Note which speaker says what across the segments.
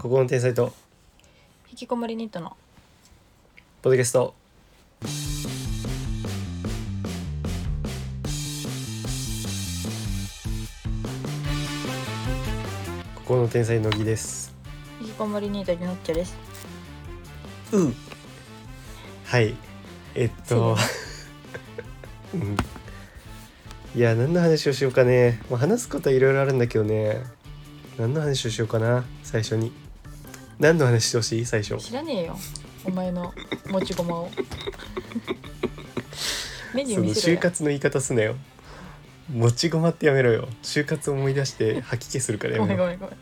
Speaker 1: 心の天才と
Speaker 2: 引きこもりニットの
Speaker 1: ポッドキャスト心の天才のぎです
Speaker 2: 引きこもりニットにのっちゃです
Speaker 1: うんはいえっと うんいや何の話をしようかね、まあ、話すことはいろいろあるんだけどね何の話をしようかな最初に何の話してほしい最初
Speaker 2: 知らねえよお前の持ち 駒をメニュ
Speaker 1: その
Speaker 2: ー見せろ
Speaker 1: 就
Speaker 2: よ
Speaker 1: 活の言い方すなよ持ち駒ってやめろよ就活思い出して吐き気するからや
Speaker 2: ご
Speaker 1: め
Speaker 2: めんご
Speaker 1: ろ
Speaker 2: めんごめん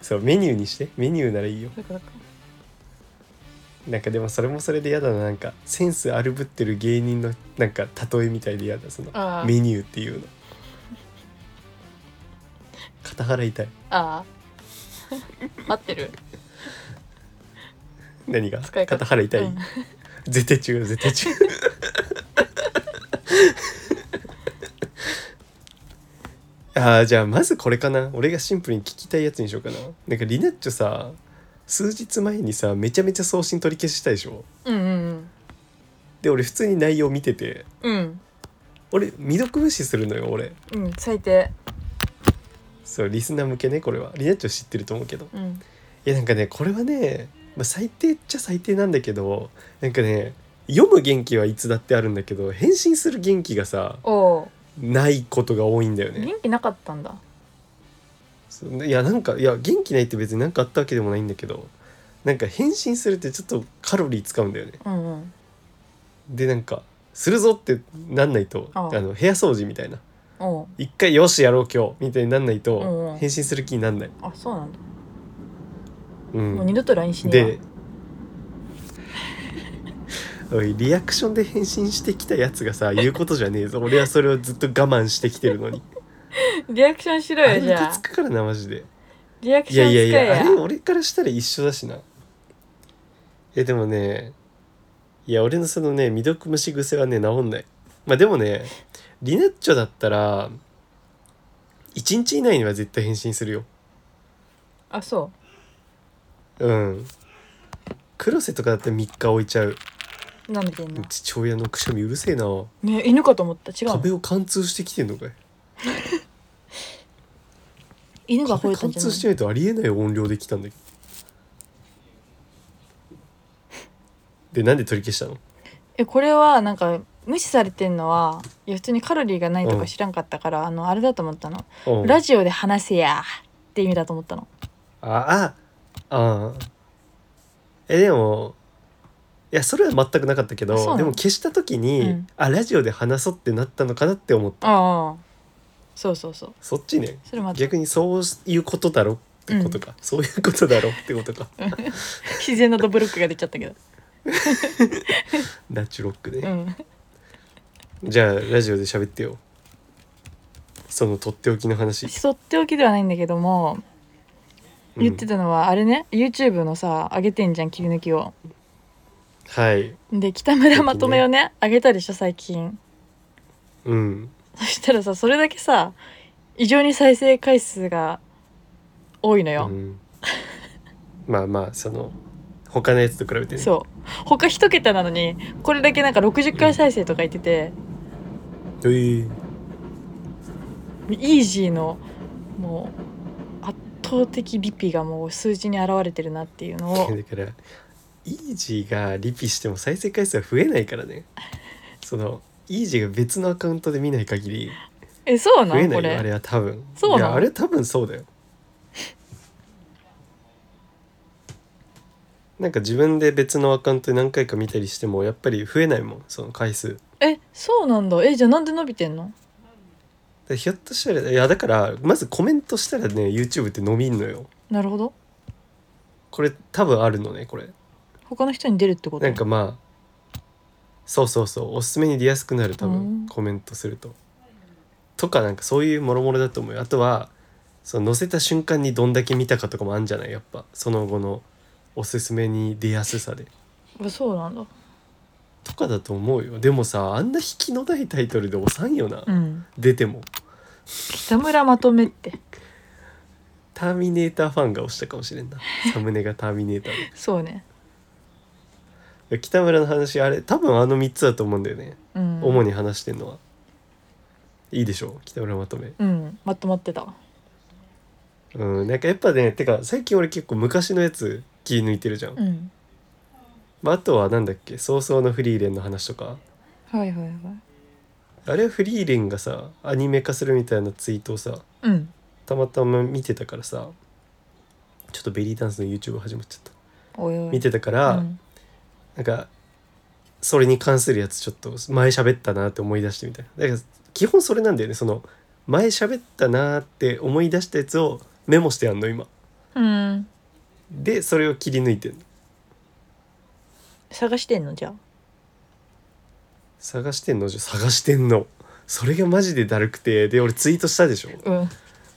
Speaker 1: そうメニューにしてメニューならいいよ
Speaker 2: そっかそっか
Speaker 1: なんかでもそれもそれで嫌だななんかセンスあるぶってる芸人のなんか例えみたいで嫌だその
Speaker 2: あー
Speaker 1: メニューって いうの肩腹痛い
Speaker 2: あ あ合ってる
Speaker 1: 何が
Speaker 2: 使い方
Speaker 1: 肩腹痛い、
Speaker 2: うん
Speaker 1: 絶対違う絶対違う あーじゃあまずこれかな俺がシンプルに聞きたいやつにしようかななんかリナッチョさ数日前にさめちゃめちゃ送信取り消したでしょ
Speaker 2: うんうん
Speaker 1: で俺普通に内容見てて
Speaker 2: うんうん
Speaker 1: 俺未読無視するのよ俺
Speaker 2: うん最低
Speaker 1: そうリスナー向けねこれはリナッチョ知ってると思うけど
Speaker 2: うん
Speaker 1: いやなんかねこれはね、まあ、最低っちゃ最低なんだけどなんかね読む元気はいつだってあるんだけど返信する元気がさ
Speaker 2: おお
Speaker 1: ないことが多いんだよね。
Speaker 2: 元気なかったんだ
Speaker 1: そういやなんかいや元気ないって別に何かあったわけでもないんだけどなんか返信するってちょっとカロリー使うんだよね。
Speaker 2: うんうん
Speaker 1: でなんかするぞってなんないと
Speaker 2: あ
Speaker 1: あ
Speaker 2: あ
Speaker 1: の部屋掃除みたいな
Speaker 2: おう
Speaker 1: 一回よしやろう今日みたいになんない
Speaker 2: うんう
Speaker 1: と
Speaker 2: ん
Speaker 1: 返信する気になんない。
Speaker 2: あそうなんだ、
Speaker 1: う、
Speaker 2: もうん二度と LINE しねえわ
Speaker 1: で おいリアクションで返信してきたやつがさ言うことじゃねえぞ俺はそれをずっと我慢してきてるのに
Speaker 2: リアクションしろ
Speaker 1: あれ
Speaker 2: よじ
Speaker 1: ム
Speaker 2: ゃ
Speaker 1: カ
Speaker 2: あ
Speaker 1: つくからなマジで。
Speaker 2: リアク
Speaker 1: い
Speaker 2: ショ
Speaker 1: や
Speaker 2: ン使
Speaker 1: いや
Speaker 2: え
Speaker 1: い
Speaker 2: や
Speaker 1: やあれ俺からしたら一緒だしなえでもねいや俺のそのね未読無視癖はね治んないまあでもねリナッチョだったら1日以内には絶対返信するよ
Speaker 2: あそ
Speaker 1: うん黒瀬とかだったら3日置いちゃう
Speaker 2: うなめてんの
Speaker 1: 父親のくしゃみうるせえな
Speaker 2: ね犬かと思った違う
Speaker 1: 壁を貫通してきてんのかい
Speaker 2: 犬が
Speaker 1: 壁
Speaker 2: 吠えたん
Speaker 1: 貫
Speaker 2: じゃな
Speaker 1: 通し
Speaker 2: い
Speaker 1: てないとありえない音量で来たんだけ どでなんで取り消したの
Speaker 2: えこれはなんか無視されてんのはいや普通にカロリーがないとか知らんかったから、あのあれだと思ったの、
Speaker 1: うん
Speaker 2: ラジオで話せやって意味だと思ったの
Speaker 1: ああああえでもいやそれは全くなかったけ
Speaker 2: あそうな
Speaker 1: ど
Speaker 2: の
Speaker 1: でも消した時に、
Speaker 2: うん
Speaker 1: あラジオで話そうってなったのかなって思った
Speaker 2: ああそうそうそう
Speaker 1: そっちね
Speaker 2: それまた
Speaker 1: 逆にそういうことだろってことか、そういうことだろってことか
Speaker 2: 自然なドブロックが出ちゃっ たけど
Speaker 1: ナチュロック
Speaker 2: う
Speaker 1: ね、
Speaker 2: ん
Speaker 1: じゃあラジオで喋ってよそのとっておきの話、
Speaker 2: そっておきではないんだけども
Speaker 1: うん
Speaker 2: 言ってたのは、あれね YouTube のさ上げてんじゃん切り抜きを
Speaker 1: はい
Speaker 2: で北村まとめをね上げたでしょ最近
Speaker 1: うん
Speaker 2: そしたらさそれだけさ異常に再生回数が多いのよ、
Speaker 1: うん、まあまあその他のやつと比べてね
Speaker 2: そう他一桁なのにこれだけなんか60回再生とか言ってて、
Speaker 1: えー
Speaker 2: イージーのもう圧倒的リピがもう数字に表れてるなっていうのを
Speaker 1: いやだからイージーがリピしても再生回数は増えないからねそのイージーが別のアカウントで見ない限り
Speaker 2: えそう
Speaker 1: 増
Speaker 2: な
Speaker 1: え
Speaker 2: ん
Speaker 1: な
Speaker 2: こ
Speaker 1: いよあ
Speaker 2: れ
Speaker 1: れは多分
Speaker 2: そうなの
Speaker 1: いやあれは多分そうだよなんか自分で別のアカウントで何回か見たりしてもやっぱり増えないもんその回数
Speaker 2: えそうなんだえじゃあなんで伸びてんの
Speaker 1: でひょっとしたらいやだからまずコメントしたらね YouTube って伸びんのよ
Speaker 2: なるほど
Speaker 1: これ多分あるのねこれ
Speaker 2: 他の人に出るってこと
Speaker 1: なんかまあそうそうそうおすすめに出やすくなる多
Speaker 2: うん
Speaker 1: 分コメントすると。とかなんかそういうもろもろだと思うよあとはその載せた瞬間にどんだけ見たかとかもあんじゃないやっぱその後のおすすめに出やすさで。
Speaker 2: あそうなんだ
Speaker 1: とかだと思うよでもさあんな引きのないタイトルで押さんよな、
Speaker 2: うん
Speaker 1: 出ても
Speaker 2: 北村まとめって
Speaker 1: ターミネーターファンが押したかもし れんなサムネがターミネーター
Speaker 2: そうね、
Speaker 1: で北村の話あれ多分あの3つだと思うんだよね、
Speaker 2: うん、
Speaker 1: 主に話してんのはいいでしょう北村まとめ
Speaker 2: うんまとまってた
Speaker 1: うんなんかやっぱねてか最近俺結構昔のやつ気抜いてるじゃん、
Speaker 2: うん
Speaker 1: まあ、あとはなんだっけ早々のフリーレンの話とか
Speaker 2: はいはいはい
Speaker 1: あれはフリーレンがさアニメ化するみたいなツイートをさ
Speaker 2: うん
Speaker 1: たまたま見てたからさちょっとベリーダンスの YouTube 始まっちゃった
Speaker 2: おいおい
Speaker 1: 見てたから、
Speaker 2: うん
Speaker 1: なんかそれに関するやつちょっと前喋ったなって思い出してみたいなだから基本それなんだよねその前喋ったなって思い出したやつをメモしてやんの今
Speaker 2: うん
Speaker 1: でそれを切り抜いてんの
Speaker 2: 探してんのじゃあ
Speaker 1: 探してんのじゃ探してんのそれがマジでだるくてで俺ツイートしたでしょ
Speaker 2: うん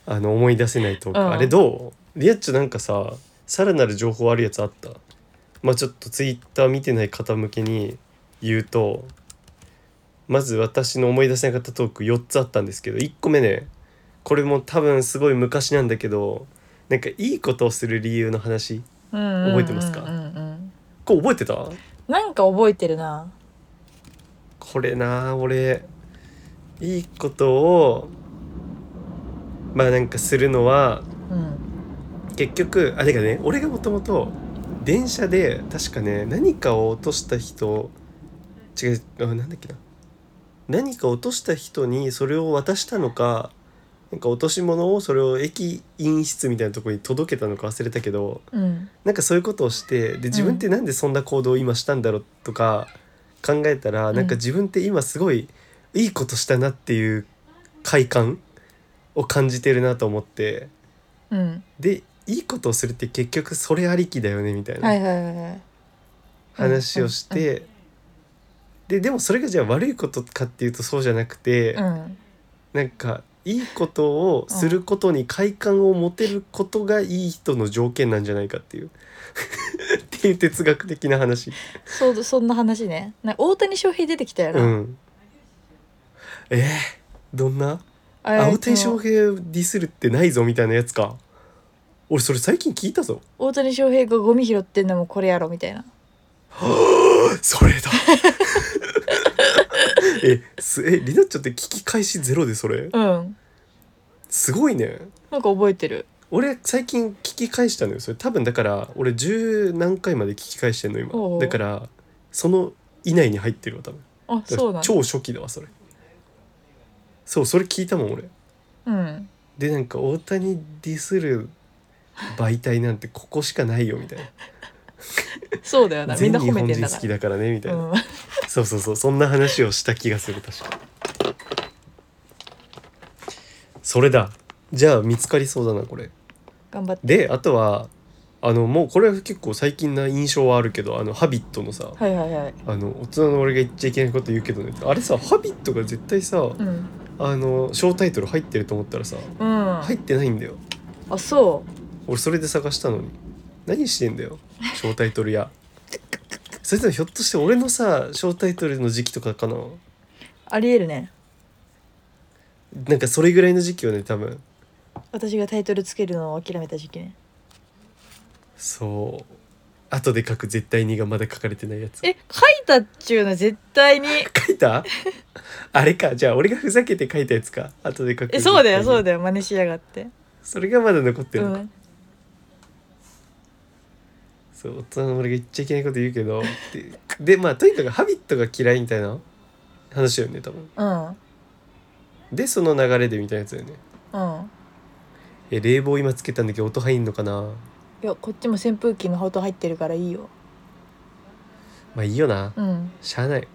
Speaker 1: あの思い出せないとか、
Speaker 2: うん
Speaker 1: あれどうリアッチョなんかささらなる情報あるやつあったまあちょっとツイッター見てない方向けに言うとまず私の思い出せなかったトーク4つあったんですけど1個目ねこれも多分すごい昔なんだけどなんかいいことをする理由の話
Speaker 2: 覚
Speaker 1: 覚えてますか
Speaker 2: うんうんうん
Speaker 1: これ覚えてた
Speaker 2: なんか覚えてるな
Speaker 1: これなあ俺いいことをまあなんかするのは
Speaker 2: うん
Speaker 1: 結局あれがね俺がもともと電車で確かね何かを落とした人違うあなんだっけな何か落とした人にそれを渡したのかなんか落とし物をそれを駅員室みたいなところに届けたのか忘れたけど
Speaker 2: うん
Speaker 1: なんかそういうことをしてで自分ってなんでそんな行動を今したんだろうとか考えたら、
Speaker 2: うん
Speaker 1: なんか自分って今すごいいいことしたなっていう快感を感じてるなと思って。
Speaker 2: うん
Speaker 1: でいいことをするって結局それありきだよねみたい
Speaker 2: は
Speaker 1: ない
Speaker 2: はいはいはい
Speaker 1: 話をして、ででもそれがじゃあ悪いことかっていうとそうじゃなくて、
Speaker 2: うん
Speaker 1: なんかいいことをすることに快感を持てることがいい人の条件なんじゃないかっていうっていう哲学的な話。
Speaker 2: そうそんな話ねな大谷翔平出てきたよな、
Speaker 1: うん、えー、どんな
Speaker 2: あれ
Speaker 1: 青天
Speaker 2: その
Speaker 1: 翔平をディスるってないぞみたいなやつか俺それ最近聞いたぞ。
Speaker 2: 大谷翔平がゴミ拾ってんのもこれやろみたいな
Speaker 1: それだ えすえリナッチョって聞き返しゼロでそれ
Speaker 2: うん
Speaker 1: すごいね
Speaker 2: なんか覚えてる
Speaker 1: 俺最近聞き返したのよそれ多分だから俺十何回まで聞き返してんの
Speaker 2: おうお
Speaker 1: 今
Speaker 2: う
Speaker 1: だからその以内に入ってるわ多分
Speaker 2: あ
Speaker 1: だ
Speaker 2: そ
Speaker 1: か
Speaker 2: うな
Speaker 1: ら
Speaker 2: んだ
Speaker 1: 超初期だわそれそうそれ聞いたもん俺
Speaker 2: うん
Speaker 1: でなんか大谷ディスる媒体なんてここしかないよみたい
Speaker 2: そうだよ
Speaker 1: な
Speaker 2: な
Speaker 1: 全
Speaker 2: みんな
Speaker 1: 日
Speaker 2: 褒め
Speaker 1: 本
Speaker 2: てん
Speaker 1: 人
Speaker 2: だ
Speaker 1: 好
Speaker 2: か
Speaker 1: きだからねみたい
Speaker 2: ら
Speaker 1: な、
Speaker 2: うん
Speaker 1: そうそうそうそんな話をした気がする確かそれだじゃあ見つかりそうだなこれ
Speaker 2: 頑張って
Speaker 1: であとはあのもうこれは結構最近な印象はあるけどあの「ハビットのさ、
Speaker 2: はいはいはい
Speaker 1: あの大人の俺が言っちゃいけないこと言うけどねあれさ「ハビットが絶対さ、
Speaker 2: うん
Speaker 1: あの小タイトル入ってると思ったらさ
Speaker 2: うん、
Speaker 1: 入ってないんだよ
Speaker 2: あそ
Speaker 1: 俺それで探したのに何してんだよ小タイトルやそれともひょっとして俺のさ小タイトルの時期とかかな
Speaker 2: うありえるね
Speaker 1: なんかそれぐらいの時期よね多分
Speaker 2: 私がタイトルつけるのを諦めた時期ね
Speaker 1: そう後で書く絶対にがまだ書かれてないやつ
Speaker 2: え書いたっちゅうの絶対に
Speaker 1: 書いたあれかじゃあ俺がふざけて書いたやつか後で書く
Speaker 2: えそうだよそう
Speaker 1: だ
Speaker 2: だよ真似しやがって
Speaker 1: それがまだ残って
Speaker 2: う
Speaker 1: るのか、
Speaker 2: ん
Speaker 1: そう大人の俺が言っちゃいけないこと言うけどででまあとにかく「ハビットが嫌いみたいな話よね多分
Speaker 2: うん
Speaker 1: でその流れでみたいなやつだよね
Speaker 2: うん
Speaker 1: え冷房今つけたんだけど音入んのかない
Speaker 2: やこっちも扇風機の音入ってるからいいよ
Speaker 1: まあいいよな
Speaker 2: うん
Speaker 1: しゃあない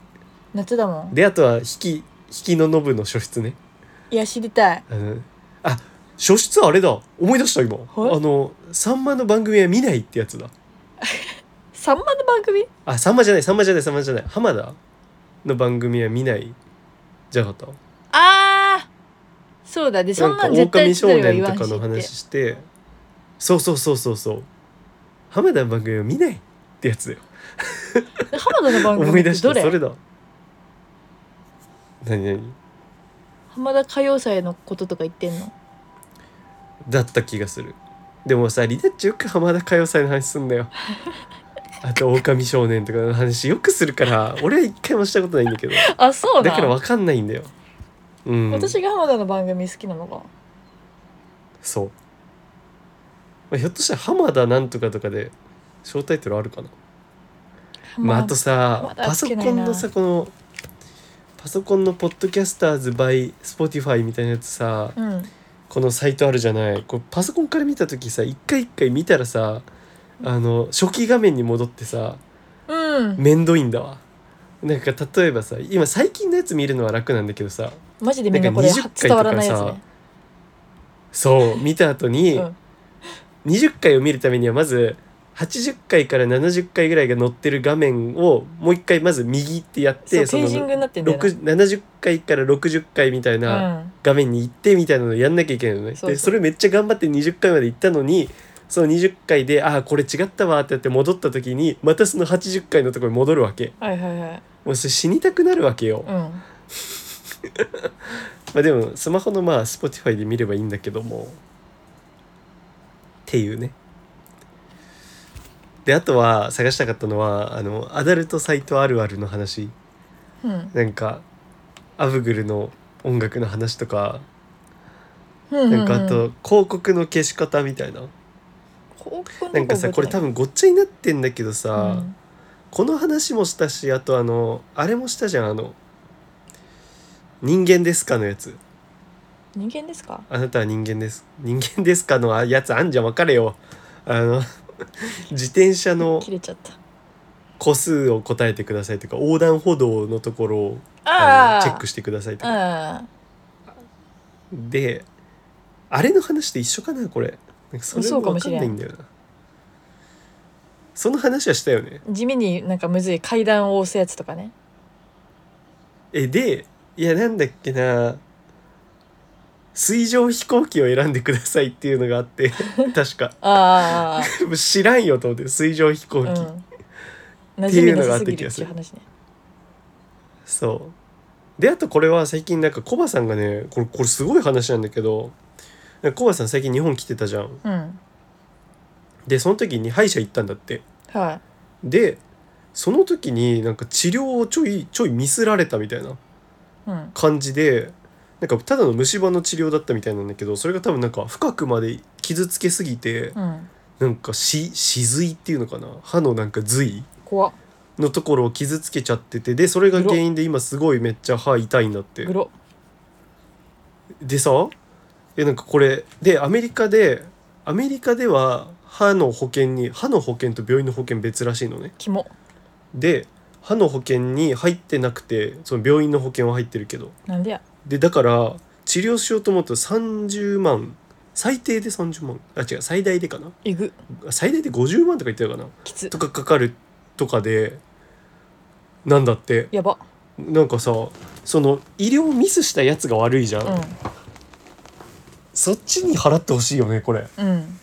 Speaker 2: 夏だもん
Speaker 1: であとは引き引きのノブの書室ね
Speaker 2: いや知りたい
Speaker 1: あのあ書室あれだ思い出した今
Speaker 2: はい
Speaker 1: あのさんまの番組は見ないってやつだ
Speaker 2: さんまの番組
Speaker 1: あさんまじゃないさんまじゃないさんまじゃない浜田の番組は見ないじゃなかっ
Speaker 2: ああそうだで
Speaker 1: た
Speaker 2: そ
Speaker 1: なんんか
Speaker 2: なん絶対
Speaker 1: 狼
Speaker 2: 一
Speaker 1: 少
Speaker 2: 人は
Speaker 1: 年
Speaker 2: 言わ
Speaker 1: と
Speaker 2: んし
Speaker 1: かの
Speaker 2: って
Speaker 1: 話してそうそうそうそうそう浜田の番組は見ないってやつだよ
Speaker 2: 浜田の番
Speaker 1: 思
Speaker 2: 組
Speaker 1: い
Speaker 2: って
Speaker 1: 出した
Speaker 2: ど
Speaker 1: そ
Speaker 2: れ
Speaker 1: れだ何何
Speaker 2: 浜田歌謡祭のこととか言ってんの
Speaker 1: だった気がするでもさリナッチよく浜田歌謡祭の話すんだ よあと狼少年とかの話よくするから俺は一回もしたことないんだけど
Speaker 2: あそう
Speaker 1: だ
Speaker 2: だ
Speaker 1: からわかんないんだようん
Speaker 2: 私が浜田の番組好きなのか
Speaker 1: そう、まあ、ひょっとしたら浜田なんとかとかで小タイトルあるかなまあ、あと
Speaker 2: ま
Speaker 1: さ
Speaker 2: だ
Speaker 1: パソコンのさこのパソコンのポッドキャスターズ by Spotify みたいなやつさ
Speaker 2: うん
Speaker 1: このサイトあるじゃないこれパソコンから見た時さ一回一回見たらさあの初期画面に戻ってさ
Speaker 2: うん
Speaker 1: めんどいんだわなんか例えばさ今最近のやつ見るのは楽なんだけどさ
Speaker 2: マジでみんなこれ
Speaker 1: なんか20回
Speaker 2: 伝わらないやつ
Speaker 1: とか
Speaker 2: ね
Speaker 1: そう見た後に
Speaker 2: うん
Speaker 1: 20回を見るためにはまず80回から70回ぐらいが載ってる画面をもう一回まず右ってやっ
Speaker 2: そうペ
Speaker 1: て
Speaker 2: ージングになってんだよ
Speaker 1: 六70回から60回みたいな
Speaker 2: な
Speaker 1: 画面に行ってみたいなのやんなきゃいけないのね。
Speaker 2: そうそう
Speaker 1: でそれめっちゃ頑張って20回まで行ったのにその20回で「ああこれ違ったわ」ってやって戻った時にまたその80回のところに戻るわけ
Speaker 2: うんはいはいはい
Speaker 1: もうそれ死にたくなるわけよ、
Speaker 2: う
Speaker 1: ま
Speaker 2: ん
Speaker 1: あ、でもスマホのまあ Spotify で見ればいいんだけどもっていうねであとは探したかったのはあのアダルトサイトあるあるの話
Speaker 2: うん
Speaker 1: なんかアブグルの音楽の話とか、
Speaker 2: うん
Speaker 1: なんかあと広告の消し方みたいな、なんかさこれ多
Speaker 2: 分
Speaker 1: 分ごっちゃになってんだけどさ、この話もしたしあとあのあれもしたじゃんあの「人間ですか?」のやつ
Speaker 2: 人間ですか
Speaker 1: 「あなたは人間です人間ですか?」のあやつあんじゃん分かれよあの 自転車の
Speaker 2: 切れちゃった
Speaker 1: 個数を答えてくださいとか横断歩道のところをあ
Speaker 2: あ
Speaker 1: の
Speaker 2: あ
Speaker 1: チェックしてくださいとか
Speaker 2: あ
Speaker 1: であれの話と一緒かなこれなんかそれ
Speaker 2: そ
Speaker 1: も
Speaker 2: うか
Speaker 1: 分
Speaker 2: も
Speaker 1: か
Speaker 2: し
Speaker 1: ん
Speaker 2: れん
Speaker 1: ないんだよなその話はしたよね
Speaker 2: あ地味になんかむずい階段を押すやつとかね
Speaker 1: えでいやなんだっけな水上飛行機を選んでくださいっていうのがあって 確か
Speaker 2: あ
Speaker 1: でも知らんよと思って水上飛行
Speaker 2: あ
Speaker 1: 機、
Speaker 2: うん馴
Speaker 1: っていう
Speaker 2: 染み
Speaker 1: の
Speaker 2: な
Speaker 1: があっ
Speaker 2: さす
Speaker 1: た
Speaker 2: ぎ
Speaker 1: 気
Speaker 2: る
Speaker 1: が
Speaker 2: っ
Speaker 1: す
Speaker 2: て
Speaker 1: る
Speaker 2: いう話ね
Speaker 1: そうであとこれは最近なんかコバさんがねこれこれすごい話なんだけどなんかコバさん最近日本来てたじゃん
Speaker 2: うん
Speaker 1: でその時に歯医者行ったんだって
Speaker 2: はい
Speaker 1: でその時になんか治療をちょいちょいミスられたみたいな
Speaker 2: うん
Speaker 1: 感じでなんかただの虫歯の治療だったみたいなんだけどそれが多分なんか深くまで傷つけすぎて
Speaker 2: うん
Speaker 1: なんかし歯髄っていうのかな歯のなんか髄
Speaker 2: 怖っ
Speaker 1: のところを傷つけちゃっててでそれが原因で今すごいめっちゃ歯痛いんだって
Speaker 2: グ。ロ
Speaker 1: でさえなんかこれでアメリカでアメリカでは歯の保険に歯の保険と病院の保険別らしいのね。
Speaker 2: キモ
Speaker 1: で歯の保険に入ってなくてその病院の保険は入ってるけど
Speaker 2: なんでや
Speaker 1: でだから治療しようと思うと30万最低で30万あ違う最大でかな
Speaker 2: えぐ
Speaker 1: 最大で50万とか言ってたかな
Speaker 2: きつ
Speaker 1: とかかかるとかでなんだって
Speaker 2: やば
Speaker 1: なんかさその医療ミスしたやつが悪いじゃん、
Speaker 2: う
Speaker 1: そっちに払ってほしいよねこれ
Speaker 2: んうん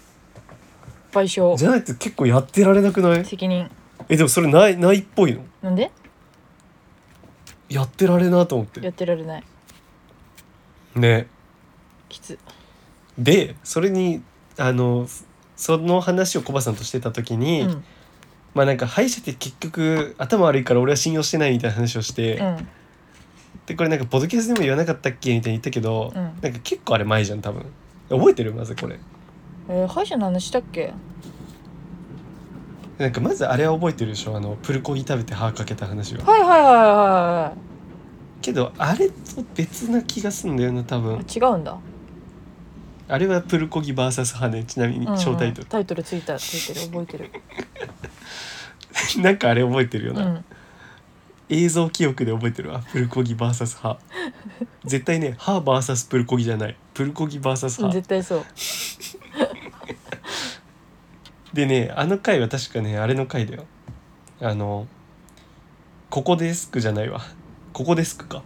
Speaker 2: 賠償
Speaker 1: じゃないと結構やってられなくない
Speaker 2: 責任
Speaker 1: えでもそれないないっぽいの
Speaker 2: なんで
Speaker 1: やってられなと思っ
Speaker 2: や
Speaker 1: て
Speaker 2: ってられない
Speaker 1: ね
Speaker 2: きつ
Speaker 1: でそれにあのその話をコバさんとしてた時に、
Speaker 2: うん
Speaker 1: まあなんか歯医者って結局頭悪いから俺は信用してないみたいな話をして、
Speaker 2: うん
Speaker 1: でこれなんかポッドキャストでも言わなかったっけみたいに言ったけど、
Speaker 2: うん
Speaker 1: なんか結構あれ前じゃん多分覚えてるまずこれ
Speaker 2: えー歯医者の話したっけ
Speaker 1: なんかまずあれは覚えてるでしょあのプルコギ食べて歯かけた話は
Speaker 2: はいはいはいは
Speaker 1: けどあれと別な気がすんだよな多
Speaker 2: いは
Speaker 1: 分
Speaker 2: いあ違うんだ
Speaker 1: あれはプルコギ VS 羽ねちなみに
Speaker 2: うんうん
Speaker 1: 小タイトル、
Speaker 2: タイトルついたついてる覚えて る
Speaker 1: なんかあれ覚えてるよ
Speaker 2: う
Speaker 1: な、
Speaker 2: ん
Speaker 1: 映像記憶で覚えてるわプルコギ VS 歯絶対ね歯 VS プルコギじゃないプルコギ VS 歯、
Speaker 2: 絶対そう
Speaker 1: でねあの回は確かねあれの回だよあの「ここデスク」じゃないわ「ここデスクか」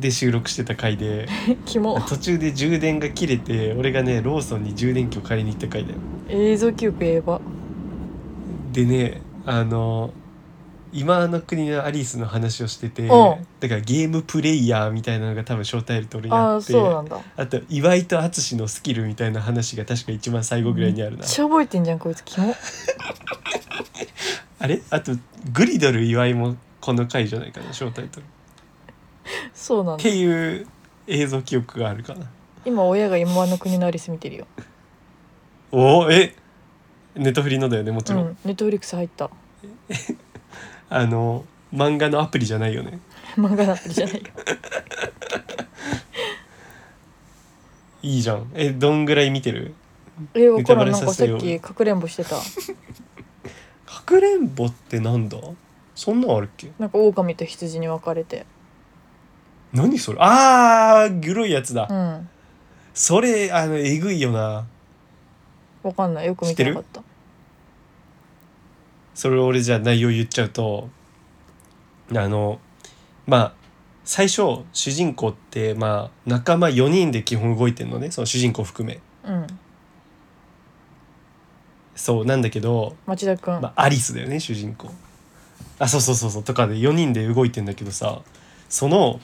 Speaker 1: で収録してた回で
Speaker 2: キ モ
Speaker 1: 途中で充電が切れて俺がねローソンに充電器を買いに行った回だよ
Speaker 2: 映像記憶やば
Speaker 1: でねあの今の国のアリスの話をしててだ
Speaker 2: おう
Speaker 1: からゲームプレイヤーみたいなのが多分招待と俺にあ
Speaker 2: ああ
Speaker 1: って
Speaker 2: そうなんだ
Speaker 1: あと岩井と淳のスキルみたいな話が確か一番最後ぐらいにある
Speaker 2: め
Speaker 1: な
Speaker 2: っちゃ覚えてんじゃんこいつキモ
Speaker 1: あれあとグリドル岩井もこの回じゃないかな招待とっ
Speaker 2: そうなんだ
Speaker 1: ていう映像記憶があるかな
Speaker 2: 今親が今の国のアリス見てるよ
Speaker 1: おおえネットフリのだよねもち
Speaker 2: う
Speaker 1: ろん、
Speaker 2: んネットフリックス入った
Speaker 1: あの漫画のアプリじゃないよね
Speaker 2: 漫画だったじゃないよ
Speaker 1: いいじゃんえどんぐらい見てる
Speaker 2: えわからん
Speaker 1: ネ
Speaker 2: な
Speaker 1: タバレ
Speaker 2: ん
Speaker 1: さ
Speaker 2: かさ
Speaker 1: せ
Speaker 2: っ
Speaker 1: よう
Speaker 2: きかくれんぼしてた
Speaker 1: かくれんぼってなんだそんなんあるっけ
Speaker 2: なんか狼と羊に分かれて
Speaker 1: 何それあーグロいやつだ、
Speaker 2: うん
Speaker 1: それあのえぐいよな
Speaker 2: わかんないよく見てなかった
Speaker 1: それ俺じゃあ内容言っちゃうとあのまあ最初主人公ってまあ仲間4人で基本動いてんのねその主人公含め
Speaker 2: うん
Speaker 1: そうなんだけど、
Speaker 2: 町田くん、
Speaker 1: まあ、アリスだよね主人公あそうそうそうそうとかで4人で動いてんだけどさその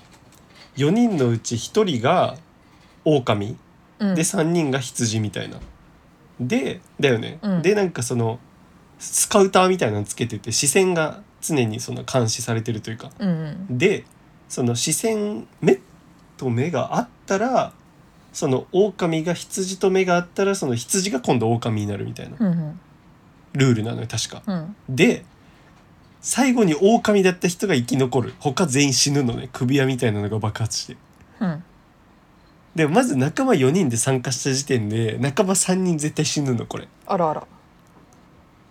Speaker 1: 4人のうち1人が狼
Speaker 2: うん
Speaker 1: で3人が羊みたいな。でだよね。
Speaker 2: うん
Speaker 1: でなんかそのスカウターみたいなのつけてて視線が常にその監視されてるというか。
Speaker 2: うんうん
Speaker 1: でその視線目と目があったらその狼が羊と目があったらその羊が今度狼になるみたいな
Speaker 2: うんうん
Speaker 1: ルールなのよ確か。
Speaker 2: うん
Speaker 1: で最後に狼だった人が生き残る他全員死ぬのね首輪みたいなのが爆発して。
Speaker 2: うん
Speaker 1: でまず仲間4人で参加した時点で仲間3人絶対死ぬのこれ
Speaker 2: あらあら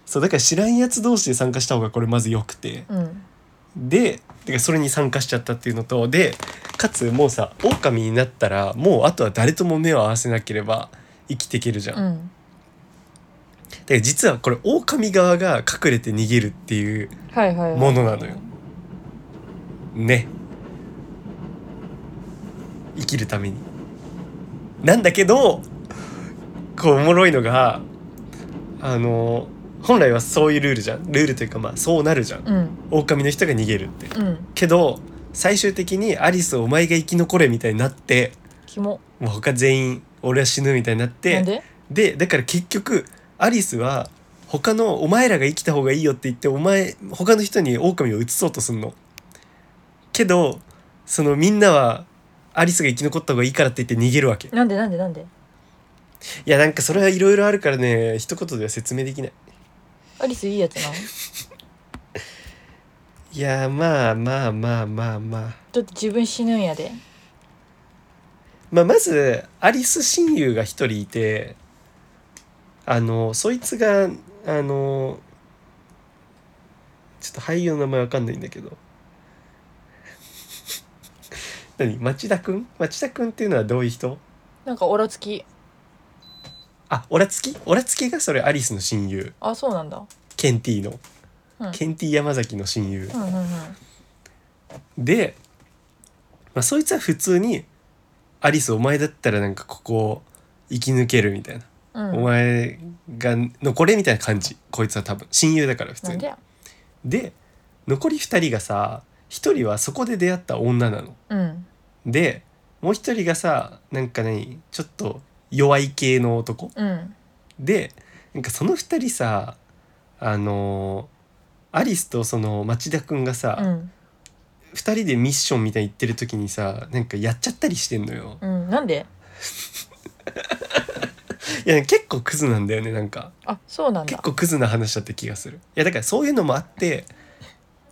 Speaker 1: そうだから知らんやつ同士で参加した方がこれまずよくて
Speaker 2: うん
Speaker 1: でだからそれに参加しちゃったっていうのとでかつもうさ狼になったらもうあとは誰とも目を合わせなければ生きていけるじゃん、
Speaker 2: う
Speaker 1: だか
Speaker 2: ん
Speaker 1: ら実はこれ狼側が隠れて逃げるっていう
Speaker 2: はいはいは
Speaker 1: も
Speaker 2: い
Speaker 1: のなのよね生きるためになんだけどこうおもろいのがあの本来はそういうルールじゃんルールというかまあそうなるじゃん
Speaker 2: うん
Speaker 1: 狼の人が逃げるって
Speaker 2: うん
Speaker 1: けど最終的にアリスお前が生き残れみたいになって
Speaker 2: キモ
Speaker 1: もう他全員俺は死ぬみたいになっ
Speaker 2: なん
Speaker 1: て
Speaker 2: で
Speaker 1: でだから結局アリスは他のお前らが生きた方がいいよって言ってお前他の人に狼を移そうとすんの。けどそのみんなはアリスが生き残った方がいいからって言って逃げるわけ。い
Speaker 2: なんでなんでなんで
Speaker 1: やなんかそれはいろいろあるからね一言では説明できない。
Speaker 2: アリスいいやつなの
Speaker 1: いやまあまあまあまあまあ。
Speaker 2: だって自分死ぬんやで
Speaker 1: まあ、まずアリス親友が一人いてあのそいつがあのちょっと俳優の名前わかんないんだけど 何町田くん町田くんっていうのはどういう人
Speaker 2: なんかオラつき
Speaker 1: あオラつきオラつきがそれアリスの親友
Speaker 2: あそうなんだ
Speaker 1: ケンティーの、
Speaker 2: うん
Speaker 1: ケンティー山崎の親友、
Speaker 2: うんうんうん
Speaker 1: で、まあ、そいつは普通に「アリスお前だったらなんかここ生き抜ける」みたいな。
Speaker 2: うん
Speaker 1: お前が残れみたいな感じこいつは多分親友だから普
Speaker 2: な
Speaker 1: 通
Speaker 2: ん
Speaker 1: に
Speaker 2: でや
Speaker 1: で残り2人がさ1人はそこで出会った女なの
Speaker 2: うん
Speaker 1: でもう1人がさなんかねちょっと弱い系の男
Speaker 2: うん
Speaker 1: でなんかその2人さあのーアリスとその町田くんがさ、
Speaker 2: うん
Speaker 1: 2人でミッションみたいに行ってる時にさなんかやっちゃったりしてんのよ
Speaker 2: うんなんで
Speaker 1: いや結構クズなんだよねなんか
Speaker 2: あそうなんだ
Speaker 1: 結構クズな話だった気がするいやだからそういうのもあって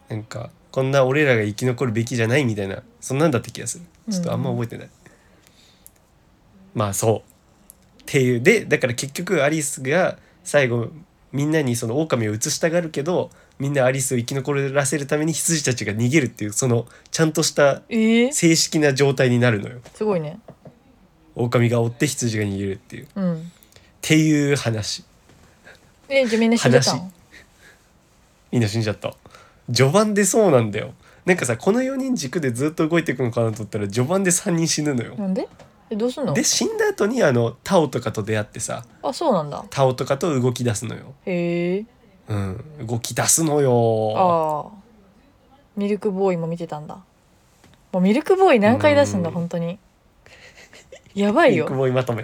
Speaker 1: なんかこんな俺らが生き残るべきじゃないみたいなそんなんだった気がするちょっとあんま覚えてない、まあそうっていうでだから結局アリスが最後みんなにその狼を移したがるけどみんなアリスを生き残らせるために羊たちが逃げるっていうそのちゃんとした
Speaker 2: ええ
Speaker 1: 正式な状態になるのよ
Speaker 2: すごいね
Speaker 1: 狼が追って羊が逃げるっていうっ
Speaker 2: うん
Speaker 1: ていう話
Speaker 2: えじゃあみんな死んでたの
Speaker 1: みんな死んじゃった序盤でそうなんだよなんかさこの4人軸でずっと動いていくのかなと思ったら序盤で3人死ぬのよ
Speaker 2: なんでえどうすんの
Speaker 1: で死んだ後にあのタオとかと出会ってさ
Speaker 2: あそうなんだ
Speaker 1: タオとかと動き出すのよ
Speaker 2: へえ
Speaker 1: うん動き出すのよ
Speaker 2: ああミルクボーイも見てたんだもうミルクボーイ何回出すんだ
Speaker 1: うん
Speaker 2: 本当にやばい
Speaker 1: ミルク
Speaker 2: よ
Speaker 1: ボーイまとめ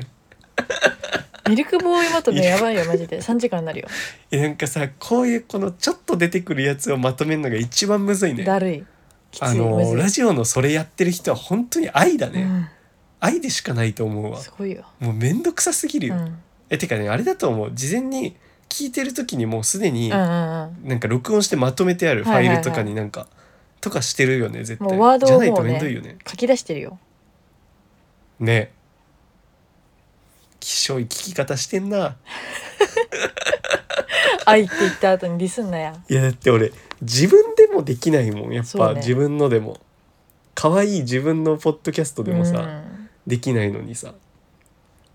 Speaker 2: ミルクボーイまとめ
Speaker 1: いや
Speaker 2: やばいよマ ジで3時間になるよ
Speaker 1: えなんかさこういうこのちょっと出てくるやつをまとめるのが一番むずいね
Speaker 2: だるいきつい
Speaker 1: あの
Speaker 2: むずい
Speaker 1: ラジオのそれやってる人は本当に愛だね、
Speaker 2: う、
Speaker 1: 愛でしかないと思うんわ
Speaker 2: すごいよ、
Speaker 1: もうめんどくさすぎる
Speaker 2: うん、
Speaker 1: よ、
Speaker 2: うんうん
Speaker 1: えてかねあれだと思う事前に聞いてる時にもうすでに
Speaker 2: うん
Speaker 1: なんか録音してまとめてあるファイルとか
Speaker 2: はいはいは
Speaker 1: になんか、とかしてるよね絶対
Speaker 2: もうワードを
Speaker 1: じゃない
Speaker 2: も
Speaker 1: と
Speaker 2: うね
Speaker 1: めんどいよね
Speaker 2: 書き出してるよ
Speaker 1: ね気象い聞き方してんな
Speaker 2: 愛って言った後にディスんなや
Speaker 1: いやだって俺自分でもできないもんやっ
Speaker 2: そ
Speaker 1: ぱ、
Speaker 2: うね
Speaker 1: 自分のでも可愛い自分のポッドキャストでもさ、
Speaker 2: うん
Speaker 1: できないのにさ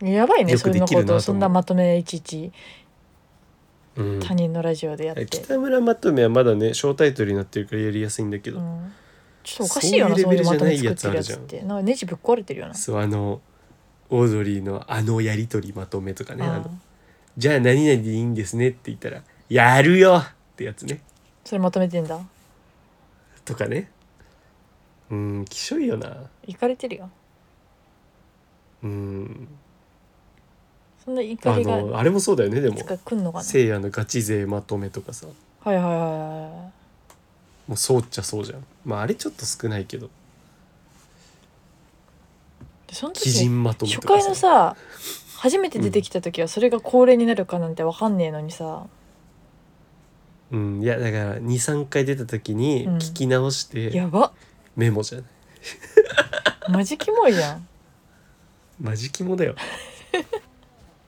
Speaker 2: やばいね
Speaker 1: よく
Speaker 2: そん
Speaker 1: で
Speaker 2: な
Speaker 1: き
Speaker 2: こ
Speaker 1: るなと
Speaker 2: と
Speaker 1: 思
Speaker 2: を
Speaker 1: う
Speaker 2: そんなまとめいちいち
Speaker 1: うん
Speaker 2: 他人のラジオでやって、
Speaker 1: 北村まとめはまだね小タイトルになってるからやりやすいんだけど、
Speaker 2: うんちょっとおかしいよな
Speaker 1: そ
Speaker 2: そうう
Speaker 1: い
Speaker 2: いうう
Speaker 1: レ
Speaker 2: まと
Speaker 1: ベル
Speaker 2: め
Speaker 1: じゃ
Speaker 2: 作
Speaker 1: ないや
Speaker 2: ってるや
Speaker 1: つ
Speaker 2: つ
Speaker 1: あ
Speaker 2: っ
Speaker 1: る
Speaker 2: てなんかネジぶっ壊れてるよな
Speaker 1: そうあのオードリーのあのやり取りまとめとかね、あ
Speaker 2: あ
Speaker 1: の
Speaker 2: あ
Speaker 1: じゃあ何々でいいんですねって言ったら「やるよ!」ってやつね
Speaker 2: それまとめてんだ
Speaker 1: とかねうんきしょいよない
Speaker 2: かれてるよ
Speaker 1: うん
Speaker 2: そんな怒
Speaker 1: あ
Speaker 2: りがい
Speaker 1: のあれもそうだよねでも
Speaker 2: つか来んのかな
Speaker 1: せいやのガチ勢まとめとかさ
Speaker 2: はいはいはいは
Speaker 1: もうそうっちゃそうじゃんまああれちょっと少ないけど
Speaker 2: いでその
Speaker 1: 基
Speaker 2: 時
Speaker 1: 人まとめ
Speaker 2: 初
Speaker 1: とか
Speaker 2: 回
Speaker 1: さ
Speaker 2: のさ初めて出てきた時はそれが恒例になるかなんてわかんねえのにさ
Speaker 1: うんいやだから23回出た時に
Speaker 2: うん
Speaker 1: 聞き直して
Speaker 2: やば
Speaker 1: メモじゃない、
Speaker 2: マジキモいやん
Speaker 1: マジキモだよ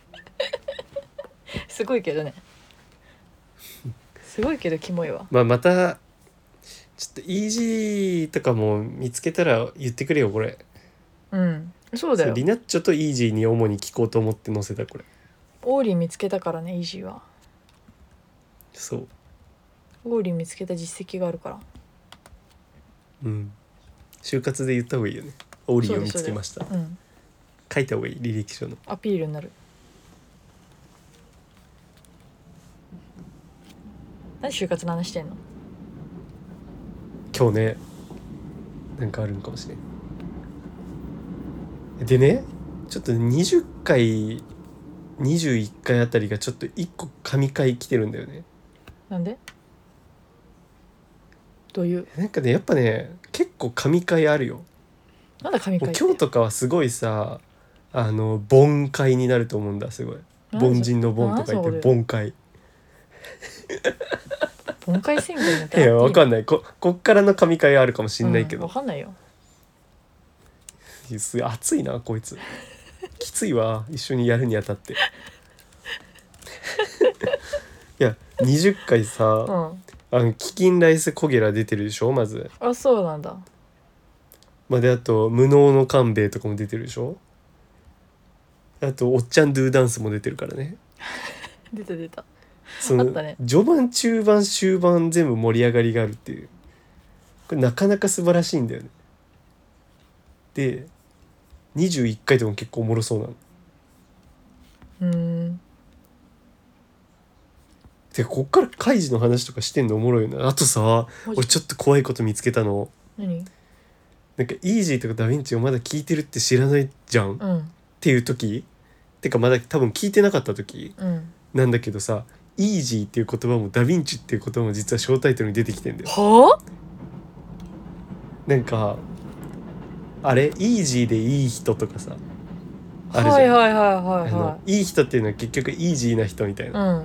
Speaker 2: すごいけどねすごいけどキモいわ
Speaker 1: まあまたちょっとイージーとかも見つけたら言ってくれよこれ
Speaker 2: うんそう
Speaker 1: そ
Speaker 2: だ
Speaker 1: う
Speaker 2: よ
Speaker 1: リナッチョとイージーに主に聞こうと思って載せたこれ
Speaker 2: オーリー見つけたからねイージーは
Speaker 1: そう
Speaker 2: オーリー見つけた実績があるから
Speaker 1: うん就活で言った方がいいよねオーリーを
Speaker 2: そうだ
Speaker 1: 見つけました
Speaker 2: うん
Speaker 1: 書いた方がいい履歴書の
Speaker 2: アピールになる何就活の話してんの
Speaker 1: 今日ねなんかあるんかもしれんでねちょっと20回21回あたりがちょっと1個神回来てるんだよね
Speaker 2: なんでどういう
Speaker 1: なんかねやっぱね結構神回あるよ
Speaker 2: なんだ神
Speaker 1: もう
Speaker 2: 回って
Speaker 1: 今日とかはすごいさあの盆会になると思うんだすごい
Speaker 2: なん
Speaker 1: 凡
Speaker 2: でそ
Speaker 1: 人の盆とか言っ
Speaker 2: な
Speaker 1: て
Speaker 2: んでそれ
Speaker 1: 盆会
Speaker 2: 盆回宣言み
Speaker 1: い
Speaker 2: たい
Speaker 1: やわか
Speaker 2: ない
Speaker 1: んないここっからの神会あるかもしんないけ
Speaker 2: わ
Speaker 1: ど、
Speaker 2: かんないよ
Speaker 1: すごい熱いなこいつきついわ一緒にやるにあたって いや20回さ、
Speaker 2: うん
Speaker 1: あのキキンライスコゲラ出てるでしょまず
Speaker 2: あそうなんだ
Speaker 1: まあであと無能の勘兵衛とかも出てるでしょあとおっちゃんドゥダンスも出てるからね
Speaker 2: 出た出た
Speaker 1: その
Speaker 2: あったね
Speaker 1: 序盤中盤終盤全部盛り上がりがあるっていうこれなかなか素晴らしいんだよねで21回でも結構おもろそうなの
Speaker 2: うーん
Speaker 1: てかこっからカイジの話とかしてんのおもろいよなあとさ
Speaker 2: マジ
Speaker 1: 俺ちょっと怖いこと見つけたの
Speaker 2: 何
Speaker 1: なんかイージーとかダヴィンチをまだ聞いてるって知らないじゃんっ
Speaker 2: うん
Speaker 1: ていう時てかまだ多分聞いてなかった時
Speaker 2: うん
Speaker 1: なんだけどさイージーっていう言葉もダヴィンチっていう言葉も実は小タイトルに出てきてんだよ
Speaker 2: は
Speaker 1: なんかあれイージーでいい人とかさ
Speaker 2: あ
Speaker 1: あるじゃん
Speaker 2: はいはいはい
Speaker 1: あ
Speaker 2: はいは
Speaker 1: のいい人っていうのは結局イージーな人みたい
Speaker 2: い
Speaker 1: な、
Speaker 2: うん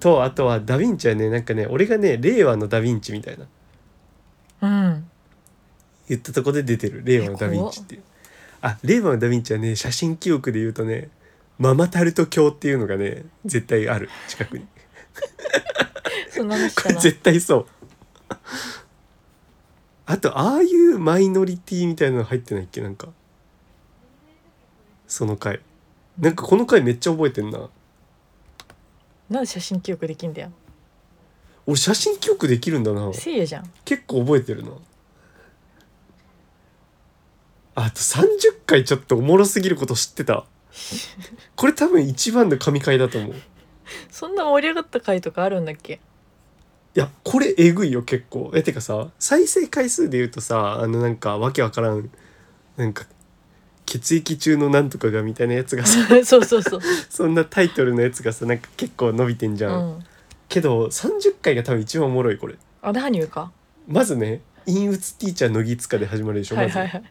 Speaker 1: とあとはダヴィンチはねなんかね俺がね令和のダヴィンチみたいな
Speaker 2: うん
Speaker 1: 言ったとこで出てる令和のダヴィンチっていうあ令和のダヴィンチはね写真記憶で言うとねママタルト教っていうのがね絶対ある近くに
Speaker 2: そんな話し
Speaker 1: こ
Speaker 2: た
Speaker 1: れ
Speaker 2: な
Speaker 1: 絶対そうあとああいうマイノリティみたいなの入ってないっけなんかその回なんかこの回めっちゃ覚えてんな
Speaker 2: なんで写真記憶できんだよ
Speaker 1: 俺写真記憶できるんだな
Speaker 2: せいやじゃん
Speaker 1: 結構覚えてるなあと30回ちょっとおもろすぎること知ってたこれ多分一番の神回だと思う
Speaker 2: そんな盛り上がった回とかあるんだっけ
Speaker 1: いやこれえぐいよ結構えてかさ再生回数で言うとさあのなんかわけわからんなんか血液中のなんとかがみたいなやつがさ
Speaker 2: そうそうそう、
Speaker 1: そんなタイトルのやつがさなんか結構伸びてんじ
Speaker 2: う
Speaker 1: ゃん、
Speaker 2: ん、
Speaker 1: けど30回が多分一番おもろいこれ
Speaker 2: あれ羽生か
Speaker 1: まずね「陰鬱ティーチャー乃木塚」で始まるでしょ、
Speaker 2: はい
Speaker 1: まず
Speaker 2: はいはい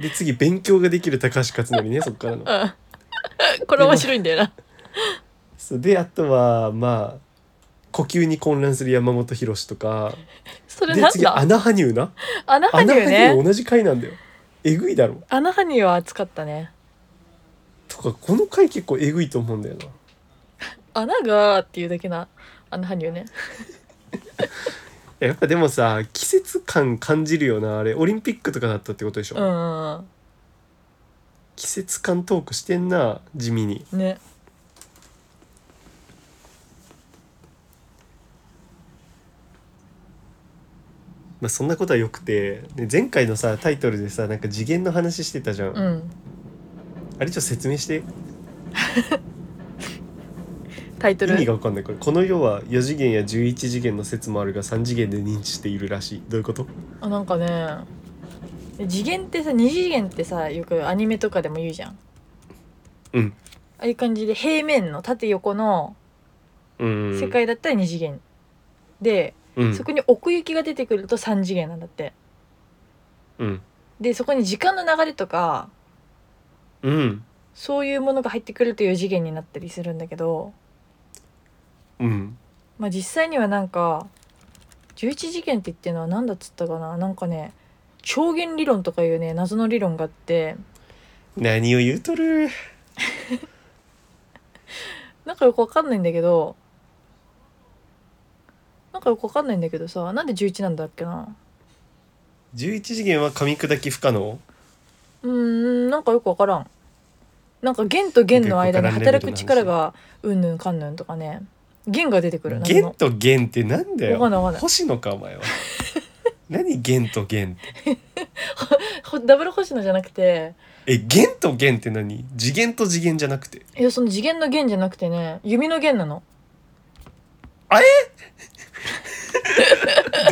Speaker 1: で次「勉強ができる高橋克典ね」そっからの
Speaker 2: うん これ面白いんだよな
Speaker 1: そうであとはまあ呼吸に混乱する山本博とか
Speaker 2: それ
Speaker 1: で
Speaker 2: なん
Speaker 1: 次
Speaker 2: だ
Speaker 1: 穴羽生な
Speaker 2: 穴羽
Speaker 1: 穴
Speaker 2: 生
Speaker 1: 羽生
Speaker 2: ね
Speaker 1: 同じ回なんだよえぐいだろ
Speaker 2: 穴羽生は熱かったね
Speaker 1: とかこの回結構えぐいと思うんだよな
Speaker 2: 穴がーっていうだけな穴羽生ね
Speaker 1: やっぱでもさ季節感感じるよなあれオリンピックとかだったってことでしょ、
Speaker 2: うんうん
Speaker 1: 季節感トークしてんな地味に
Speaker 2: うんね
Speaker 1: まあそんなことはよくてで前回のさタイトルでさなんか次元の話してたじゃん、
Speaker 2: うん
Speaker 1: あれちょっと説明して
Speaker 2: タイト
Speaker 1: 意
Speaker 2: ル
Speaker 1: 味が分かんないこれこの世は4次元や11次元の説もあるが3次元で認知しているらしいどういうこと
Speaker 2: あなんかね次元ってさ二次元ってさよくアニメとかでも言うじゃん
Speaker 1: うん
Speaker 2: ああいう感じで平面の縦横の
Speaker 1: うん
Speaker 2: 世界だったら二次元、で
Speaker 1: うん
Speaker 2: そこに奥行きが出てくると三次元なんだって
Speaker 1: うん
Speaker 2: でそこに時間の流れとか
Speaker 1: うん
Speaker 2: そういうものが入ってくるという次元になったりするんだけど、
Speaker 1: うん
Speaker 2: まあ、実際にはなんか11次元って言ってるのは何だっつったかななんかね超弦理論とかいうね謎の理論があって
Speaker 1: 何を言うとる
Speaker 2: なんかよくわかんないんだけどなんかよくわかんないんだけどさなんで11なんだっけな
Speaker 1: 11次元は噛み砕き不可能
Speaker 2: うーんなんかよくわからんなんか弦と弦の間に
Speaker 1: よくわからんレベ
Speaker 2: 働
Speaker 1: ル
Speaker 2: く
Speaker 1: の話
Speaker 2: 力がうんぬんかんぬんとかね弦が出てくる謎
Speaker 1: 弦
Speaker 2: の
Speaker 1: と弦ってなんだよ
Speaker 2: わかんないわかんない
Speaker 1: 星野かお前は 何弦と弦って
Speaker 2: ほダブル星野じゃなくて
Speaker 1: え弦と弦って何次元と次元じゃなくて
Speaker 2: いやその次元の弦じゃなくてね弓の弦なの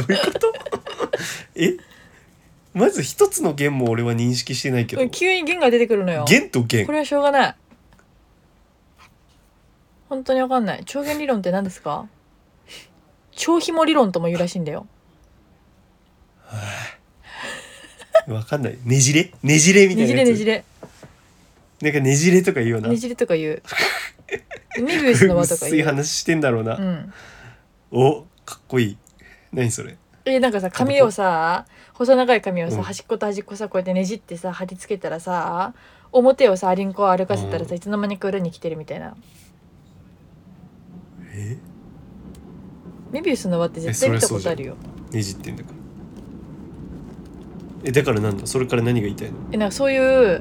Speaker 1: どういうことえまず一つの弦も俺は認識してないけど
Speaker 2: 急に弦が出てくるのよ
Speaker 1: 弦と弦
Speaker 2: これはしょうがない本当にわかんない超弦理論って何ですか超紐理論とも言うらしいんだよ
Speaker 1: わかんないねじれねじれみた
Speaker 2: ね
Speaker 1: い
Speaker 2: じ
Speaker 1: なや
Speaker 2: れ
Speaker 1: つ
Speaker 2: ねじれ
Speaker 1: なんかねじれとか言うよな
Speaker 2: ねじれとか言うメビウスの輪とか
Speaker 1: 薄い
Speaker 2: 言う、
Speaker 1: 話してんだろうな、
Speaker 2: うん、
Speaker 1: おかっこいい何それ
Speaker 2: えなんかさ髪をさ細長い髪をさ、
Speaker 1: うん
Speaker 2: 端っこと端っこさこうやってねじってさ貼り付けたらさ表をさアリンコを歩かせたらさ、
Speaker 1: うん
Speaker 2: いつの間にか裏に来てるみたいな
Speaker 1: え
Speaker 2: メビウスの輪って絶
Speaker 1: え
Speaker 2: 対
Speaker 1: それ
Speaker 2: 見たことあるよ
Speaker 1: ねじってんだからえだからなんだそれから何が言いたいの
Speaker 2: えなんかそういう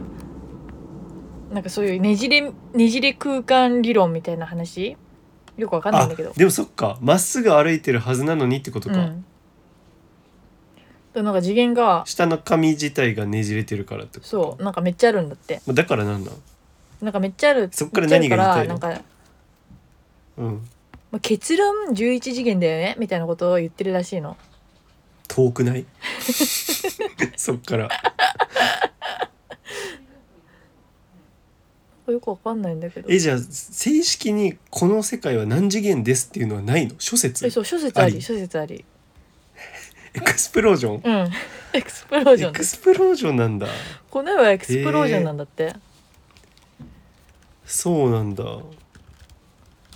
Speaker 2: なんかそういうねじれねじれ空間理論みたいな話よくわかんないんだけど
Speaker 1: でもそっかまっすぐ歩いてるはずなのにってこと
Speaker 2: う
Speaker 1: か、
Speaker 2: んでなんか次元が
Speaker 1: 下の髪自体がねじれてるからってこと
Speaker 2: そうなんかめっちゃあるんだって
Speaker 1: まあだからなんだ
Speaker 2: なんかめっちゃある
Speaker 1: そっから何が言いたい
Speaker 2: め
Speaker 1: の
Speaker 2: っちゃあるからなんか、
Speaker 1: うん
Speaker 2: まあ、結論11次元だよねみたいなことを言ってるらしいの
Speaker 1: 遠くない そっから
Speaker 2: よくわかんないんだけど
Speaker 1: えじゃあ正式にこの世界は何次元ですっていうのはないの諸説
Speaker 2: えそう諸説あ
Speaker 1: あり
Speaker 2: り諸説あり
Speaker 1: エクスプロージョン
Speaker 2: うん エクスプロージョ
Speaker 1: エ
Speaker 2: ンだ
Speaker 1: クスプロージョンなんだ
Speaker 2: この世はエクスプロージョンなんだって、
Speaker 1: そうなんだ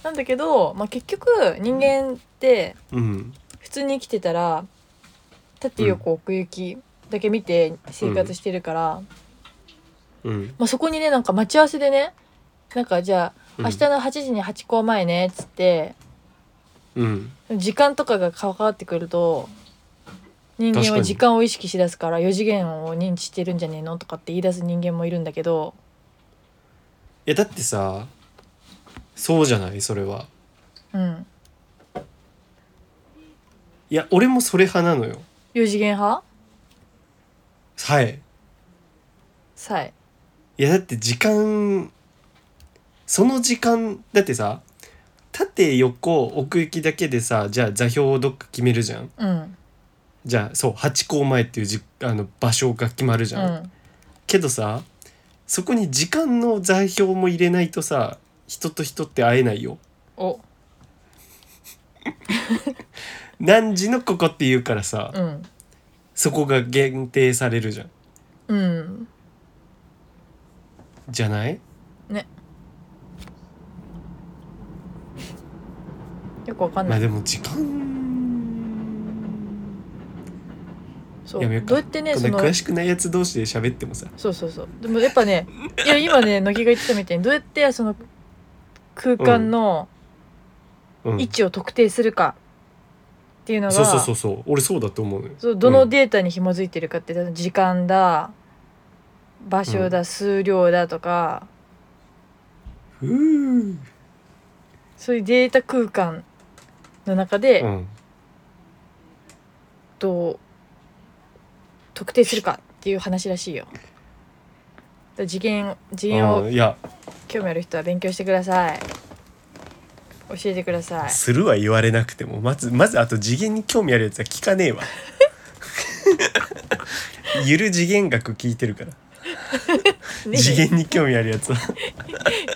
Speaker 2: なんだけど、まあ、結局人間って、
Speaker 1: うん
Speaker 2: 普通に生きてたら縦横奥行きだけ見て生活してるから、
Speaker 1: うん
Speaker 2: まあ、そこにねなんか待ち合わせでねなんかじゃあ
Speaker 1: うん
Speaker 2: 明日の8時に8校前ねっつって、
Speaker 1: うん
Speaker 2: 時間とかが関わってくると人間
Speaker 1: 確か
Speaker 2: は
Speaker 1: に
Speaker 2: 時間を意識しだすから4次元を認知してるんじゃねえのとかって言い出す人間もいるんだけど
Speaker 1: いやだってさそうじゃないそれは
Speaker 2: うん
Speaker 1: いや俺もそれ派なのよ
Speaker 2: 4次元派
Speaker 1: はい
Speaker 2: さえ
Speaker 1: いやだって時間その時間だってさ縦横奥行きだけでさじゃあ座標をどっか決めるじゃん
Speaker 2: うん
Speaker 1: じゃあそう八甲前っていうじあの場所が決まるじ
Speaker 2: う
Speaker 1: ゃん、
Speaker 2: ん
Speaker 1: けどさそこに時間の座標も入れないとさ人と人って会えないよ
Speaker 2: お
Speaker 1: 何時のここって言うからさ、
Speaker 2: うん
Speaker 1: そこが限定されるじゃん
Speaker 2: うん
Speaker 1: じゃない
Speaker 2: ねよくわかん
Speaker 1: ま
Speaker 2: な
Speaker 1: あ
Speaker 2: い、
Speaker 1: でも時間
Speaker 2: そう
Speaker 1: やめようか
Speaker 2: どうやってね
Speaker 1: こん
Speaker 2: そ
Speaker 1: な
Speaker 2: の
Speaker 1: 詳しくないやつ同士で喋ってもさ
Speaker 2: そうそうそうでもやっぱねいや今ね乃木が言ってたみたいにどうやってその空間の
Speaker 1: うん
Speaker 2: 位置を特定するかっていうのが、
Speaker 1: そうそうそうそう俺そうだと思うのよ
Speaker 2: そうどのデータに紐づいてるかって、時間だ場所だ、数量だとか
Speaker 1: ふう
Speaker 2: そういうデータ空間の中で、
Speaker 1: うん
Speaker 2: どう特定するかっていう話らしいよ。だから次元次元
Speaker 1: う
Speaker 2: を
Speaker 1: んいや
Speaker 2: 興味ある人は勉強してください。教えてください。
Speaker 1: するは言われなくてもまずまずあと次元に興味あるやつは聞かねえ わゆる次元学聞いてるから、
Speaker 2: ね え
Speaker 1: 次 元に興味あるやつは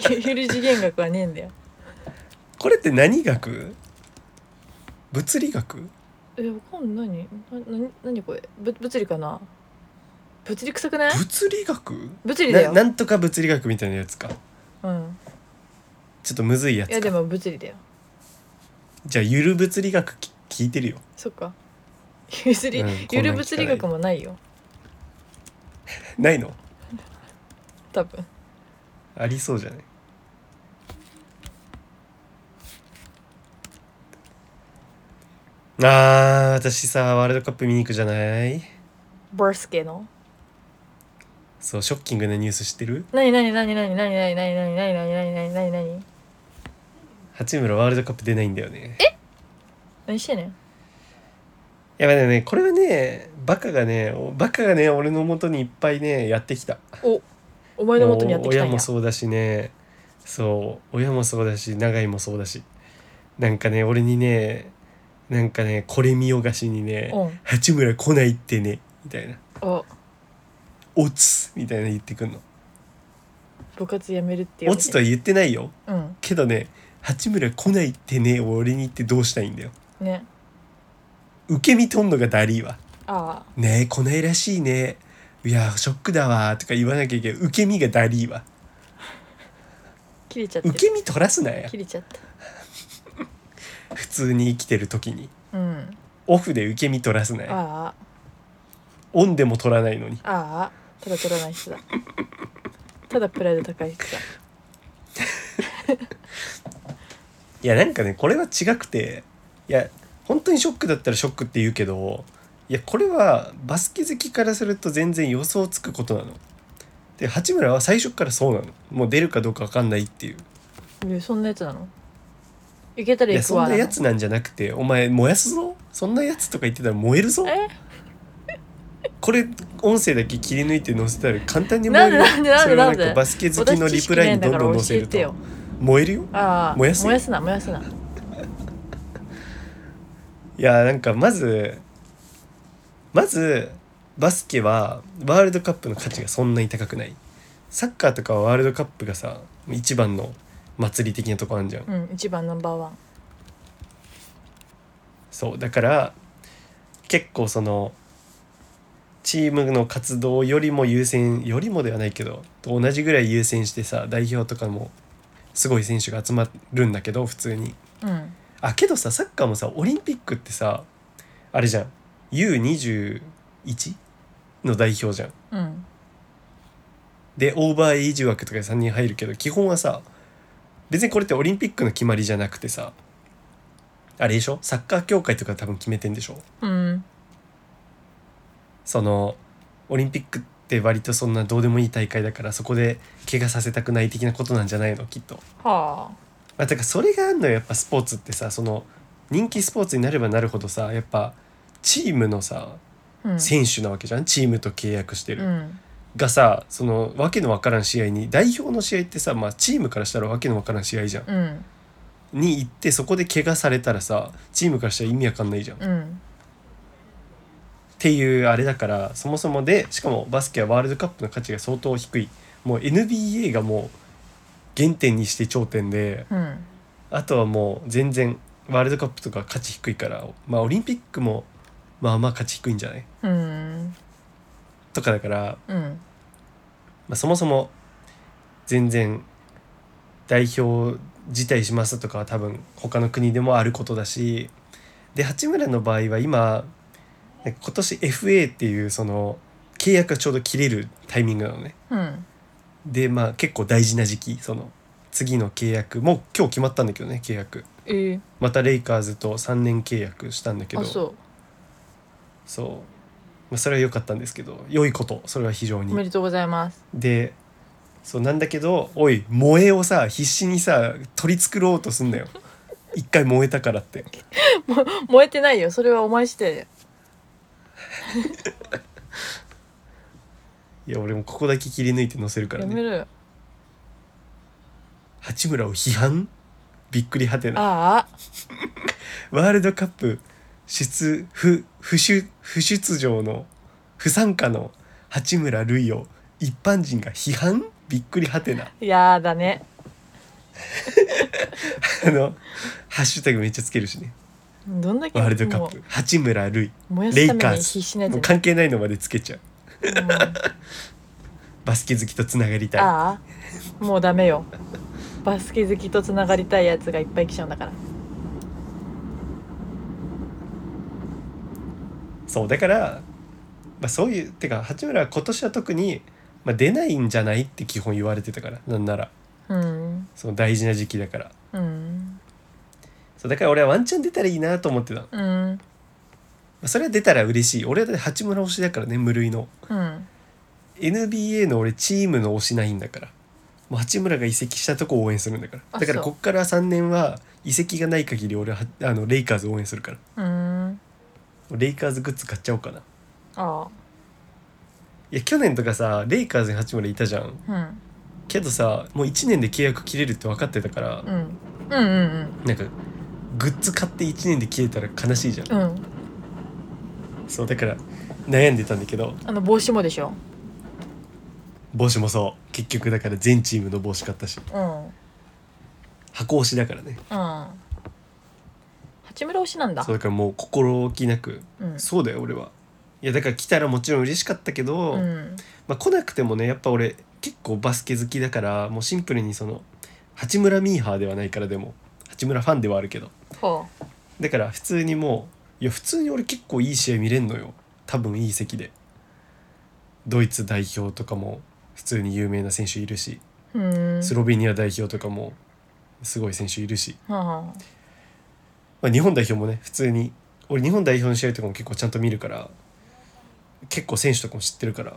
Speaker 2: ゆる次元学はねえんだよ。
Speaker 1: これって何学物理学
Speaker 2: え、わかんない。何なな何これぶ物理かな物理臭くない
Speaker 1: 物理学
Speaker 2: 物理だ
Speaker 1: な
Speaker 2: よ。
Speaker 1: なんとか物理学みたいなやつか
Speaker 2: うん。
Speaker 1: ちょっとむずいや
Speaker 2: いや、
Speaker 1: つ
Speaker 2: で
Speaker 1: か
Speaker 2: も物理だよ。
Speaker 1: じゃあゆる物理学き聞いてるよ
Speaker 2: そっか。ゆずり、
Speaker 1: うん
Speaker 2: ゆる物理学もないよ。
Speaker 1: ないの
Speaker 2: 多分。
Speaker 1: ありそうじゃないあー私さワールドカップ見に行くじゃない
Speaker 2: ボスケの。
Speaker 1: そうショッキングなニュース知ってる
Speaker 2: なになになになになになになになになになになになになになに
Speaker 1: 八村ワールドカップ出ないんだよね
Speaker 2: 何してんねん。
Speaker 1: やばいねこれはねバカがねおバカがね俺の元にいっぱいねやってきた
Speaker 2: お、お前の元にやってきた
Speaker 1: 親
Speaker 2: んや
Speaker 1: も。そうだしねそう親もそうだし永井もそうだしなんかね俺にねなんかねこれ見よがしにね
Speaker 2: うん。
Speaker 1: 八村来ないってねみたいな
Speaker 2: あ、
Speaker 1: 「オツ」みたいな言ってくんの
Speaker 2: 部活やめるっ
Speaker 1: 「
Speaker 2: ていう、
Speaker 1: オツ」とは言ってないよ
Speaker 2: うん。
Speaker 1: けどね「八村来ないってね」を俺に言ってどうしたいんだよ
Speaker 2: ね。
Speaker 1: 受け身とんのがダリーは
Speaker 2: あ
Speaker 1: 「ねえ来ないらしいね」「いやショックだわ」とか言わなきゃいけない受け身がダリーは
Speaker 2: あ、切れちゃって
Speaker 1: 受け
Speaker 2: る。
Speaker 1: 身取らすなよ
Speaker 2: 切れちゃった。
Speaker 1: 普通に生きてる時に
Speaker 2: うん。
Speaker 1: オフで受け身取らすなよ
Speaker 2: あ
Speaker 1: オンでも取らないのに
Speaker 2: あ、ああ、ただ取らない人だ。ただプライド高い人だ。
Speaker 1: いやなんかねこれは違くていや本当にショックだったらショックって言うけどいやこれはバスケ好きからすると全然予想つくことなの。で八村は最初からそうなのもう出るかどうか分かんないっていう
Speaker 2: え、そんなやつなのいけたら
Speaker 1: いや
Speaker 2: 行く
Speaker 1: そ
Speaker 2: わ。
Speaker 1: んなやつなんじゃなくてお前燃やすぞそんなやつとか言ってたら燃えるぞ
Speaker 2: え
Speaker 1: これ音声だけ切り抜いて載せたら簡単に燃えるよ
Speaker 2: なんでなんでな
Speaker 1: それはなん
Speaker 2: んでなん
Speaker 1: か
Speaker 2: で
Speaker 1: バスケ好きのリプライにどんどん載せる
Speaker 2: 私知識ない
Speaker 1: と
Speaker 2: んだから教
Speaker 1: 燃えるよ
Speaker 2: えてよああ
Speaker 1: 燃やすよ
Speaker 2: 燃やすな燃やすない
Speaker 1: やなんかまずまずバスケはワールドカップの価値がそんなに高くないサッカーとかはワールドカップがさ一番の祭り的なとこあるじゃん、
Speaker 2: うん一番ナンバーワン
Speaker 1: そうだから結構そのチームの活動よりも優先よりもではないけどと同じぐらい優先してさ代表とかもすごい選手が集まるんだけど普通に
Speaker 2: うん
Speaker 1: あけどさサッカーもさオリンピックってさあれじゃん U21 の代表じゃん
Speaker 2: うん
Speaker 1: でオーバーエイジ枠とかで3人入るけど基本はさ別にこれってオリンピックの決まりじゃなくてさあれでしょサッカー協会とか多分決めてんでしょ
Speaker 2: うん
Speaker 1: そのオリンピックって割とそんなどうでもいい大会だからそこで怪我させたくない的なことなんじゃないのきっと。
Speaker 2: はあ
Speaker 1: まあ、だからそれがあんのよやっぱスポーツってさその人気スポーツになればなるほどさやっぱチームのさ
Speaker 2: うん
Speaker 1: 選手なわけじゃん、チームと契約してる、
Speaker 2: うん
Speaker 1: がさそのわけのわからん試合に代表の試合ってさ、まあ、チームからしたらわけのわからん試合じゃん
Speaker 2: うん
Speaker 1: に行ってそこで怪我されたらさチームからしたら意味わかんないじゃん、っ
Speaker 2: うん
Speaker 1: ていうあれだからそもそもでしかもバスケはワールドカップの価値が相当低いもう NBA がもう原点にして頂点で
Speaker 2: うん
Speaker 1: あとはもう全然ワールドカップとか価値低いからまあオリンピックもまあまあ価値低いんじゃない
Speaker 2: うん
Speaker 1: とかだから
Speaker 2: うん
Speaker 1: まあ、そもそも全然代表辞退しますとかは多分他の国でもあることだしで八村の場合は今なんか今年 FA っていうその契約がちょうど切れるタイミングなのね
Speaker 2: うん
Speaker 1: でまあ結構大事な時期その次の契約もう今日決まったんだけどね契約
Speaker 2: えー、
Speaker 1: またレイカーズと3年契約したんだけど
Speaker 2: あそう
Speaker 1: そうまあ、それは良かったんですけど良いことそれは非常
Speaker 2: お
Speaker 1: に
Speaker 2: めでとうございます
Speaker 1: でそうなんだけどおい萌えをさ必死にさ取り繕おうとすんだよ一回燃えたからって
Speaker 2: 燃えてないよそれはお前して
Speaker 1: いや俺もここだけ切り抜いて載せるから
Speaker 2: やめ
Speaker 1: ね
Speaker 2: ろよ
Speaker 1: 八村を批判びっくりはてな
Speaker 2: ああ
Speaker 1: ワールドカップ出不不出不出場の不参加の八村塁を一般人が批判びっくりはてな
Speaker 2: やだね
Speaker 1: あのハッシュタグめっちゃつけるしね
Speaker 2: どんだけ
Speaker 1: ワールドカ
Speaker 2: も
Speaker 1: ップ八村塁
Speaker 2: う燃やすた
Speaker 1: レイカ
Speaker 2: め
Speaker 1: ー
Speaker 2: に
Speaker 1: ズ
Speaker 2: 必死なやつ
Speaker 1: もう
Speaker 2: ね、
Speaker 1: 関係ないのまでつけちゃう
Speaker 2: うんあ
Speaker 1: バスケ好きとつながりたい
Speaker 2: あもうダメよバスケ好きとつながりたいやつがいっぱい来ちゃうんだから
Speaker 1: そうだから、まあ、そういうてか八村は今年は特に、まあ、出ないんじゃないって基本言われてたからなんなら
Speaker 2: うん
Speaker 1: その大事な時期だから
Speaker 2: うん
Speaker 1: そうだから俺はワンチャン出たらいいなと思ってたのま
Speaker 2: うん
Speaker 1: あそれは出たら嬉しい俺はだって八村推しだからね無類の
Speaker 2: うん、
Speaker 1: NBA の俺チームの推しないんだからもう八村が移籍したとこ応援するんだから
Speaker 2: あ
Speaker 1: だから
Speaker 2: そう
Speaker 1: こっから3年は移籍がない限り俺はあのレイカーズ応援するから
Speaker 2: うん、
Speaker 1: レイカーズグッズ買っちゃおうかない
Speaker 2: あ
Speaker 1: や去年とかさレイカーズに八村いたじゃん
Speaker 2: あうん
Speaker 1: けどさもう1年で契約切れるって分かってたから、
Speaker 2: うんうんうん
Speaker 1: なんかグッズ買って1年で消えたら悲しいじゃん
Speaker 2: うんうん
Speaker 1: そうだから悩んでたんだけど
Speaker 2: あの帽子もでしょ
Speaker 1: 帽子もそう結局だから全チームの帽子買ったし
Speaker 2: うんうん
Speaker 1: 箱押しだからね
Speaker 2: 八村推しなんだ
Speaker 1: そうだからもう心置きなく、
Speaker 2: うん
Speaker 1: そうだよ俺はいやだから来たらもちろん嬉しかったけど、
Speaker 2: うん
Speaker 1: まあ、来なくてもねやっぱ俺結構バスケ好きだからもうシンプルにその八村ミーハーではないからでも八村ファンではあるけど
Speaker 2: ほう
Speaker 1: だから普通にもういや普通に俺結構いい試合見れんのよ多分いい席でドイツ代表とかも普通に有名な選手いるし
Speaker 2: うん
Speaker 1: スロベニア代表とかもすごい選手いるし、
Speaker 2: は
Speaker 1: まあ、日本代表もね普通に俺日本代表の試合とかも結構ちゃんと見るから結構選手とかも知ってるから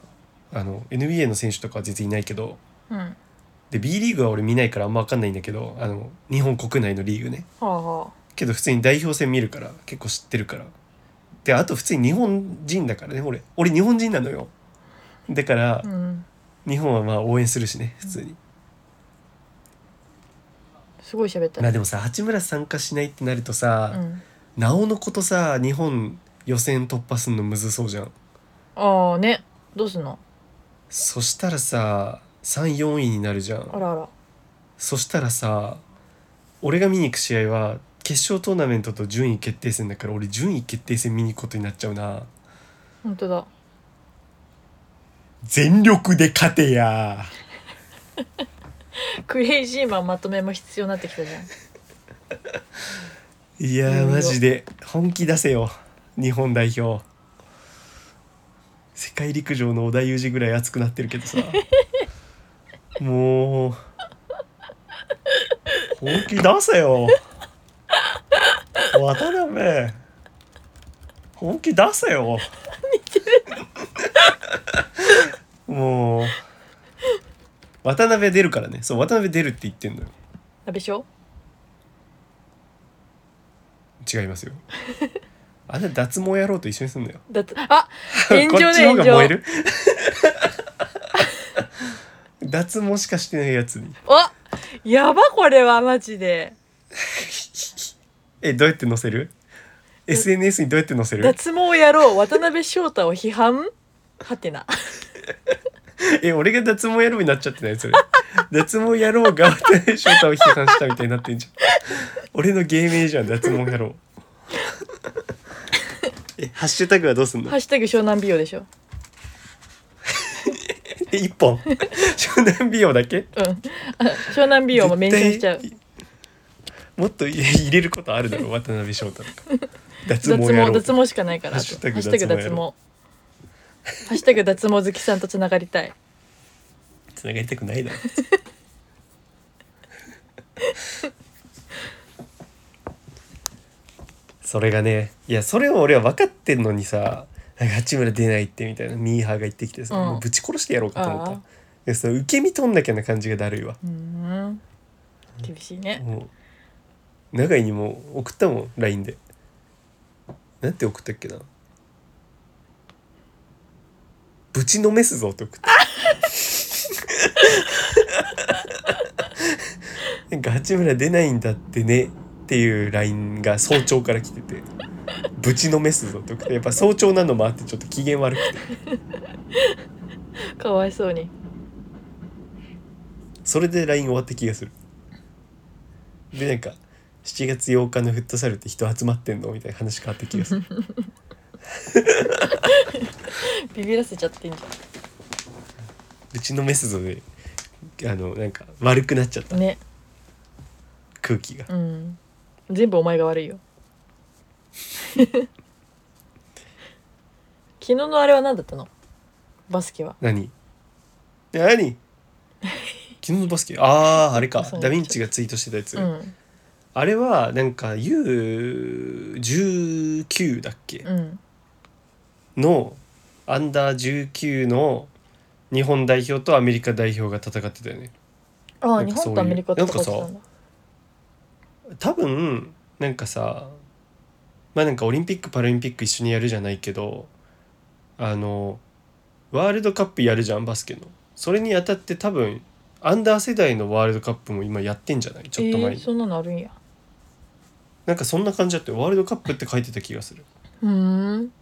Speaker 1: あの NBA の選手とかは全然いないけど
Speaker 2: あ、うん、は
Speaker 1: で B リーグは俺見ないからあんま分かんないんだけどあの日本国内のリーグね
Speaker 2: あは
Speaker 1: けど普通に代表戦見るから結構知ってるからであと普通に日本人だからね俺俺日本人なのよだから
Speaker 2: あ、うん、
Speaker 1: 日本はまあ応援するしね普通に、
Speaker 2: すごい喋った
Speaker 1: まあ
Speaker 2: ね
Speaker 1: でもさ八村参加しないってなるとさ、
Speaker 2: うん、
Speaker 1: なおのことさ日本予選突破すんのむずそうじゃん
Speaker 2: ああねどうすんの
Speaker 1: そしたらさ34位になるじゃ
Speaker 2: あ
Speaker 1: ん
Speaker 2: らあら
Speaker 1: そしたらさ俺が見に行く試合は決勝トーナメントと順位決定戦だから俺順位決定戦見に行くことになっちゃうな
Speaker 2: 本当だ
Speaker 1: 全力で勝てや
Speaker 2: クレイジーマンまとめも必要になってきたじゃん
Speaker 1: いやー
Speaker 2: うん
Speaker 1: マジで本気出せよ日本代表世界陸上の織田裕二ぐらい熱くなってるけ どさもう本気出せよ渡辺本気出せよもう渡辺出るからねそう渡辺出るって言ってんのよ
Speaker 2: 鍋しょ
Speaker 1: 違います よあんな脱毛野郎と一緒にすんだよ
Speaker 2: だって あ炎
Speaker 1: こ
Speaker 2: 上
Speaker 1: っちの
Speaker 2: ね
Speaker 1: 方が燃え
Speaker 2: 炎上
Speaker 1: る 脱毛しかしてないやつに
Speaker 2: あやばこれはマジで
Speaker 1: えどうやって載せる ?SNS にどうやって載せる
Speaker 2: 脱毛野郎渡辺翔太を批判はてな
Speaker 1: え俺が脱毛野郎になっちゃってないそれ 脱毛野郎が渡辺翔太を批判したみたいになってんじ ゃん俺の芸名じゃん脱毛野郎えハッシュタグはどうすん
Speaker 2: 「
Speaker 1: の
Speaker 2: ハッシュタグ湘南美容」でしょ
Speaker 1: え一 本 湘南美容だけ
Speaker 2: うん あ湘南美容もメンションしちゃう
Speaker 1: 絶対もっと入れ入れることあるだ ろう渡辺翔太とか脱
Speaker 2: 脱
Speaker 1: 毛野
Speaker 2: 毛
Speaker 1: 郎
Speaker 2: 脱毛しかないからあと
Speaker 1: ハッシュ
Speaker 2: ハ
Speaker 1: タグ
Speaker 2: ッシュタグ脱
Speaker 1: 脱毛
Speaker 2: 毛
Speaker 1: 野
Speaker 2: ハッシュタグ脱毛好きさんとつながりたい
Speaker 1: つながりたくないだろ それがねいやそれを俺は分かってんのにさなんか八村出ないってみたいなミーハーが言ってきてさ、
Speaker 2: うん
Speaker 1: もうぶち殺してやろうかと思った
Speaker 2: ああ
Speaker 1: いやその受け身取んなきゃな感じがだるいわ
Speaker 2: うーん厳しいね
Speaker 1: もう永井にも送ったもん LINE でなんて送ったっけなぶちのめすぞって送ったなんか八村出ないんだってねっていう LINE が早朝から来ててぶちのめすぞって送ってやっぱ早朝なのもあってちょっと機嫌悪くて
Speaker 2: かわいそうに
Speaker 1: それで LINE 終わった気がするでなんか7月8日のフットサルって人集まってんのみたいな話変わった気が する
Speaker 2: ビビらせちゃってんじゃ
Speaker 1: うちのメスゾであのなんか悪くなっちゃった
Speaker 2: んね
Speaker 1: 空気が
Speaker 2: うん全部お前が悪いよ 昨日のあれは何だったのバスケは
Speaker 1: 何いや何昨日のバスケああ あれか
Speaker 2: そう
Speaker 1: ダヴィンチがツイートしてたやつ、
Speaker 2: うん
Speaker 1: あれはなんか U19 だっけ
Speaker 2: うん
Speaker 1: のアンダー19の日本代表とアメリカ代表が戦ってたよね
Speaker 2: あ
Speaker 1: な
Speaker 2: あ
Speaker 1: ん
Speaker 2: 日
Speaker 1: かそういう
Speaker 2: 本とアメリカとかってた
Speaker 1: なん
Speaker 2: だ
Speaker 1: 多分なんかさまあなんかオリンピックパラリンピック一緒にやるじゃないけどあのワールドカップやるじゃんバスケのそれにあたって多分アンダー世代のワールドカップも今やってんじゃないちょっと前
Speaker 2: えー
Speaker 1: に、
Speaker 2: そんなのあるんや
Speaker 1: なんかそんな感じだってワールドカップって書いてた気がする
Speaker 2: うーん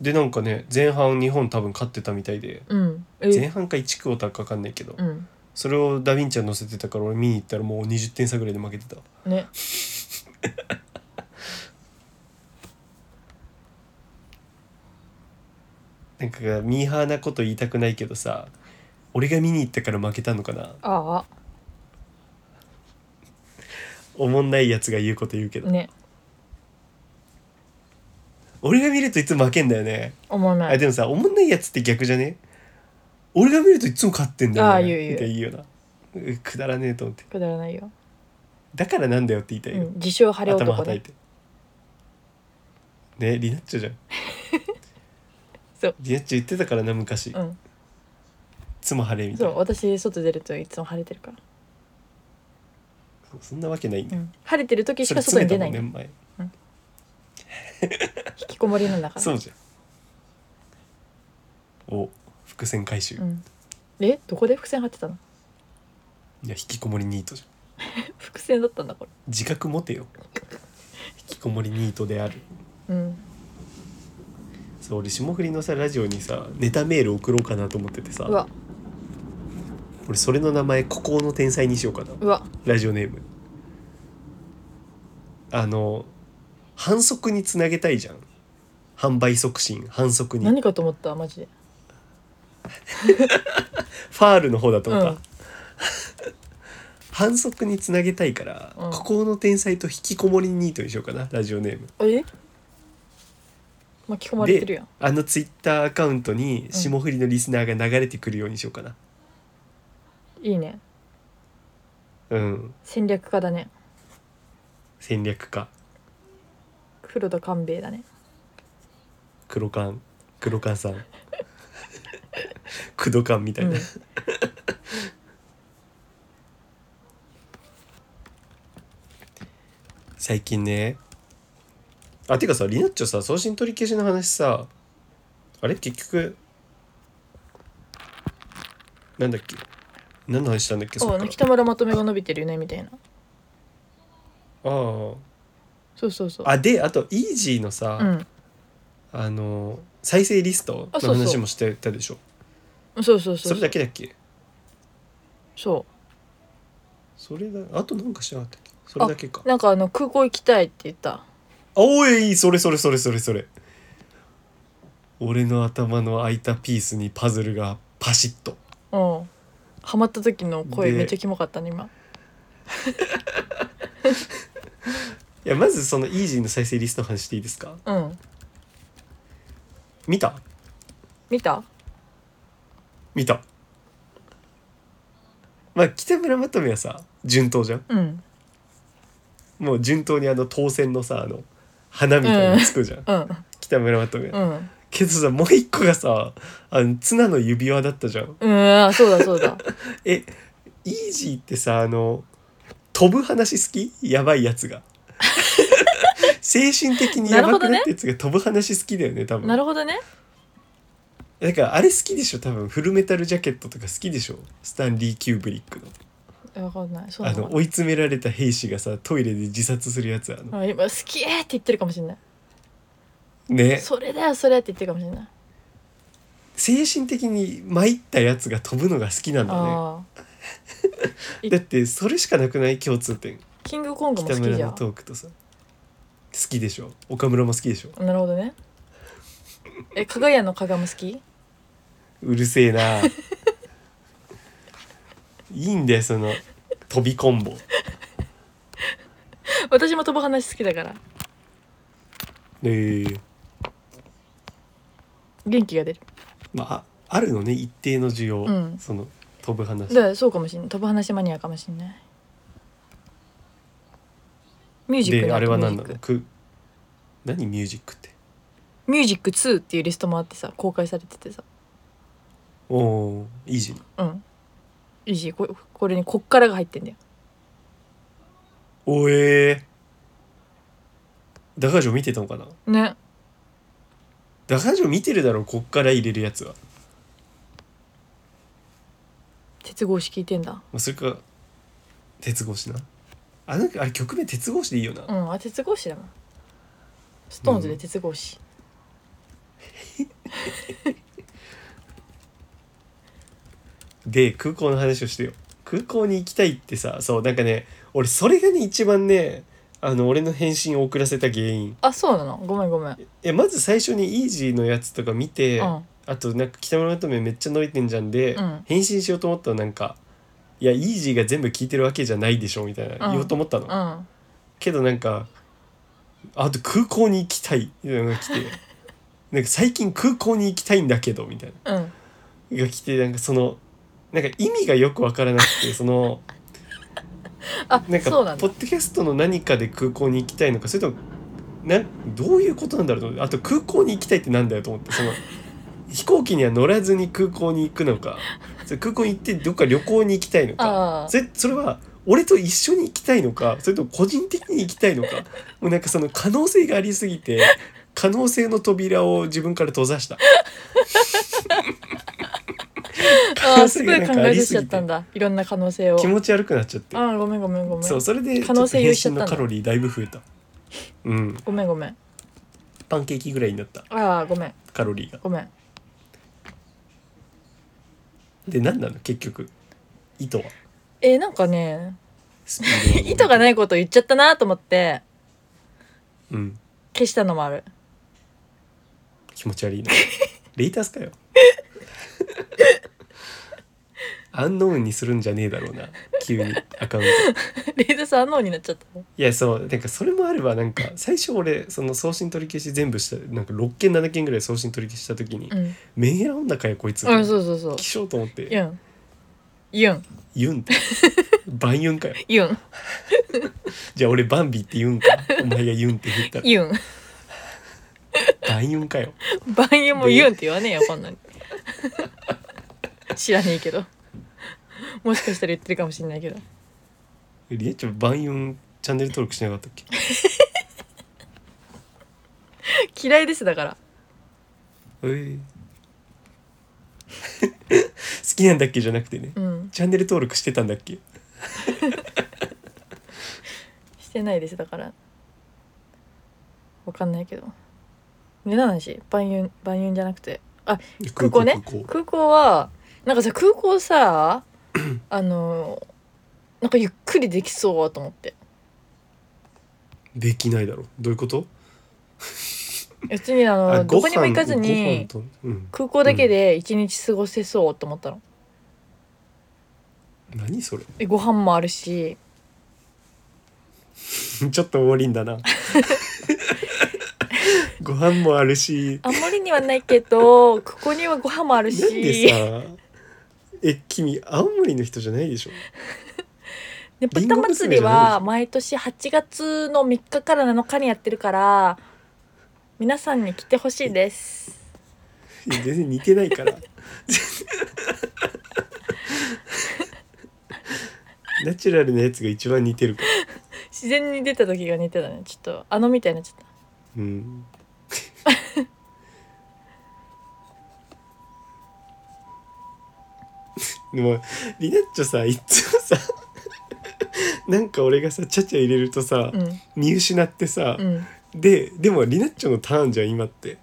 Speaker 1: でなんかね前半日本多分勝ってたみたいで
Speaker 2: うんえ
Speaker 1: 前半か1クォーターかわかんないけど
Speaker 2: うん
Speaker 1: それをダヴィンチは載せてたから俺見に行ったらもう20点差ぐらいで負けてた
Speaker 2: ね
Speaker 1: なんかミーハーなこと言いたくないけどさ俺が見に行ったから負けたのかな
Speaker 2: あ
Speaker 1: おもんないやつが言うこと言うけ
Speaker 2: あ
Speaker 1: ど、
Speaker 2: ね
Speaker 1: 俺が見るといつも負けんだよね、
Speaker 2: 思わな
Speaker 1: あ
Speaker 2: い
Speaker 1: でもさおもんないやつって逆じゃね俺が見るといつも勝ってんだよ、ね、
Speaker 2: あー言う言う
Speaker 1: みたいに言うよなうくだらねえと思って
Speaker 2: くだらないよ、
Speaker 1: だからなんだよって言いた
Speaker 2: う
Speaker 1: いよ、
Speaker 2: ん、自称晴れ
Speaker 1: 頭
Speaker 2: 男
Speaker 1: 叩い
Speaker 2: ね
Speaker 1: てねリナッチョじゃん
Speaker 2: そう
Speaker 1: リナッチョ言ってたからな昔、
Speaker 2: う
Speaker 1: い
Speaker 2: ん
Speaker 1: つも晴れみた
Speaker 2: そ
Speaker 1: いな
Speaker 2: う私外出るといつも晴れてるから、
Speaker 1: そんなわけないんだ
Speaker 2: う
Speaker 1: よ、
Speaker 2: ん、晴れてる時し
Speaker 1: そ
Speaker 2: か
Speaker 1: れ
Speaker 2: 外
Speaker 1: 詰
Speaker 2: に
Speaker 1: めた
Speaker 2: 出
Speaker 1: も
Speaker 2: なんい、
Speaker 1: ね
Speaker 2: ね、
Speaker 1: 前
Speaker 2: 引きこもりなんだから
Speaker 1: そうじゃんお伏線回収、
Speaker 2: うん、えどこで伏線張ってたの
Speaker 1: いや引きこもりニートじゃん
Speaker 2: 伏線だったんだこ
Speaker 1: 自覚持 てよ引きこもりニートである
Speaker 2: れうん
Speaker 1: そう俺霜降りのさラジオにさネタメール送ろうかなと思っててさ
Speaker 2: うわ
Speaker 1: 俺それの名前「孤高の天才」にしようかな
Speaker 2: うわ
Speaker 1: ラジオネームあの反則につなげたいじゃん販売促進反則にフ
Speaker 2: 何かと思ったマジで
Speaker 1: ァールの方だと思った、
Speaker 2: うん
Speaker 1: 反則につなげたいから、
Speaker 2: うん
Speaker 1: 孤高の天才と引きこもりニートにしようかなラジオネーム
Speaker 2: え巻き込まれてるやん
Speaker 1: あのツイッターアカウントに霜降りのリスナーが流れてくるようにしようかな、
Speaker 2: いいね
Speaker 1: うん、
Speaker 2: 戦略家だね
Speaker 1: 戦略家
Speaker 2: 黒田官兵衛だね
Speaker 1: 黒缶黒缶さん クドカンみたいな、
Speaker 2: うん
Speaker 1: 最近ねあてかさリナッチョさ送信取り消しの話さあれ結局なんだっけ何の話したんだっけそっ
Speaker 2: お
Speaker 1: から
Speaker 2: 北村まとめが伸びてるねみたいな
Speaker 1: ああ
Speaker 2: そうそうそう
Speaker 1: あであとイージーのさ、
Speaker 2: うん
Speaker 1: あの再生リスト
Speaker 2: あ
Speaker 1: の
Speaker 2: そうそう
Speaker 1: 話もしてたでしょ
Speaker 2: そうそうそう
Speaker 1: それだけだっけ
Speaker 2: そ
Speaker 1: それだあとなんかしなかったっけそれだけか
Speaker 2: うなんかあの空港行きたいって言った
Speaker 1: おいそれそれそれそれそれ俺の頭の空いたピースにパズルがパシッと
Speaker 2: うんハマった時の声
Speaker 1: で
Speaker 2: めっちゃキモかったね今
Speaker 1: いやまずそのイージーの再生リストの話していいですか
Speaker 2: うん
Speaker 1: 見た
Speaker 2: 見た
Speaker 1: 見たまあ北村まとめはさ順当じゃん
Speaker 2: うん
Speaker 1: もう順当にあの当選のさあの花みたいにつくじゃん、
Speaker 2: うん
Speaker 1: 北村まとめ、
Speaker 2: うん
Speaker 1: けどさもう一個がさあの綱の指輪だったじゃん
Speaker 2: うんあそうだそ うだ
Speaker 1: えイージーってさあの飛ぶ話好きやばいやつ が精神的にやばくなってやつが飛ぶ話好きだよね多分
Speaker 2: なるほどね
Speaker 1: だからあれ好きでしょ多分フルメタルジャケットとか好きでしょスタンリー・キューブリックの
Speaker 2: わかんないそう
Speaker 1: あ
Speaker 2: なの
Speaker 1: の
Speaker 2: か
Speaker 1: 追い詰められた兵士がさトイレで自殺するやつあの
Speaker 2: なうん今「好き!」って言ってるかもしれない「
Speaker 1: ね
Speaker 2: それだよそれ」って言ってるかもしれない
Speaker 1: 精神的に参ったやつが飛ぶのが好きなんだね
Speaker 2: ああー
Speaker 1: だってそれしかなくない共通点
Speaker 2: キングコングも好
Speaker 1: 北
Speaker 2: き
Speaker 1: 村
Speaker 2: じゃ
Speaker 1: の
Speaker 2: ん
Speaker 1: トークとさ好きでしょ岡村も好きでしょ
Speaker 2: なるほどねえ加賀屋の加賀も好き
Speaker 1: うるせえな いいんだよその飛びコンボ
Speaker 2: 私も飛ぶ話好きだから
Speaker 1: ええ
Speaker 2: 元気が出る
Speaker 1: まああるのね一定の需要、
Speaker 2: うん
Speaker 1: その飛ぶ話
Speaker 2: だからそうかもしれない飛ぶ話マニアかもしれないミュージック
Speaker 1: で
Speaker 2: の
Speaker 1: あれは
Speaker 2: ミュー
Speaker 1: 何な
Speaker 2: ジック
Speaker 1: のく何ミュージックって
Speaker 2: ミュージック2っていうリストもあってさ公開されててさ
Speaker 1: おおイージー
Speaker 2: うんいいしここれにこっからが入ってんだよ
Speaker 1: おええダガジョ見てたのかな
Speaker 2: ね
Speaker 1: ダガジョ見てるだろこっから入れるやつは、
Speaker 2: 鉄格子聞いてんだ
Speaker 1: まあ、それか鉄格子なあなんかあれ曲名鉄格子でいいよな、
Speaker 2: うんあ鉄格子だもんストーンズで鉄格子、
Speaker 1: で空港の話をしてよ空港に行きたいってさそうなんかね俺それがね一番ねあの俺の返信を遅らせた原因
Speaker 2: あそうなのごめんごめん、
Speaker 1: いやまず最初にイージーのやつとか見て、
Speaker 2: うん
Speaker 1: あとなんか北村まとめめっちゃ伸びてんじゃんで、
Speaker 2: うん
Speaker 1: 返信しようと思ったらなんか「いやイージーが全部聞いてるわけじゃないでしょ」みたいな
Speaker 2: うん
Speaker 1: 言おうと思ったの、
Speaker 2: うん
Speaker 1: けどなんかあと空港に行きたいみたいなのが来て なんか最近空港に行きたいんだけどみたい
Speaker 2: うん
Speaker 1: なのが来てなんかそのなんか意味がよくわからなくてその
Speaker 2: あ
Speaker 1: なんか
Speaker 2: そうなん
Speaker 1: ポ
Speaker 2: だ
Speaker 1: ッドキャストの何かで空港に行きたいのかそれともなどういうことなんだろうと思ってあと空港に行きたいってなんだよと思ってその 飛行機には乗らずに空港に行くのかそれ空港に行ってどっか旅行に行きたいのか
Speaker 2: ああ
Speaker 1: それそれは俺と一緒に行きたいのかそれとも個人的に行きたいのかもうなんかその可能性がありすぎて可能性の扉を自分から閉ざした。可
Speaker 2: あ
Speaker 1: 能
Speaker 2: あす
Speaker 1: 性
Speaker 2: ご
Speaker 1: が
Speaker 2: い
Speaker 1: な
Speaker 2: 考
Speaker 1: んかあ
Speaker 2: え
Speaker 1: り
Speaker 2: 出し
Speaker 1: す
Speaker 2: ちゃ
Speaker 1: ぎ
Speaker 2: ったん
Speaker 1: て
Speaker 2: だいろんな可能性を
Speaker 1: 気持ち悪くなっちゃって。
Speaker 2: ああごめんごめんごめん
Speaker 1: そうそれで
Speaker 2: 可能性言っち
Speaker 1: ちょ
Speaker 2: ゃ
Speaker 1: っ
Speaker 2: っ
Speaker 1: と
Speaker 2: た
Speaker 1: 返信のカロ
Speaker 2: んだ
Speaker 1: リーだいぶ増えたうん
Speaker 2: ごめんごめん
Speaker 1: パンケーキぐらいになった
Speaker 2: ああごめん
Speaker 1: カロリーが
Speaker 2: ごめん
Speaker 1: で何なの結局意図は
Speaker 2: えー、なんかね
Speaker 1: スピード
Speaker 2: 意図がないいこと言っちゃったなと思って
Speaker 1: うん
Speaker 2: 消したのもある
Speaker 1: 気持ち悪いなレイタスかよアンノウンにするんじゃねえだろうな急にアカウント
Speaker 2: レイザさんのになっちゃったの
Speaker 1: いやそうなんかそれもあればなんか最初俺その送信取り消し全部したなんか6件7件ぐらい送信取り消しした時に
Speaker 2: うん、
Speaker 1: 「メンヘラ女かよこいつ」
Speaker 2: うん、そうそうそう
Speaker 1: 消しようと思って
Speaker 2: ユンユン
Speaker 1: 「ユン」っ て「バンユンかよ」
Speaker 2: ユン
Speaker 1: じゃあ俺バンビって言うんかお前が言うんって言った
Speaker 2: ユン
Speaker 1: ら万ンかよ
Speaker 2: バンユンもユンって言わねえよこんなに知らねえけどもしかしたら言ってるかもしれないけど
Speaker 1: リエちゃん万ンチャンネル登録しなかったっけ
Speaker 2: 嫌いですだから
Speaker 1: えー 好きなんだっけじゃなくてね
Speaker 2: うん
Speaker 1: チャンネル登録してたんだっけ
Speaker 2: してないですだからわかんないけど値段し万有万有じゃなくて空港ね
Speaker 1: 空港
Speaker 2: 空港はなんかさ空 港さあのなんかゆっくりできそうと思って
Speaker 1: できないだろどういうこと
Speaker 2: 別にあの
Speaker 1: あ
Speaker 2: どこにも行かずに
Speaker 1: ご飯と、うん、
Speaker 2: 空港だけで一日過ごせそうと思ったの、
Speaker 1: 何それ
Speaker 2: えご飯もあるし
Speaker 1: ちょっとウォーリン だなご飯もあるし
Speaker 2: あんまりにはないけ どここにはご飯もある
Speaker 1: なんで
Speaker 2: し
Speaker 1: さえ君青森の人じゃないでしょ
Speaker 2: でぶた祭りは毎年8月の3日から7日にやってるから皆さんに来てほしいです
Speaker 1: いや全然似てないからナチュラルなやつが一番似てるから
Speaker 2: 自然に出た時が似てたねちょっとあのみたいになっちゃった
Speaker 1: うんでもリナッチョさいっつもさなんか俺がさちゃちゃ入れるとさ、
Speaker 2: うん
Speaker 1: 見失ってさ、
Speaker 2: うん
Speaker 1: ででもリナッチョのターンじゃん今って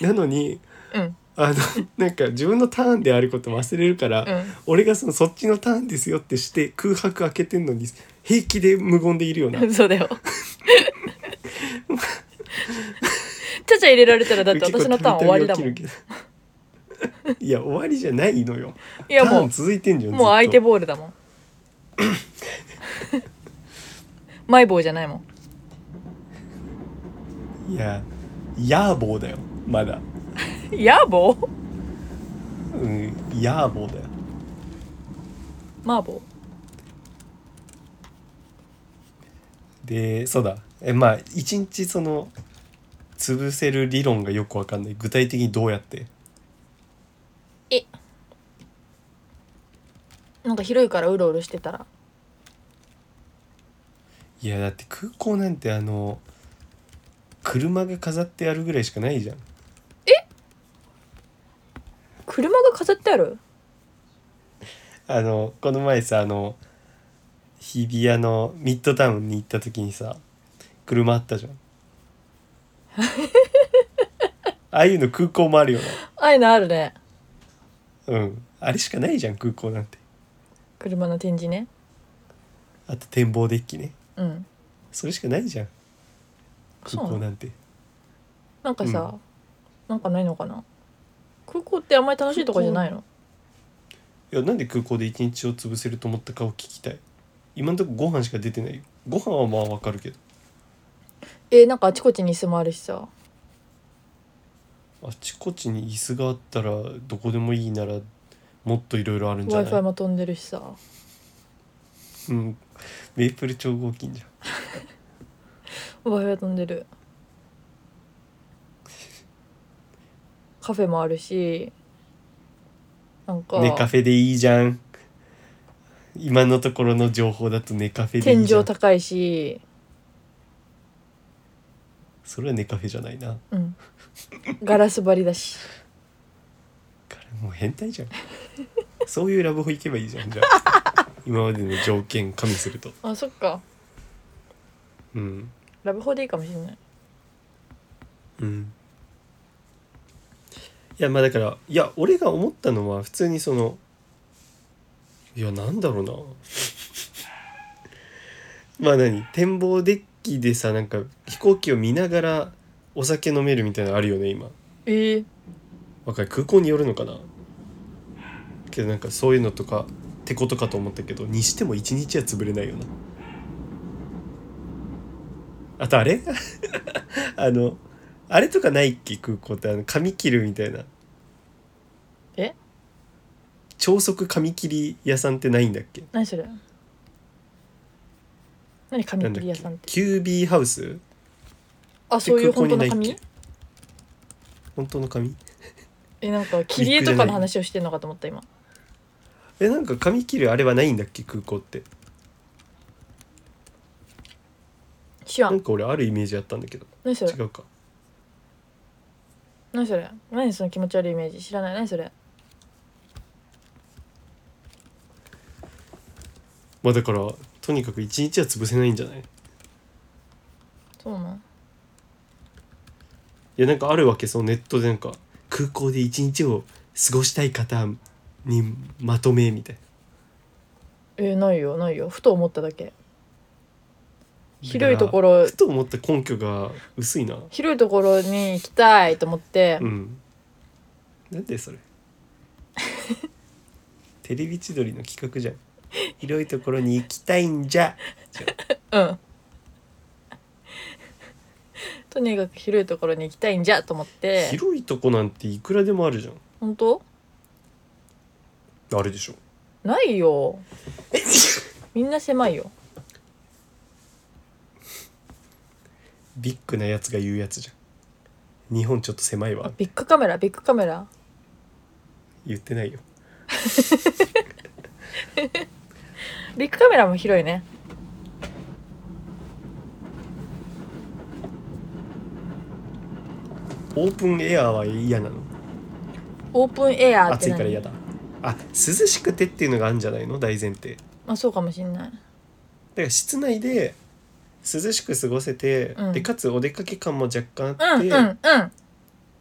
Speaker 1: なのに
Speaker 2: うん
Speaker 1: あのなんか自分のターンであること忘れるから、
Speaker 2: うん
Speaker 1: 俺がそのそっちのターンですよってして空白開けてんのに平気で無言でいるような
Speaker 2: そうだよ。ちゃちゃ入れられたらだって私のターン終わりだもん。
Speaker 1: 結構たびたび起きるけど いや終わりじゃないのよ
Speaker 2: いや
Speaker 1: ター
Speaker 2: も
Speaker 1: ン続いてんじゃ
Speaker 2: う、
Speaker 1: ん
Speaker 2: もう相手
Speaker 1: ずっ
Speaker 2: ボールだもん。マイボールじゃないもん。
Speaker 1: といやヤーボーだよまだ
Speaker 2: ヤーボー
Speaker 1: うんヤーボーだよ
Speaker 2: マーボー
Speaker 1: でそうだえまあ一日その潰せる理論がよくわかんない具体的にどうやって
Speaker 2: なんか広いからうろうろしてたら。
Speaker 1: いやだって空港なんてあの車が飾ってあるぐらいしかないじゃん
Speaker 2: 車が飾ってある
Speaker 1: あのこの前さあの日比谷のミッドタウンに行った時にさ車あったじゃんああいうの空港もあるよ
Speaker 2: ああいうのあるね。
Speaker 1: なうんあれしかないじゃん空港なんて
Speaker 2: 車の展示ね。
Speaker 1: あと展望デッキね
Speaker 2: うん。
Speaker 1: それしかないじゃん
Speaker 2: そう
Speaker 1: 空港
Speaker 2: なの
Speaker 1: なんて
Speaker 2: なんかさ、
Speaker 1: う
Speaker 2: なんかないのかな空港ってあんまり楽しいとこじゃないの
Speaker 1: いやなんで空港で一日を潰せると思ったかを聞きたい今んとこご飯しか出てないよご飯はまあわかるけど
Speaker 2: えー、なんかあちこちに椅子もあるしさ。
Speaker 1: あちこちに椅子があったらどこでもいいならもっといろいろあるんじ
Speaker 2: w
Speaker 1: ゃ
Speaker 2: i
Speaker 1: な
Speaker 2: f i
Speaker 1: い
Speaker 2: も飛んでるしさ
Speaker 1: うんメイプル超合金じゃん
Speaker 2: w i f i 飛んでるカフェもあるしなんか、
Speaker 1: ネカフェでいいじゃん今のところの情報だとネカフェでい
Speaker 2: 天
Speaker 1: いじゃん
Speaker 2: 井高いし、
Speaker 1: それはネカフェじゃないな
Speaker 2: うん、ガラス張りだし
Speaker 1: もう変態じゃんそういうラブホ行けばいいじゃんじゃあ 今までの条件加味すると
Speaker 2: あそっか
Speaker 1: うん
Speaker 2: ラブホでいいかもしれない
Speaker 1: うんいやまあだからいや俺が思ったのは普通にそのいやなんだろうな まあ何展望デッキでさなんか飛行機を見ながらお酒飲めるみたいなのあるよね今
Speaker 2: えー、
Speaker 1: わかる空港によるのかなけどなんかそういうのとかってことかと思ったけどにしても一日は潰れないよなあとあれ あのあれとかないっけ空港ってあの髪切るみたいな
Speaker 2: え
Speaker 1: 超速髪切り屋さんってないんだっけ
Speaker 2: 何それ何
Speaker 1: な
Speaker 2: 髪
Speaker 1: んだ
Speaker 2: 切
Speaker 1: っけ
Speaker 2: り屋さんって
Speaker 1: キュービーハウスって
Speaker 2: あそういう本当の
Speaker 1: 空港にないっ
Speaker 2: 髪
Speaker 1: け本当の髪
Speaker 2: えなんか切り絵とかの話をしてんのかと思った今
Speaker 1: えなんか髪切るあれはないんだっけ空港って
Speaker 2: 知ら
Speaker 1: なん
Speaker 2: ん
Speaker 1: か俺あるイメージあったんだけど
Speaker 2: 何それ
Speaker 1: 違うか
Speaker 2: 何それ何その気持ち悪いイメージ知らない何それ
Speaker 1: まあだからとにかく一日は潰せないんじゃない
Speaker 2: そうなん
Speaker 1: やなんかあるわけそのネットでなんか空港で一日を過ごしたい方にまとめみたいな
Speaker 2: えーないよないよふと思っただけ広いとこ
Speaker 1: ろ
Speaker 2: ろ
Speaker 1: ふと思った根拠が薄いな
Speaker 2: 広いところに行きたいと思って、
Speaker 1: うんなんでそれ テレビ千鳥の企画じゃん広いところに行きたいんじゃ
Speaker 2: うん。とにかく広いところに行きたいんじゃと思って。
Speaker 1: 広いとこなんていくらでもあるじゃん
Speaker 2: 本当？
Speaker 1: あるでしょ
Speaker 2: ないよ。みんな狭いよ。
Speaker 1: ビッグなやつが言うやつじゃん日本ちょっと狭い
Speaker 2: あ
Speaker 1: わ
Speaker 2: ビッグカメラビッグカメラ。
Speaker 1: 言ってないよ
Speaker 2: ビッグカメラも広いね。
Speaker 1: オープンエアーは嫌なの
Speaker 2: オープンエアーっ
Speaker 1: 暑
Speaker 2: て
Speaker 1: い
Speaker 2: 何
Speaker 1: から嫌だあ涼しくてっていうのがあるんじゃないの大前提だか
Speaker 2: まあそうかもしんない。
Speaker 1: ら室内で涼しく過ごせて、
Speaker 2: うん
Speaker 1: でかつお出かけ感も若干
Speaker 2: う
Speaker 1: あっ
Speaker 2: んう
Speaker 1: て、
Speaker 2: んうんうんうん。
Speaker 1: っ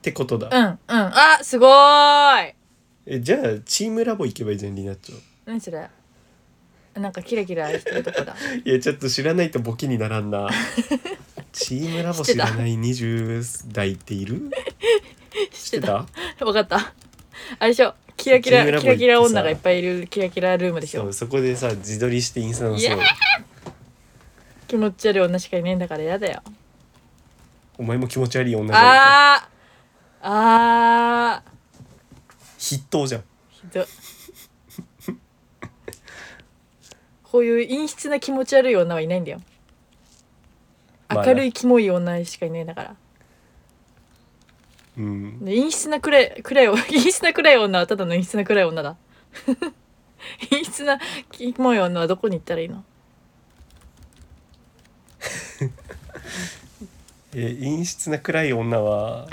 Speaker 1: てことだ、
Speaker 2: あすごーい。
Speaker 1: えじゃあチームラボ行けばいいじゃんりなっちょ
Speaker 2: 何それ。なんかキラキラしてるとこだ。
Speaker 1: いやちょっと知らないとボケにならん なチームラボ知らない20代っている
Speaker 2: 知
Speaker 1: 知ってて
Speaker 2: った。
Speaker 1: た
Speaker 2: わかった。あれでしょ。キラキラ
Speaker 1: チームラボ行
Speaker 2: キ
Speaker 1: って
Speaker 2: ラ
Speaker 1: さ
Speaker 2: キラ女がいっぱいいるキラキラルームでし
Speaker 1: そ
Speaker 2: ょ
Speaker 1: う。そこでさ自撮りしてインスタの
Speaker 2: い
Speaker 1: そ
Speaker 2: や
Speaker 1: う
Speaker 2: 気持ち悪い女しかいねえんだから嫌だよ。
Speaker 1: お前も気持ち悪い女じゃん
Speaker 2: あーあー
Speaker 1: 筆頭じゃん
Speaker 2: ひどいこういう陰湿な気持ち悪い女はいないんだよ
Speaker 1: まあ
Speaker 2: 明るいキモい女しかいないんだから
Speaker 1: うん
Speaker 2: で陰湿な暗い暗い陰湿な暗い女はただの陰湿な暗い女だ 陰湿なキモい女はどこに行ったらいいの
Speaker 1: えー陰湿な暗い女 は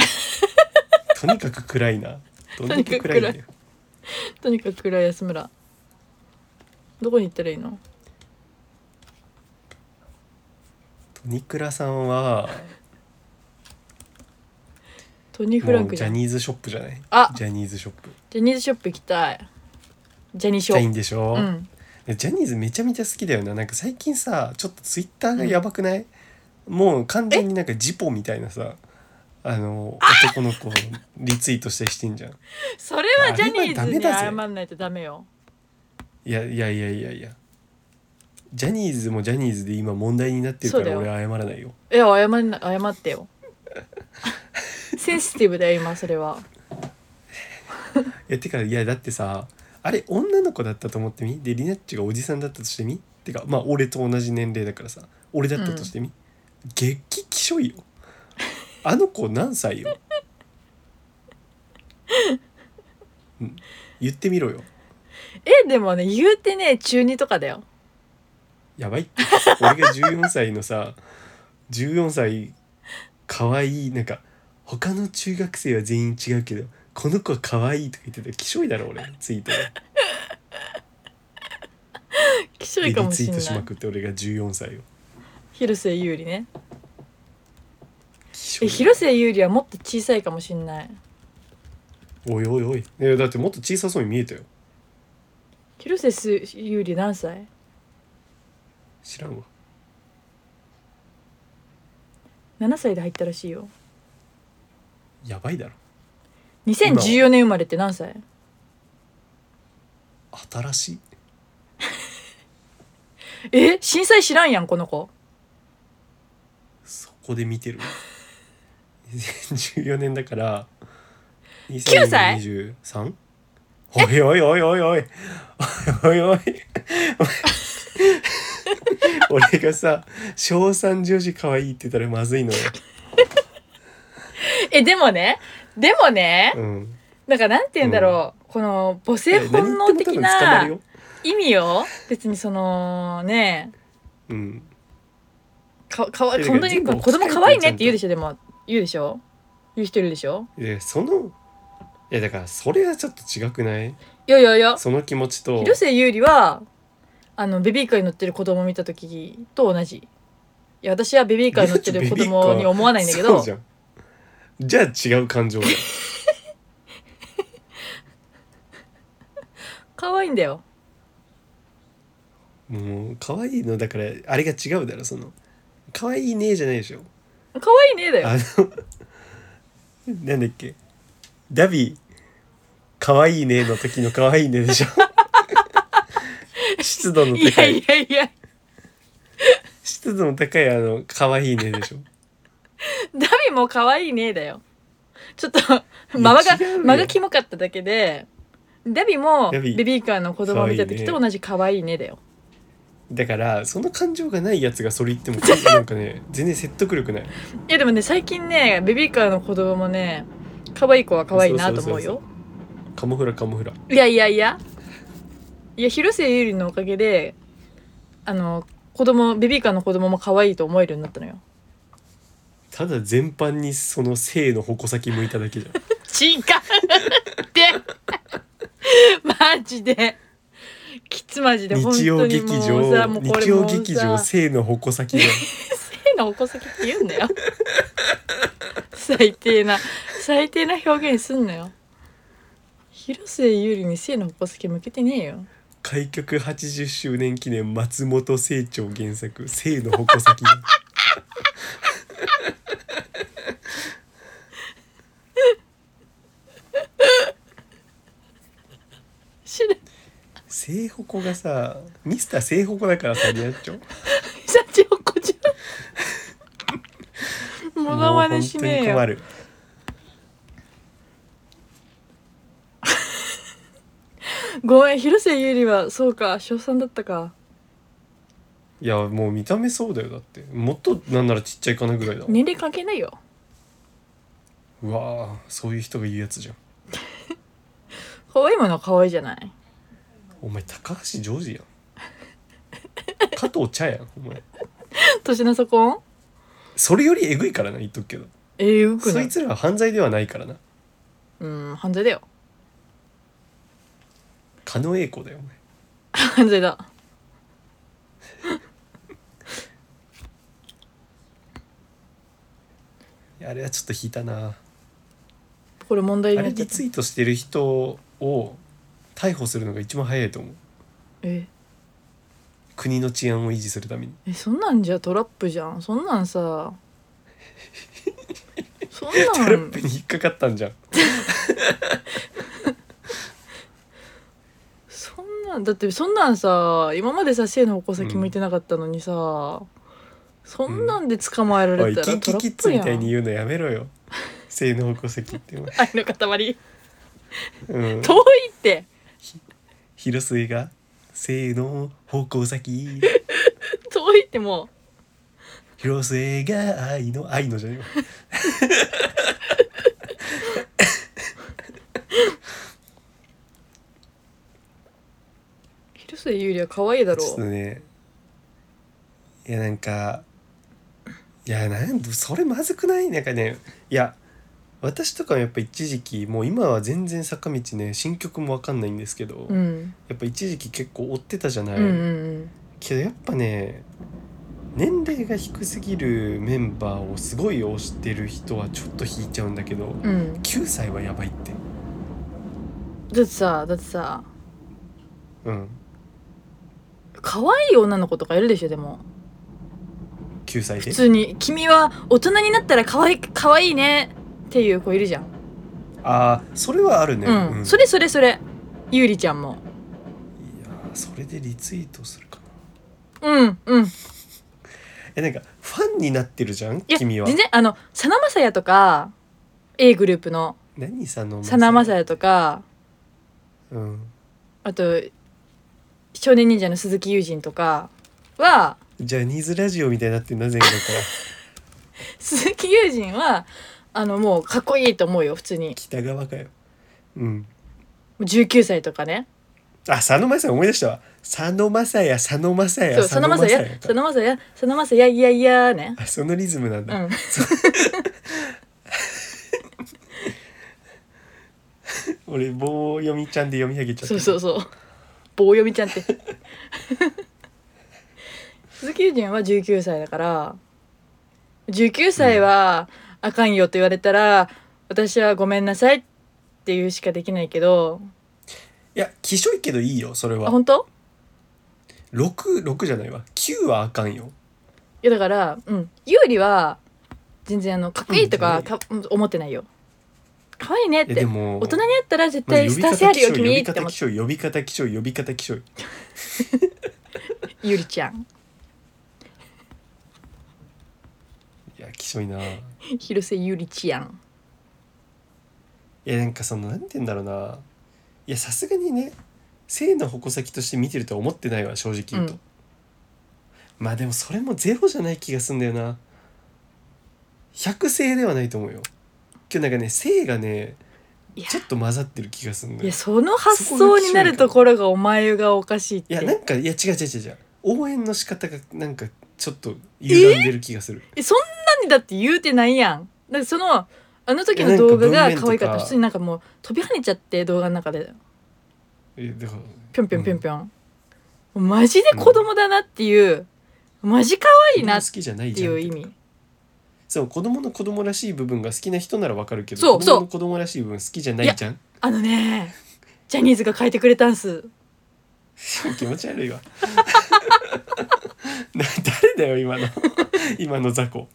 Speaker 1: とにかく暗いなとにかく暗いんだよ
Speaker 2: とにかく暗い安村どこに行ったらいいの
Speaker 1: トニクラさんは
Speaker 2: トニー・フラ
Speaker 1: も
Speaker 2: ン
Speaker 1: う
Speaker 2: ク
Speaker 1: ジ
Speaker 2: じ
Speaker 1: ャ
Speaker 2: ゃん
Speaker 1: ニーズショップじゃない
Speaker 2: あ
Speaker 1: ジャニーズショップ
Speaker 2: ジャニーズショップ行きたいジャニーシ
Speaker 1: ジ
Speaker 2: ョ
Speaker 1: ャニ
Speaker 2: ッ
Speaker 1: ーでしょ、
Speaker 2: プうん
Speaker 1: ジャニーズめちゃめちゃ好きだよななんか最近さちょっとツイッターがやばくない、もう完全になんかジポみたいなさあの男の子をリツイートしてしてんじゃん
Speaker 2: それはジャニーズに謝んないとダメよ
Speaker 1: いやいやいやいやいやジャニーズもジャニーズで今問題になってるか
Speaker 2: そうだ
Speaker 1: ら
Speaker 2: よ
Speaker 1: 俺は謝らないよ
Speaker 2: いや謝んな謝ってよ センシティブだよ今それはい
Speaker 1: やてかいやだってさあれ女の子だったと思ってみでリナッチがおじさんだったとしてみてかまあ俺と同じ年齢だからさ俺だったとしてみ、激きしょいよあの子何歳よ、うん、言ってみろよ
Speaker 2: えでもね言うてね中二とかだよ
Speaker 1: やばいって俺が14歳のさ14歳かわいいなんか他の中学生は全員違うけどこの子は可愛いとか言ってたらきしょいだろ俺ツ イートで
Speaker 2: きしょ
Speaker 1: で
Speaker 2: いか
Speaker 1: リ
Speaker 2: も
Speaker 1: ツ
Speaker 2: し
Speaker 1: イ
Speaker 2: ん
Speaker 1: ー
Speaker 2: な
Speaker 1: トしま
Speaker 2: い
Speaker 1: くって俺が14歳を
Speaker 2: 広瀬優里ねえ
Speaker 1: え
Speaker 2: 広瀬優里はもっと小さいかもしんない
Speaker 1: おいおいおいえだってもっと小さそうに見えたよ
Speaker 2: 広瀬す優里何歳
Speaker 1: 知らんわ
Speaker 2: ?7 歳で入ったらしいよ
Speaker 1: やばいだろ
Speaker 2: 2014年生まれって何歳
Speaker 1: 新しい
Speaker 2: え震災知らんやんこの子
Speaker 1: そこで見てる2014年だから
Speaker 2: 9歳
Speaker 1: 2023? おいおいおいおいおいおいおいおい俺がさ小3女子可愛いって言ったらまずいのよ、
Speaker 2: えでもねでもね
Speaker 1: うん、
Speaker 2: なんかなんて言うんだろう、この母性本能的
Speaker 1: 何言っても多分捕ま
Speaker 2: な
Speaker 1: るよ、
Speaker 2: 意味よ別にそのね
Speaker 1: うん、
Speaker 2: かかわ
Speaker 1: いや
Speaker 2: 本当に
Speaker 1: 全部
Speaker 2: 子供可愛いねって
Speaker 1: ちゃと
Speaker 2: 言うんでしょでも言うでしょ言う人いるでしょ
Speaker 1: いやそのいやだからそれはちょっと違くない
Speaker 2: いやいやいや
Speaker 1: その気持ちと
Speaker 2: 広瀬優里はあのベビーカーに乗ってる子供を見た時と同じいや私はベビーカーに乗ってる子供に思わないんだけ
Speaker 1: そ
Speaker 2: ど
Speaker 1: うじゃんじゃあ違う感情だ
Speaker 2: 可愛いんだよ
Speaker 1: もう可愛いのだからあれが違うだろその可愛いねじゃないでしょ
Speaker 2: 可愛いねだよ
Speaker 1: あのなんだっけダビ可愛いねの時の可愛いねでしょ湿度の
Speaker 2: い
Speaker 1: 高
Speaker 2: や
Speaker 1: い
Speaker 2: いやいや
Speaker 1: 湿度の高いあの可愛いねでしょ
Speaker 2: ダビも可愛いねだよちょっと間が
Speaker 1: 違うよ
Speaker 2: 間がキモかっただけでダビも
Speaker 1: ダ
Speaker 2: ベ
Speaker 1: ビ
Speaker 2: ビーカーの子供を見た時と同じ可愛いねだよ
Speaker 1: だからその感情がないやつがそれ言ってもなんかね全然説得力ない
Speaker 2: いやでもね最近ねベビーカーの子供もね可愛い子は可愛いなと思うよ
Speaker 1: そうそうカモフラカモフラ
Speaker 2: いやいやいやいや広瀬優里のおかげであの子供ベビーカーの子供も可愛いと思えるようになったのよ
Speaker 1: ただ全般にその性の矛先向いただけじゃん
Speaker 2: 違う ってマジできつまじで本
Speaker 1: 日
Speaker 2: 当
Speaker 1: 曜
Speaker 2: に
Speaker 1: 劇
Speaker 2: もう
Speaker 1: 場
Speaker 2: さもうこ
Speaker 1: 日
Speaker 2: れも
Speaker 1: 曜
Speaker 2: うさ
Speaker 1: 劇場性の矛先じゃん
Speaker 2: 性のおこさきって言うんだよ最低な最低な表現すんなよ広瀬優里に性のおこさき向けてねえよ
Speaker 1: 開局80周年記念松本清張原作「性の矛 先」
Speaker 2: 知ら
Speaker 1: 性矛がさミスター性矛だからさリアッチョ
Speaker 2: シャチホコちゃん。モノマネし
Speaker 1: もう本
Speaker 2: ねえ
Speaker 1: 当に困
Speaker 2: よ。
Speaker 1: る
Speaker 2: ごめん、広瀬優里はそうか、小賛だったか。
Speaker 1: いやもう見た目そうだよだってもっとなんならちっちゃいかなぐらいだもん、
Speaker 2: 年齢関係ないよ。
Speaker 1: うわーそういう人が言うやつじゃん
Speaker 2: 可愛いものは可愛いじゃない。
Speaker 1: お前高橋ジョージやん加藤茶やんお前
Speaker 2: 年の差婚
Speaker 1: それよりえぐいからな言っとくけど
Speaker 2: ええうく
Speaker 1: そ
Speaker 2: ないい。
Speaker 1: つらは犯罪ではないからな
Speaker 2: うん、犯罪だよ。
Speaker 1: 狩野英孝だよお前
Speaker 2: 犯罪だ。
Speaker 1: いやあれはちょっと引いたな
Speaker 2: これ問題
Speaker 1: あ
Speaker 2: に
Speaker 1: れ
Speaker 2: なっち
Speaker 1: リ
Speaker 2: ゃった
Speaker 1: ツ。イートしてる人を逮捕するのが一番早いと思う
Speaker 2: え、
Speaker 1: 国の治安を維持するために
Speaker 2: え、そんなんじゃトラップじゃん。そんな んさ。そんな
Speaker 1: タラッ
Speaker 2: ん
Speaker 1: プ、に引っかかったんじゃん
Speaker 2: そんなん、だってそんなんさ、今までさ、性の矛先向いてなかったのにさ、そんなんで捕まえら
Speaker 1: お
Speaker 2: れ
Speaker 1: い
Speaker 2: た
Speaker 1: キ
Speaker 2: ら
Speaker 1: ン
Speaker 2: ト
Speaker 1: キ
Speaker 2: ラ
Speaker 1: キッ
Speaker 2: ッ
Speaker 1: ズ
Speaker 2: プ
Speaker 1: み
Speaker 2: やん。
Speaker 1: たいに言うのやめろよ性能戸籍ってお 前
Speaker 2: 愛の塊
Speaker 1: うん
Speaker 2: 遠いって
Speaker 1: 広末が性の方向先
Speaker 2: 遠いっても
Speaker 1: 広末が愛の愛のじゃねえわ
Speaker 2: う広末優里は可愛いだろ
Speaker 1: ちょっと
Speaker 2: う
Speaker 1: ねいやなんかいやなんそれまずくないなんかねいや私とかもやっぱ一時期もう今は全然坂道ね新曲もわかんないんですけど、
Speaker 2: う
Speaker 1: や
Speaker 2: ん、
Speaker 1: っぱ一時期結構追ってたじゃない、
Speaker 2: うんうん
Speaker 1: けどやっぱね年齢が低すぎるメンバーをすごい推してる人はちょっと引いちゃうんだけど、
Speaker 2: うんうん
Speaker 1: 9歳はやばいって
Speaker 2: だってさだってさ
Speaker 1: うん
Speaker 2: 可愛い女の子とかいるでしょでも
Speaker 1: 9歳で
Speaker 2: 普通に「君は大人になったら可愛い可愛いね」っていう子いるじゃん、
Speaker 1: ああそれはあるね、
Speaker 2: うん、
Speaker 1: うん
Speaker 2: それそれそれ優里ちゃんも
Speaker 1: いやーそれでリツイートするかな
Speaker 2: うんうん
Speaker 1: えなんかファンになってるじゃん
Speaker 2: いや
Speaker 1: 君は
Speaker 2: 全然あの佐野正也とか A グループの
Speaker 1: 何さの
Speaker 2: 佐野正也とか
Speaker 1: うん
Speaker 2: あと少年忍者の鈴木友人とかは
Speaker 1: ジャニーズラジオみたいになってるな全部だから
Speaker 2: 鈴木友人はあのもうかっこいいと思うよ普通に
Speaker 1: 北側かようん
Speaker 2: 19歳とかね
Speaker 1: あ佐野正也思い出したわ佐野正也佐野正也
Speaker 2: そう佐野正也佐野正也佐野正也いやいやね
Speaker 1: あそのリズムなん
Speaker 2: う
Speaker 1: だ、
Speaker 2: ん
Speaker 1: 俺棒読みちゃんで読み上げちゃった
Speaker 2: そうそうそう棒読みちゃんって 鈴木友人は19歳だから19歳は、あかんよと言われたら私はごめんなさいっていうしかできないけど
Speaker 1: いやきしょいけどいいよそれ
Speaker 2: あ
Speaker 1: は
Speaker 2: 本当
Speaker 1: 66じゃないわ9はあかんよ
Speaker 2: いやだからうんゆうりは全然あのかっこいいと
Speaker 1: う
Speaker 2: か
Speaker 1: ん
Speaker 2: かうん思ってないよ可愛いねっ
Speaker 1: え
Speaker 2: て
Speaker 1: でも
Speaker 2: 大人になったら絶
Speaker 1: まず
Speaker 2: 対スタセあるよ君って
Speaker 1: 呼
Speaker 2: 思っ
Speaker 1: び
Speaker 2: て
Speaker 1: 方呼び方きしょい呼び方きしょい呼び方きしょい
Speaker 2: ゆりちゃん
Speaker 1: いやきしょいない
Speaker 2: 広瀬ゆりちゃん
Speaker 1: やなんかそのなんて言うんだろうないやさすがにね性の矛先として見てるとは思ってないわ正直言うと、
Speaker 2: うん
Speaker 1: まあでもそれもゼロじゃない気がすんだよな100性ではないと思うよ今日なんかね性がね
Speaker 2: いや
Speaker 1: ちょっと混ざってる気がすんだ
Speaker 2: い
Speaker 1: よ
Speaker 2: やその発想になるところがお前がおかしいっ
Speaker 1: い
Speaker 2: て
Speaker 1: やなんかいや違う違う違う違う応援の仕方がなんかちょっと歪んでる気がする
Speaker 2: えそんなにだって言うてないやんだってそのあの時
Speaker 1: い
Speaker 2: の
Speaker 1: やなんか
Speaker 2: 動画が
Speaker 1: 文面とか
Speaker 2: 可愛かった普通になんかもう飛び跳ねちゃって動画の中で
Speaker 1: えだから
Speaker 2: ぴょんぴょんぴょんぴょん、もうマジで子供だなっていう、マジ可愛いなっ
Speaker 1: 好きじゃない
Speaker 2: て
Speaker 1: じ
Speaker 2: い
Speaker 1: ゃん
Speaker 2: う
Speaker 1: って
Speaker 2: 意味
Speaker 1: そう子供の子供らしい部分が好きな人ならわかるけど
Speaker 2: そう
Speaker 1: 子
Speaker 2: そう
Speaker 1: 供の子供らしい部分好きじゃないじゃん
Speaker 2: あのねジャニーズが書いてくれたんす
Speaker 1: 気持ち悪いわ な誰だよ今の 今の雑魚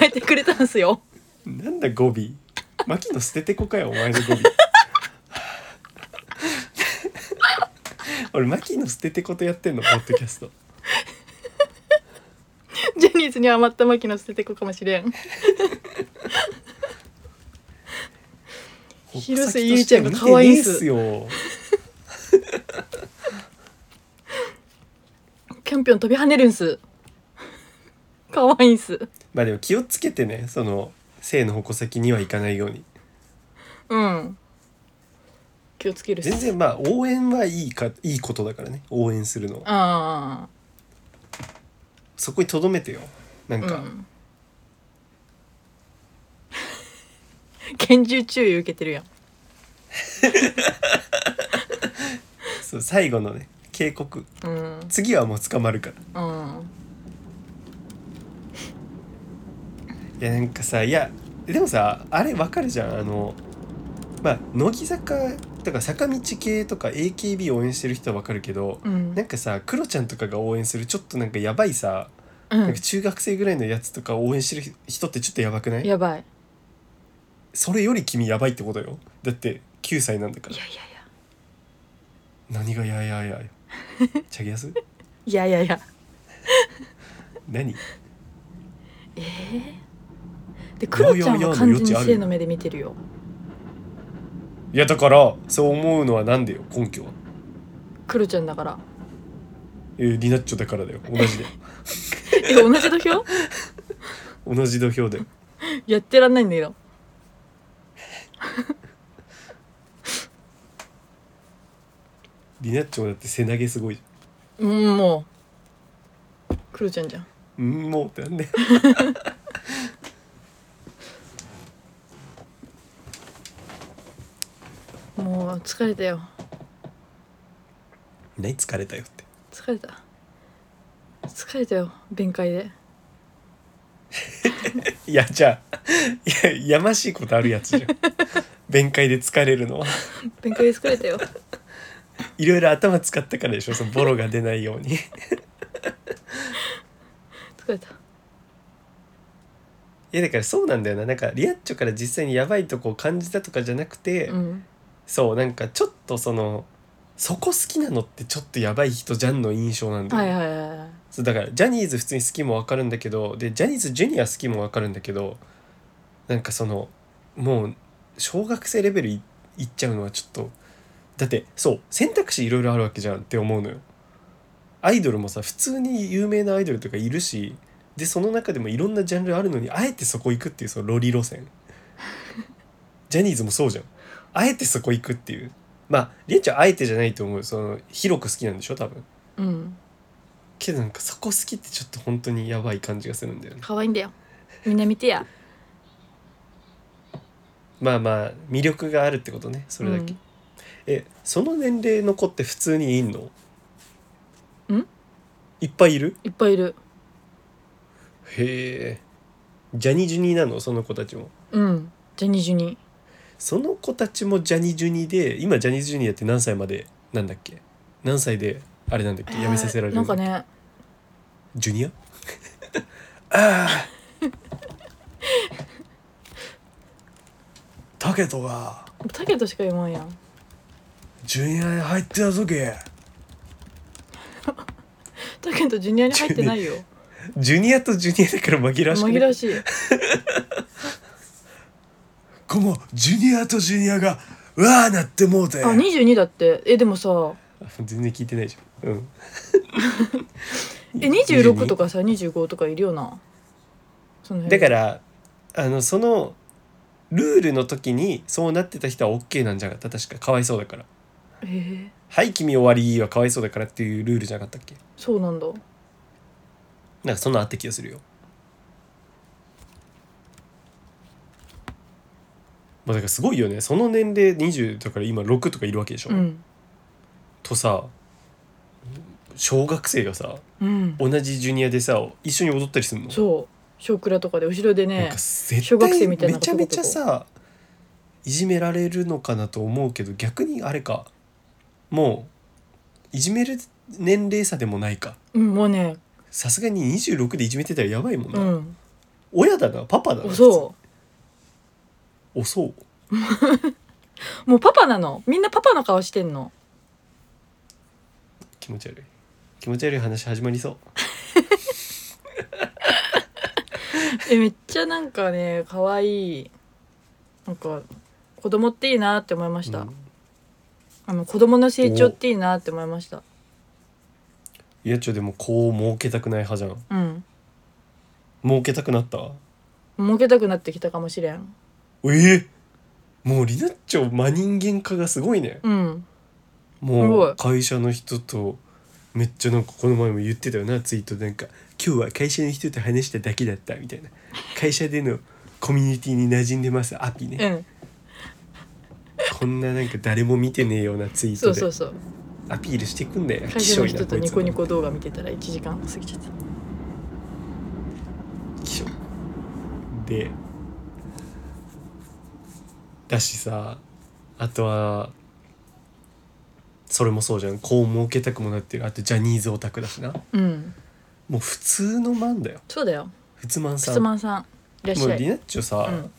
Speaker 2: 書いてくれたんすよ
Speaker 1: なんだ語尾牧野捨ててこかよお前の語尾 俺牧野捨ててことやってんのポッドキャスト
Speaker 2: ジャニーズには余った牧野捨ててこかもしれん広瀬優ちゃんが可愛いんす
Speaker 1: 見てねえっよ
Speaker 2: ぴょんぴょん飛び跳ねるんす可愛いんす
Speaker 1: まあでも気をつけてねその性の矛先にはいかないように
Speaker 2: うん気をつけるし
Speaker 1: 全然まあ応援はいいかいいことだからね応援するのは
Speaker 2: あ
Speaker 1: そこにとどめてよなん
Speaker 2: あ
Speaker 1: か、
Speaker 2: うん厳重注意受けてるやん
Speaker 1: そう最後のね警告
Speaker 2: うん
Speaker 1: 次はもう捕まるから
Speaker 2: うん
Speaker 1: いやなんかさいやでもさあれわかるじゃんあのまあ乃木坂とか坂道系とか AKB 応援してる人はわかるけど、
Speaker 2: うん
Speaker 1: なんかさクロちゃんとかが応援するちょっとなんかやばいさ、
Speaker 2: う
Speaker 1: なん
Speaker 2: ん
Speaker 1: か中学生ぐらいのやつとか応援してる人ってちょっとやばくない
Speaker 2: やばい
Speaker 1: それより君やばいってことよだって9歳なんだから
Speaker 2: いやい
Speaker 1: 何がやややよチャゲヤス
Speaker 2: やいやいやいや
Speaker 1: 何
Speaker 2: えー、でクロちゃんは完全に性の目で見てるよ
Speaker 1: いやだからそう思うのはなんでよ根拠は
Speaker 2: クロちゃんだから
Speaker 1: えー、リナッチョだからだよ同 じで
Speaker 2: え同じ土俵
Speaker 1: 同じ土俵で
Speaker 2: やってらんないんだけど
Speaker 1: リナッチョだって背投げすごいじ
Speaker 2: うんもうクロちゃんじゃん
Speaker 1: ゃんうんもうってなんで
Speaker 2: もう疲れたよ
Speaker 1: 何疲れたよって
Speaker 2: 疲れた疲れたよ弁解で
Speaker 1: いやじゃあいややましいことあるやつじゃん弁解で疲れるのは
Speaker 2: 弁解で疲れたよ
Speaker 1: いろいろ頭使ったからでしょそのボロが出ないようにい
Speaker 2: 疲れた
Speaker 1: やだからそうなんだよななんかリナッチョから実際にやばいとこを感じたとかじゃなくて、
Speaker 2: うん
Speaker 1: そうなんかちょっとそのそこ好きなのってちょっとやばい人じゃんの印象なんだよ、
Speaker 2: はいはいはいはい
Speaker 1: そうだからジャニーズ普通に好きもわかるんだけどでジャニーズジュニア好きもわかるんだけどなんかそのもう小学生レベルいいっちゃうのはちょっとだってそう選択肢いろいろあるわけじゃんって思うのよアイドルもさ普通に有名なアイドルとかいるしでその中でもいろんなジャンルあるのにあえてそこ行くっていうそのロリ路線ジャニーズもそうじゃんあえてそこ行くっていうまありえちゃんあえてじゃないと思うその広く好きなんでしょ多分
Speaker 2: うん
Speaker 1: けどなんかそこ好きってちょっと本当にやばい感じがするんだよね
Speaker 2: 可愛いんだよみんな見てや
Speaker 1: まあまあ魅力があるってことねそれだけ、
Speaker 2: うん
Speaker 1: えその年齢の子って普通にいんの
Speaker 2: ん
Speaker 1: いっぱいいる
Speaker 2: いっぱいいる
Speaker 1: へえジャニジュニなのその子たちも
Speaker 2: うんジャニージュニ
Speaker 1: その子たちもジャニジュニで今ジャニジュニやって何歳までなんだっけ何歳であれなんだっけやめさせられる
Speaker 2: なん
Speaker 1: んだ
Speaker 2: か
Speaker 1: っけ
Speaker 2: ね
Speaker 1: ジュ ニアああタケトが
Speaker 2: タケトしか言わんやん
Speaker 1: ジュニアに入ってた時
Speaker 2: タケトジュニアに入ってないよ
Speaker 1: ジュニアとジュニアだから紛らわしく
Speaker 2: 紛ら
Speaker 1: ない
Speaker 2: わしい
Speaker 1: このジュニアとジュニアがうわーなってもうて
Speaker 2: あ22だってえでもさ
Speaker 1: 全然聞いてないじゃんうん
Speaker 2: え26とかさ25とかいるよなその
Speaker 1: だかららあのそのルールの時にそうなってた人は OK なんじゃなかった確かかわいそうだから
Speaker 2: えー
Speaker 1: 「はい君終わり」はかわいそうだからっていうルールじゃなかったっけ
Speaker 2: そうなんだ
Speaker 1: なんかそんなのあった気がするよまあだからすごいよねその年齢20だから今6とかいるわけでしょ、
Speaker 2: うん
Speaker 1: とさ小学生がさ
Speaker 2: うん
Speaker 1: 同じジュニアでさ一緒に踊ったりするの
Speaker 2: そう小倉とかで後ろで
Speaker 1: なん
Speaker 2: ね
Speaker 1: か絶対
Speaker 2: 小学生みたいな
Speaker 1: めちゃめちゃさいじめられるのかなと思うけど逆にあれかもういじめる年齢差でもないか
Speaker 2: うんもうね
Speaker 1: さすがに26でいじめてたらやばいもん
Speaker 2: う
Speaker 1: な、
Speaker 2: ん
Speaker 1: 親だなパパだな
Speaker 2: そ
Speaker 1: おそう
Speaker 2: うもうパパなのみんなパパの顔してんの
Speaker 1: 気持ち悪い気持ち悪い話始まりそう
Speaker 2: えめっちゃなんかね可愛いなんか子供っていいなって思いました、
Speaker 1: うん
Speaker 2: あの子供の成長っていいなって思いました
Speaker 1: いやちょでもこう儲けたくない派じゃん
Speaker 2: うん
Speaker 1: 儲けたくなった
Speaker 2: 儲けたくなってきたかもしれん
Speaker 1: ええもうリナッチョ真人間化がすごいね
Speaker 2: うんす
Speaker 1: も
Speaker 2: ご
Speaker 1: う
Speaker 2: い
Speaker 1: 会社の人とめっちゃなんかこの前も言ってたよなツイートでなんか「今日は会社の人と話しただけだった」みたいな「会社でのコミュニティに馴染んでますアピ
Speaker 2: う
Speaker 1: ね
Speaker 2: ん」
Speaker 1: こんななんか誰も見てねえようなツイー
Speaker 2: そ
Speaker 1: ト
Speaker 2: うそう
Speaker 1: で
Speaker 2: そう
Speaker 1: アピールしてくんだよ
Speaker 2: 会社の
Speaker 1: 希少な
Speaker 2: 人
Speaker 1: こといつ
Speaker 2: ニコニコ動画見てたら1時間過ぎちゃった
Speaker 1: 希少でだしさあとはそれもそうじゃんこう儲けたくもなってるあとジャニーズオタクだしな
Speaker 2: うん
Speaker 1: もう普通のマンだよ
Speaker 2: そうだよ
Speaker 1: 普通マンさん
Speaker 2: 質問さんいらっ
Speaker 1: も
Speaker 2: し
Speaker 1: う
Speaker 2: ゃ
Speaker 1: リ
Speaker 2: い
Speaker 1: ナッチョさ、
Speaker 2: うん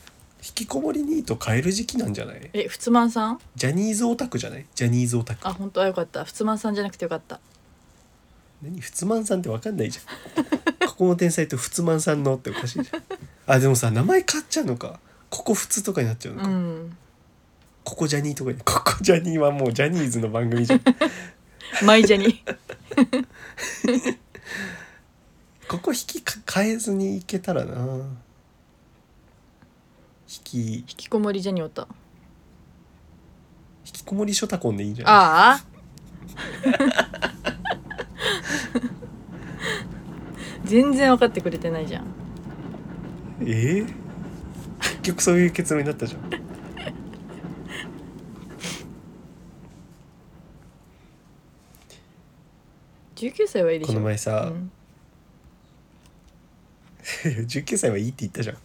Speaker 1: 引きこもりニート変える時期なんじゃない
Speaker 2: えふつまんさん
Speaker 1: ジャニーズオタクじゃないジャニーズオタク
Speaker 2: あ本当はよかったふつまんさんじゃなくてよかった
Speaker 1: 何ふつまんさんってわかんないじゃんここの天才とふつまんさんのっておかしいじゃんあでもさ名前変わっちゃうのかここふつとかになっちゃうの
Speaker 2: う
Speaker 1: か、
Speaker 2: ん
Speaker 1: ここジャニーとかにここジャニーはもうジャニーズの番組じゃん
Speaker 2: マイジャニ
Speaker 1: ここ引きか変えずにいけたらな引き引
Speaker 2: 引きこもりジャニおった
Speaker 1: きこもりショタコンでいいんじゃない
Speaker 2: ああ全然分かってくれてないじゃん
Speaker 1: ええ結局そういう結論になったじゃん
Speaker 2: 19歳はいいでし
Speaker 1: こ
Speaker 2: ょ
Speaker 1: の前さ、
Speaker 2: うん
Speaker 1: 19歳はいいって言ったじゃん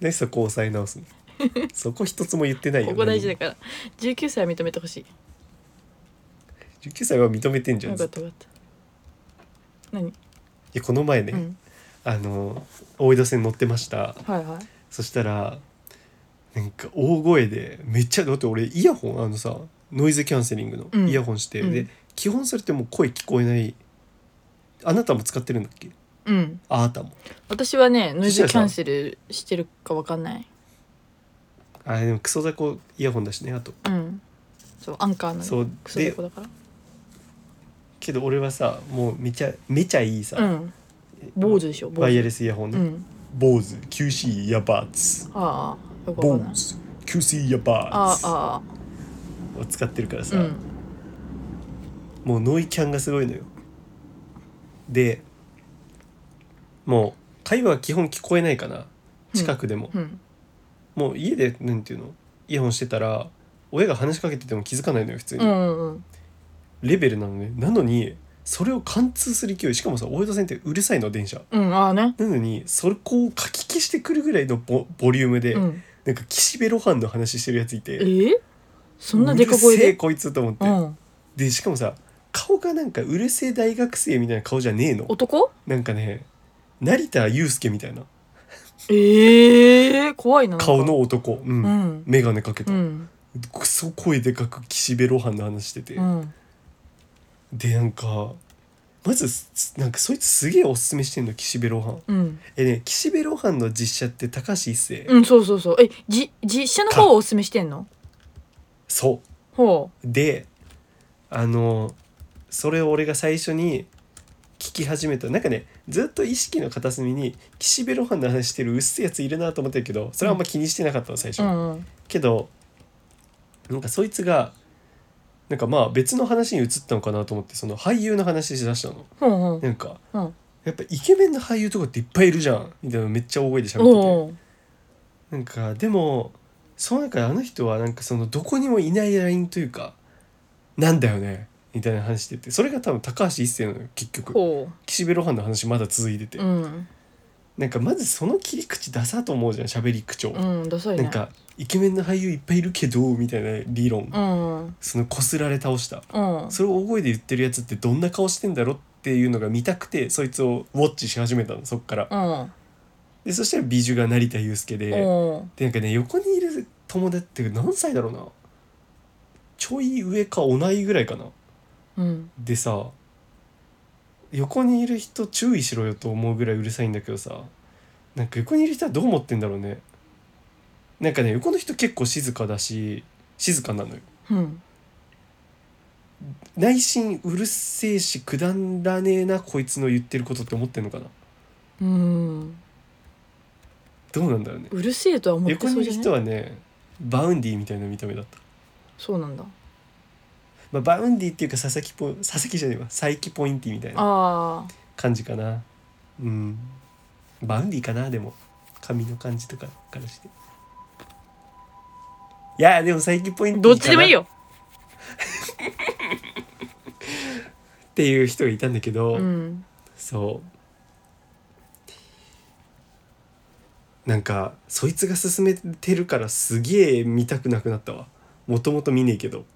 Speaker 1: 何そこ抑え直すのそこ一つも言ってないよ
Speaker 2: ここ大事だ
Speaker 1: 何
Speaker 2: から19歳は認めてほし
Speaker 1: も19歳は認めてん
Speaker 2: い
Speaker 1: じゃん
Speaker 2: よ
Speaker 1: い
Speaker 2: かったよかった何、
Speaker 1: やこの前ね、
Speaker 2: うん
Speaker 1: あの大江戸線乗ってました
Speaker 2: はいはい
Speaker 1: そしたらなんか大声でめっちゃだって俺イヤホンあのさノイズキャンセリング
Speaker 2: う
Speaker 1: の
Speaker 2: ん
Speaker 1: イヤホンして、
Speaker 2: うん
Speaker 1: で基本それってもう声聞こえないあなたも使ってるんだっけ
Speaker 2: うん
Speaker 1: あなたも
Speaker 2: 私はねノイ
Speaker 1: そしたら
Speaker 2: ズ
Speaker 1: さ
Speaker 2: キャンセルしてるか分かんない
Speaker 1: あでもクソ雑魚イヤホンだしねあと
Speaker 2: うんそうアンカーの
Speaker 1: そう
Speaker 2: クソデ
Speaker 1: で
Speaker 2: コだから
Speaker 1: けど俺はさもうめちゃめちゃいいさ、
Speaker 2: うん坊主でしょ
Speaker 1: ワイヤレ
Speaker 2: ス
Speaker 1: スイヤホンね、
Speaker 2: うん
Speaker 1: 坊主 QC ヤバーツ
Speaker 2: ああよく
Speaker 1: 坊
Speaker 2: わかんない
Speaker 1: 主 QC ヤバ
Speaker 2: あ
Speaker 1: ー
Speaker 2: あ
Speaker 1: ツ
Speaker 2: あ
Speaker 1: を使ってるから
Speaker 2: あ
Speaker 1: さ、
Speaker 2: うん
Speaker 1: もうノイキャンがすごいのよでもう会話は基本聞こえないかな近くでも、
Speaker 2: うん
Speaker 1: もう家でなんていうのイヤホンしてたら親が話しかけてても気づかないのよ普通に、
Speaker 2: うんうん
Speaker 1: レベルなのねなのにそれを貫通する勢いしかもさ大江戸線ってうるさいの電車
Speaker 2: うんああね
Speaker 1: なのにそこをかき消してくるぐらいのボボリュームで、
Speaker 2: うん
Speaker 1: なんか岸辺露伴の話してるやつい
Speaker 2: え
Speaker 1: て
Speaker 2: ー、そんなでか声
Speaker 1: うるせえ
Speaker 2: で
Speaker 1: こいつと思って、
Speaker 2: うん
Speaker 1: でしかもさ顔がなんかうるせえ大学生みたいな顔じゃねえの
Speaker 2: 男
Speaker 1: なんかね成田悠輔みたいな
Speaker 2: ええー、怖いななんか
Speaker 1: 顔の男、う
Speaker 2: うんん
Speaker 1: 眼鏡かけ
Speaker 2: う
Speaker 1: た、
Speaker 2: ん
Speaker 1: クソ声でかく岸辺露伴の話してて、
Speaker 2: うん
Speaker 1: でなんかまずすなんかそいつすげえおすすめしてんの岸辺露伴
Speaker 2: うん、
Speaker 1: えね岸辺露伴の実写って高橋一生、
Speaker 2: うん、そうそうそうえじ実写の方をおすすめしてんの
Speaker 1: そう
Speaker 2: ほ
Speaker 1: であのそれを俺が最初に聞き始めたなんかねずっと意識の片隅に岸辺露伴の話してるうっせえやついるなと思ってるけどそれはあんま気にしてなかったの最初、
Speaker 2: ううんうん
Speaker 1: けどなんかそいつがなんかまあ別の話に移ったのかなと思ってその俳優の話しだしたの
Speaker 2: ほうほ
Speaker 1: なんか
Speaker 2: ううん
Speaker 1: やっぱイケメンの俳優とかっていっぱいいるじゃんみたいなのめっちゃ大声で喋ってて
Speaker 2: おう
Speaker 1: なんかでもその中であの人はなんかそのどこにもいないラインというかなんだよねみたいな話しててそれが多分高橋一生なのよ結局
Speaker 2: ほ
Speaker 1: 岸辺露伴の話まだ続いてて、
Speaker 2: ううん
Speaker 1: なんかまずその切り口ダサと思うじゃん喋り口調、
Speaker 2: うんダサいね
Speaker 1: なんかイケメンの俳優いっぱいいるけどみたいな理論、
Speaker 2: うん
Speaker 1: そのこすられ倒した
Speaker 2: うん
Speaker 1: それを大声で言ってるやつってどんな顔してんだろっていうのが見たくてそいつをウォッチし始めたのそっから
Speaker 2: うん
Speaker 1: でそしたら美女が成田悠輔で、
Speaker 2: うん
Speaker 1: でなんかね横にいる友達って何歳だろうなちょい上か同いぐらいかな
Speaker 2: うん
Speaker 1: でさ横にいる人注意しろよと思うぐらいうるさいんだけどさなんか横にいる人はどう思ってんだろうねなんかね横の人結構静かだし静かなのよ
Speaker 2: うん
Speaker 1: 内心うるせえしくだらねえなこいつの言ってることって思ってんのかな
Speaker 2: うん
Speaker 1: どうなんだろうね
Speaker 2: うるせえとは思って
Speaker 1: 横
Speaker 2: そ
Speaker 1: に
Speaker 2: う
Speaker 1: いる
Speaker 2: じゃ
Speaker 1: 人
Speaker 2: ない
Speaker 1: はねバウンディみたいな見た目だった
Speaker 2: そうなんだ
Speaker 1: まあ、バウンディっていうか佐々木ポ佐々木じゃねえわ佐伯ポインティみたいな
Speaker 2: ああ
Speaker 1: 感じかなうんバウンディかなでも髪の感じとかからしていやでも佐伯ポインティか
Speaker 2: ど
Speaker 1: な
Speaker 2: っちでもいいよ
Speaker 1: っていう人がいたんだけど、
Speaker 2: うん
Speaker 1: そうなんかそいつが勧めてるからすげえ見たくなくなったわもともと見ねえけど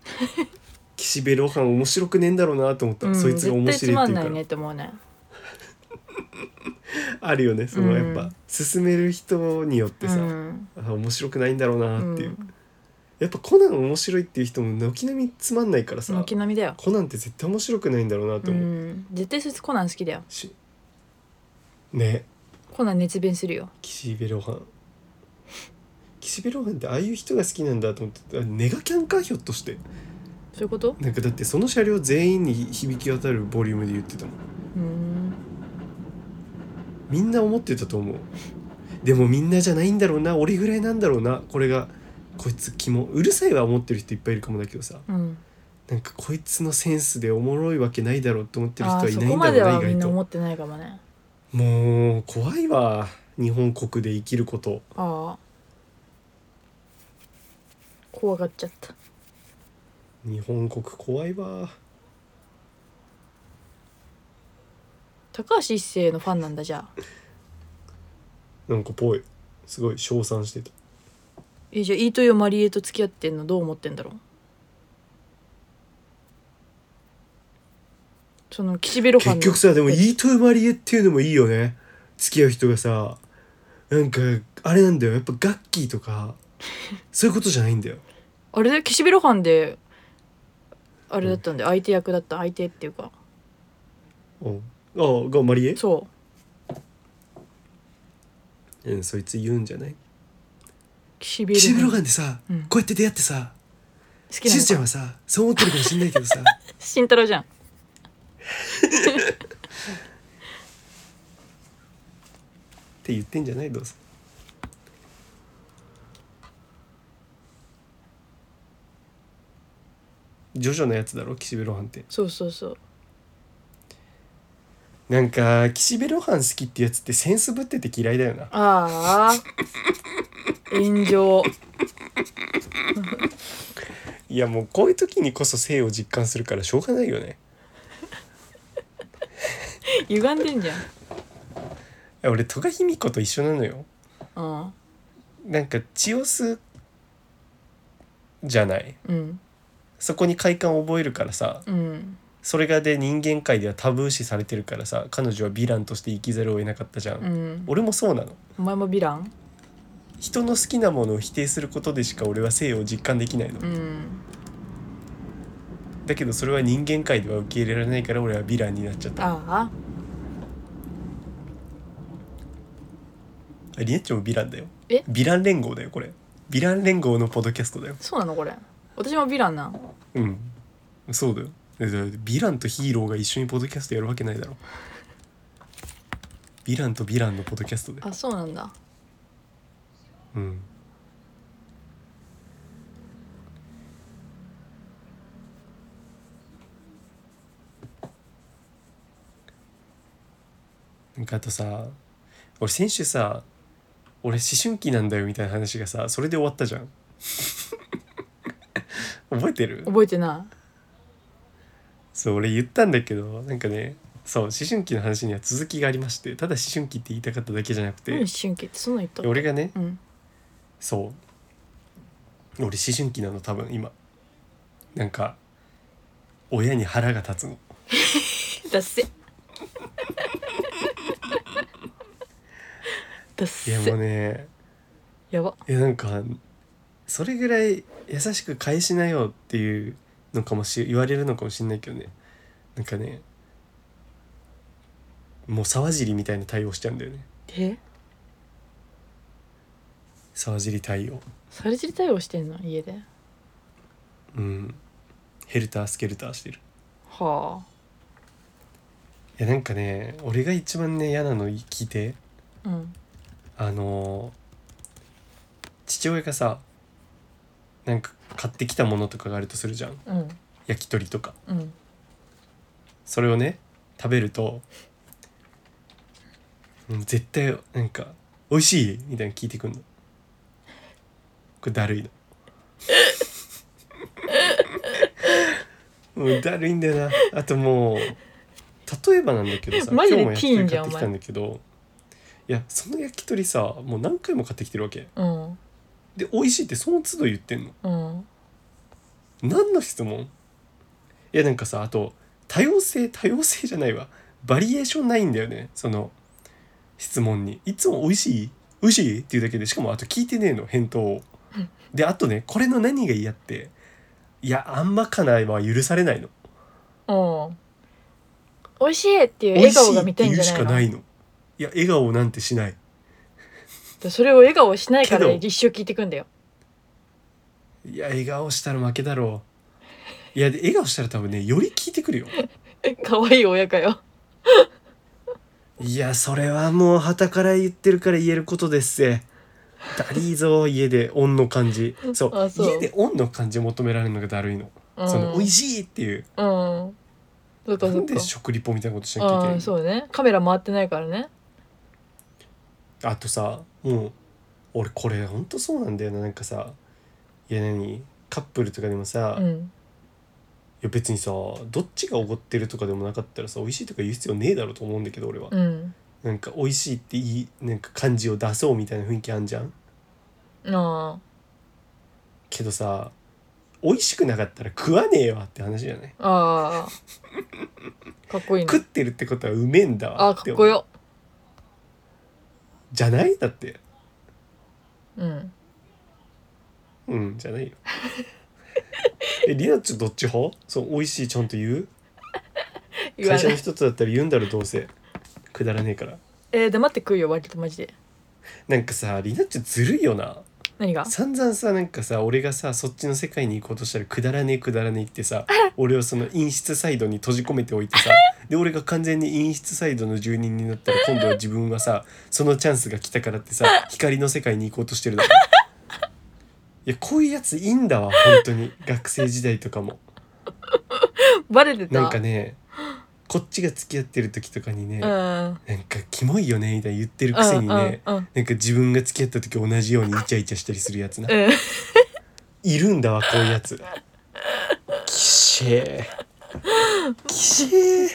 Speaker 1: 岸辺露伴面白くねえんだろうなと思った、
Speaker 2: うん
Speaker 1: そいつが面
Speaker 2: 絶対つ
Speaker 1: 白い
Speaker 2: ま
Speaker 1: ってい
Speaker 2: ん
Speaker 1: うか
Speaker 2: な
Speaker 1: ら
Speaker 2: いねって思うね
Speaker 1: あるよねそのやっ
Speaker 2: う
Speaker 1: ぱ
Speaker 2: ん
Speaker 1: 勧める人によって
Speaker 2: う
Speaker 1: さ、
Speaker 2: ん
Speaker 1: あ面白くないんだろうなっていう、
Speaker 2: うん
Speaker 1: やっぱコナン面白いっていう人も軒並みつまんないからさ
Speaker 2: 軒並みだよ
Speaker 1: コナンって絶対面白くないんだろうなと
Speaker 2: う
Speaker 1: 思う、
Speaker 2: ん絶対そいつコナン好きだよ
Speaker 1: しね
Speaker 2: コナン熱弁するよ
Speaker 1: 岸辺露伴岸辺露伴ってああいう人が好きなんだと思ってあネガキャンかひょっとして
Speaker 2: そういうこと
Speaker 1: なんかだってその車両全員に響き渡るボリュームで言ってたもん
Speaker 2: うん
Speaker 1: みんな思ってたと思うでもみんなじゃないんだろうな俺ぐらいなんだろうなこれがこいつキモうるさいは思ってる人いっぱいいるかもだけどさ
Speaker 2: うん
Speaker 1: なんかこいつのセンスでおもろいわけないだろうと思ってる人
Speaker 2: あ
Speaker 1: は
Speaker 2: ー
Speaker 1: い
Speaker 2: そ
Speaker 1: ない
Speaker 2: こ
Speaker 1: んだ
Speaker 2: まで
Speaker 1: ろ
Speaker 2: は
Speaker 1: うな
Speaker 2: み
Speaker 1: 意
Speaker 2: んな思
Speaker 1: 外
Speaker 2: ってないかもね
Speaker 1: ともう怖いわ日本国で生きること
Speaker 2: ああ怖がっちゃった
Speaker 1: 日本国怖いわ
Speaker 2: 高橋一生のファンなんだじゃあ
Speaker 1: なんかぽいすごい称賛してた
Speaker 2: えじゃあイートヨマリエと付き合ってんのどう思ってんだろうその岸辺露伴
Speaker 1: 結
Speaker 2: の
Speaker 1: 局さでも
Speaker 2: え
Speaker 1: イートゥーマリエっていうのもいいよね付き合う人がさなんかあれなんだよやっぱガッキーとかそういうことじゃないんだよ
Speaker 2: あれで岸辺露伴であれだったんで、相手役だった相手っていうか
Speaker 1: うんああがマリエ
Speaker 2: そ
Speaker 1: うんそいつ言うんじゃないう
Speaker 2: 岸辺
Speaker 1: 岸
Speaker 2: 露
Speaker 1: 辺露伴
Speaker 2: 伴好
Speaker 1: でさ、
Speaker 2: うん
Speaker 1: こうやって出会ってさ
Speaker 2: き
Speaker 1: しずちゃ
Speaker 2: なんの
Speaker 1: はさそう思ってるかもしんないけど さ
Speaker 2: 慎太郎じゃん
Speaker 1: って言ってんじゃないどうせジョジョのやつだろ岸辺露伴って
Speaker 2: そうそうそう
Speaker 1: なんか岸辺露伴好きってやつってセンスぶってて嫌いだよな
Speaker 2: ああ炎上
Speaker 1: いやもうこういう時にこそ性を実感するからしょうがないよね
Speaker 2: 歪んでんじゃん
Speaker 1: え俺戸賀卑弥呼と一緒なのよ
Speaker 2: あ
Speaker 1: なんか血を吸うじゃない
Speaker 2: あうん
Speaker 1: そこに快感を覚えるからさ
Speaker 2: うん
Speaker 1: それがで人間界ではタブー視されてるからさ彼女はヴィランとして生きざるを得なかったじゃん、
Speaker 2: うん
Speaker 1: 俺もそうなの
Speaker 2: お前もヴィラン
Speaker 1: 人の好きなものを否定することでしか俺は性を実感できないの、
Speaker 2: うん
Speaker 1: だけどそれは人間界では受け入れられないから俺はヴィランになっちゃった
Speaker 2: ああ
Speaker 1: あリエッチョもヴィランだよ
Speaker 2: え
Speaker 1: ヴィラン連合だよこれヴィラン連合のポッドキャストだよ
Speaker 2: そうなのこれ私もヴィランなん
Speaker 1: うんそうだよえだってヴィランとヒーローが一緒にポッドキャストやるわけないだろヴィランとヴィランのポッドキャストで
Speaker 2: あそうなんだ
Speaker 1: うんなんかあとさ俺先週さ俺思春期なんだよみたいな話がさそれで終わったじゃん 覚えてる
Speaker 2: 覚えてな
Speaker 1: そう俺言ったんだけどなんかねそう思春期の話には続きがありましてただ思春期って言いたかっただけじゃなく
Speaker 2: い何
Speaker 1: て
Speaker 2: 思春期ってそんなん言った
Speaker 1: 俺がね
Speaker 2: うん
Speaker 1: そう俺思春期なの多分今なんか親に腹が立つの
Speaker 2: だ っせだっ
Speaker 1: い
Speaker 2: せ
Speaker 1: やもうね
Speaker 2: やば
Speaker 1: いやなんかそれぐらい優しく返しなよっていうのかもし言われるのかもしんないけどねなんかねもう沢尻みたいな対応しちゃうんだよね
Speaker 2: え
Speaker 1: 沢尻対応
Speaker 2: サルジリ対応してんの家で
Speaker 1: うんヘルタースケルターしてる
Speaker 2: はい
Speaker 1: やなんかね俺が一番ね嫌なの聞いて
Speaker 2: あうん
Speaker 1: あの父親がさなんか買ってきたものとかがあるとするじゃん
Speaker 2: うん
Speaker 1: 焼き鳥とか
Speaker 2: うん
Speaker 1: それをね食べるとうん絶対なんか「美味しい?」みたいなの聞いてくんのこれだる いのもうだるいんだよなあともう例えばなんだけどさ
Speaker 2: マジで
Speaker 1: 今日も
Speaker 2: ティーン
Speaker 1: 焼き
Speaker 2: じゃ
Speaker 1: 鳥買っ
Speaker 2: ん
Speaker 1: てきたんだけどいやその焼き鳥さもう何回も買ってきてるわけ
Speaker 2: うん
Speaker 1: で美味しいってその都度言ってんの
Speaker 2: うん
Speaker 1: 何の質問いやなんかさあと多様性多様性じゃないわバリエーションないんだよねその質問にいつも「美味しい美味しい?」っていうだけでしかもあと聞いてねえの返答を
Speaker 2: うん
Speaker 1: であとねこれの何が嫌っていやあんまかなは許されないの
Speaker 2: うん美味しいっていう
Speaker 1: 美
Speaker 2: 笑
Speaker 1: 味し
Speaker 2: 顔
Speaker 1: い
Speaker 2: が
Speaker 1: っ
Speaker 2: 見
Speaker 1: て
Speaker 2: たいん
Speaker 1: 言
Speaker 2: じ
Speaker 1: う
Speaker 2: ゃ
Speaker 1: しか
Speaker 2: ないの
Speaker 1: ないのいや笑顔なんてしない
Speaker 2: でそれを笑顔しないから
Speaker 1: けど
Speaker 2: 一生聞いてくんだよ
Speaker 1: いや笑顔したら負けだろういやで笑顔したら多分ねより聞いてくるよ
Speaker 2: え 可愛い親かよ
Speaker 1: いやそれはもう旗から言ってるから言えることですせだりーぞ家で「オン」の感 じそう
Speaker 2: あそう
Speaker 1: 家で「オン」の感じ求められるのがだるいの、
Speaker 2: うん
Speaker 1: その「美味
Speaker 2: い
Speaker 1: しい」っていう
Speaker 2: うんそう
Speaker 1: な
Speaker 2: かそ
Speaker 1: ん
Speaker 2: う
Speaker 1: で
Speaker 2: か
Speaker 1: 食リポみたいなことしなきゃいけな
Speaker 2: う
Speaker 1: い
Speaker 2: ん
Speaker 1: の
Speaker 2: そうねカメラ回ってないからね
Speaker 1: あとさもう俺これほんとそうなんだよななんかさいや何カップルとかでもさ、
Speaker 2: う
Speaker 1: い
Speaker 2: ん
Speaker 1: や別にさどっちがおごってるとかでもなかったらさ美味しいとか言う必要ねえだろうと思うんだけど俺は、
Speaker 2: うん
Speaker 1: なんか美味しいっていいなんか感じを出そうみたいな雰囲気あんじゃん
Speaker 2: あ
Speaker 1: けどさ美味しくなかったら食わねえわって話じゃない、
Speaker 2: あああかっこいいね
Speaker 1: 食ってるってことはうめえんだ
Speaker 2: あ
Speaker 1: わ
Speaker 2: ー
Speaker 1: って思う
Speaker 2: かっこよ
Speaker 1: じゃないだって
Speaker 2: うん
Speaker 1: うんじゃ ないよえリナッチョどっち派そう美味しいちゃんと言う
Speaker 2: 言わ
Speaker 1: 会社
Speaker 2: な
Speaker 1: の
Speaker 2: い
Speaker 1: 人とだったら言うんだろどうせくだらねえから
Speaker 2: えー、黙って食うよ割とマジで
Speaker 1: なんかさリナッチョずるいよな
Speaker 2: 何が
Speaker 1: 散々さなんかさ俺がさそっちの世界に行こうとしたらくだらねえくだらねえってさ俺をその陰湿サイドに閉じ込めておいて さで俺が完全に陰湿サイドの住人になったら今度は自分はさそのチャンスが来たから ってさ光の世界に行こうとしてるだろいやこういうやついいんだわ本当に学生時代とかも
Speaker 2: バレてた
Speaker 1: なんかねこっちが付き合ってる時とかにね、
Speaker 2: うん
Speaker 1: なんかキモいよねみたいな言ってるくせにね、
Speaker 2: うんうん
Speaker 1: なんか自分が付き合った時同じようにイチャイチャしたりするやつな
Speaker 2: うんうん
Speaker 1: いるんだわこういうやつきしえきしえ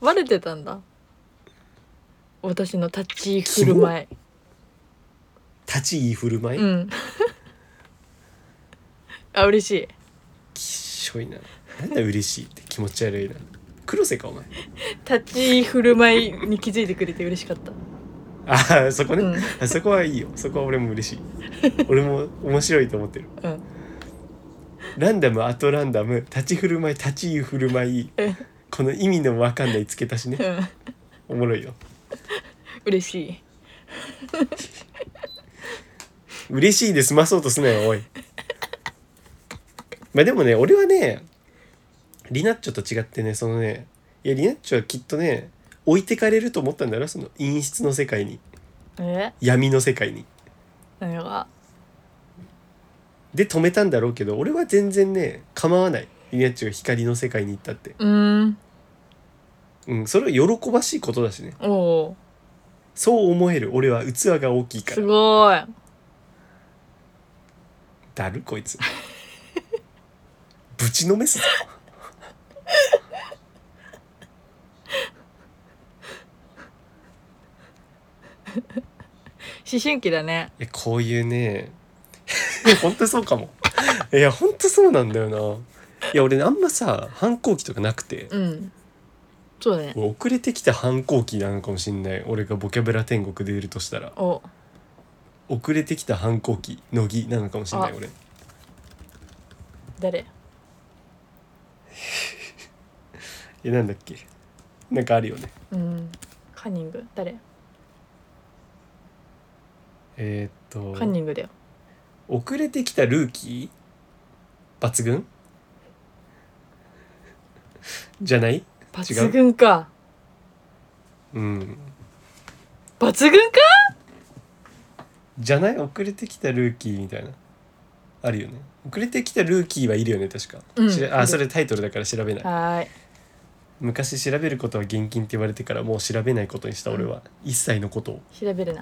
Speaker 2: バレてたんだ私の立ち居振る舞い
Speaker 1: 立ち居振る舞い、
Speaker 2: うん あ嬉しい
Speaker 1: きっしょいななんだ嬉しいって気持ち悪いな黒瀬かお前
Speaker 2: 立ち居振る舞いに気づいてくれて嬉しかった
Speaker 1: ああそこね、
Speaker 2: うん
Speaker 1: あそこはいいよそこは俺も嬉しい俺も面白いと思ってる
Speaker 2: うん
Speaker 1: ランダムアトランダム立ち振る舞い立ち居振る舞い
Speaker 2: うん
Speaker 1: この意味のわかんないつけたしねお
Speaker 2: うん
Speaker 1: もろいよ
Speaker 2: 嬉しい
Speaker 1: 嬉しいで済まそうとすなよおいまあでもね俺はねリナッチョと違ってねそのねいやリナッチョはきっとね置いてかれると思ったんだろその陰湿の世界に
Speaker 2: え
Speaker 1: 闇の世界に
Speaker 2: 何が
Speaker 1: で止めたんだろうけど俺は全然ね構わないリナッチョが光の世界に行ったって
Speaker 2: うーん
Speaker 1: うんそれは喜ばしいことだしね
Speaker 2: おお
Speaker 1: そう思える俺は器が大きいか
Speaker 2: す
Speaker 1: ら
Speaker 2: ごい
Speaker 1: だるこいつ ぶちのめすぞ
Speaker 2: 思春期だね
Speaker 1: いやこういうねいや本当そうかも いや本当そうなんだよないや俺あんまさ反抗期とかなくて
Speaker 2: うんそうだね
Speaker 1: 俺遅れてきた反抗期なのかもしんない俺がボキャブラ天国でいるとしたら
Speaker 2: お
Speaker 1: 遅れてきた反抗期乃木なのかもしんない俺
Speaker 2: 誰
Speaker 1: えなんだっけなんかあるよね
Speaker 2: うんカンニング誰
Speaker 1: えー
Speaker 2: カン
Speaker 1: っ
Speaker 2: ニングだよ
Speaker 1: と遅れてきたルーキー抜群じゃない
Speaker 2: 抜群か
Speaker 1: うん
Speaker 2: 抜群か
Speaker 1: じゃない遅れてきたルーキーみたいなあるよね遅れてきたルーキーはいるよね確か、
Speaker 2: うん
Speaker 1: しら
Speaker 2: い
Speaker 1: あ
Speaker 2: る
Speaker 1: それタイトルだから調べない
Speaker 2: はーい
Speaker 1: 昔調べることは厳禁って言われてからもう調べないことにした俺は、一切のことを
Speaker 2: 調べるな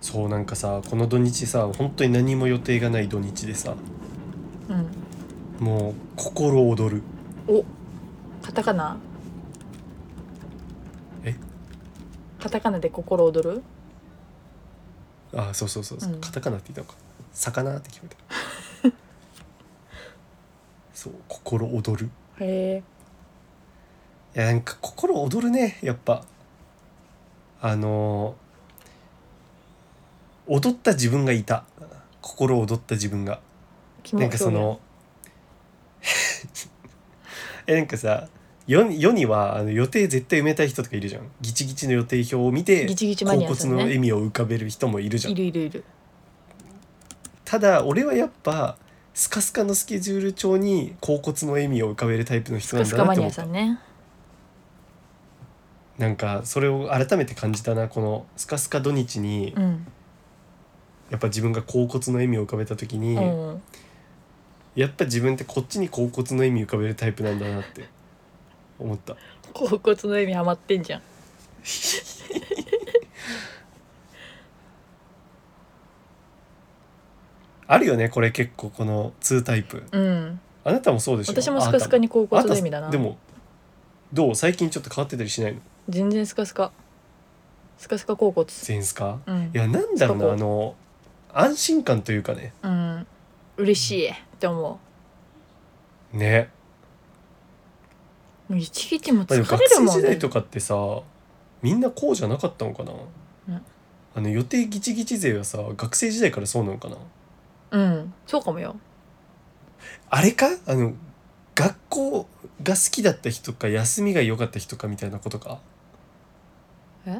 Speaker 1: そうなんかさこの土日さ本当に何も予定がない土日でさ
Speaker 2: うん
Speaker 1: もう心躍る
Speaker 2: おカタカナ
Speaker 1: え
Speaker 2: カタカナで心躍る
Speaker 1: あそうそうそうそう、
Speaker 2: うん
Speaker 1: カタカナって言ったのか魚って聞こえた そう心躍る
Speaker 2: へ
Speaker 1: い
Speaker 2: え
Speaker 1: やなんか心躍るねやっぱあのー踊った自分がいた心躍った自分が
Speaker 2: 気
Speaker 1: なんかその えなんかさ世世にはあの予定絶対埋めたい人とかいるじゃんギチギチの予定表を見て
Speaker 2: ギチギチマ
Speaker 1: 恍
Speaker 2: ニアさ
Speaker 1: 骨
Speaker 2: ん
Speaker 1: の
Speaker 2: ね
Speaker 1: 笑みを浮かべる人もいるじゃん
Speaker 2: いるいるいる
Speaker 1: ただ俺はやっぱスカスカのスケジュール帳に恍骨の笑みを浮かべるタイプの人
Speaker 2: ス
Speaker 1: な
Speaker 2: カ
Speaker 1: ん
Speaker 2: ス
Speaker 1: だ
Speaker 2: カ
Speaker 1: な
Speaker 2: マ
Speaker 1: って
Speaker 2: ニ
Speaker 1: 思
Speaker 2: ア
Speaker 1: っ
Speaker 2: さ
Speaker 1: た
Speaker 2: んね
Speaker 1: なんかそれを改めて感じたなこのスカスカ土日に
Speaker 2: うん、
Speaker 1: やっぱ自分が恍骨の笑みを浮かべた時に、
Speaker 2: うん、
Speaker 1: やっぱ自分ってこっちに恍骨の笑み浮かべるタイプなんだなって思った
Speaker 2: 甲骨の意味ハマってんじゃん
Speaker 1: あるよねこれ結構この2タイプ
Speaker 2: うん
Speaker 1: あなたもそうでしょ
Speaker 2: 私もスカスカに甲
Speaker 1: あな
Speaker 2: 骨
Speaker 1: た
Speaker 2: の意味だ
Speaker 1: あ
Speaker 2: な
Speaker 1: なたでもどう最近ちょっと変わってたりしないの
Speaker 2: 全然スカスカスカスカ甲骨
Speaker 1: 全スカ
Speaker 2: うん
Speaker 1: いやなんだろうな
Speaker 2: そこ
Speaker 1: あの安心感というかね
Speaker 2: うん嬉しいって思うも
Speaker 1: ね、
Speaker 2: う一日も
Speaker 1: まあ、でも
Speaker 2: 疲
Speaker 1: 学
Speaker 2: れる
Speaker 1: 生
Speaker 2: もん
Speaker 1: 時代
Speaker 2: ね
Speaker 1: とかってさみんなこうじゃなかったのかな、
Speaker 2: うん
Speaker 1: あの予定ギチギチ勢はさ学生時代からそうなのかな
Speaker 2: うんそうかもよ
Speaker 1: あれかあの学校が好きだった人か休みが良かった人かみたいなことか
Speaker 2: え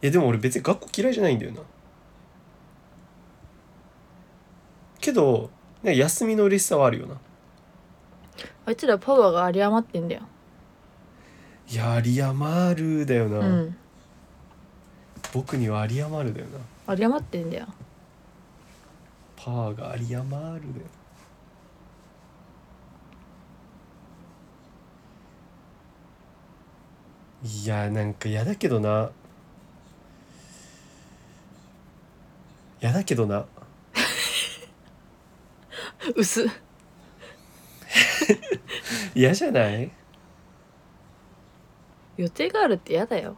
Speaker 1: いやでも俺別に学校嫌いじゃないんだよなけど、ね、休みの嬉しさはあるよな
Speaker 2: あいつらパワーが有り余ってんだよ
Speaker 1: いや有り余るだよな、
Speaker 2: うん
Speaker 1: 僕には有り余るだよな
Speaker 2: 有り余ってんだよ
Speaker 1: パワーが有り余るだよいやなんか嫌だけどな嫌だけどな
Speaker 2: 薄っ
Speaker 1: 嫌じゃない
Speaker 2: 予定があるって嫌だよ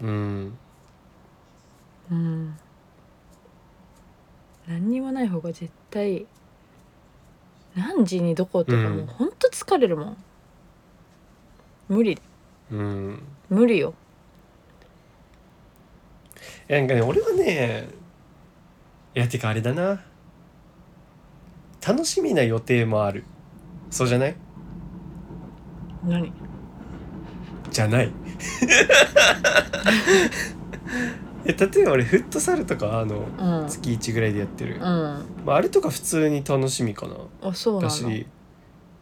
Speaker 1: うん
Speaker 2: うん何にもない方が絶対何時にどことか
Speaker 1: うん
Speaker 2: もうほんと疲れるもん、無理
Speaker 1: うん
Speaker 2: 無理よ
Speaker 1: いやなんかね俺はねいやてかあれだな楽しみな予定もあるそうじゃない
Speaker 2: 何
Speaker 1: じゃない え例えば俺フットサルとかあの
Speaker 2: うん
Speaker 1: 月1ぐらいでやってる、
Speaker 2: うんあ
Speaker 1: まあ、あれとか普通に楽しみかな
Speaker 2: そうな
Speaker 1: だ
Speaker 2: の
Speaker 1: し、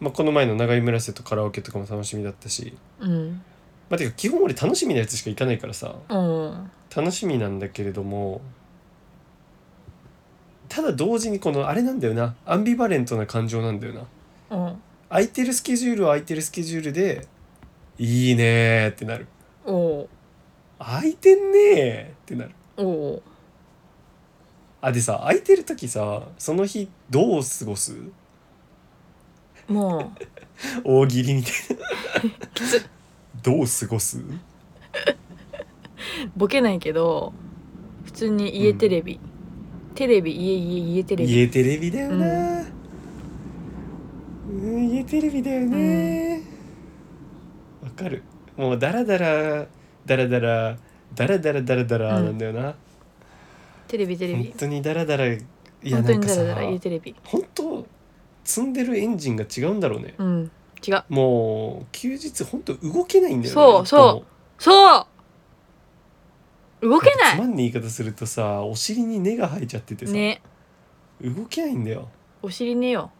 Speaker 1: まあ、この前の長井村瀬とカラオケとかも楽しみだったし、
Speaker 2: うん
Speaker 1: まあ、てか基本俺楽しみなやつしか行かないからさ
Speaker 2: うん
Speaker 1: 楽しみなんだけれどもただ同時にこのあれなんだよなアンビバレントな感情なんだよな
Speaker 2: うん
Speaker 1: 空いてるスケジュールは空いてるスケジュールでいいねーってなる
Speaker 2: おう
Speaker 1: 空いてんねーってなる
Speaker 2: おう
Speaker 1: あでさ空いてる時さその日どう過ごす
Speaker 2: も
Speaker 1: 大喜利みたい
Speaker 2: うきつ
Speaker 1: などう過ごす
Speaker 2: ボケないけど普通に家テレビ、テレビ家家家テレビ
Speaker 1: 家テレビだよな、うん、家テレビだよねわ、かるもうダラダラダラダラダラダラダラダラなんだよな、
Speaker 2: テレビテレ
Speaker 1: 本
Speaker 2: ビ
Speaker 1: 当にダラダラいやな
Speaker 2: 本当
Speaker 1: ん
Speaker 2: に
Speaker 1: か
Speaker 2: だ
Speaker 1: さ
Speaker 2: らだら家テレビ
Speaker 1: 本当積んでるエンジンが違うんだろうね、
Speaker 2: うん違う
Speaker 1: もう休日本当動けないんだよね
Speaker 2: そうそうそう動
Speaker 1: 動
Speaker 2: け
Speaker 1: つ
Speaker 2: な
Speaker 1: まんねえ言い方するとさお尻に根が生えちゃってて
Speaker 2: い
Speaker 1: さ、
Speaker 2: ね
Speaker 1: 動けないんだよ
Speaker 2: お尻ねよ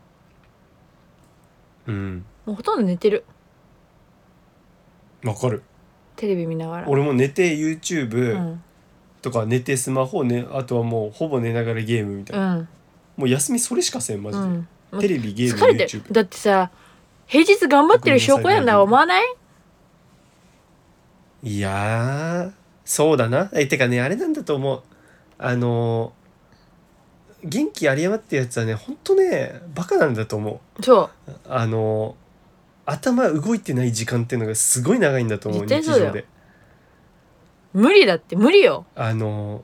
Speaker 1: うん
Speaker 2: もうほとんど寝てる
Speaker 1: わかる
Speaker 2: テレビ見ながら
Speaker 1: 俺も寝て YouTube、
Speaker 2: うん
Speaker 1: とか寝てスマホねあとはもうほぼ寝ながらゲームみたいうな、
Speaker 2: ん
Speaker 1: もう休みそれしかせんマジ
Speaker 2: う
Speaker 1: で、
Speaker 2: んもう
Speaker 1: テレビゲーム
Speaker 2: 疲れて
Speaker 1: YouTube
Speaker 2: るだってさ平日頑張ってる証拠やんな思わない
Speaker 1: いやーそうだなえてかねあれなんだと思うあのー元気有り余ってるやつはねほんとねバカなんだと思
Speaker 2: そう
Speaker 1: あのー頭動いてない時間っていうのがすごい長いんだと思う
Speaker 2: 絶
Speaker 1: 日
Speaker 2: 対そう
Speaker 1: 常
Speaker 2: だよ
Speaker 1: で
Speaker 2: う無理だって無理よ
Speaker 1: あの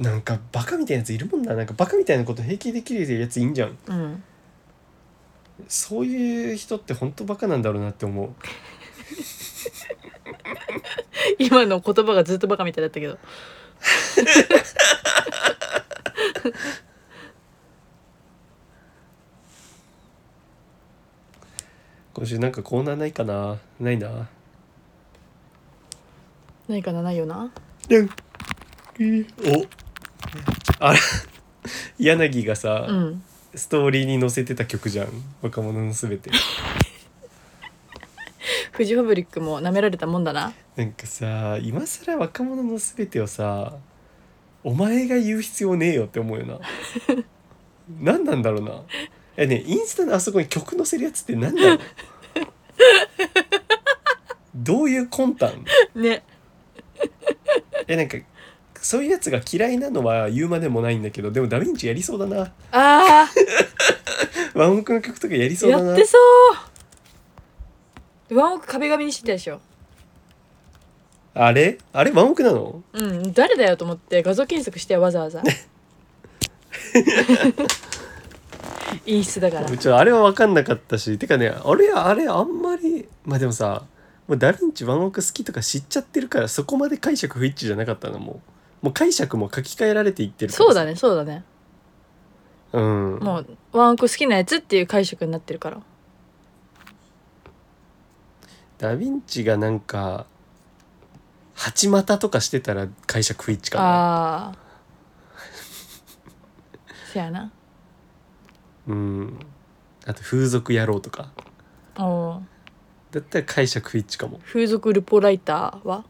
Speaker 1: ーなんかバカみたいなやついるもんななんかバカみたいなこと平気できるやついいんじゃん
Speaker 2: うん
Speaker 1: そういう人って本当バカなんだろうなって思う
Speaker 2: 今の言葉がずっとバカみたいだったけど
Speaker 1: 今週なんかコーナーないかなないな
Speaker 2: 何かなないよな
Speaker 1: おあら 柳がさ、
Speaker 2: うん
Speaker 1: ストーリーに載せてた曲じゃん若者のすべて
Speaker 2: フジファブリックも舐められたもん だな
Speaker 1: なんかさ今更若者のすべてをさお前が言う必要ねえよって思うよ な何なんだろうなえねインスタのあそこに曲載せるやつって何だろうどういう魂胆
Speaker 2: ね
Speaker 1: えなんかそういうやつが嫌いなのは言うまでもないんだけどでもダヴィンチやりそうだな
Speaker 2: あ
Speaker 1: ワンオクの曲とかやり
Speaker 2: ー
Speaker 1: そうだ
Speaker 2: や
Speaker 1: な
Speaker 2: ってそうワンオク壁紙にしてたでしょ
Speaker 1: あれあれワンオクなの
Speaker 2: うん誰だよと思って画像検索してわざわざいい質だから
Speaker 1: う ちはあれは分かんなかったしてかねあれあれあんまりまあでもさもうダヴィンチワンオク好きとか知っちゃってるからそこまで解釈不一致じゃなかったのもうもう解釈も書き換えられていってるからさ
Speaker 2: そうだねそうだね
Speaker 1: うん
Speaker 2: もうワンオク好きなやつっていう解釈になってるから
Speaker 1: ダヴィンチがなんか八股とかしてたら解釈不一致かな
Speaker 2: ああせやな
Speaker 1: うんあと風俗野郎とか
Speaker 2: おー
Speaker 1: だったら解釈不一致かも
Speaker 2: 風俗ルポライターは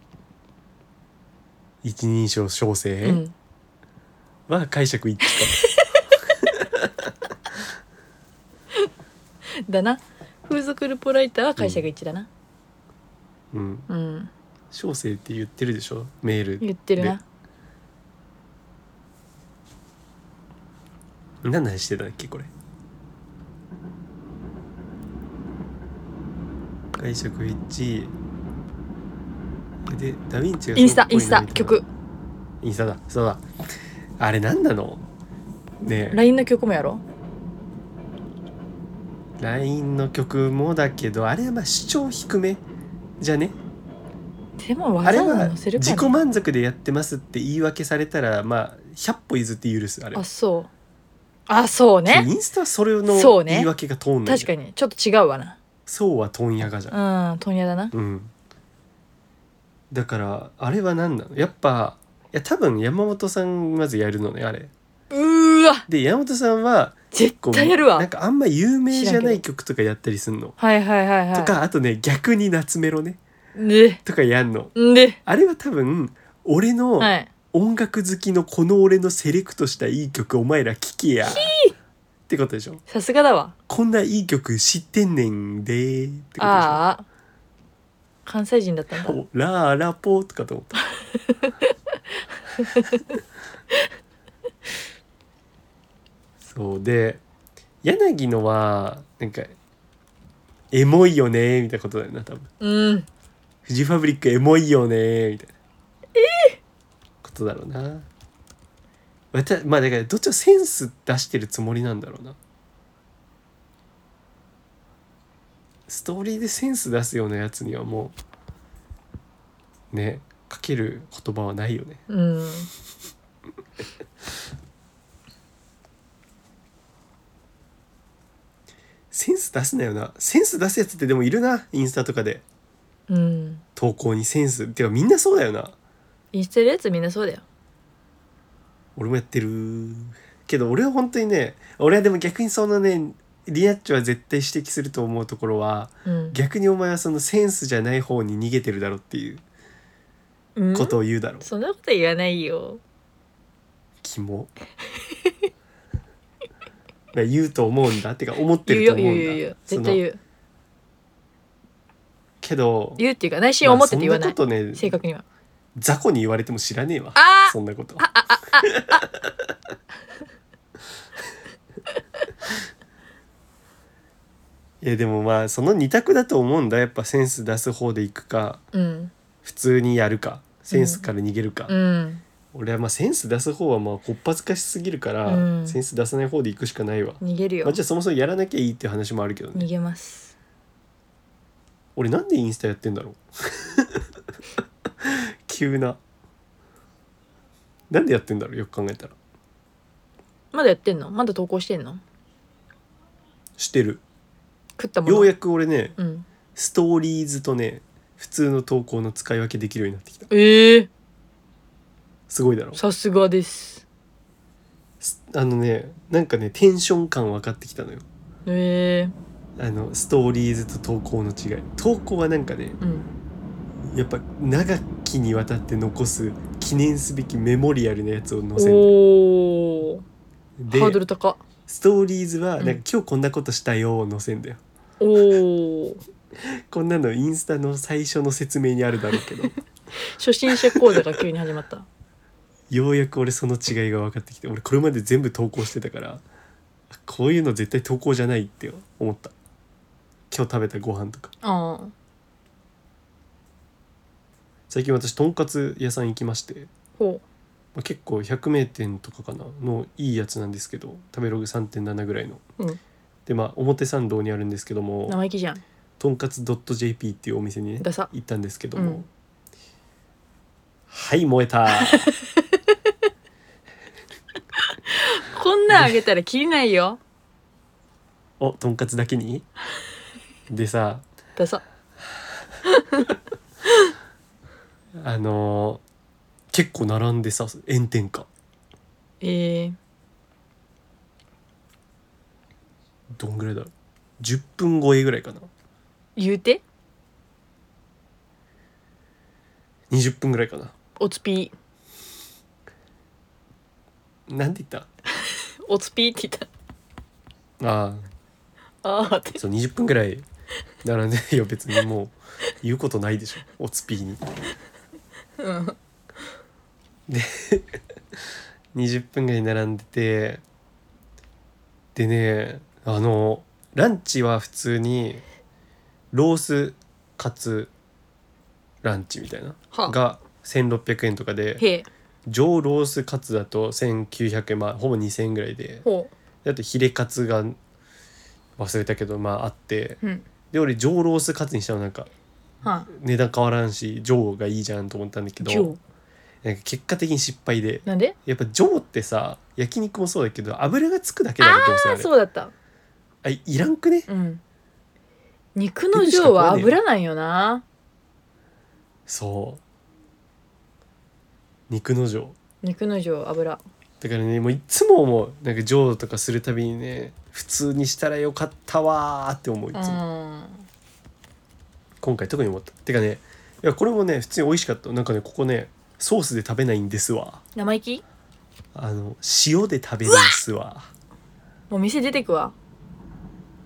Speaker 1: 一人称小生
Speaker 2: うん
Speaker 1: は解釈一致
Speaker 2: だな風俗ルポライターは解釈一致だな
Speaker 1: か、うん、
Speaker 2: うん、
Speaker 1: 小生って言ってるでしょメール
Speaker 2: 言ってる
Speaker 1: で
Speaker 2: な
Speaker 1: 何の話してたっけこれ外食1でダヴィンチが
Speaker 2: インスタ
Speaker 1: すご
Speaker 2: イン
Speaker 1: く
Speaker 2: ス
Speaker 1: っぽいの
Speaker 2: タ
Speaker 1: 見た
Speaker 2: 曲
Speaker 1: インスタだそうだあれ何なのねえ
Speaker 2: LINE の曲もやろ
Speaker 1: LINE の曲もだけどあれはまあ主張低めじゃね
Speaker 2: でも
Speaker 1: あれ
Speaker 2: 技
Speaker 1: は
Speaker 2: を載せるか
Speaker 1: 自己満足でやってますって言い訳されたらまあ100歩譲って許すあれ
Speaker 2: あそうあそうね
Speaker 1: インスタはそれの
Speaker 2: そうね
Speaker 1: 言い訳が通んない
Speaker 2: 確
Speaker 1: じゃん
Speaker 2: かにちょっと違うわな
Speaker 1: そうは問屋がじゃん
Speaker 2: うん問屋だな
Speaker 1: うん、だからあれは何なのやっぱいや多分山本さんまずやるのねあれ
Speaker 2: うーわ
Speaker 1: で山本さんは
Speaker 2: 絶
Speaker 1: こう
Speaker 2: 対やる
Speaker 1: な
Speaker 2: わ
Speaker 1: んかあんま有名じゃ
Speaker 2: 知ら
Speaker 1: なんい曲とかやったりすんの、
Speaker 2: はいはいはい
Speaker 1: と
Speaker 2: は
Speaker 1: かあとね逆に夏メロね
Speaker 2: いで
Speaker 1: とかやんの
Speaker 2: で
Speaker 1: あれは多分俺の
Speaker 2: はい
Speaker 1: 音楽好きのこの俺のセレクトしたいい曲お前ら聴きやってことでしょ
Speaker 2: さすがだわ
Speaker 1: こんないい曲知ってんねんでーってことでしょ
Speaker 2: ああ関西人だったんだ
Speaker 1: おラーラポーとかと思ったそうで柳のはなんかエモいよねみたいなことだよな多分
Speaker 2: うん
Speaker 1: フジファブリックエモいよねみたいなことだろうなわたまあだからどっちもセンス出してるつもりなんだろうなストーリーでセンス出すようなやつにはもうねかける言葉はないよね
Speaker 2: うん
Speaker 1: センス出すなよなセンス出すやつってでもいるなインスタとかで
Speaker 2: うん
Speaker 1: 投稿にセンスってかみんなそうだよな
Speaker 2: インスタやるやつみんなそうだよ
Speaker 1: 俺もやってるけど俺は本当にね俺はでも逆にそのねリアッチョは絶対指摘すると思うところは
Speaker 2: うん
Speaker 1: 逆にお前はそのセンスじゃない方に逃げてるだろっていう
Speaker 2: うん
Speaker 1: ことを言うだろう、
Speaker 2: そんなこと言わないよ
Speaker 1: キモまあ言うと思うんだってか思ってると思うんだ
Speaker 2: 言うよ言うよ言うよ絶対
Speaker 1: う
Speaker 2: 言う
Speaker 1: けど
Speaker 2: 言うっていうか内心思ってて言わない、
Speaker 1: まあそんなことね
Speaker 2: 正確には
Speaker 1: 雑魚に言われても知らねえわ
Speaker 2: あー
Speaker 1: そんなこと いやでもまあその二択だと思うんだやっぱセンス出す方でいくか
Speaker 2: うん
Speaker 1: 普通にやるかセンスから逃げるか、
Speaker 2: うん
Speaker 1: 俺はまあセンス出す方はまあこっぱずかしすぎるから、
Speaker 2: うん
Speaker 1: センス出さない方でいくしかないわ、
Speaker 2: 逃げる
Speaker 1: まあ、
Speaker 2: よ
Speaker 1: じゃあそもそもやらなきゃいいっていう話もあるけどね
Speaker 2: 逃げます
Speaker 1: 俺なんでインスタやってんだろう 急ななんでやってんだろうよく考えたら
Speaker 2: まだやってんのまだ投稿してんの
Speaker 1: してる
Speaker 2: 食ったもの
Speaker 1: ようやく俺ね
Speaker 2: うん
Speaker 1: ストーリーズとね普通の投稿の使い分けできるようになってきた
Speaker 2: ええ
Speaker 1: すごいだろ
Speaker 2: さすがです
Speaker 1: すあのねなんかねテンション感分かってきたのよ
Speaker 2: え
Speaker 1: あのストーリーズと投稿の違い投稿はなんかね
Speaker 2: えうん
Speaker 1: やっぱ長きにわたって残す記念すべきメモリアルなやつを載せる
Speaker 2: おお
Speaker 1: で
Speaker 2: ハードル高
Speaker 1: ストーリーズはなんか、
Speaker 2: うん
Speaker 1: 今日こんなことしたよを載せんだよ
Speaker 2: おお
Speaker 1: こんなのインスタの最初の説明にあるだろうけど
Speaker 2: 初心者講座が急に始まった
Speaker 1: ようやく俺その違いが分かってきて俺これまで全部投稿してたからこういうの絶対投稿じゃないって思った今日食べたご飯とか
Speaker 2: ああ
Speaker 1: 最近私とんかつ屋さん行きまして、
Speaker 2: ほ
Speaker 1: まあ、結構百名店とかかなのいいやつなんですけど食べログ3.7ぐらいの
Speaker 2: ううん
Speaker 1: でまあ表参道にあるんですけども
Speaker 2: 生意気じゃん
Speaker 1: とんかつ .jp っていうお店にね
Speaker 2: ダサ
Speaker 1: 行ったんですけども、
Speaker 2: うん
Speaker 1: はい燃えた
Speaker 2: こんなんあげたら切りないよ
Speaker 1: おとんかつだけにでさ
Speaker 2: ダサ
Speaker 1: あのー結構並んでさ炎天下
Speaker 2: ええ
Speaker 1: どんぐらいだろう10分超えぐらいかな
Speaker 2: 言うて
Speaker 1: 20分ぐらいかな
Speaker 2: おつぴ
Speaker 1: なんて言っ
Speaker 2: ーおつぴーって言った
Speaker 1: たああ
Speaker 2: ああって
Speaker 1: そう20分ぐらい並んでるよ 別にもう言うことないでしょおつぴーに。
Speaker 2: うん
Speaker 1: 20分ぐらい並んでてでねあのランチは普通にロースカツランチみたいな
Speaker 2: はあ
Speaker 1: が1600円とかで
Speaker 2: へえ
Speaker 1: 上ロースカツだと1900円まあほぼ2000円ぐらいで
Speaker 2: ほ
Speaker 1: あとヒレカツが忘れたけどまああって
Speaker 2: ううん
Speaker 1: で俺上ロースカツにしたのなんか
Speaker 2: は
Speaker 1: 値段変わらんし上がいいじゃんと思ったんだけ
Speaker 2: あ
Speaker 1: ど
Speaker 2: ジョー
Speaker 1: なんか結果的に失敗で
Speaker 2: なんで
Speaker 1: やっぱ上ってさ焼肉もそうだけど油がつくだけだよどうせ
Speaker 2: あ
Speaker 1: あ
Speaker 2: あ
Speaker 1: れ
Speaker 2: そうだった
Speaker 1: あいらんくね
Speaker 2: うん肉のジョーは油なんよな
Speaker 1: そう肉の上
Speaker 2: 肉のジョー油
Speaker 1: だからねもういつも思うなんか上とかするたびにね普通にしたらよかったわーって思ういうつも
Speaker 2: ん
Speaker 1: 今回特に思ったてかねいやこれもね普通に美味しかったなんかねここねソースで食べないんですわ
Speaker 2: 生意気
Speaker 1: あの塩で食べるんですわ
Speaker 2: もう店出てくわ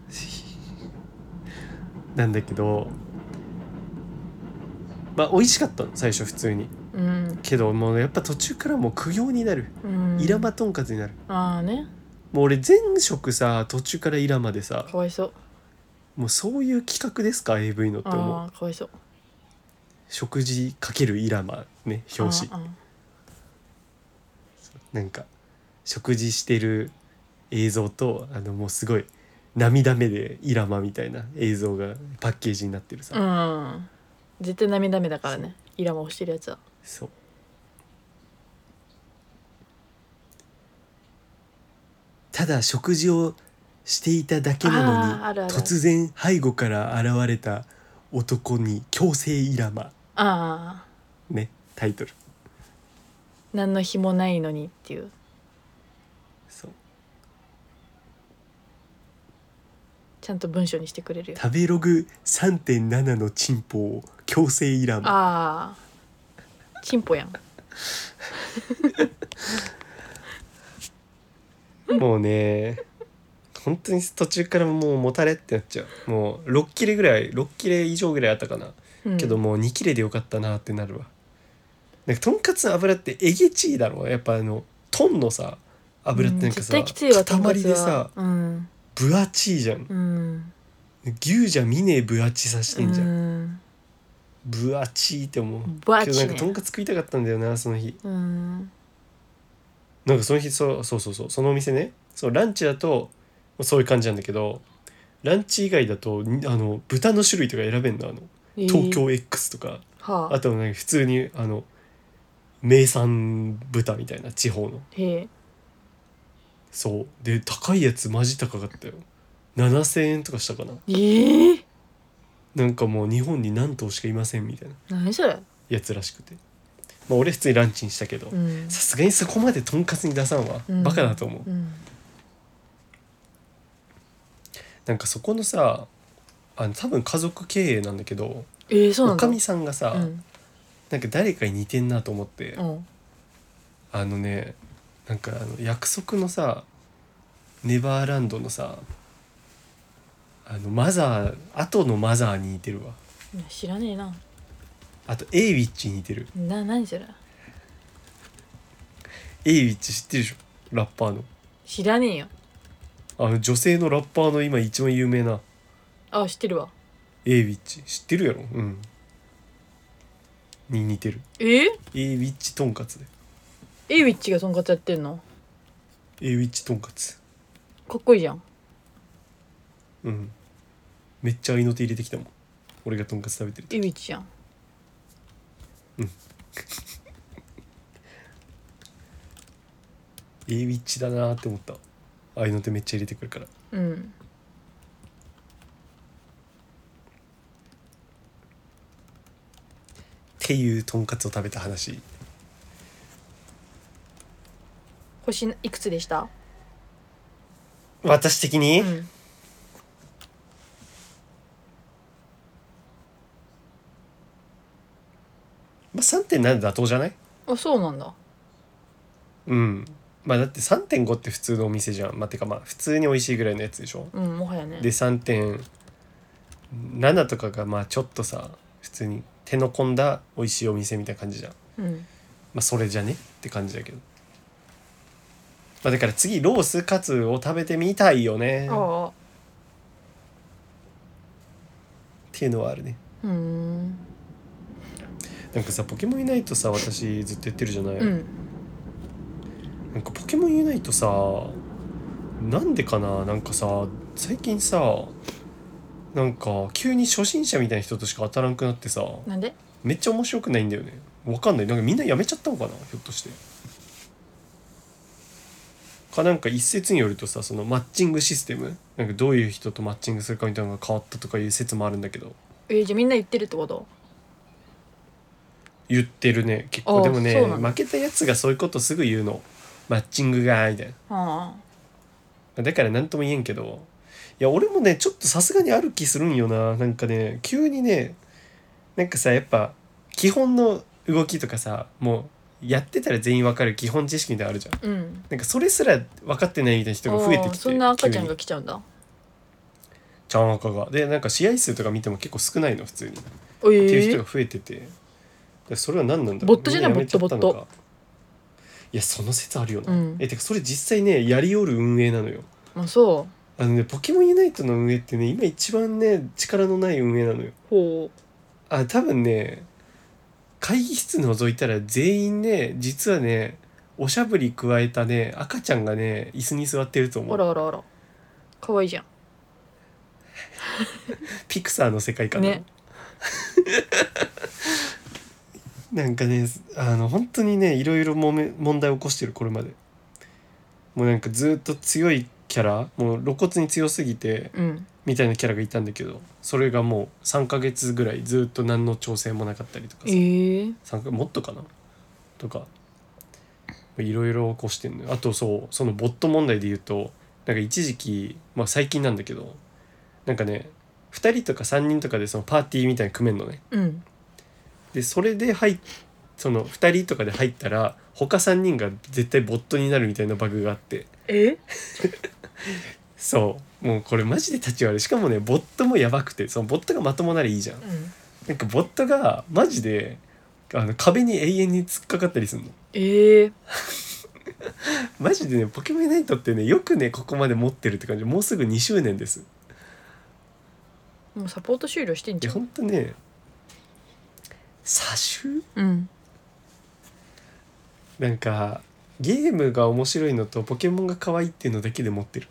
Speaker 1: なんだけどまあ美味しかったの最初普通に
Speaker 2: うん
Speaker 1: けどもうやっぱ途中からもう苦行になる
Speaker 2: うん
Speaker 1: イラマとんかつになる
Speaker 2: ああね
Speaker 1: もう俺前職さ途中からイラマでさ
Speaker 2: かわいそう
Speaker 1: もうそういう企画ですか AV のって思
Speaker 2: あ
Speaker 1: う
Speaker 2: あかわいそう
Speaker 1: 食事かけるイラマね表紙
Speaker 2: あーあー
Speaker 1: なんか食事してる映像とあのもうすごい涙目でイラマみたいな映像がパッケージになってるさ、
Speaker 2: うん絶対涙目だからねイラも欲してるやつは
Speaker 1: そうただ食事をしていただけな
Speaker 2: あーある
Speaker 1: の
Speaker 2: あ
Speaker 1: に
Speaker 2: る
Speaker 1: 突然背後から現れた男に強制イラマ
Speaker 2: ああ
Speaker 1: ねタイトル
Speaker 2: 何の日もないのにっていう
Speaker 1: そう
Speaker 2: ちゃんと文章にしてくれるよ
Speaker 1: 食べログ3.7のチンポを強制イラマ
Speaker 2: ああチンポやん
Speaker 1: もうね本当に途中からもうもたれってなっちゃうもう6切れぐらい6切れ以上ぐらいあったかな
Speaker 2: うん
Speaker 1: けどもう2切れでよかったなってなるわなんかとんかつの油ってえげちいだろやっぱあのトンのさ油ってなんかさ、
Speaker 2: うん絶対きついわ
Speaker 1: 塊でさ
Speaker 2: とんかつはうん
Speaker 1: 分厚いじゃん
Speaker 2: うん
Speaker 1: 牛じゃ見ねえ分厚さしてんじゃん、
Speaker 2: うん
Speaker 1: 分厚いって思う
Speaker 2: 分厚
Speaker 1: け
Speaker 2: い
Speaker 1: ど
Speaker 2: ね
Speaker 1: なんかとんかつ食いたかったんだよなその日
Speaker 2: うん
Speaker 1: なんかその日そうそうそうそうそのお店ねそうランチだとそういう感じなんだけどランチ以外だとにあの豚の種類とか選べんのあの
Speaker 2: えー
Speaker 1: 東京 X とか、
Speaker 2: は
Speaker 1: あ
Speaker 2: あ
Speaker 1: となんか普通にあの名産豚みたいな地方の
Speaker 2: へえ
Speaker 1: そうで高いやつマジ高かったよ7,000円とかしたかな
Speaker 2: えー、
Speaker 1: なんかもう日本に何頭しかいませんみたいな
Speaker 2: 何それ
Speaker 1: やつらしくてまあ俺普通にランチにしたけど
Speaker 2: うん
Speaker 1: さすがにそこまでとんかつに出さんわ、
Speaker 2: うん
Speaker 1: バカだと思う
Speaker 2: うん
Speaker 1: なんかそこのさあの多分家族経営なんだけど
Speaker 2: えー、そうな
Speaker 1: お
Speaker 2: んだ
Speaker 1: かみさんがさ、
Speaker 2: うん
Speaker 1: なんか誰かに似てんなと思って、
Speaker 2: うん
Speaker 1: あのねなんかあの約束のさネバーランドのさあのマザー後のマザーに似てるわ
Speaker 2: いや知らねえな
Speaker 1: あとエイウィッチに似てる
Speaker 2: な何それ
Speaker 1: エイウィッチ知ってるでしょラッパーの
Speaker 2: 知らねえよ
Speaker 1: あの女性のラッパーの今一番有名な
Speaker 2: あ知ってるわ
Speaker 1: エイウィッチ知ってるやろうんに似てる
Speaker 2: えー、
Speaker 1: エイウィッチとんかつで
Speaker 2: エイウィッチがとんかつやってんの
Speaker 1: エイウィッチとんかつ
Speaker 2: かっこいいじゃん
Speaker 1: うんめっちゃ合いの手入れてきたもん俺がとんかつ食べてる
Speaker 2: エイウィッチじゃん
Speaker 1: エイウィッチだなーって思った合いの手めっちゃ入れてくるから
Speaker 2: うん
Speaker 1: っていうとんかつを食べた話
Speaker 2: 星いくつでした
Speaker 1: 私的に、
Speaker 2: うん
Speaker 1: まあ、3.7妥当じゃない
Speaker 2: あそうなんだ
Speaker 1: うんまあだって3.5って普通のお店じゃんまあてかまあ普通に美味しいぐらいのやつでしょ
Speaker 2: うんもはやね
Speaker 1: で3.7とかがまあちょっとさ普通に手の込んだ美味しいお店みたいな感じじゃん
Speaker 2: うん
Speaker 1: まあそれじゃねって感じだけどまあ、だから次ロースカツを食べてみたいよねっ
Speaker 2: ああ
Speaker 1: ていうのはあるね
Speaker 2: うーん
Speaker 1: なんかさポケモンユナイトさ私ずっと言ってるじゃない、
Speaker 2: うん
Speaker 1: なんかポケモンユナイトさなんでかななんかさ最近さなんか急に初心者みたいな人としか当たらんくなってさ
Speaker 2: なんで
Speaker 1: めっちゃ面白くないんだよねわかんないなんかみんなやめちゃったのかなひょっとしてかなんか一説によるとさそのマッチングシステムなんかどういう人とマッチングするかみたいなのが変わったとかいう説もあるんだけど
Speaker 2: えーじゃあみんな言ってるってこと
Speaker 1: 言ってるね結
Speaker 2: あ
Speaker 1: 構
Speaker 2: あ
Speaker 1: でもね
Speaker 2: そうなんだ
Speaker 1: 負けたやつがそういうことすぐ言うのマッチングがみたい
Speaker 2: あ
Speaker 1: なだから何とも言えんけどいや俺もねちょっとさすがにある気するんよななんかね急にねなんかさやっぱ基本の動きとかさもうやってたら全員わかる基本知識みたいなのあるじゃん
Speaker 2: あうん
Speaker 1: なんかそれすら分かってないみたいな人が増えて
Speaker 2: あ
Speaker 1: き
Speaker 2: あ
Speaker 1: て
Speaker 2: そんな赤ちゃん
Speaker 1: 急
Speaker 2: が
Speaker 1: に
Speaker 2: 来ちゃうんだ
Speaker 1: ちゃん赤がでなんか試合数とか見ても結構少ないの普通に、
Speaker 2: えー、
Speaker 1: っていう人が増えててでそれは何なんだろう
Speaker 2: ボットじゃない
Speaker 1: みんやめちったの
Speaker 2: ボ
Speaker 1: か
Speaker 2: ットボ
Speaker 1: いやその説あるよな、
Speaker 2: うん
Speaker 1: えてかそれ実際ねやりおる運営なのよ
Speaker 2: まあそ
Speaker 1: あのねポケモンユナイトの運営ってね今一番ね力のない運営なのよ
Speaker 2: うほ
Speaker 1: あ多分ね会議室覗いたら全員ね実はねおしゃぶり加えたね赤ちゃんがね椅子に座ってると
Speaker 2: う
Speaker 1: 思
Speaker 2: あ
Speaker 1: う
Speaker 2: らあらあら可愛いじゃん
Speaker 1: ピクサーの世界観なの
Speaker 2: ね
Speaker 1: なんかねあの本当にねいろいろもめ問題を起こしてるこれまでもうなんかずっと強いキャラもう露骨に強すぎて
Speaker 2: うん
Speaker 1: みたいなキャラがいたんだけどそれがもう3ヶ月ぐらいずっと何の調整もなかったりとか
Speaker 2: え
Speaker 1: さ三
Speaker 2: ー、
Speaker 1: かもっとかなとかいろいろ起こしてんのよあとそうそのボット問題で言うとなんか一時期、まあ、最近なんだけどなんかね2人とか3人とかでそのパーティーみたいに組めんのね
Speaker 2: うん
Speaker 1: でそれで入っその2人とかで入ったら他3人が絶対ボットになるみたいなバグがあって
Speaker 2: え
Speaker 1: そうもうこれマジで立ち悪いしかもねボットもやばくてそのボットがまともならいいじゃん
Speaker 2: うん
Speaker 1: なんかボットがマジであの壁に永遠に突っかかったりするの
Speaker 2: えー、
Speaker 1: マジでねポケモンナイトってねよくねここまで持ってるって感じもうすぐ2周年です
Speaker 2: もうサポート終了してん
Speaker 1: い
Speaker 2: じ
Speaker 1: や
Speaker 2: ゃ
Speaker 1: ほ
Speaker 2: ん
Speaker 1: んとね差し
Speaker 2: うん
Speaker 1: なんかゲームが面白いのとポケモンが可愛いっていうのだけで持ってる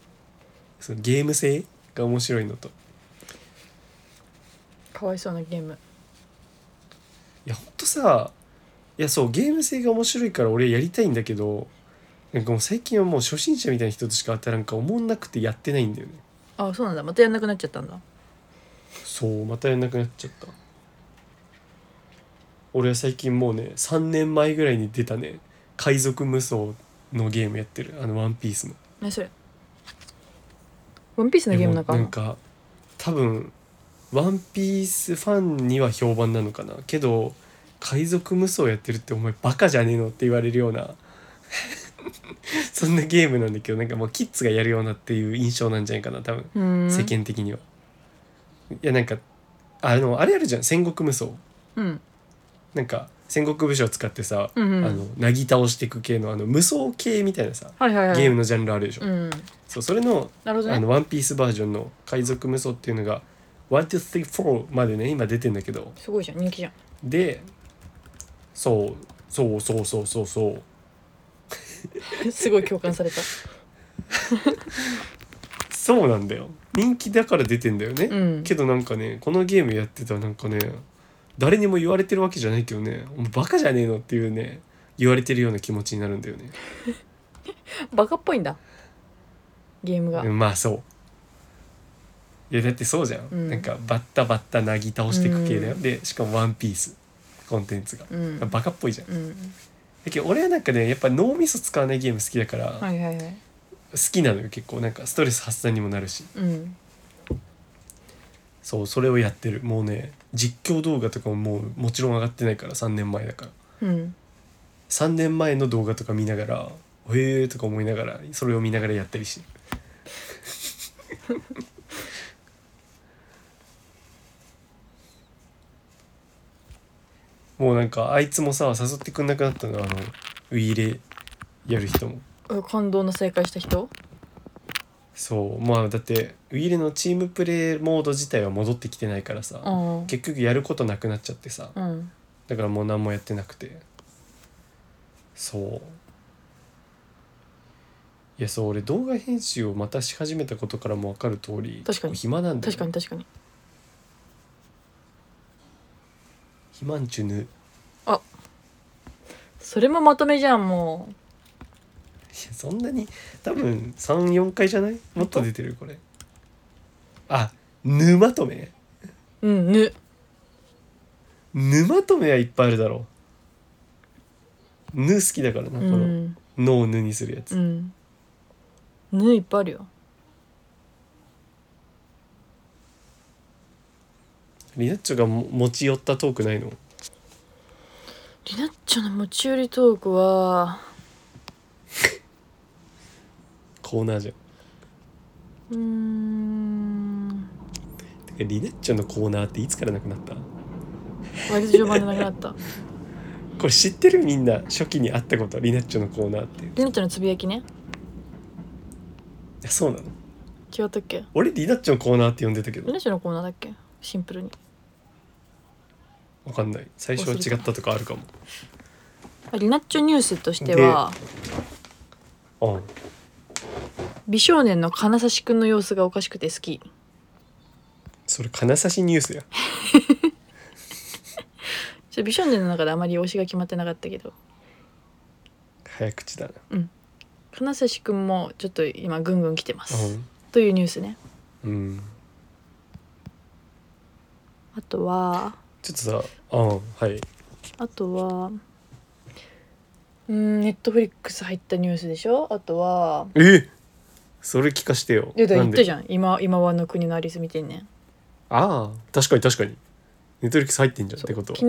Speaker 1: そのゲーム性が面白いのとい
Speaker 2: かわいそうなゲーム
Speaker 1: やほんとさいやそうゲーム性が面白いから俺やりたいんだけどなんかもう最近はもう初心者みたいな人としか当たらんから思んなくてやってないんだよね
Speaker 2: ああそうなんだまたやんなくなっちゃったんだ
Speaker 1: そうまたやんなくなっちゃった俺は最近もうね3年前ぐらいに出たね海賊無双のゲームやってるあの「ワンピースの
Speaker 2: 何それワンピースの
Speaker 1: で
Speaker 2: ゲー
Speaker 1: も
Speaker 2: ム
Speaker 1: な
Speaker 2: なん
Speaker 1: ん
Speaker 2: かあんの
Speaker 1: か多分「ワンピースファンには評判なのかなけど海賊無双やってるってお前バカじゃねえのって言われるような そんなゲームなんだけどなんかもうキッズがやるようなっていう印象なんじゃないかな多分
Speaker 2: うーん
Speaker 1: 世間的には。いやなんかあのあれあるじゃん戦国無双
Speaker 2: うん
Speaker 1: なんか戦国武将使ってさ、
Speaker 2: うんうん
Speaker 1: あのなぎ倒していく系のあの無双系みたいなさ
Speaker 2: はいはいはい
Speaker 1: ゲームのジャンルあるでしょ、
Speaker 2: うん
Speaker 1: そうそれの
Speaker 2: なるほど
Speaker 1: あ
Speaker 2: ね
Speaker 1: のワンピースバージョンの「海賊無双」っていうのが1234までね今出てんだけど
Speaker 2: すごいじゃん人気じゃん
Speaker 1: でそうそうそうそうそうそう
Speaker 2: すごい共感された。
Speaker 1: そうなんだよ人気だから出てんだよね、
Speaker 2: うん。
Speaker 1: けどなんかねこのゲームやってたらなんかね誰にも言われてるわけじゃないけどねお前バカじゃねえのっていうね言われてるような気持ちになるんだよね
Speaker 2: バカっぽいんだ。ゲームが。
Speaker 1: まあそういやだってそうじゃん、
Speaker 2: うん
Speaker 1: なんかバッタバッタなぎ倒していく系だよ、でしかもワンピースコンテンツが、
Speaker 2: うん。
Speaker 1: バカっぽいじゃん
Speaker 2: うん。
Speaker 1: だけど俺はなんかねやっぱ脳みそ使わないゲーム好きだから、好
Speaker 2: はいはいはい。
Speaker 1: きなのよ結構なんかストレス発散にもなるし
Speaker 2: うん。
Speaker 1: そうそれをやってるもうね実況動画とかももうもちろん上がってないから3年前だから
Speaker 2: うん。
Speaker 1: 3年前の動画とか見ながら「へえ」とか思いながらそれを見ながらやったりしてるもうなんかあいつもさ誘ってくんなくなったのあのウイイレやる人も
Speaker 2: え感動の正解した人
Speaker 1: そうまあだってウィーレのチームプレーモード自体は戻ってきてないからさ、
Speaker 2: うん
Speaker 1: 結局やることなくなっちゃってさ
Speaker 2: うん
Speaker 1: だからもう何もやってなくてそういやそう俺動画編集をまたし始めたことからも分かる通り
Speaker 2: 確か
Speaker 1: 結
Speaker 2: に
Speaker 1: 構暇なんだよ
Speaker 2: 確かに確かに
Speaker 1: 暇んちゅぬいや
Speaker 2: それもまとめじゃんも
Speaker 1: そんなに多分34回じゃないもっと出てるこれあ沼とめ
Speaker 2: ううんぬ
Speaker 1: 沼とめはいっぱいあるだろうぬ好きだからな
Speaker 2: う
Speaker 1: この
Speaker 2: ん
Speaker 1: 脳をぬにするやつ、
Speaker 2: うんぬいっぱいあるよ
Speaker 1: リナッチョがも持ち寄ったトークないの
Speaker 2: りなっちゃんの持ち寄りトークは
Speaker 1: コーナーじゃん
Speaker 2: うーん
Speaker 1: てかリナッチョのコーナーっていつからなくなった
Speaker 2: 割と序盤でなく なった
Speaker 1: これ知ってるみんな初期に会ったことリナッチョのコーナーってい
Speaker 2: りなっちゃんのつぶやきね
Speaker 1: やそうなの
Speaker 2: 違ったっけ
Speaker 1: 俺リナッチョのコーナーって呼んでたけ
Speaker 2: り
Speaker 1: ど
Speaker 2: なっちゃんのコーナーだっけシンプルに
Speaker 1: わかんない最初は違ったとかあるかも
Speaker 2: ありなっちゃんニュースとしては
Speaker 1: うん
Speaker 2: 美少年の金指くんの様子がおかしくて好き
Speaker 1: それ金指ニュースや
Speaker 2: ちょ美少年の中であまり推しが決まってなかったけど
Speaker 1: 早口だな
Speaker 2: 金指くんもちょっと今ぐんぐん来てます、
Speaker 1: うん
Speaker 2: というニュースね
Speaker 1: うん
Speaker 2: あとは
Speaker 1: ちょっとさうんはい
Speaker 2: あとはうんネットフリックス入ったニュースでしょあとは
Speaker 1: えそれ聞かしてよ
Speaker 2: いやだから
Speaker 1: なん
Speaker 2: 言っ
Speaker 1: で
Speaker 2: たじゃん今今はあの国のアリス見てんねん
Speaker 1: ああ確かに確かにネットフリックス入ってんじゃんっ
Speaker 2: そう
Speaker 1: てこと
Speaker 2: 昨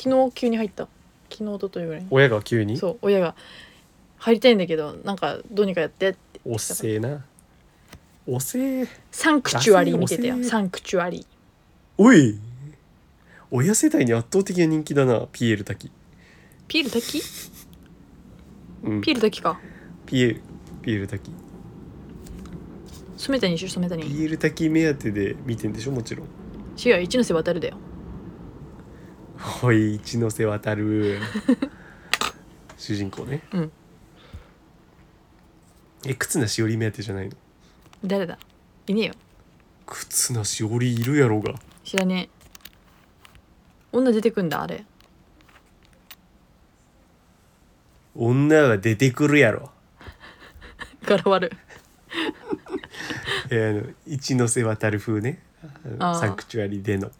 Speaker 2: 日昨日急に入った昨日おとといぐらいに
Speaker 1: 親が急に
Speaker 2: そう親が「入りたいんだけどなんかどうにかやって」って
Speaker 1: おっせえなおせえ
Speaker 2: サンクチュアリー見てた
Speaker 1: ダ
Speaker 2: よ
Speaker 1: セえ
Speaker 2: サンクチュアリー
Speaker 1: おい親世代に圧倒的な人気だなピエール滝
Speaker 2: ピール滝
Speaker 1: うん
Speaker 2: ピール滝か
Speaker 1: ピエールピエール滝
Speaker 2: 染谷一緒染
Speaker 1: ピ
Speaker 2: 谷
Speaker 1: エール滝目当てで見てんでしょもちろん
Speaker 2: 違う一ノ瀬渡るだよ
Speaker 1: おい一ノ瀬渡る主人公ね
Speaker 2: うん
Speaker 1: え忽那しおり目当てじゃないの
Speaker 2: 誰だいねえよ
Speaker 1: 忽那しおりいるやろうが
Speaker 2: 知らねえ女出てくんだあれ
Speaker 1: 女は出てくるやろ
Speaker 2: 柄悪い
Speaker 1: えーあの一ノ瀬渡る風ねあ
Speaker 2: あ
Speaker 1: の
Speaker 2: ー
Speaker 1: サンクチュアリでの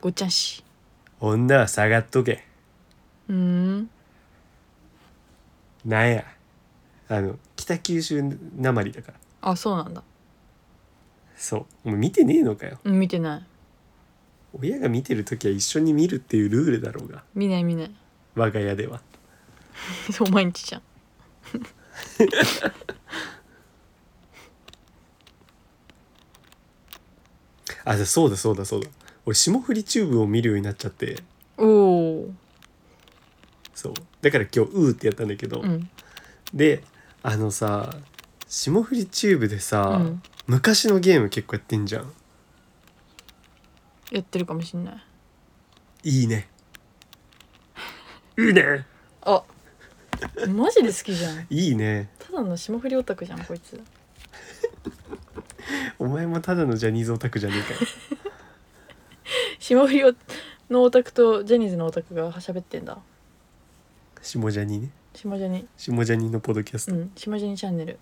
Speaker 2: ごっちゃんし
Speaker 1: 女は下がっとけ
Speaker 2: うーん
Speaker 1: なんやあの北九州なまりだから
Speaker 2: あそうなんだ
Speaker 1: そうお前見てねえのかよ
Speaker 2: うん見てない
Speaker 1: 親が見てる時は一緒に見るっていうルールだろうが
Speaker 2: 見ない見ない
Speaker 1: 我が家では
Speaker 2: そう毎日じゃん
Speaker 1: あそうだそうだそうだ俺霜降りチューブを見るようになっちゃって
Speaker 2: おお
Speaker 1: そうだから今日「うー」ってやったんだけど、
Speaker 2: うん
Speaker 1: であのさ霜降りチューブでさ、
Speaker 2: うん
Speaker 1: 昔のゲーム結構やってんじゃん
Speaker 2: やってるかもしんない
Speaker 1: いいねいいね
Speaker 2: あ マジで好きじゃん
Speaker 1: いいね
Speaker 2: ただの霜降りオタクじゃんこいつ
Speaker 1: お前もただのジャニーズオタクじゃね えかよ
Speaker 2: 霜降りオのオタクとジャニーズのオタクが 喋ってんだ
Speaker 1: 下ジャニね
Speaker 2: 島ジャニ
Speaker 1: 下ジャニのポッドキャス
Speaker 2: う
Speaker 1: ト、
Speaker 2: ん島ジャニチャンネル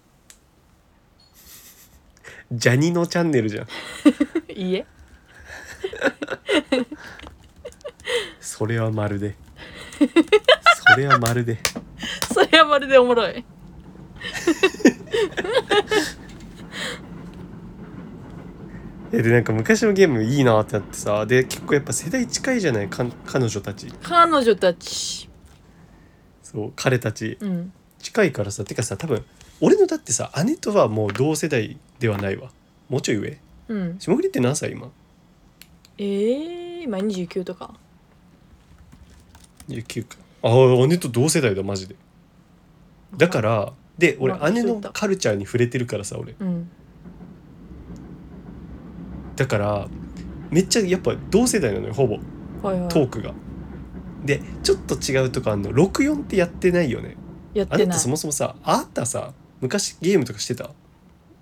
Speaker 1: ジャニのチャンネルじゃん
Speaker 2: いいえ
Speaker 1: それはまる でそれはまるで
Speaker 2: それはまるでおもろい
Speaker 1: えでなんか昔のゲームいいなってなってさで結構やっぱ世代近いじゃないか彼女たち
Speaker 2: 彼女たち
Speaker 1: そう彼たち
Speaker 2: うん
Speaker 1: 近いからさてかさ多分俺のだってさ姉とはもう同世代ではないわもうちょい上
Speaker 2: うん
Speaker 1: 霜降りって何歳今
Speaker 2: ええー、今29とか
Speaker 1: 19かああ姉と同世代だマジでだからで俺、
Speaker 2: まあ
Speaker 1: 姉
Speaker 2: 聞
Speaker 1: の
Speaker 2: いた
Speaker 1: カルチャーに触れてるからさ俺
Speaker 2: うん
Speaker 1: だからめっちゃやっぱ同世代なのよほぼ
Speaker 2: はいはい
Speaker 1: トークが。でちょっと違うとこあんの64ってやってないよね
Speaker 2: やっ
Speaker 1: あ
Speaker 2: て
Speaker 1: な
Speaker 2: な
Speaker 1: た
Speaker 2: い
Speaker 1: そもそもさあなたさ昔ゲームとかしてた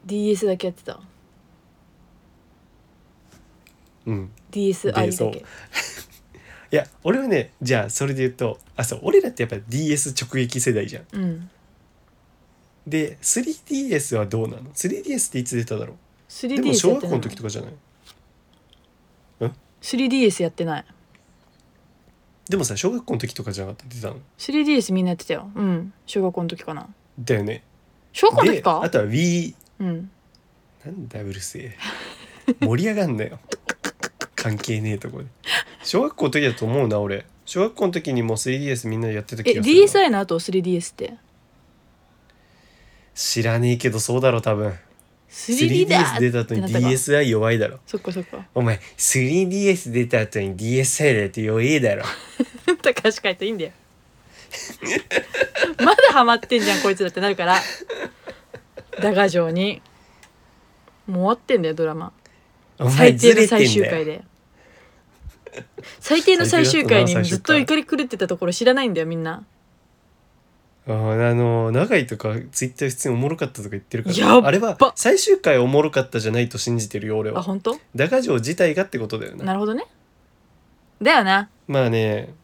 Speaker 2: DS だけやってた
Speaker 1: うん
Speaker 2: DS
Speaker 1: で
Speaker 2: ありだ
Speaker 1: そう
Speaker 2: け
Speaker 1: いや俺はねじゃあそれで言うとあそう俺らってやっぱ DS 直撃世代じゃん
Speaker 2: うん
Speaker 1: で 3DS はどうなの 3DS っていつ出ただろうでも
Speaker 2: 3DS
Speaker 1: 小
Speaker 2: やっ
Speaker 1: 学
Speaker 2: て
Speaker 1: 校
Speaker 2: な
Speaker 1: の
Speaker 2: い
Speaker 1: 時とかじゃない
Speaker 2: 3DS やってない
Speaker 1: でもさ小学校の時とかじゃなかった出たの
Speaker 2: 3DS みんなやってたようん小学校の時かな
Speaker 1: だよね
Speaker 2: 小学校の時
Speaker 1: で
Speaker 2: か
Speaker 1: あとは Wii
Speaker 2: うん
Speaker 1: なんだうるせえ盛り上がんなよ関係ねえとこで小学校の時だと思うな俺小学校の時にもう 3DS みんなでやってた気
Speaker 2: え
Speaker 1: がするな
Speaker 2: DSi の後 3DS って
Speaker 1: 知らねえけどそうだろ多分
Speaker 2: 3D だ
Speaker 1: 3DS 出た後
Speaker 2: って
Speaker 1: に
Speaker 2: なったか
Speaker 1: DSi 弱いだろ
Speaker 2: そっかそっか
Speaker 1: お前 3DS 出た後に DSi だって弱えだ ろ
Speaker 2: 高橋海人いいんだよまだハマってんじゃんこいつらってなるからだが城にもう終わってんだよドラマ
Speaker 1: お前
Speaker 2: 最低
Speaker 1: ずれ
Speaker 2: の
Speaker 1: て
Speaker 2: 最
Speaker 1: ん
Speaker 2: 終
Speaker 1: だ
Speaker 2: 回
Speaker 1: よ
Speaker 2: で最低の最終
Speaker 1: 最
Speaker 2: 回
Speaker 1: 低だった
Speaker 2: に
Speaker 1: な
Speaker 2: ずっと
Speaker 1: 最終
Speaker 2: 怒り狂ってたところ知らないんだよみんな
Speaker 1: あーあの長井とかツイッター普通におもろかったとか言ってるから
Speaker 2: やっば
Speaker 1: あれは最終回おもろかったじゃないと信じてるよ俺
Speaker 2: あ
Speaker 1: は
Speaker 2: 本当
Speaker 1: ダガ城自体がってことだよな
Speaker 2: なるほどねだよな
Speaker 1: まあね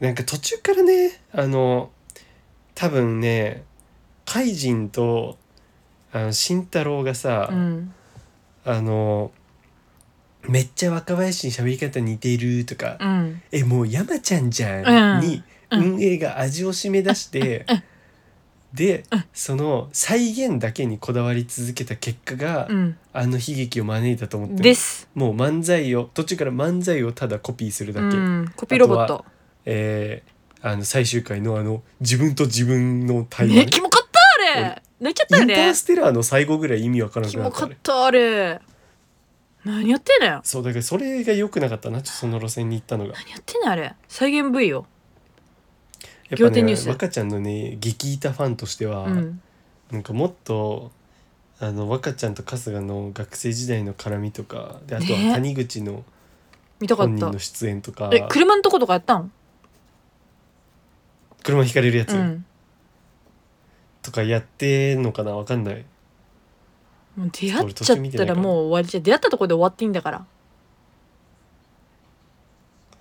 Speaker 1: なんか途中からねあの多分ねカイジンとあの慎太郎がさ、
Speaker 2: うん
Speaker 1: あのめっちゃ若林に喋り方似てるとか、
Speaker 2: うん
Speaker 1: えもう山ちゃんじゃん
Speaker 2: うん
Speaker 1: に
Speaker 2: うん
Speaker 1: 運営が味を占め出して、で、その再現だけにこだわり続けた結果が、
Speaker 2: うん
Speaker 1: あの悲劇を招いたと思ってる
Speaker 2: です
Speaker 1: もう漫才を途中から漫才をただコピーするだ
Speaker 2: う
Speaker 1: け、
Speaker 2: んコピーロボッ
Speaker 1: あと
Speaker 2: ト
Speaker 1: えーあの最終回のあの自分と自分の対話、
Speaker 2: ね
Speaker 1: ね、
Speaker 2: キモかったあれ泣いちゃった
Speaker 1: イ
Speaker 2: よ
Speaker 1: ンタ
Speaker 2: ね
Speaker 1: ーステラーの最後ぐらい意味わからな
Speaker 2: キ
Speaker 1: くな
Speaker 2: モ
Speaker 1: っ
Speaker 2: か
Speaker 1: た
Speaker 2: っ
Speaker 1: ね
Speaker 2: たあれ何やってんのよ
Speaker 1: そうだからそれが良くなかったなちょっとその路線に行ったのがやっ
Speaker 2: 何やってんのあれ再現部位よ、
Speaker 1: ぱ
Speaker 2: 仰天ニ
Speaker 1: ね
Speaker 2: ュース
Speaker 1: 若ちゃんのね激イタファンとしては、
Speaker 2: うん、
Speaker 1: なんかもっとあの若ちゃんと春日の学生時代の絡みとかであとは
Speaker 2: ね
Speaker 1: 谷口の
Speaker 2: 見たか
Speaker 1: 本
Speaker 2: っ
Speaker 1: 人
Speaker 2: た
Speaker 1: の出演とか、
Speaker 2: え車のとことかやったん
Speaker 1: 車ひかれるや
Speaker 2: う
Speaker 1: つ
Speaker 2: ん
Speaker 1: とかやってんのかなわかんない
Speaker 2: もう出会っちゃ
Speaker 1: ちょっと俺途中見
Speaker 2: ってた
Speaker 1: ない
Speaker 2: ら
Speaker 1: から
Speaker 2: もう終わりじゃん出会ったとこで終わっていいんだから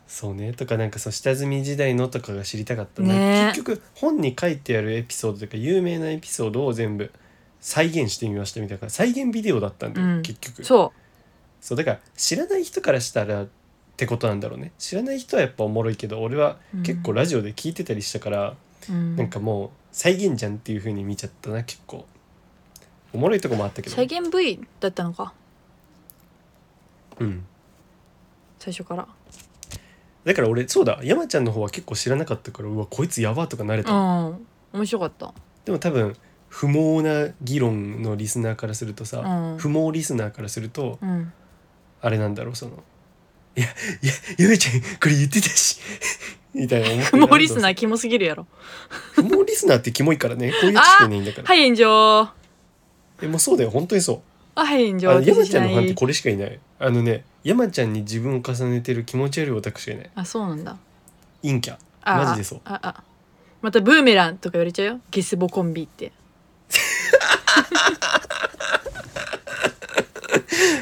Speaker 1: そうねとかなんかその下積み時代のとかが知りたかったな、
Speaker 2: ね
Speaker 1: 結局本に書いてあるエピソードというか有名なエピソードを全部再現してみましたみたいな再現ビデオだったんだよ、
Speaker 2: うん
Speaker 1: 結局そう
Speaker 2: そ
Speaker 1: だから知らない人からしたらってことなんだろうね知らない人はやっぱおもろいけど俺は
Speaker 2: うん
Speaker 1: 結構ラジオで聞いてたりしたから、
Speaker 2: う、うん
Speaker 1: なんかもう再現じゃんっていう風に見ちゃったな結構おもろいとこもあったけど
Speaker 2: 再現部位だったのか
Speaker 1: うん
Speaker 2: 最初から
Speaker 1: だから俺そうだ山ちゃんの方は結構知らなかったからうわこいつやばとか慣れた、
Speaker 2: うん面白かった
Speaker 1: でも多分不毛な議論のリスナーからするとさ、
Speaker 2: うん
Speaker 1: 不毛リスナーからすると
Speaker 2: うん
Speaker 1: あれなんだろうその「いやいやゆめちゃんこれ言ってたし」 みたいな思ってる
Speaker 2: 雲リスナー
Speaker 1: ー
Speaker 2: キモすぎるやろ
Speaker 1: 不毛リスナーってキモいから ねこういうやつしかいないんだから、
Speaker 2: はい炎上あ
Speaker 1: えもうそうだよ本当にそう
Speaker 2: はい炎
Speaker 1: あ
Speaker 2: 上
Speaker 1: の山ちゃんのファンって
Speaker 2: 私しない
Speaker 1: これしかいないあのね山ちゃんに自分を重ねてる気持ち悪いオタクしかいない
Speaker 2: あそうなんだ
Speaker 1: 陰キャ
Speaker 2: あ
Speaker 1: マジでそう
Speaker 2: ああまたブーメランとか言われちゃうよゲスボコンビって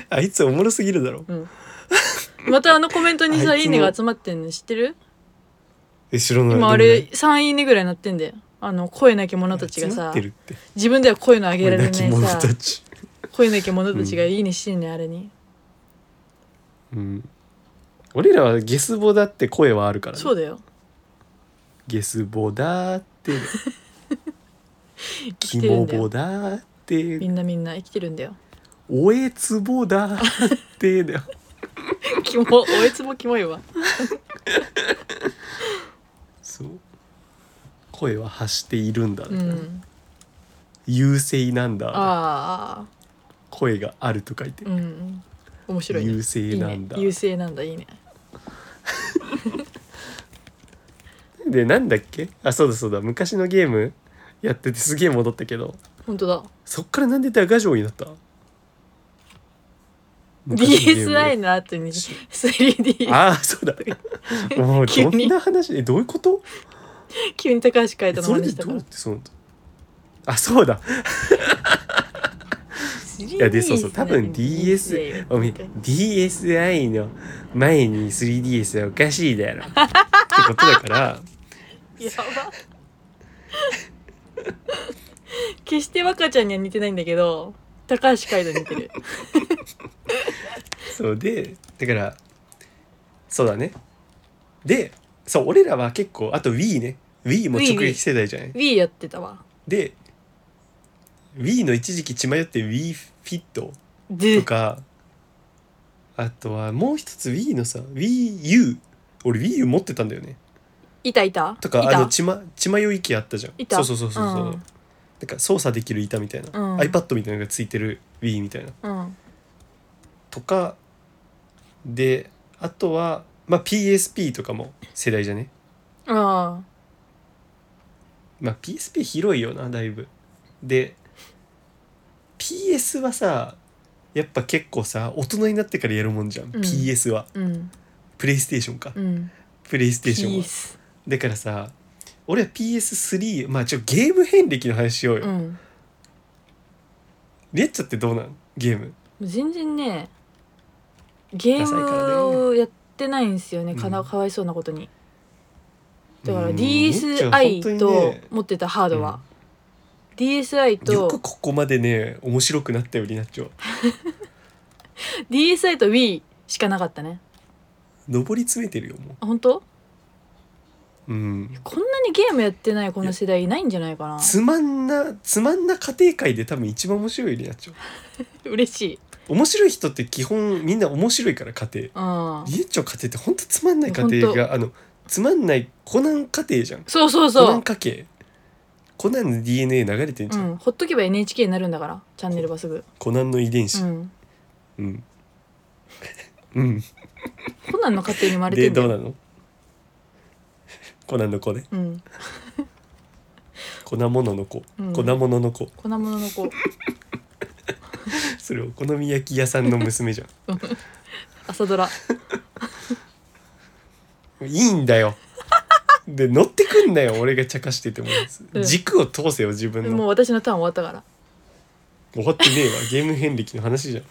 Speaker 1: あいつおもろすぎるだろ
Speaker 2: またあのコメントにさ「
Speaker 1: あい
Speaker 2: い
Speaker 1: つも
Speaker 2: いね」が集まってんの知ってる
Speaker 1: え知らない
Speaker 2: 今あ
Speaker 1: で
Speaker 2: れ
Speaker 1: もね
Speaker 2: 3いいねぐらいなってんだよあの声なき者たちが
Speaker 1: 集ま
Speaker 2: さ
Speaker 1: ってるって
Speaker 2: 自分では声の上げられない
Speaker 1: 泣き者
Speaker 2: さ
Speaker 1: たち
Speaker 2: 声なき者たちが「いいね」してんねんあれに
Speaker 1: うん俺らはゲスボだって声はあるからね
Speaker 2: そうだよ
Speaker 1: ゲスボだー って
Speaker 2: 生き
Speaker 1: キ
Speaker 2: てるん
Speaker 1: モ
Speaker 2: だよ
Speaker 1: ボだーっ
Speaker 2: み
Speaker 1: て
Speaker 2: んなみんな生きてるん だよ
Speaker 1: おえつぼだーって だよ
Speaker 2: キモおえつもキモいわ
Speaker 1: そう声は発しているんだ、
Speaker 2: う
Speaker 1: ね
Speaker 2: ん
Speaker 1: 優勢なんだ
Speaker 2: ああ
Speaker 1: 声があると書いて、
Speaker 2: うん面白いね
Speaker 1: 優勢なんだ
Speaker 2: いいね優勢なんだいいね
Speaker 1: でなんだっけあそうだそうだ昔のゲームやっててすげえ戻ったけど
Speaker 2: 本当だ
Speaker 1: そっからなんで大画像になった
Speaker 2: DSI の後に 3D
Speaker 1: ああそうだ もう
Speaker 2: 急
Speaker 1: ど
Speaker 2: に
Speaker 1: んな話えどういうこと
Speaker 2: 急に高橋海人の
Speaker 1: そ
Speaker 2: 真
Speaker 1: れ
Speaker 2: 似
Speaker 1: で
Speaker 2: した
Speaker 1: ど
Speaker 2: か
Speaker 1: うや
Speaker 2: ら
Speaker 1: ってそのあそうだ
Speaker 2: い
Speaker 1: いやでそうそう多分 DS おめえ DSI の前に 3DS はおかしいだろってことだから
Speaker 2: やば決して若ちゃんには似てないんだけど高橋海人に似てる
Speaker 1: そうでだからそうだねでそう俺らは結構あと Wii ね Wii も直
Speaker 2: Wii
Speaker 1: 撃世代じゃない
Speaker 2: Wii やってたわ
Speaker 1: で Wii の一時期血迷って Wii フィット
Speaker 2: で
Speaker 1: とかあとはもう一つ Wii のさ WiiU 俺 WiiU 持ってたんだよね
Speaker 2: いたいた
Speaker 1: と
Speaker 2: い
Speaker 1: か
Speaker 2: た
Speaker 1: あの血ま血迷い機あったじゃん
Speaker 2: いた
Speaker 1: そうそうそうそうそう、
Speaker 2: うん
Speaker 1: なんか操作できる板みたいな、
Speaker 2: うん
Speaker 1: iPad みたいなのがついてる Wii みたいな
Speaker 2: うん
Speaker 1: とかであとは、まあ、PSP とかも世代じゃね、
Speaker 2: あ
Speaker 1: まあ、PSP 広いよなだいぶで PS はさやっぱ結構さ大人になってからやるもんじゃん、PS は
Speaker 2: あうん
Speaker 1: プレイステーションか、
Speaker 2: うん
Speaker 1: プレイステーションは
Speaker 2: PS
Speaker 1: だからさ俺は PS3 まあちょゲーム遍歴の話しようよ、
Speaker 2: うん
Speaker 1: レッチャってどうなんゲーム
Speaker 2: 全然ねゲ
Speaker 1: ダサいからね
Speaker 2: ームをやってないんですよねか
Speaker 1: う
Speaker 2: なんかわいそうなことにだから
Speaker 1: うんレッチャ本当
Speaker 2: DSi
Speaker 1: に
Speaker 2: と
Speaker 1: ね
Speaker 2: 持ってたハードは
Speaker 1: う
Speaker 2: DSi
Speaker 1: よく
Speaker 2: と
Speaker 1: ここまでね面白くなったよりなっちょ
Speaker 2: DSi と Wii しかなかったね
Speaker 1: 上り詰めてるよも
Speaker 2: あ本当
Speaker 1: ううん
Speaker 2: こんなにゲームやってないこの世代いないんじゃないかな
Speaker 1: つまんなつまんな家庭会で多分一番面白いよりなっちょ
Speaker 2: 嬉しい
Speaker 1: 面白い人って基本みんな面白いから家庭
Speaker 2: うん
Speaker 1: リエッチョ家庭ってほんとつまんない家庭があのつまんないコナン家庭じゃん
Speaker 2: そうそう
Speaker 1: コナ
Speaker 2: そ
Speaker 1: ン家系コナンの DNA 流れてん
Speaker 2: うう
Speaker 1: じゃん、
Speaker 2: んほっとけば NHK になるんだからチャンネルはすぐ
Speaker 1: コナンの遺伝子
Speaker 2: うん
Speaker 1: うん、うん、
Speaker 2: こんなんの家庭に生まれて
Speaker 1: で
Speaker 2: んだ
Speaker 1: どう
Speaker 2: よ
Speaker 1: なのコナンの子ね
Speaker 2: うん
Speaker 1: 粉物の子、
Speaker 2: うん
Speaker 1: 粉物の子
Speaker 2: 粉物の子
Speaker 1: それお好み焼き屋さんの娘じゃん
Speaker 2: 朝ドラ
Speaker 1: いいんだ よ。で乗ってくんなよ俺が茶化してても、
Speaker 2: うん
Speaker 1: 軸を通せよ自分
Speaker 2: もう
Speaker 1: の
Speaker 2: 私のターン終わったから
Speaker 1: 終わってねえわゲーム遍歴の話じゃん
Speaker 2: 終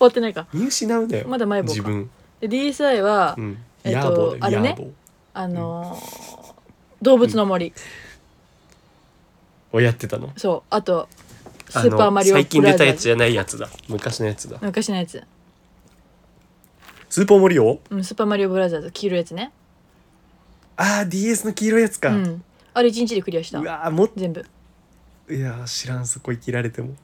Speaker 2: わってないか
Speaker 1: 見失うだよ
Speaker 2: まだ前棒か
Speaker 1: 自分
Speaker 2: で DSI は、
Speaker 1: うん
Speaker 2: えっと
Speaker 1: ヤーボーだ
Speaker 2: あれ
Speaker 1: よ
Speaker 2: ね
Speaker 1: ヤーボー
Speaker 2: あのー動物の森、
Speaker 1: をやってたの
Speaker 2: そうあと「ス
Speaker 1: あ
Speaker 2: ーパー
Speaker 1: の
Speaker 2: マリオブラ
Speaker 1: 最近
Speaker 2: ザ
Speaker 1: 出た
Speaker 2: ー
Speaker 1: やつ
Speaker 2: ズ
Speaker 1: じゃないやつだ昔のやつだ」
Speaker 2: 昔のやつ、
Speaker 1: スーパーマリオ
Speaker 2: うん「スーパーマリオブラザーズ」黄色いやつね
Speaker 1: あー DS の黄色いやつ
Speaker 2: う
Speaker 1: か、
Speaker 2: んあれ1日でクリアし
Speaker 1: う
Speaker 2: た
Speaker 1: わーもっ
Speaker 2: 全部
Speaker 1: いやー知らんそこ生きられて も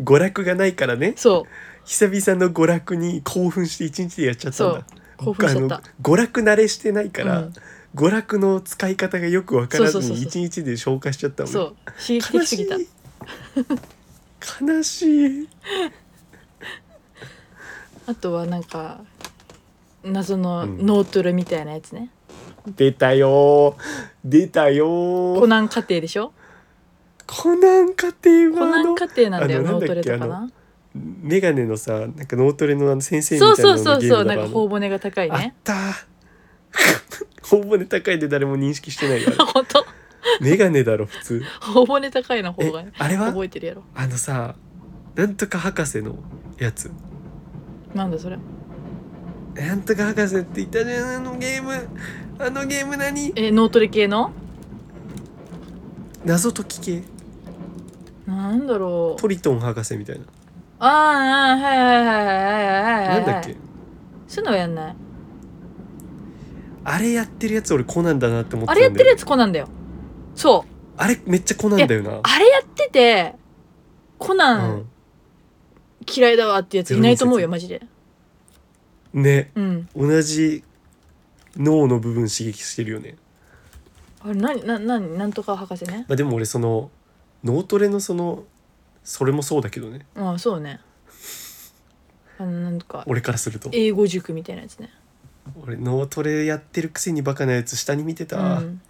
Speaker 1: 娯楽がないからね
Speaker 2: そ
Speaker 1: 久々の娯楽に興奮して一日でやっちゃったんだ
Speaker 2: う興奮しちゃった
Speaker 1: 僕あの娯楽慣れしてないから、
Speaker 2: うん
Speaker 1: 娯楽の使い方がよくわからず
Speaker 2: そうそう
Speaker 1: に
Speaker 2: そう
Speaker 1: 一
Speaker 2: そ
Speaker 1: 日で消化しちゃった
Speaker 2: う
Speaker 1: もん
Speaker 2: そう刺激
Speaker 1: 悲し
Speaker 2: 的す
Speaker 1: い
Speaker 2: ぎた
Speaker 1: 悲しい
Speaker 2: あとはなんか謎の
Speaker 1: うん
Speaker 2: 脳トレみたいなやつね、
Speaker 1: 出たよー出たよー
Speaker 2: コナン家庭でしょ
Speaker 1: コナン家庭
Speaker 2: コ
Speaker 1: は
Speaker 2: ナ
Speaker 1: あ
Speaker 2: ン
Speaker 1: の
Speaker 2: 家庭なんだよ
Speaker 1: あの
Speaker 2: 脳トレとか
Speaker 1: なんだっけあ
Speaker 2: な
Speaker 1: メガネのさなんか脳トレのあの先生みたい
Speaker 2: そう
Speaker 1: な
Speaker 2: そう
Speaker 1: の
Speaker 2: そ
Speaker 1: の
Speaker 2: う
Speaker 1: ゲー
Speaker 2: そう
Speaker 1: ム
Speaker 2: なん
Speaker 1: だ
Speaker 2: か頬骨が高い
Speaker 1: あっ
Speaker 2: ね
Speaker 1: たー 頬骨高いで誰も認識してないよあれ
Speaker 2: 本当
Speaker 1: メガネだろ普通
Speaker 2: 頬骨高いの方
Speaker 1: え
Speaker 2: がね
Speaker 1: あれは
Speaker 2: 覚えてるやろ
Speaker 1: あのさなんとか博士のやつ
Speaker 2: なんだそれ
Speaker 1: なんとか博士って言ったじゃんあのゲームあのゲーム何
Speaker 2: え脳トレ系の
Speaker 1: 謎解き系
Speaker 2: なんだろう
Speaker 1: トリトン博士みたいな
Speaker 2: ああああはいはいはいはいはいはいは
Speaker 1: ないんだっけ
Speaker 2: そういうのはやんない
Speaker 1: あれやってるやつ俺コナンだなって思ってたんだ
Speaker 2: あれ
Speaker 1: よ
Speaker 2: やってるやつコナンだよそう
Speaker 1: あれめっちゃコナンだよな
Speaker 2: あれやっててコナ
Speaker 1: う
Speaker 2: ン嫌いだわってやついないと思うよマジで
Speaker 1: んね
Speaker 2: うん
Speaker 1: 同じ脳の部分刺激してるよね
Speaker 2: あれ何な何なんとか博士ね
Speaker 1: まあでも俺その脳トレのそのそれもそうだけどね
Speaker 2: ああそうねあのなんとか
Speaker 1: 俺からすると
Speaker 2: 英語塾みたいなやつね
Speaker 1: 俺脳トレやってるくせにバカなやつ下に見てた、
Speaker 2: うん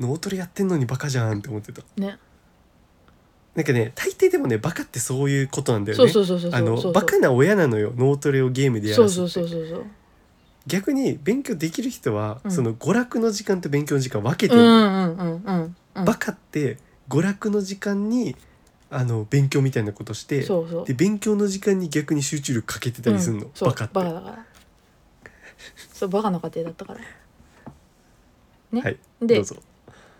Speaker 1: 脳トレやってんのにバカじゃんって思ってた
Speaker 2: ね
Speaker 1: なんかね大抵でもねバカってそういうことなんだよね
Speaker 2: そうそうそうそうそう
Speaker 1: あのバカな親なのよ脳トレをゲームでや
Speaker 2: そ
Speaker 1: ら
Speaker 2: う
Speaker 1: せ
Speaker 2: そう
Speaker 1: て
Speaker 2: そうそうそう
Speaker 1: 逆に勉強できる人は、
Speaker 2: うん
Speaker 1: その娯楽の時間と勉強の時間分けて
Speaker 2: う
Speaker 1: る、
Speaker 2: んうんうんうんうん
Speaker 1: バカって娯楽の時間にあの勉強みたいなことして
Speaker 2: そうそう
Speaker 1: で勉強の時間に逆に集中力かけてたりするの、
Speaker 2: うんそう
Speaker 1: バカって
Speaker 2: だからそうバカの家庭だったからね
Speaker 1: はいど
Speaker 2: で
Speaker 1: うぞ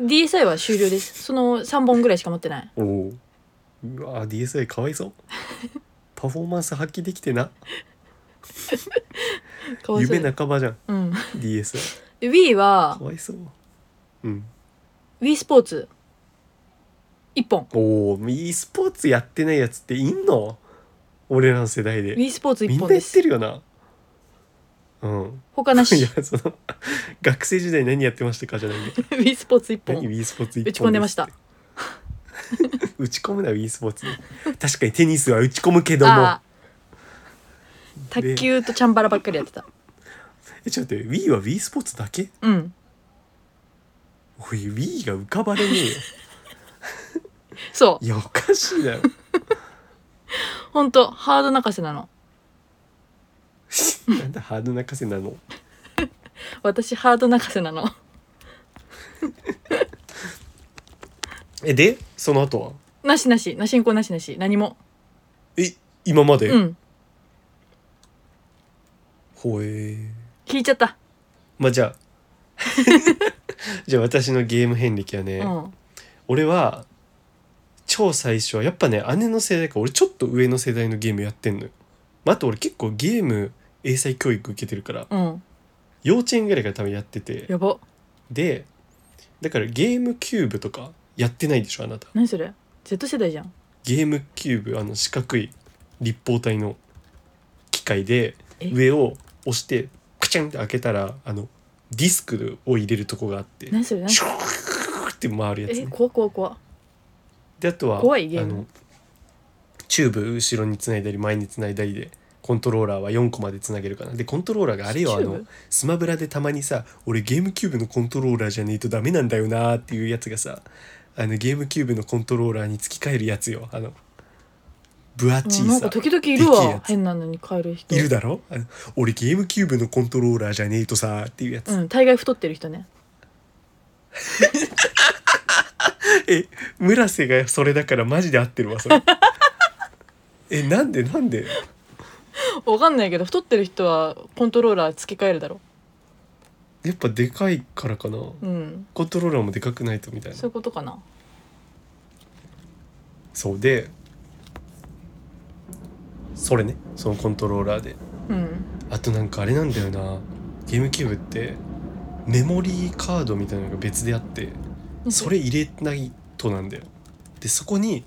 Speaker 2: DSI は終了ですその3本ぐらいしか持ってない
Speaker 1: おおうわー DSI かわ いそうパフォーマンス発揮できてな
Speaker 2: かわいそう
Speaker 1: 夢半ばじゃん
Speaker 2: うん
Speaker 1: DSI
Speaker 2: で Wii は
Speaker 1: かわいそううん
Speaker 2: Wii スポーツ1本
Speaker 1: おお e スポーツやってないやつっていんの俺らの世代で
Speaker 2: Wii スポーツ
Speaker 1: み
Speaker 2: 1
Speaker 1: んなや
Speaker 2: 本で
Speaker 1: って
Speaker 2: す
Speaker 1: るよなうん
Speaker 2: 他ないし
Speaker 1: やその学生時代何やってましたかじゃないんだ
Speaker 2: Wii スポーツ1
Speaker 1: 何
Speaker 2: 本
Speaker 1: w スポーツ一本
Speaker 2: 打ち込んでました
Speaker 1: すって 打ち込むな w スポーツ確かにテニスは打ち込むけども
Speaker 2: あー卓球とチャンバラばっかりやってた
Speaker 1: えちょっと待って Wii は w スポーツだけ
Speaker 2: うん
Speaker 1: おい Wii が浮かばれねえよ
Speaker 2: そ
Speaker 1: いやおかしいだろ
Speaker 2: うほんとハード泣かせなの
Speaker 1: なんでハード泣かせなの
Speaker 2: 私ハード泣かせなの
Speaker 1: えでその後は
Speaker 2: なしなしなしんこなしなし何も
Speaker 1: え今まで、
Speaker 2: うん
Speaker 1: ほえー
Speaker 2: 聞いちゃった
Speaker 1: まあじゃあ じゃあ私のゲーム遍歴はね、
Speaker 2: うん
Speaker 1: 俺は超最初はやっぱね姉の世代か俺ちょっと上の世代のゲームやってんのよ、まあ、あと俺結構ゲーム英才教育受けてるから
Speaker 2: うん
Speaker 1: 幼稚園ぐらいから多分やってて
Speaker 2: やば
Speaker 1: でだからゲームキューブとかやってないでしょあなた
Speaker 2: 何それ Z 世代じゃん
Speaker 1: ゲームキューブあの四角い立方体の機械で
Speaker 2: え
Speaker 1: 上を押してクチャンって開けたらあのディスクを入れるとこがあって
Speaker 2: 何それ何
Speaker 1: シ
Speaker 2: そ
Speaker 1: ューって回るや
Speaker 2: れ
Speaker 1: つ
Speaker 2: え
Speaker 1: ね
Speaker 2: 怖怖怖
Speaker 1: であとは
Speaker 2: 怖いゲーム
Speaker 1: あのチューブ後ろにつないだり前につないだりでコントローラーは4個までつなげるかなでコントローラーがあれよあ
Speaker 2: チュー
Speaker 1: の
Speaker 2: ブ
Speaker 1: スマブラでたまにさ俺ゲームキューブのコントローラーじゃねえとダメなんだよなーっていうやつがさあのゲームキューブのコントローラーに突き替えるやつよあの分厚
Speaker 2: うん
Speaker 1: い
Speaker 2: なん
Speaker 1: さ
Speaker 2: か時々い
Speaker 1: でけえ
Speaker 2: る
Speaker 1: や
Speaker 2: わ
Speaker 1: つ
Speaker 2: 変なのに帰る人
Speaker 1: いるだろあの俺ゲームキューブのコントローラーじゃねえとさーっていうやつ、
Speaker 2: うん大概太ってる人ね
Speaker 1: え村瀬がそれだからマジで合ってるわそ れえなんでなんで
Speaker 2: わかんないけど太ってる人はコントローラー付け替えるだろ
Speaker 1: やっぱでかいからかな、
Speaker 2: うん
Speaker 1: コントローラーもでかくないとみたいな
Speaker 2: そういうことかな
Speaker 1: そうでそれねそのコントローラーで
Speaker 2: うん
Speaker 1: あとなんかあれなんだよなゲームキューブってメモリーカードみたいなのが別であってそれ入れないとなんだよでそこに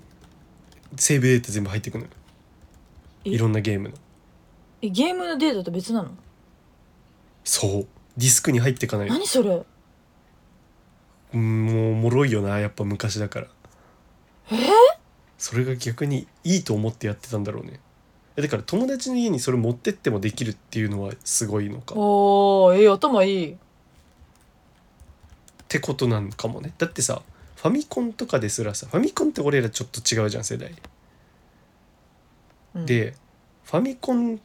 Speaker 1: セーブデータ全部入ってくのよ
Speaker 2: え
Speaker 1: いろんなゲームの
Speaker 2: えゲームのデータと別なの
Speaker 1: そうディスクに入ってかない
Speaker 2: 何それ
Speaker 1: うんもうおもろいよなやっぱ昔だから
Speaker 2: えー
Speaker 1: それが逆にいいと思ってやってたんだろうねえだから友達の家にそれ持ってってもできるっていうのはすごいのかっ
Speaker 2: おーえー頭いい
Speaker 1: てことなんかもねだってさファミコンとかですらさファミコンって俺らちょっと違うじゃん世代、
Speaker 2: うん
Speaker 1: でファミコン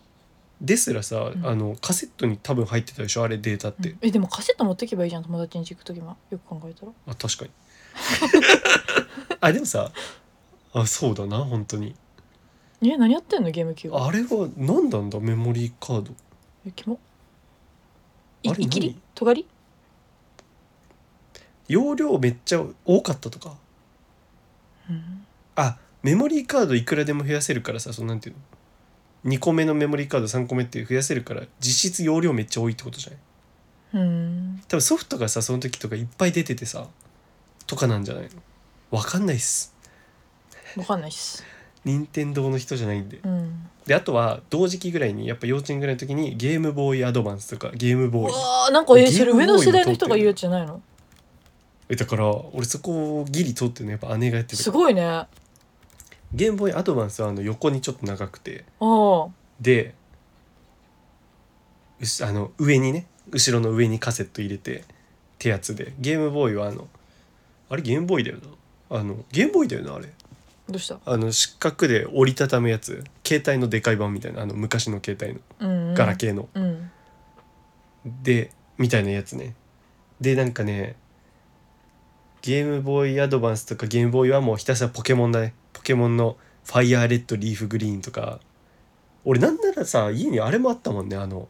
Speaker 1: ですらさ、
Speaker 2: うん
Speaker 1: あのカセットに多分入ってたでしょあれデータって、
Speaker 2: うんえでもカセット持ってけばいいじゃん友達に行く時もよく考えたら
Speaker 1: あ確かに あでもさあそうだな本当に
Speaker 2: え何やってんのゲームキューブ
Speaker 1: あれは何なんだメモリーカード
Speaker 2: えキモい
Speaker 1: あれ
Speaker 2: いきり
Speaker 1: 何
Speaker 2: とがり
Speaker 1: 容量めっちゃ多かったとか
Speaker 2: うん
Speaker 1: あメモリーカードいくらでも増やせるからさそのなんていうの2個目のメモリーカード3個目って増やせるから実質容量めっちゃ多いってことじゃない
Speaker 2: うん
Speaker 1: 多分ソフトがさその時とかいっぱい出ててさとかなんじゃないのわかんないっす
Speaker 2: わかんないっす
Speaker 1: 任天堂の人じゃないんで
Speaker 2: うん
Speaker 1: であとは同時期ぐらいにやっぱ幼稚園ぐらいの時にゲームボーイアドバンスとかゲーム
Speaker 2: う
Speaker 1: ボーイ
Speaker 2: わーなんかえそれ上の世代の人
Speaker 1: ゲームボーイも通っ
Speaker 2: が言う
Speaker 1: てる
Speaker 2: やつじゃないの
Speaker 1: えだから俺そこをギリ通ってるのやっぱ姉がやってた
Speaker 2: す
Speaker 1: から
Speaker 2: ごいねあ
Speaker 1: ゲームボーイアドバンスはあの横にちょっと長くて
Speaker 2: あ
Speaker 1: でうしあの上にね後ろの上にカセット入れて手圧でゲームボーイはあのあれゲームボーイだよなあのゲームボーイだよなあれ
Speaker 2: どうした
Speaker 1: あの四角で折りたたむやつ携帯のでかい版みたいなあの昔の携帯の
Speaker 2: うん、うん、
Speaker 1: ガラケーの、
Speaker 2: うん
Speaker 1: でみたいなやつねでなんかねゲームボーイアドバンスとかゲームボーイはもうひたすらポケモンだねポケモンのファイヤーレッドリーフグリーンとか俺なんならさ家にあれもあったもんねあの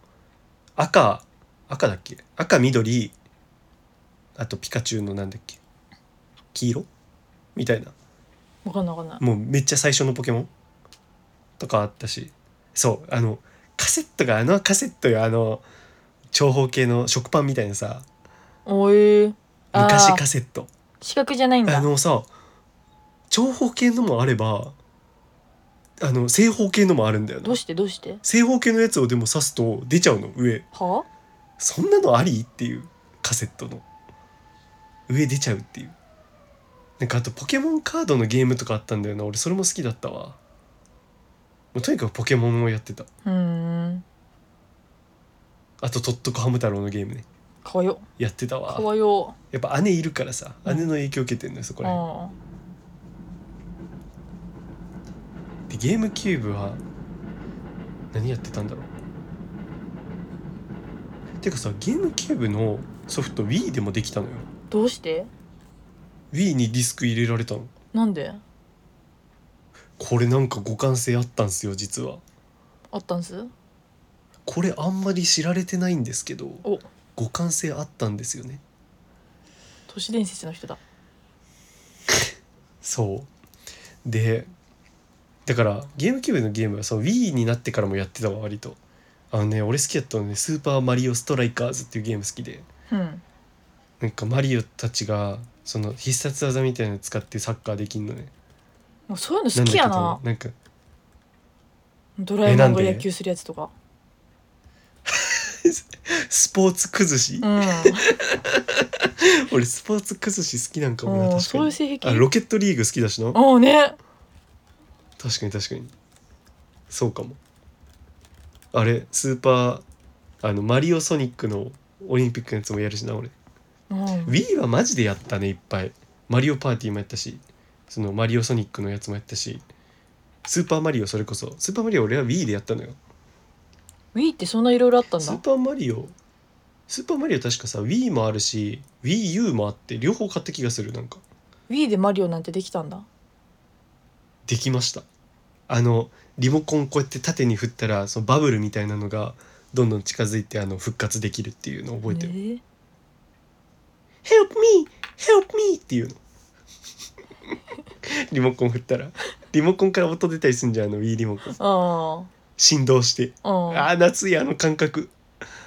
Speaker 1: 赤赤だっけ赤緑あとピカチュウのなんだっけ黄色みたいな
Speaker 2: わかんないわかんない
Speaker 1: もうめっちゃ最初のポケモンとかあったしそうあのカセットがあのカセットよあの長方形の食パンみたいなさ
Speaker 2: おえー、あ
Speaker 1: 昔
Speaker 2: ー
Speaker 1: カセット
Speaker 2: 四角じゃないん
Speaker 1: あ
Speaker 2: だ
Speaker 1: のさ長方形のもあればあの正方形のもあるんだよ
Speaker 2: ど
Speaker 1: な
Speaker 2: うしてどうして
Speaker 1: 正方形のやつをでも刺すと出ちゃうの上
Speaker 2: は
Speaker 1: そんなのありっていうカセットの上出ちゃうっていうなんかあとポケモンカードのゲームとかあったんだよな俺それも好きだったわもうとにかくポケモンをやってた
Speaker 2: うーん
Speaker 1: あと「とっとこハム太郎」のゲームね
Speaker 2: かわよ
Speaker 1: やってたわ
Speaker 2: かわよ
Speaker 1: やっぱ姉いるからさ
Speaker 2: うん
Speaker 1: 姉の影響受けてんのよそこ
Speaker 2: う
Speaker 1: ら辺
Speaker 2: ん
Speaker 1: でゲームキューブは何やってたんだろうてかさゲームキューブのソフト Wii でもできたのよ
Speaker 2: どうして
Speaker 1: Wii にディスク入れられたの
Speaker 2: なんで
Speaker 1: これなんか互換性あったんすよ実は
Speaker 2: あったんす
Speaker 1: これあんまり知られてないんですけど
Speaker 2: お
Speaker 1: 互換性あったんですよね
Speaker 2: 都市伝説の人だ
Speaker 1: そうでだからゲームキューブのゲームはそう Wii になってからもやってたわ割とあのね俺好きだったのね「スーパーマリオストライカーズ」っていうゲーム好きで
Speaker 2: うん
Speaker 1: なんかマリオたちがその必殺技みたいなの使ってサッカーできんのね
Speaker 2: もうそういうの好きやなん
Speaker 1: だけどなんか
Speaker 2: ドラえもんが
Speaker 1: えなんで
Speaker 2: 野球するやつとか
Speaker 1: スポーツ崩し、
Speaker 2: うん
Speaker 1: 俺スポーツ崩し好きなんかもな
Speaker 2: うん
Speaker 1: 確
Speaker 2: そう
Speaker 1: か
Speaker 2: いう
Speaker 1: に
Speaker 2: 性
Speaker 1: あ
Speaker 2: 癖
Speaker 1: ロケットリーグ好きだしな
Speaker 2: うんね
Speaker 1: 確かに確かにそうかもあれスーパーあのマリオソニックのオリンピックのやつもやるしな俺
Speaker 2: うん
Speaker 1: Wii はマジでやったねいっぱいマリオパーティーもやったしそのマリオソニックのやつもやったしスーパーマリオそれこそスーパーマリオ俺は Wii でやったのよ
Speaker 2: Wii ってそんないろいろあったん
Speaker 1: スー
Speaker 2: だ
Speaker 1: パーマリオスーパーマリオ確かさ Wii もあるし WiiU もあって両方買った気がするなんか
Speaker 2: Wii でマリオなんてできたんだ
Speaker 1: できましたあのリモコンこうやって縦に振ったらそのバブルみたいなのがどんどん近づいてあの復活できるっていうのを覚えてる「
Speaker 2: ね
Speaker 1: Help me! Help me!」っていうの リモコン振ったらリモコンから音出たりすんじゃんあの Wii リモコン
Speaker 2: あ
Speaker 1: 振動して
Speaker 2: あうん
Speaker 1: ああ夏いあの感覚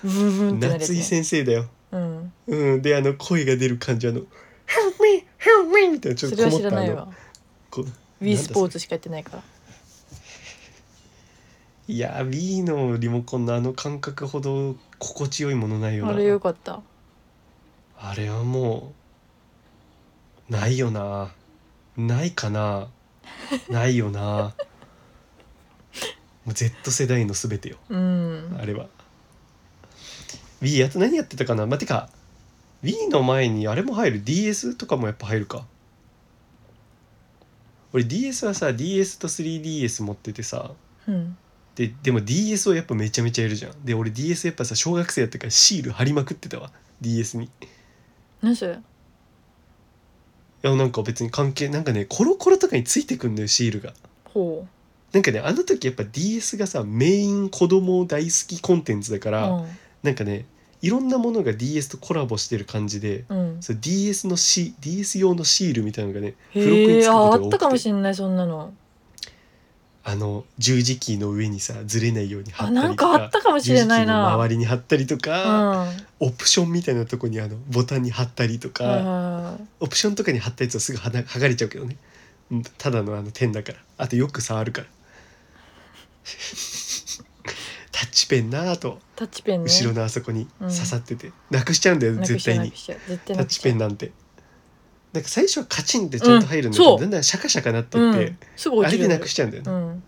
Speaker 2: ブンブンってなるやつ
Speaker 1: 夏
Speaker 2: ね
Speaker 1: 井先生だよ
Speaker 2: うん
Speaker 1: うんであの声が出る感じあの「Help me! Help me!」みたいなちょっ
Speaker 2: そ
Speaker 1: と
Speaker 2: れ
Speaker 1: こも
Speaker 2: は
Speaker 1: っ
Speaker 2: 知ら
Speaker 1: たあ
Speaker 2: ない
Speaker 1: の
Speaker 2: わ
Speaker 1: こ
Speaker 2: Wii スポーツしかやってないから
Speaker 1: いやー Wii のリモコンのあの感覚ほど心地よいものないよな
Speaker 2: あれよかった
Speaker 1: あれはもうないよなないかなないよな もう Z 世代のすべてよ
Speaker 2: うん
Speaker 1: あれは Wii あと何やってたかなまあ、てか Wii の前にあれも入る DS とかもやっぱ入るか俺 DS はさ DS と 3DS 持っててさ
Speaker 2: うん
Speaker 1: ででも DS をやっぱめちゃめちゃやるじゃんで俺 DS やっぱさ小学生やったからシール貼りまくってたわ DS にい
Speaker 2: 何それ
Speaker 1: やなんか別に関係なんかねコロコロとかについてくんだよシールが
Speaker 2: ほ
Speaker 1: なんかねあの時やっぱ DS がさメイン子供大好きコンテンツだか
Speaker 2: うう
Speaker 1: ら、
Speaker 2: ん
Speaker 1: なんかねいろんなものが DS とコラボしてる感じで、
Speaker 2: うん
Speaker 1: そう DS のシ DS 用のシールみたいなのがね付録
Speaker 2: へ
Speaker 1: に
Speaker 2: え
Speaker 1: つく
Speaker 2: あ
Speaker 1: ことが多くて
Speaker 2: あったかもしんないそんなの
Speaker 1: あの十字キーの上にさずれないように貼っ
Speaker 2: あ
Speaker 1: たりと
Speaker 2: なんかあったかもし
Speaker 1: 十
Speaker 2: れ
Speaker 1: 字キ
Speaker 2: な
Speaker 1: ー
Speaker 2: い
Speaker 1: の
Speaker 2: な
Speaker 1: 周りに貼ったりと
Speaker 2: う
Speaker 1: か、
Speaker 2: ん
Speaker 1: オプションみたいなとこにあのボタンに貼ったりとか、
Speaker 2: あ
Speaker 1: オプションとかに貼ったやつはすぐはな剥がれちゃうけどねうんただのあの点だからあとよく触るから タッチペンなあと
Speaker 2: タッチペンね
Speaker 1: 後ろのあそこに
Speaker 2: うん
Speaker 1: 刺さってて、なくしちゃうんだよ
Speaker 2: なく
Speaker 1: 絶
Speaker 2: しち
Speaker 1: 対
Speaker 2: ゃうな
Speaker 1: に
Speaker 2: くしちゃう絶対
Speaker 1: タッ
Speaker 2: なくし
Speaker 1: チ
Speaker 2: ちゃ
Speaker 1: ペ
Speaker 2: う
Speaker 1: ンなんてなんか最初はカチンってちゃんと入るんだけ
Speaker 2: う
Speaker 1: ど、
Speaker 2: んそう
Speaker 1: だんだんシャカシャカなって
Speaker 2: う
Speaker 1: って、
Speaker 2: んすぐ落
Speaker 1: あ
Speaker 2: ち
Speaker 1: れ
Speaker 2: る
Speaker 1: でなくしちゃうんだよね、
Speaker 2: うん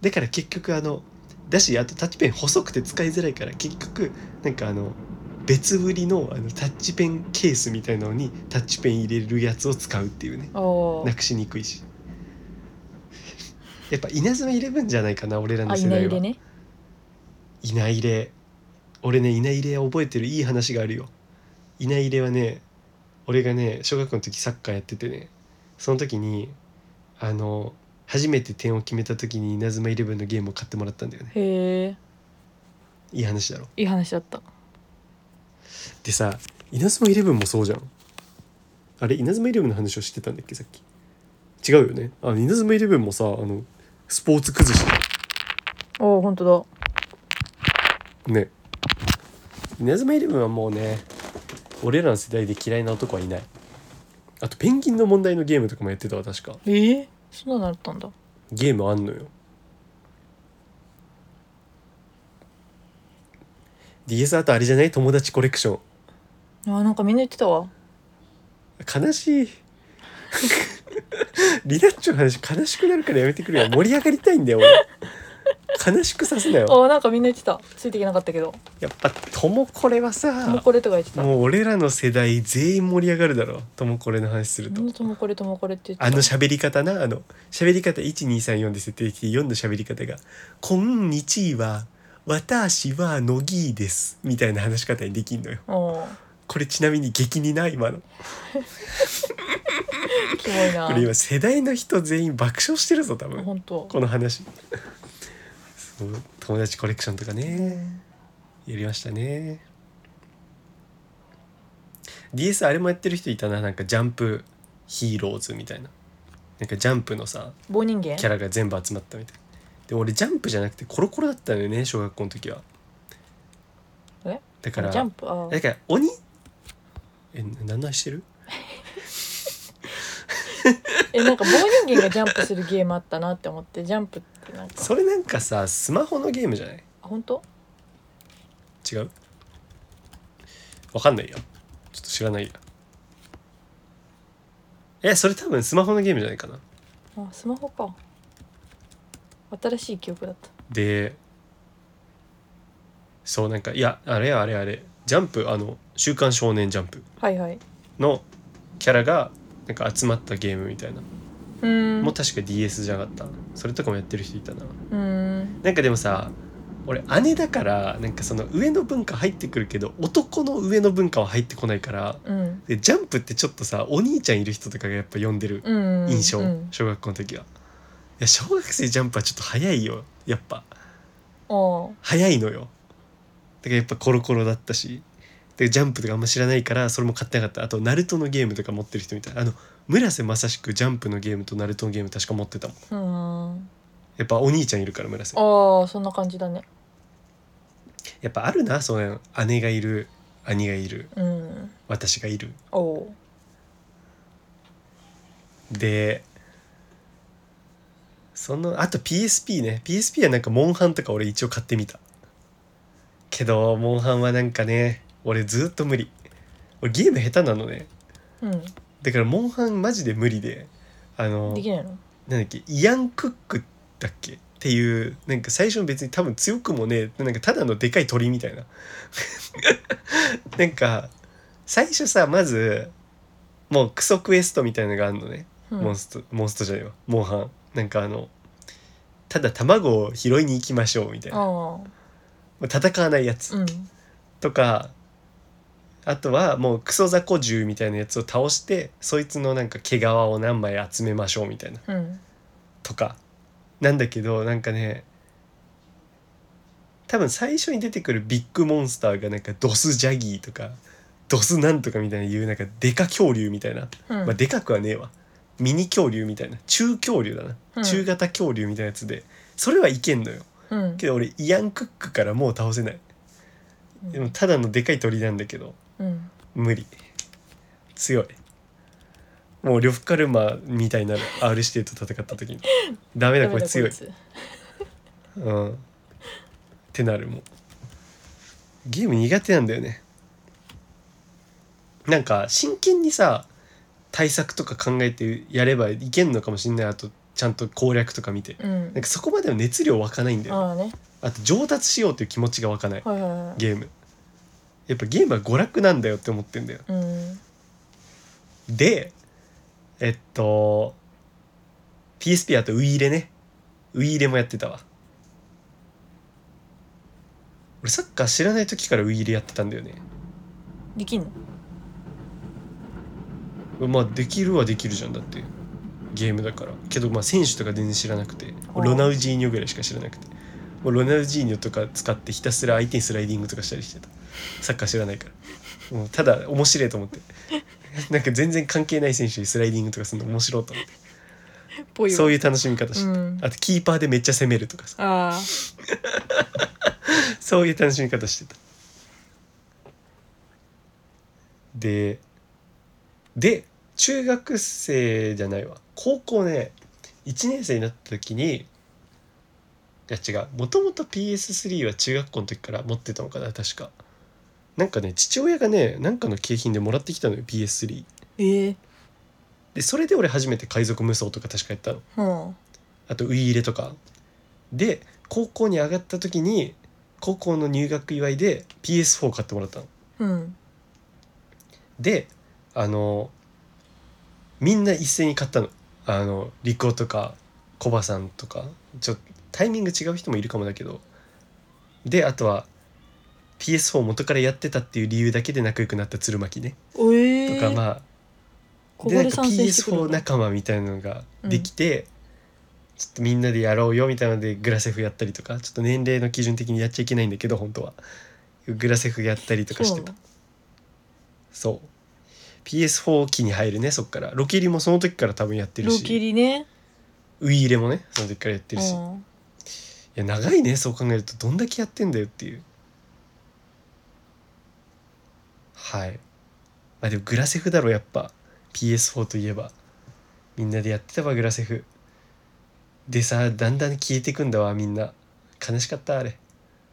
Speaker 1: だから結局あのだしあとタッチペン細くて使いづらいから結局なんかあの別売りのあのタッチペンケースみたいなのにタッチペン入れるやつを使うっていうね
Speaker 2: お
Speaker 1: な
Speaker 2: ー
Speaker 1: くしにくいしやっぱ稲妻イレブンじゃないかな俺ら
Speaker 2: あ
Speaker 1: の世
Speaker 2: 稲
Speaker 1: 代
Speaker 2: 入
Speaker 1: は
Speaker 2: れね
Speaker 1: 稲入れ俺ね稲入れ覚えてるいい話があるよ稲入れはね俺がね小学校の時サッカーやっててねその時にあの初めて点を決めた時に稲妻イレブンのゲームを買ってもらったんだよね
Speaker 2: へえ
Speaker 1: いい話だろ
Speaker 2: いい話だった
Speaker 1: でさ稲妻イレブンもそうじゃんあれ稲妻イレブンの話をしてたんだっけさっき違うよねあの稲妻イレブンもさあのスポーツ崩し
Speaker 2: おお本当
Speaker 1: ね稲妻イレブンはもうね俺らの世代で嫌いな男はいないあとペンギンの問題のゲームとかもやってたわ確か
Speaker 2: だえー、そんなのあったんだ
Speaker 1: ゲームあんのよ DS あとあれじゃない友達コレクション
Speaker 2: あーなんかみんな言ってたわ
Speaker 1: 悲しい リナッチョの話悲しくなるからやめてくれよ盛り上がりたいんだよ俺悲しくさせな
Speaker 2: あ
Speaker 1: よ
Speaker 2: ーなんかみんな言ってたついていけなかったけど
Speaker 1: やっぱともこれは
Speaker 2: とも
Speaker 1: さ
Speaker 2: これとか言ってた
Speaker 1: もう俺らの世代全員盛り上がるだろうともこれの話すると
Speaker 2: ほんともこれともこれって言ってた
Speaker 1: あの喋り方なあの喋り方1234で設定して4の喋り方が「こんにちは私は乃木です」みたいな話し方にできんのよ
Speaker 2: おー
Speaker 1: これちなみに激にな今の
Speaker 2: キモいな
Speaker 1: これ今世代の人全員爆笑してるぞ多分
Speaker 2: 本当
Speaker 1: この話そう友達コレクションとかねやりましたね DS あれもやってる人いたななんかジャンプヒーローズみたいななんかジャンプのさ
Speaker 2: 棒人間
Speaker 1: キャラが全部集まったみたいで俺ジャンプじゃなくてコロコロだったのよね小学校の時は
Speaker 2: え
Speaker 1: だから
Speaker 2: ジャンプあー
Speaker 1: だから鬼え何の話してる
Speaker 2: えなんか棒人間がジャンプするゲームあったなって思ってジャンプってなんか
Speaker 1: それなんかさスマホのゲームじゃない
Speaker 2: 本当
Speaker 1: 違うわかんないやちょっと知らないやえそれ多分スマホのゲームじゃないかな
Speaker 2: あスマホか新しい記憶だった
Speaker 1: でそうなんかいやあれあれあれジャンプあの「週刊少年ジャンプ
Speaker 2: はいはい」
Speaker 1: のキャラがなんか集まったゲームみたいな
Speaker 2: うーん
Speaker 1: もう確か DS じゃなかったそれとかもやってる人いたな
Speaker 2: うーん
Speaker 1: なんかでもさ俺姉だからなんかその上の文化入ってくるけど男の上の文化は入ってこないから
Speaker 2: うん
Speaker 1: でジャンプってちょっとさお兄ちゃんいる人とかがやっぱ読んでる
Speaker 2: うん
Speaker 1: 印象、
Speaker 2: うん、
Speaker 1: 小学校の時はいや小学生ジャンプはちょっと早いよやっぱ
Speaker 2: おー
Speaker 1: 早いのよだからやっぱコロコロだったしでジャンプとかあんま知らないからそれも買ってなかったあとナルトのゲームとか持ってる人みたいあの村瀬正しくジャンプのゲームとナルトのゲーム確か持ってたもん
Speaker 2: うーん
Speaker 1: やっぱお兄ちゃんいるから村瀬
Speaker 2: ああそんな感じだね
Speaker 1: やっぱあるなそういうの姉がいる兄がいる
Speaker 2: うん
Speaker 1: 私がいる
Speaker 2: おお
Speaker 1: でそのあと PSP ね PSP はなんかモンハンとか俺一応買ってみたけどモンハンはなんかね俺ずっと無理俺ゲーム下手なのね
Speaker 2: うん
Speaker 1: だからモンハンマジで無理であの
Speaker 2: できないの
Speaker 1: なんだっけイアン・クックだっけっていうなんか最初別に多分強くもねえなんかただのでかい鳥みたいな なんか最初さまずもうクソクエストみたいのがあるのね、
Speaker 2: うん
Speaker 1: モンストモンストじゃないわモンハンなんかあのただ卵を拾いに行きましょうみたいなもう
Speaker 2: あ
Speaker 1: 戦わないやつ
Speaker 2: あうん
Speaker 1: とかあとはもうクソ雑魚獣みたいなやつを倒してそいつのなんか毛皮を何枚集めましょうみたいな
Speaker 2: うん
Speaker 1: とかなんだけどなんかね多分最初に出てくるビッグモンスターがなんかドスジャギーとかドスなんとかみたいないうなんかデカ恐竜みたいな、
Speaker 2: うん
Speaker 1: まあでかくはねえわミニ恐竜みたいな中恐竜だな、
Speaker 2: うん
Speaker 1: 中型恐竜みたいなやつでそれはいけんのよ
Speaker 2: うん
Speaker 1: けど俺イアン・クックからもう倒せないでもただのでかい鳥なんだけど
Speaker 2: うん
Speaker 1: 無理強いもう呂布カルマみたいになる R 指定と戦った時にダメだこれ強い
Speaker 2: ダメだ
Speaker 1: う
Speaker 2: こ
Speaker 1: んってなるもうゲーム苦手なんだよねなんか真剣にさ対策とか考えてやればいけんのかもしんないあとちゃんと攻略とか見て
Speaker 2: いつうん
Speaker 1: なんかそこまでの熱量湧かないんだよ
Speaker 2: ああね
Speaker 1: あと上達しようという気持ちが湧かない
Speaker 2: はいはいはい
Speaker 1: ゲームやっぱゲームは娯楽なんだよって思ってんだよ
Speaker 2: うん
Speaker 1: でえっと PSP あとウイイレねウイイレもやってたわ俺サッカー知らない時からウイイレやってたんだよね
Speaker 2: できんの
Speaker 1: まあできるはできるじゃんだってゲームだからけどまあ選手とか全然知らなくて
Speaker 2: おう
Speaker 1: ロナウジーニョぐらいしか知らなくてもうロナウジーニョとか使ってひたすら相手にスライディングとかしたりしてたサッカー知らないからもうただ面白いと思ってなんか全然関係ない選手にスライディングとかするの面白いと思って
Speaker 2: ぽいわ
Speaker 1: そういう楽しみ方してた、
Speaker 2: うん
Speaker 1: あとキーパーでめっちゃ攻めるとかさ
Speaker 2: あ
Speaker 1: そういう楽しみ方してたでで中学生じゃないわ高校ね1年生になった時にいや違うもともと PS3 は中学校の時から持ってたのかな確かなんかね父親がねなんかの景品でもらってきたのよ PS3
Speaker 2: ーええ
Speaker 1: でそれで俺初めて海賊無双とか確かやったの
Speaker 2: は
Speaker 1: あとウイイレとかで高校に上がった時に高校の入学祝いで PS4 買ってもらったの
Speaker 2: あうん
Speaker 1: であのみんな一斉に買ったのあのリコとかコバさんとかちょタイミング違う人もいるかもだけどであとは PS4 元からやってたっていう理由だけで仲良くなった鶴巻ね
Speaker 2: おえ
Speaker 1: と
Speaker 2: ー、
Speaker 1: かまあ
Speaker 2: ここ
Speaker 1: でな
Speaker 2: で
Speaker 1: んか
Speaker 2: 参戦してく
Speaker 1: PS4
Speaker 2: るの
Speaker 1: 仲間みたいなのができて、ちょっとみんなでやろうよみたいなのでグラセフやったりとかちょっと年齢の基準的にやっちゃいけないんだけど本当はグラセフやったりとかしてたそう PS4 期に入るねそっからロケリもその時から多分やってる
Speaker 2: ロキ
Speaker 1: し
Speaker 2: リね
Speaker 1: ウイイレもねその時からやって
Speaker 2: う
Speaker 1: るし、い
Speaker 2: ん
Speaker 1: や長いねそう考えるとどんだけやってんだよっていうはいまあでもグラセフだろやっぱ PS4 といえばみんなでやってたわグラセフでさだんだん消えてくんだわみんな悲しかったあれ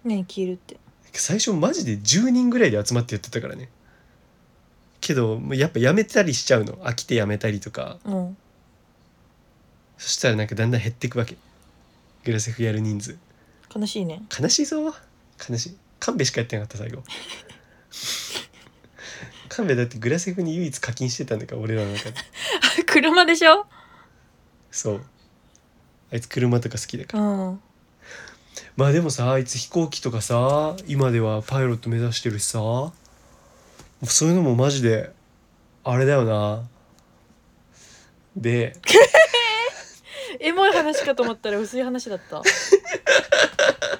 Speaker 2: ねキルって
Speaker 1: 最初マジで10人ぐらいで集まってやってたからねけどもうやっぱやめたりしちゃうの飽きてやめたりとか
Speaker 2: うん
Speaker 1: そしたらなんかだんだん減ってくわけグラセフやる人数
Speaker 2: 悲し いね
Speaker 1: 悲しいぞ悲しい神戸しかやってなかった最 後神戸だってグラセフに唯一課金してたんだから俺らの中で
Speaker 2: あ車でしょ
Speaker 1: そうあいつ車とか好きだから
Speaker 2: うん
Speaker 1: まあでもさあいつ飛行機とかさ今ではパイロット目指してるしさもうそういうのもマジであれだよなで
Speaker 2: エモい話かと思ったら薄い話だった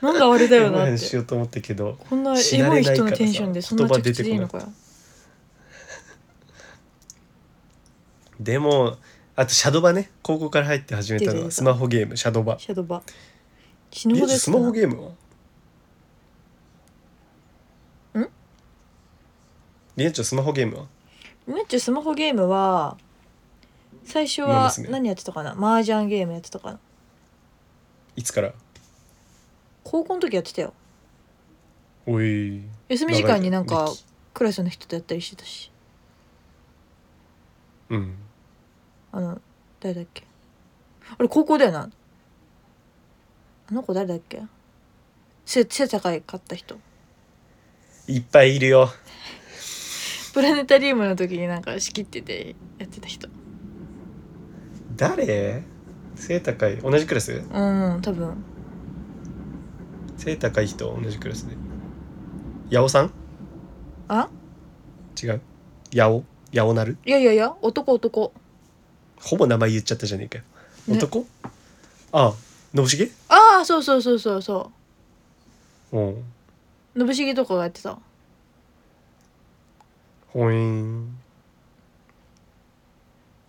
Speaker 2: なんだあれだよ
Speaker 1: エモい
Speaker 2: なっ
Speaker 1: 話してようと思ったけど
Speaker 2: こんなエモい人のテンションでそんな
Speaker 1: 言葉
Speaker 2: 着
Speaker 1: 出て
Speaker 2: 地
Speaker 1: こ
Speaker 2: で
Speaker 1: ない
Speaker 2: いいのかよ
Speaker 1: でもあとシャドバね高校から入って始めたの
Speaker 2: 出
Speaker 1: は
Speaker 2: てた
Speaker 1: スマホゲームシャドバ
Speaker 2: シャドバ死ぬほど
Speaker 1: え
Speaker 2: や
Speaker 1: スマホ
Speaker 2: って
Speaker 1: ゲームは
Speaker 2: ん
Speaker 1: りなちゃんスマホゲームは
Speaker 2: ためっちゃスマホゲームは最初
Speaker 1: 馬
Speaker 2: は
Speaker 1: 娘
Speaker 2: 何やってたかな麻雀ゲームやってたかない
Speaker 1: つから
Speaker 2: 高校の時やってたよ
Speaker 1: おい
Speaker 2: 休み時間になん
Speaker 1: 長い
Speaker 2: か
Speaker 1: ね
Speaker 2: クラスの人とやったりしてたし
Speaker 1: うん
Speaker 2: あの誰だっけあれ高校だよなあの子誰だっけ背背高いかった人
Speaker 1: いっぱいいるよ
Speaker 2: プラネタリウムの時になんか仕切っててやってた人
Speaker 1: 誰背高い同じクラス
Speaker 2: うん多分
Speaker 1: 背高い人同じクラスで八尾さん
Speaker 2: あ
Speaker 1: 違う八尾八尾なる
Speaker 2: いやいやいや男男
Speaker 1: ほぼ名前言っちゃったじゃねえかよ
Speaker 2: ね
Speaker 1: 男、ああ信繁
Speaker 2: ああそうそうそうそうそ
Speaker 1: うん
Speaker 2: う信繁とかがやってた
Speaker 1: ほいん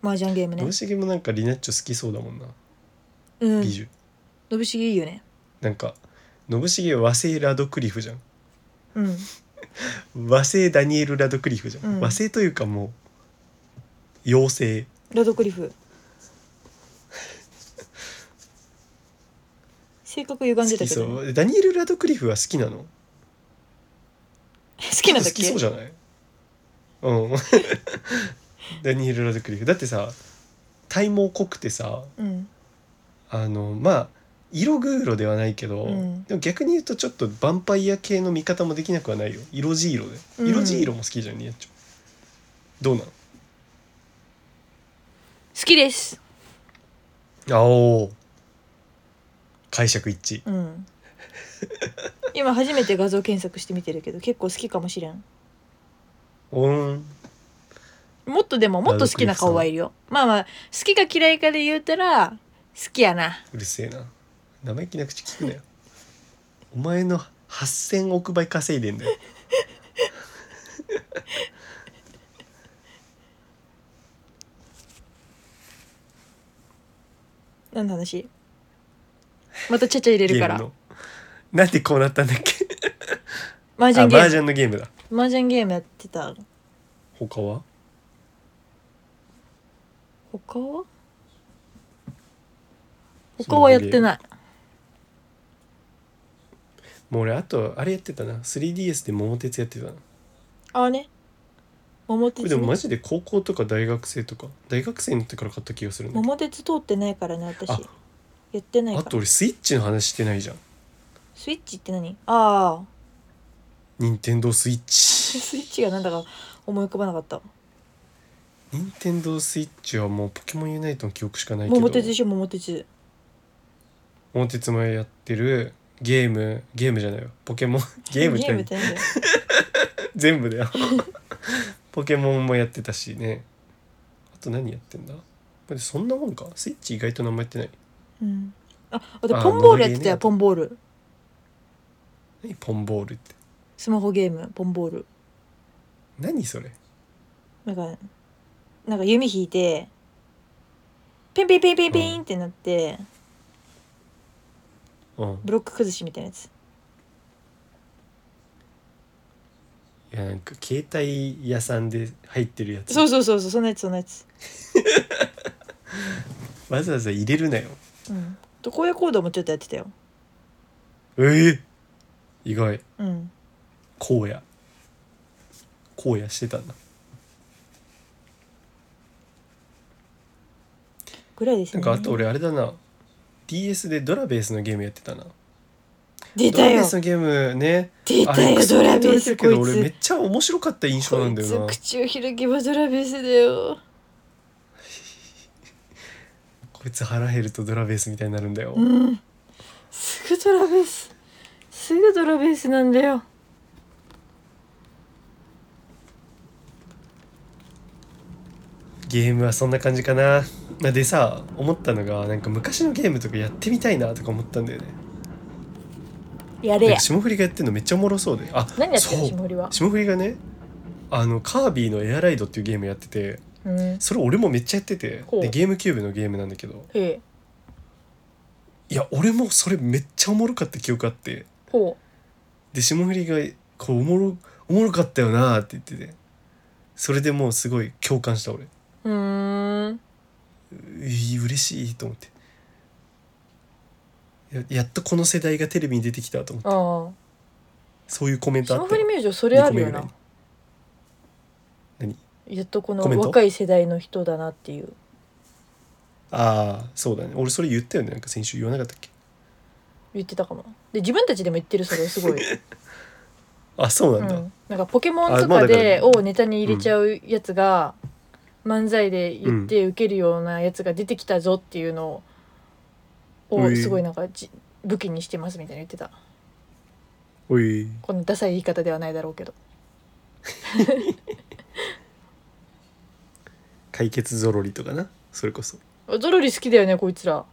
Speaker 2: 麻雀ゲームね
Speaker 1: 信繁もなんかリナッチョ好きそうだもんな、
Speaker 2: うん
Speaker 1: 美
Speaker 2: 信
Speaker 1: 女
Speaker 2: 繁いいよね
Speaker 1: なんか信繁和製ラドクリフじゃん
Speaker 2: うん
Speaker 1: 和製ダニエル・ラドクリフじゃん、
Speaker 2: うん
Speaker 1: 和製というかもう妖精
Speaker 2: ラドクリフ性格歪んで
Speaker 1: 好き
Speaker 2: たけ
Speaker 1: そ
Speaker 2: どね、
Speaker 1: うダニエル・ラドクリフは好きなの
Speaker 2: 好きなんだっ
Speaker 1: 好き
Speaker 2: け
Speaker 1: そうじゃないうん ダニエル・ラドクリフだってさ体毛濃くてさ
Speaker 2: うん
Speaker 1: あのまあ色黒ではないけど、
Speaker 2: うん
Speaker 1: でも逆に言うとちょっとヴァンパイア系の見方もできなくはないよ色白で
Speaker 2: うん
Speaker 1: 色白も好きじゃんねやっちゃんどうな
Speaker 2: 好きです
Speaker 1: のあおー解釈一致
Speaker 2: うん今初めて画像検索してみてるけど結構好きかもしれん
Speaker 1: うん
Speaker 2: もっとでももっと好きな顔はいるよまあまあ好きか嫌いかで言うたら好きやな
Speaker 1: うるせえな生意気な口聞くなよお前の8,000億倍稼いでんだよ
Speaker 2: 何の話またちゃちゃ入れる
Speaker 1: ゲ
Speaker 2: か
Speaker 1: ーム
Speaker 2: ら
Speaker 1: のなんでこうなったんだっけ
Speaker 2: マージャ
Speaker 1: あ
Speaker 2: ンゲ
Speaker 1: マー
Speaker 2: ーム
Speaker 1: ジャンのゲームだ
Speaker 2: マージャンゲームやってた
Speaker 1: 他は
Speaker 2: 他は他はやってない
Speaker 1: もう俺あとあれやってたな 3DS で桃鉄やってたなこ
Speaker 2: ああね桃鉄
Speaker 1: れ
Speaker 2: ね
Speaker 1: でもマジで高校とか大学生とか大学生になってから買った気がするんだけ
Speaker 2: 桃鉄通ってないからね私
Speaker 1: あ
Speaker 2: やってない
Speaker 1: ど
Speaker 2: か
Speaker 1: あ
Speaker 2: ら
Speaker 1: と俺スイッチの話してないじゃん
Speaker 2: スイッチって何ああ
Speaker 1: 任天堂スイッチ
Speaker 2: スイッチがなんだか思い浮かばなかった
Speaker 1: 任天堂スイッチはもうポケモンユナイトの記憶しかないけど
Speaker 2: 桃鉄でしょ桃鉄
Speaker 1: 桃鉄もやってるゲームゲームじゃないよポケモ ンゲームじゃ
Speaker 2: ゲー
Speaker 1: な
Speaker 2: ム
Speaker 1: い
Speaker 2: って何だよ
Speaker 1: 全部だよ ポケモンもやってたしねあと何やってんだこれそんなもんかスイッチ意外と何もやってない
Speaker 2: うんああと
Speaker 1: あ
Speaker 2: ポンボールやって
Speaker 1: 桃ゲーね
Speaker 2: たよポンボール
Speaker 1: 何ポンボールって
Speaker 2: スマホゲームポンボール
Speaker 1: 何それ
Speaker 2: なんかなんか弓引いてピンピンピンピンピンってなって
Speaker 1: うん
Speaker 2: ブロック崩しみたいなやつ
Speaker 1: いやなんか携帯屋さんで入ってるやつ
Speaker 2: そうそうそうそうそんなやつそんなやつ
Speaker 1: わざわざ入れるなよ
Speaker 2: うんと荒野行動もちょっとやってたよ
Speaker 1: えー、意外
Speaker 2: うん
Speaker 1: 荒野荒野してたんだ
Speaker 2: ぐらいです
Speaker 1: な
Speaker 2: ね
Speaker 1: んかあと俺あれだな DS でドラベースのゲームやってたな
Speaker 2: 出
Speaker 1: ドラ
Speaker 2: た
Speaker 1: ベ
Speaker 2: よ
Speaker 1: ースのゲームね
Speaker 2: 出
Speaker 1: あ
Speaker 2: た
Speaker 1: れ
Speaker 2: よ
Speaker 1: クソ
Speaker 2: ドラベー
Speaker 1: 言
Speaker 2: ス
Speaker 1: ってる
Speaker 2: こ
Speaker 1: けど
Speaker 2: い
Speaker 1: 俺め
Speaker 2: つ
Speaker 1: っちゃ面白かった印象
Speaker 2: こ
Speaker 1: なん
Speaker 2: い
Speaker 1: だ
Speaker 2: つ
Speaker 1: よな
Speaker 2: 口を開けばドラベースだよ
Speaker 1: こいつ腹減るとドラベースみたいになるんだよ、
Speaker 2: うんすぐドラベースすぐドラベースなんだよ
Speaker 1: ゲームはそんな感じかなでさ思ったのがなんか昔のゲームとかやってみたいなとか思ったんだよね
Speaker 2: やれ
Speaker 1: な
Speaker 2: や
Speaker 1: んか霜降りがやってるのめっちゃおもろそうであ
Speaker 2: 何やってる
Speaker 1: そう
Speaker 2: 霜降りは
Speaker 1: 霜降りがねあのカービィのエアライドっていうゲームやってて
Speaker 2: うん
Speaker 1: それ俺もめっちゃやってて
Speaker 2: ほう
Speaker 1: でゲームキューブのゲームなんだけど
Speaker 2: へえ
Speaker 1: いや俺もそれめっちゃおもろかった記憶あって
Speaker 2: ほ
Speaker 1: で霜降りがこうおもろおもろかったよなーって言っててそれでもうすごい共感した俺
Speaker 2: ううーん
Speaker 1: うい嬉しいと思ってややっとこの世代がテレビに出てきたと思って
Speaker 2: あ
Speaker 1: そういうコメン
Speaker 2: あ
Speaker 1: トあ
Speaker 2: 霜
Speaker 1: った
Speaker 2: 降り
Speaker 1: よ
Speaker 2: 明星それあるよ
Speaker 1: 二個
Speaker 2: な
Speaker 1: 目ぐらいに何
Speaker 2: やっとこの
Speaker 1: コメント
Speaker 2: 若い世代の人だなっていう
Speaker 1: ああそうだね俺それ言ったよねなんか先週言わなかったっけ
Speaker 2: 言ってたかもで自分たちでも言ってるそれ すごい、
Speaker 1: あそう
Speaker 2: う
Speaker 1: なんだ、
Speaker 2: ん、なんかポケモン
Speaker 1: あ
Speaker 2: と
Speaker 1: まあ
Speaker 2: か
Speaker 1: だから
Speaker 2: でをネタに入れちゃうやつが漫才で言って受けるようなやつが出てきたぞっていうのを
Speaker 1: うん
Speaker 2: すごいなんかじ武器にしてますみたいな言ってた
Speaker 1: おい
Speaker 2: このダサい言い方ではないだろうけど
Speaker 1: 解決ぞろりとかなそれこそ
Speaker 2: ゾロリ好きだよねこいつら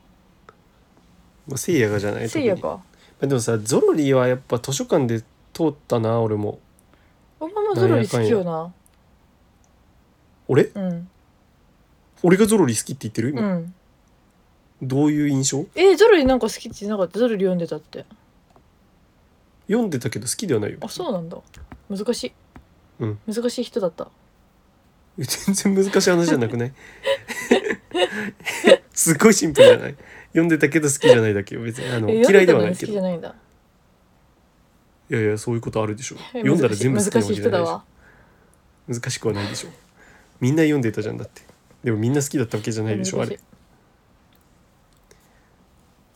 Speaker 1: まあせいやがじゃない
Speaker 2: せいや
Speaker 1: 特にま
Speaker 2: か
Speaker 1: あでもさゾロリはやっぱ図書館で通ったな俺も
Speaker 2: お前もゾロリ好きよな
Speaker 1: 俺
Speaker 2: うん
Speaker 1: 俺がゾロリ好きって言ってる
Speaker 2: う
Speaker 1: 今、
Speaker 2: ん
Speaker 1: どういう印象
Speaker 2: えゾロリなんか好きって言ってなかったゾロリ読んでたって
Speaker 1: 読んでたけど好きではないよ
Speaker 2: あそうなんだ難しい、
Speaker 1: うん
Speaker 2: 難しい人だった
Speaker 1: 全然難しい話じゃな くないすごいシンプルじゃない読んでたけど好きじゃないだけよ別にあの
Speaker 2: え
Speaker 1: 嫌いでは
Speaker 2: 読ん
Speaker 1: ない
Speaker 2: たのに好
Speaker 1: け
Speaker 2: き
Speaker 1: ど
Speaker 2: じ
Speaker 1: い
Speaker 2: ゃないんだ
Speaker 1: やいやそういうことあるでしょ
Speaker 2: え
Speaker 1: 読んだら全部好きな
Speaker 2: 難
Speaker 1: わ
Speaker 2: し
Speaker 1: け
Speaker 2: い
Speaker 1: じ
Speaker 2: 人
Speaker 1: ゃない
Speaker 2: だ
Speaker 1: でしょ
Speaker 2: わ
Speaker 1: 難しくはないでしょみんな読んでたじゃんだってでもみんな好きだったわけじゃないでしょあ
Speaker 2: 難しい
Speaker 1: れ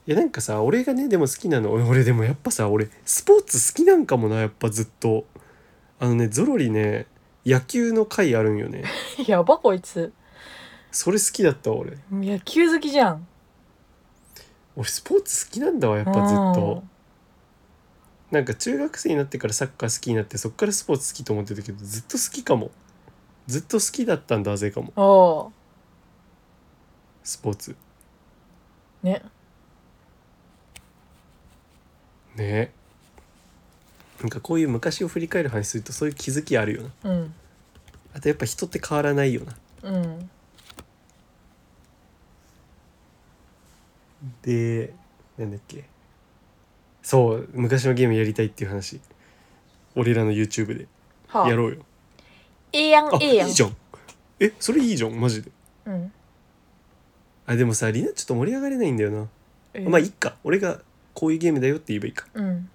Speaker 1: いやなんかさ俺がねでも好きなの俺でもやっぱさ俺スポーツ好きなんかもなやっぱずっとあのねゾロリね野球の回あるんよね
Speaker 2: やばこいつ
Speaker 1: それ好きだったわ俺
Speaker 2: 野球好きじゃん
Speaker 1: 俺スポーツ好きなんだわやっぱずっとなんか中学生になってからサッカー好きになってそっからスポーツ好きと思ってたけどずっと好きかもずっと好きだったんだぜかも
Speaker 2: うんお
Speaker 1: スポーツ
Speaker 2: うね
Speaker 1: ねなんかこういう昔を振り返る話するとそういう気づきあるよな
Speaker 2: うん
Speaker 1: あとやっぱ人って変わらないよな
Speaker 2: うん
Speaker 1: でなんだっけそう昔のゲームやりたいっていう話俺らの YouTube で
Speaker 2: はあ
Speaker 1: やろうよ
Speaker 2: ええやん
Speaker 1: あ
Speaker 2: ええやん
Speaker 1: いいじゃんえそれいいじゃんマジで
Speaker 2: うん
Speaker 1: あでもさりなちょっと盛り上がれないんだよな、
Speaker 2: え
Speaker 1: まあいっか俺がこういうゲームだよって言えばいいか、
Speaker 2: うん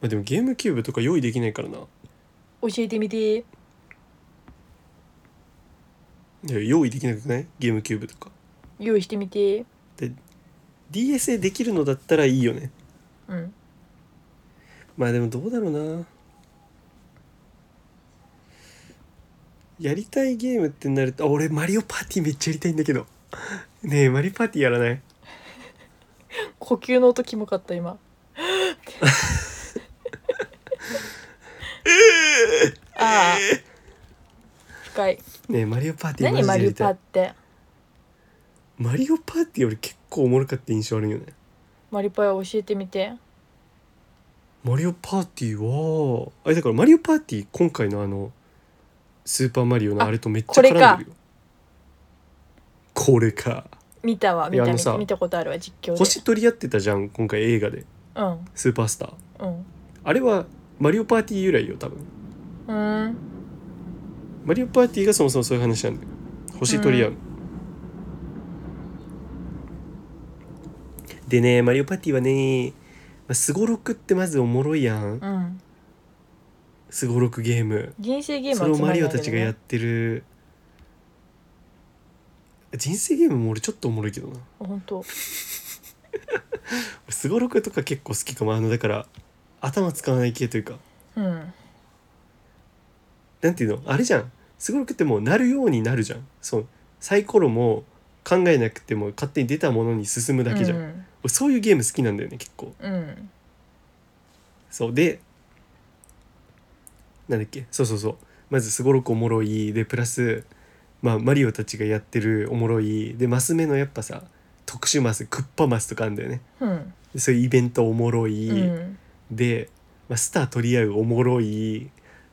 Speaker 1: まあ、でもゲームキューブとか用意できないからな
Speaker 2: 教えてみて
Speaker 1: いや用意できなくないゲームキューブとか
Speaker 2: 用意してみて
Speaker 1: DSA できるのだったらいいよね
Speaker 2: うん
Speaker 1: まあでもどうだろうなやりたいゲームってなるとあ俺マリオパーティーめっちゃやりたいんだけど ねえマリオパーティーやらない
Speaker 2: 呼吸の音キモかった今ああ深い
Speaker 1: ねえマリオパーティーマ
Speaker 2: 何
Speaker 1: ジで
Speaker 2: マ
Speaker 1: や
Speaker 2: リオ
Speaker 1: り
Speaker 2: パ
Speaker 1: た
Speaker 2: ー
Speaker 1: い
Speaker 2: って
Speaker 1: マリオパーティー俺結構おもろかった印象あるんよね
Speaker 2: マリパイ教えてみて
Speaker 1: マリオパーティーはあれだからマリオパーティー今回のあのスーパーマリオの
Speaker 2: あ
Speaker 1: あれとめっちゃ絡んでるよ
Speaker 2: これ
Speaker 1: これか
Speaker 2: 見たわ
Speaker 1: い
Speaker 2: 見
Speaker 1: や
Speaker 2: た
Speaker 1: あの
Speaker 2: 見
Speaker 1: さ
Speaker 2: た見たことあるわ実況で
Speaker 1: 星取り合ってたじゃん今回映画で
Speaker 2: うん
Speaker 1: スーパースター
Speaker 2: うん
Speaker 1: あれはマリオパーティー由来よ多分
Speaker 2: うーん
Speaker 1: マリオパーティーがそもそもそういう話なんだよ星取り合う、でねマリオパーティーはねまあスゴロクってまずおもろいやん
Speaker 2: うん
Speaker 1: スゴロクゲーム
Speaker 2: 人生ゲーム
Speaker 1: それを
Speaker 2: 集ま
Speaker 1: マ
Speaker 2: り
Speaker 1: リ
Speaker 2: な
Speaker 1: オ
Speaker 2: んだ
Speaker 1: たち
Speaker 2: けど
Speaker 1: がやっ
Speaker 2: ね
Speaker 1: てる人生ゲームも俺ちょっとおもろいけどな
Speaker 2: 本当
Speaker 1: 俺スゴロクとか結構好きかもあのだから頭使わない系というか
Speaker 2: うん
Speaker 1: なんていうのあれじゃんすごろくってもうなるようになるじゃんそうサイコロも考えなくても勝手に出たものに進むだけじゃん、
Speaker 2: うん
Speaker 1: 俺そういうゲーム好きなんだよね結構
Speaker 2: うん
Speaker 1: そうでなんだっけそうそうそうまずすごろくおもろいでプラス、まあ、マリオたちがやってるおもろいでマス目のやっぱさ特殊マスクッパマスとかあんだよね
Speaker 2: うん
Speaker 1: でそういうイベントおもろい、
Speaker 2: うん
Speaker 1: で、まあ、スター取り合うおもろい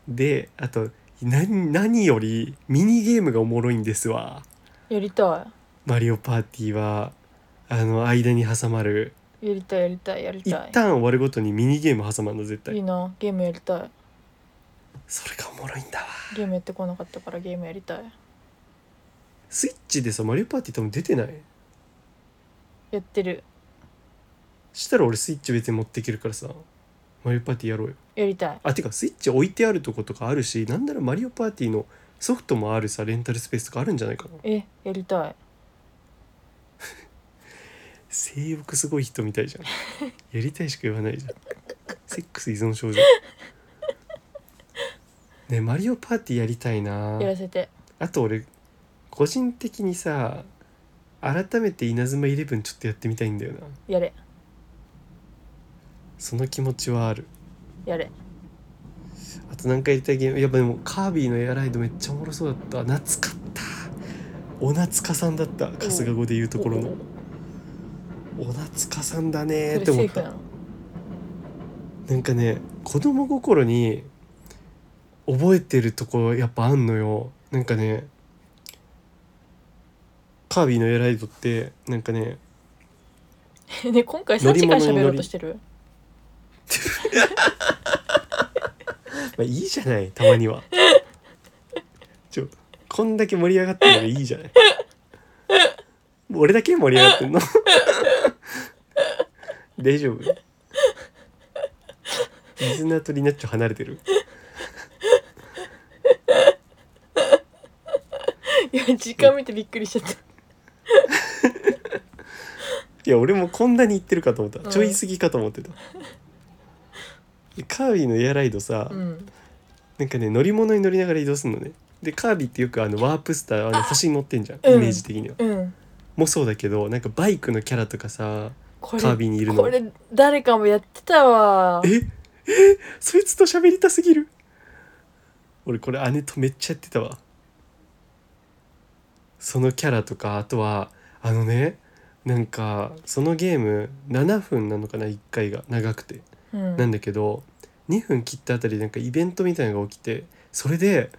Speaker 1: であと何何よりミニゲームがおもろいんですわ
Speaker 2: やりた
Speaker 1: マリオパーティーはあの間に挟まる
Speaker 2: いやりたいやりたいやり
Speaker 1: 一
Speaker 2: たい
Speaker 1: 旦終わるごとにミニゲーム挟まるの絶
Speaker 2: いい
Speaker 1: 対
Speaker 2: なゲームやりたい
Speaker 1: それがおもろいんだわ
Speaker 2: ゲームやってこなかったからゲームやりたい
Speaker 1: スイッチでさマリオパーティー多分出てない
Speaker 2: やってる
Speaker 1: したら俺スイッチ別に持っていけるからさマリオパーティーやろうよ
Speaker 2: やりたい
Speaker 1: あてかスイッチ置いてあるとことかあるしなんならマリオパーティーのソフトもあるさレンタルスペースとかあるんじゃないかな
Speaker 2: えやりたい
Speaker 1: 性欲すごい人みたいじゃんやりたいしか言わないじゃんセックス依存症じゃんねマリオパーティーやりたいな
Speaker 2: やらせて
Speaker 1: あと俺個人的にさ改めて稲妻イレブンちょっとやってみたいんだよな
Speaker 2: やれ
Speaker 1: その気持ちはある
Speaker 2: やれ
Speaker 1: あと何かやりたいゲームやっぱでもカービィのエアライドめっちゃおもろそうだった懐かったお懐かさんだった春日語で言うところのお懐かさんだね
Speaker 2: そ
Speaker 1: ーって
Speaker 2: れセ
Speaker 1: 思
Speaker 2: ー
Speaker 1: っ
Speaker 2: フ
Speaker 1: た
Speaker 2: なの
Speaker 1: なんかね子供心に覚えてるとこやっぱあんのよなんかねカービィのエライドってなんかね
Speaker 2: ね今回3時間喋ろうとしてる
Speaker 1: まあいいじゃないたまにはちょこんだけ盛り上がってるのがいいじゃない俺だけ盛り上がってんの大丈夫リズナーとリナッチョ離れてる
Speaker 2: いや時間見てびっくりしちゃった
Speaker 1: いいや俺もこんなに言ってるかと思った、
Speaker 2: うん
Speaker 1: ちょい過ぎかと思ってたいやカービィのエアライドさ、
Speaker 2: うん
Speaker 1: なんかね乗り物に乗りながら移動するのねでカービィってよくあのワープスターあの星に乗ってんじゃん、
Speaker 2: う
Speaker 1: イ
Speaker 2: ん
Speaker 1: メージ的には
Speaker 2: うん
Speaker 1: もそうだけどなんかバイクのキャラとかさカ
Speaker 2: これ
Speaker 1: ービィにいるの
Speaker 2: これ誰かもやってたわ
Speaker 1: ええそいつと喋りたすぎる俺これ姉とめっちゃやってたわそのキャラとかあとはあのねなんかそのゲーム7分なのかな1回が長くて
Speaker 2: うん
Speaker 1: なんだけど2分切ったあたりなんかイベントみたいなのが起きてそれで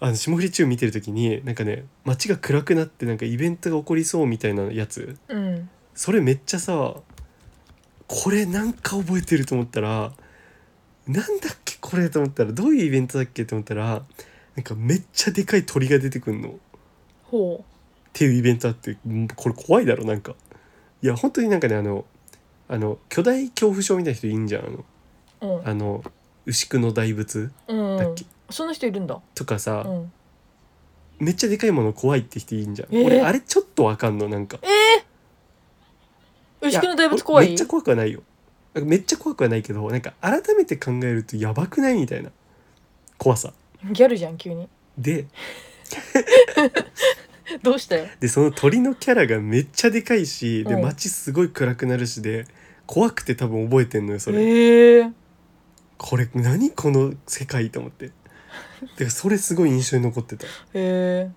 Speaker 1: あの霜降りチューン見てる時になんかね街が暗くなってなんかイベントが起こりそうみたいなやつ
Speaker 2: うん
Speaker 1: それめっちゃさこれなんか覚えてると思ったらなんだっけこれと思ったらどういうイベントだっけと思ったらなんかめっちゃでかい鳥が出てくんのっ
Speaker 2: ほ
Speaker 1: ていうイベントあってうんこれ怖いだろなんかいや本当になんかねあのあの巨大恐怖症みたいな人いんじゃんあの
Speaker 2: ううん
Speaker 1: あの牛久の大仏
Speaker 2: う
Speaker 1: だっ
Speaker 2: ん
Speaker 1: け
Speaker 2: そんな人いるんだ
Speaker 1: とかさ、
Speaker 2: うん
Speaker 1: めっちゃでかいもの怖いって人いいんじゃん、
Speaker 2: えー
Speaker 1: 俺あれちょっとわかんのなんか
Speaker 2: 牛久の大仏怖
Speaker 1: や俺め
Speaker 2: い
Speaker 1: っちゃ怖くはないよなんかめっちゃ怖くはないけどなんか改めて考えるとやばくないみたいな怖さ
Speaker 2: ギャルじゃん急に
Speaker 1: で
Speaker 2: どうしたよ
Speaker 1: でその鳥のキャラがめっちゃでかいしで
Speaker 2: うん
Speaker 1: 街すごい暗くなるしで怖くて多分覚えてんのよそれ、
Speaker 2: ええ
Speaker 1: これ何この世界と思ってでそれすごい印象に残ってた
Speaker 2: へえ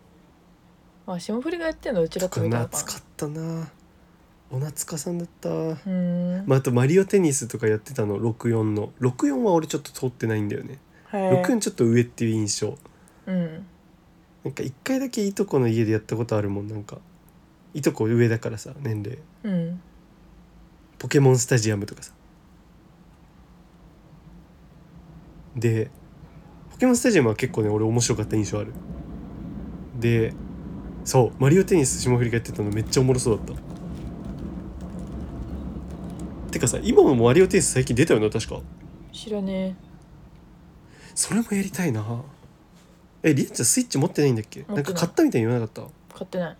Speaker 2: あ霜降りがやってんのうちらと見た
Speaker 1: 懐
Speaker 2: のか
Speaker 1: かったなお懐かさんだった
Speaker 2: なうーん、
Speaker 1: まあ、あとマリオテニスとかやってたの64の64は俺ちょっと通ってないんだよね、
Speaker 2: へえ
Speaker 1: 64ちょっと上っていう印象
Speaker 2: うん
Speaker 1: なんか一回だけいとこの家でやったことあるもんなんかいとこ上だからさ年齢
Speaker 2: うん
Speaker 1: ポケモンスタジアムとかさでポケモンスタジアムは結構ね俺面白かった印象あるでそうマリオテニス霜降りがやってたのめっちゃおもろそうだったてかさ今もマリオテニス最近出たよな確か
Speaker 2: 知らね
Speaker 1: それもやりたいなえりえちゃんスイッチ持ってないんだっけ
Speaker 2: てな
Speaker 1: ないんか買ったみたいに言わなかった
Speaker 2: え買ってない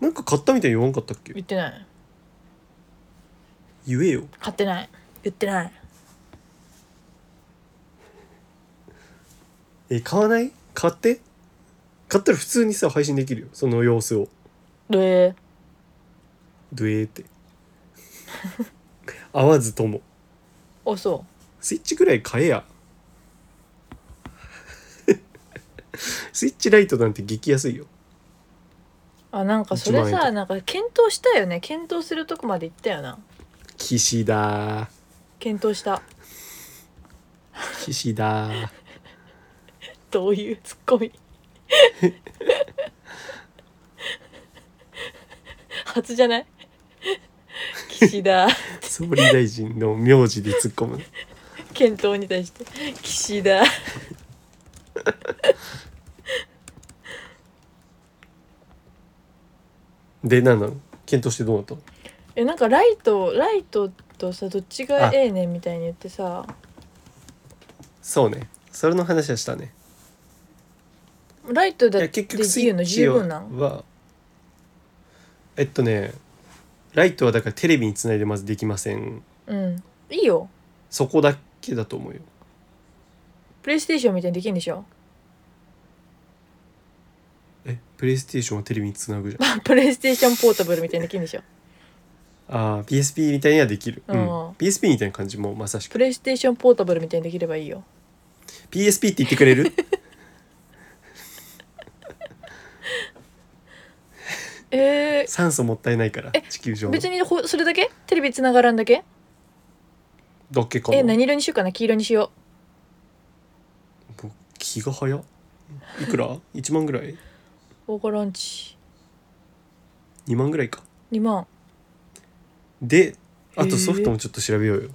Speaker 1: なんか買ったみたいに言わんかったっけ
Speaker 2: 言ってない
Speaker 1: 言えよ
Speaker 2: 買ってない言ってない
Speaker 1: え買わない買って買ったら普通にさ配信できるよその様子を
Speaker 2: どえ
Speaker 1: ドゥエーって 合わずとも
Speaker 2: あそ
Speaker 1: スイッチぐらい買えや スイッチライトなんて激安いよ
Speaker 2: うあなんかそれ
Speaker 1: 一万円
Speaker 2: さ
Speaker 1: と
Speaker 2: なんか検討したよね検討するとこまで行ったよな
Speaker 1: 岸田
Speaker 2: 検討した
Speaker 1: 岸田
Speaker 2: どういうツッコミ 初じゃない 岸田
Speaker 1: 総理大臣の名字で突っ込む
Speaker 2: 検討に対して岸田
Speaker 1: で何なの検討してどうなったの
Speaker 2: えなんかライトライトとさどっちがええねんみたいに言ってさ
Speaker 1: そうねそれの話はしたね
Speaker 2: ライト
Speaker 1: い
Speaker 2: だ
Speaker 1: や
Speaker 2: って
Speaker 1: 結局ス
Speaker 2: 自
Speaker 1: イ
Speaker 2: 由の
Speaker 1: ッチ
Speaker 2: 十分な
Speaker 1: は
Speaker 2: ん
Speaker 1: えっとねライトはだからテレビにつないでまずできません
Speaker 2: うんいいよ
Speaker 1: そこだけだと思うよ
Speaker 2: プレイステーションみたいにできるんでしょ
Speaker 1: えプレイステーションをテレビにつなぐじゃん
Speaker 2: プレイステーションポータブルみたいにできるんでしょ
Speaker 1: ああ PSP みたいにはできる、う
Speaker 2: うん
Speaker 1: ん、PSP みたいな感じもまさし
Speaker 2: プ
Speaker 1: く
Speaker 2: レイステーションポータブルみたいにできればいいよ
Speaker 1: PSP って言ってくれ る
Speaker 2: えー、
Speaker 1: 酸素もったいないから地球上の
Speaker 2: 別にほそれだけテレビつながらんだけ
Speaker 1: だけかな
Speaker 2: え何色にしようかな黄色にしよ
Speaker 1: 僕気が早っいくら ?1 万ぐらいう
Speaker 2: オーガランチ
Speaker 1: 2万ぐらいか
Speaker 2: 2万
Speaker 1: であ
Speaker 2: へー
Speaker 1: とソフトもちょっと調べようよ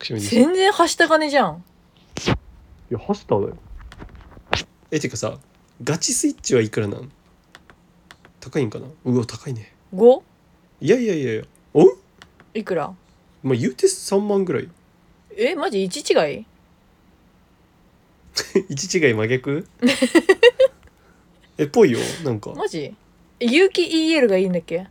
Speaker 1: くしゃみでした
Speaker 2: 全然はした金じゃん
Speaker 1: いや、ハスターだよ。え、てかさ、ガチスイッチはいくらなん高いんかなうわ、高いね。
Speaker 2: 5?
Speaker 1: いやいやいやいや。おん
Speaker 2: いくら
Speaker 1: まあ、言うて3万ぐらい。
Speaker 2: えマジ1違い
Speaker 1: 一違い真逆 え、ぽいよ。なんか。
Speaker 2: マジ有機 EL がいいんだっけ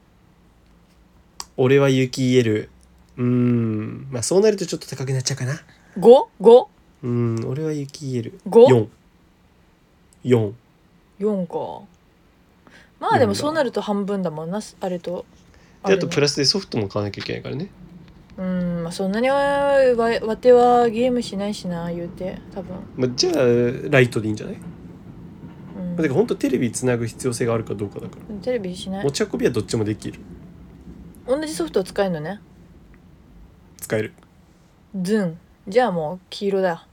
Speaker 1: 俺は雪言えるうーんまあそうなるとちょっと高くなっちゃうかな
Speaker 2: 五五
Speaker 1: うーん俺は雪言える
Speaker 2: 五
Speaker 1: 4 4
Speaker 2: 四かまあで
Speaker 1: 四
Speaker 2: も
Speaker 1: だ
Speaker 2: そうなると半分だもんなあれと
Speaker 1: であとプ
Speaker 2: ラ
Speaker 1: ラスでソフトも買わなきゃいけないからね
Speaker 2: うんまあそんなにわわてはゲームしないしな言うて多分、
Speaker 1: まあ、じゃあライトでいいんじゃない、ま
Speaker 2: うん
Speaker 1: あ、だから本当テレビつなぐ必要性があるかどうかだから
Speaker 2: テレビしない
Speaker 1: 持ち運びはどっちもできる
Speaker 2: 同じソフトを使えるのね
Speaker 1: 使える
Speaker 2: ズンじゃあもう黄色だ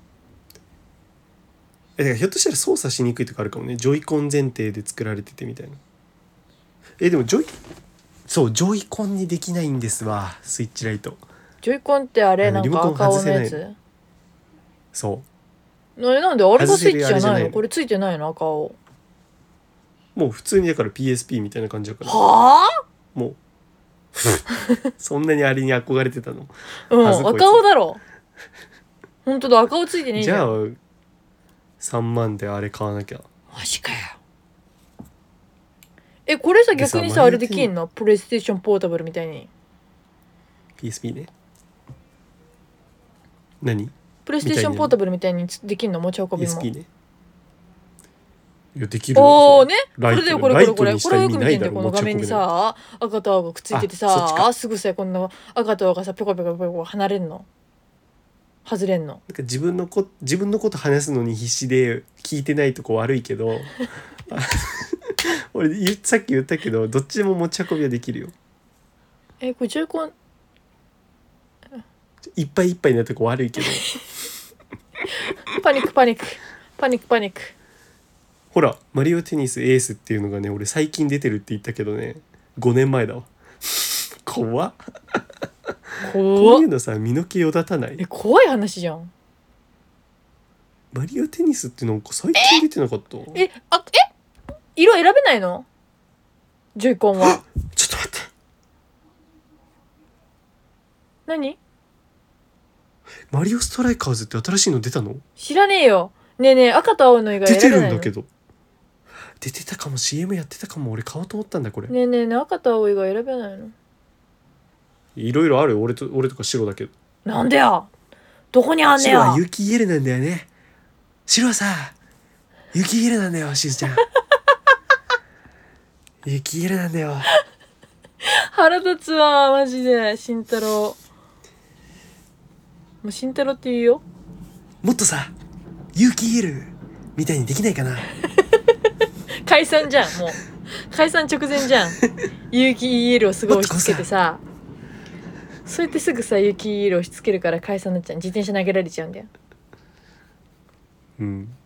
Speaker 1: えだからひょっとしたら操作しにくいとかあるかもねジョイコン前提で作られててみたいなえでもジョイそうジョイコンにできないんですわスイッチライト
Speaker 2: ジョイコンってあれ
Speaker 1: あ
Speaker 2: な
Speaker 1: の
Speaker 2: んか
Speaker 1: リモコン外
Speaker 2: 赤青の
Speaker 1: せない
Speaker 2: やつ
Speaker 1: そ
Speaker 2: ななんであれがスイッチじ
Speaker 1: 外せる
Speaker 2: ゃ
Speaker 1: あれじゃ
Speaker 2: な
Speaker 1: ないい
Speaker 2: の
Speaker 1: の
Speaker 2: これついてないの赤青
Speaker 1: うもう普通にだから PSP みたいな感じだから
Speaker 2: は
Speaker 1: も うそんなにあれに憧れてたの
Speaker 2: あうん
Speaker 1: あそこ
Speaker 2: 赤青 だろ本当だ赤青ついてねえじ
Speaker 1: じ
Speaker 2: ゃ
Speaker 1: ゃあ
Speaker 2: ん
Speaker 1: 3万であれ買わなきゃ
Speaker 2: マジかよえこれさ
Speaker 1: でさ
Speaker 2: 逆にさ
Speaker 1: マ
Speaker 2: あ
Speaker 1: リ
Speaker 2: れ
Speaker 1: アティ
Speaker 2: できんのプレイステーションポータブルみたいに
Speaker 1: PSP ね何
Speaker 2: プレイステーションポータブルみたいにつできんの持ち運びも
Speaker 1: ?PSP ねいやできるよ
Speaker 2: おお
Speaker 1: それ
Speaker 2: ねこ
Speaker 1: ライ
Speaker 2: れ
Speaker 1: ト
Speaker 2: だよこれこ
Speaker 1: ラ
Speaker 2: れこ
Speaker 1: イト
Speaker 2: れ
Speaker 1: にし
Speaker 2: こ
Speaker 1: た
Speaker 2: れ
Speaker 1: 意
Speaker 2: よく
Speaker 1: 味
Speaker 2: 見
Speaker 1: な
Speaker 2: て
Speaker 1: いだ
Speaker 2: んだよ
Speaker 1: ろ
Speaker 2: この画面に
Speaker 1: 持ち運
Speaker 2: さ赤と青がくっついてて
Speaker 1: あそっち
Speaker 2: さ
Speaker 1: か
Speaker 2: あすぐさこんな赤と青がさペコペコペコペコ離れんの外れんの
Speaker 1: なんか自分のこ自分のこと話すのに必死で聞いてないとこ悪いけど あ俺言うさっき言ったけどどっちでも持ち運びはできるよ
Speaker 2: えこれジョイコン
Speaker 1: いっぱいいっぱいになとこ悪いけど
Speaker 2: パニックパニックパニックパニック
Speaker 1: ほら「マリオテニスエース」っていうのがね俺最近出てるって言ったけどね5年前だわ怖っこう
Speaker 2: 怖
Speaker 1: いう
Speaker 2: っ
Speaker 1: のさ身の毛よだたない
Speaker 2: え怖い話じゃん
Speaker 1: マリオテニスってなんか最近出てなかったちょっと待っ
Speaker 2: えあえ色選べないのジョイコ ンは
Speaker 1: て
Speaker 2: 何
Speaker 1: マリオストライカーズって新しいの出たの
Speaker 2: 知らねえよねえねえ赤と青の以外
Speaker 1: 出て
Speaker 2: 選べ
Speaker 1: る
Speaker 2: なんいの
Speaker 1: だけど出てたかも CM やってたかも俺買おうと思ったんだこれ、
Speaker 2: ねえねえねえ赤と青以外選べないの
Speaker 1: いろいろあるよ俺と俺とか白だけど
Speaker 2: なんでやどこにあんね
Speaker 1: 白
Speaker 2: や
Speaker 1: は雪イエレなんだよね白はさ雪イエレなんだよしずち ゃん雪イエレなんだよ
Speaker 2: 腹立つわマジで慎太郎もう慎太郎って言うよ
Speaker 1: もっとさ雪イエレみたいにできないかな
Speaker 2: 解散じゃんもう解散直前じゃん 有機 EL をすごい押し付けてさそうやってすぐさ有機 EL を押し付けるから解散になっちゃう自転車投げられちゃうんだよ
Speaker 1: うん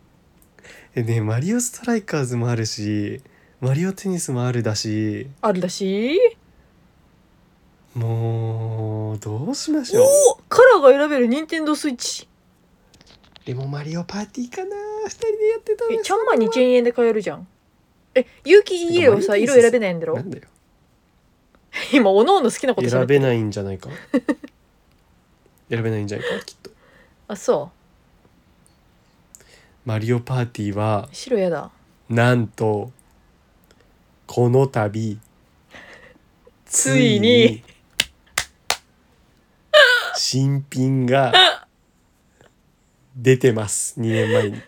Speaker 1: えねマリオストライカーズもあるしマリオテニスもあるだし
Speaker 2: あるだし
Speaker 1: もうどうしましょう
Speaker 2: おおカラーが選べる任天堂スイッチ
Speaker 1: でもマリオパーティーかな二人でやってた
Speaker 2: え
Speaker 1: の
Speaker 2: ちゃんま2000円で買えるじゃんえ有機 EL はさ
Speaker 1: マリオ
Speaker 2: 色
Speaker 1: テニス
Speaker 2: 選べないんだろ
Speaker 1: なんだよ
Speaker 2: 今おのおの好きなことさ
Speaker 1: 選
Speaker 2: れて
Speaker 1: べないんじゃ ないか選べないんじゃないかきっと
Speaker 2: あそ
Speaker 1: マリオパーティーは
Speaker 2: う白やだ
Speaker 1: なんとこの度
Speaker 2: ついに
Speaker 1: 新品が出てます2年前に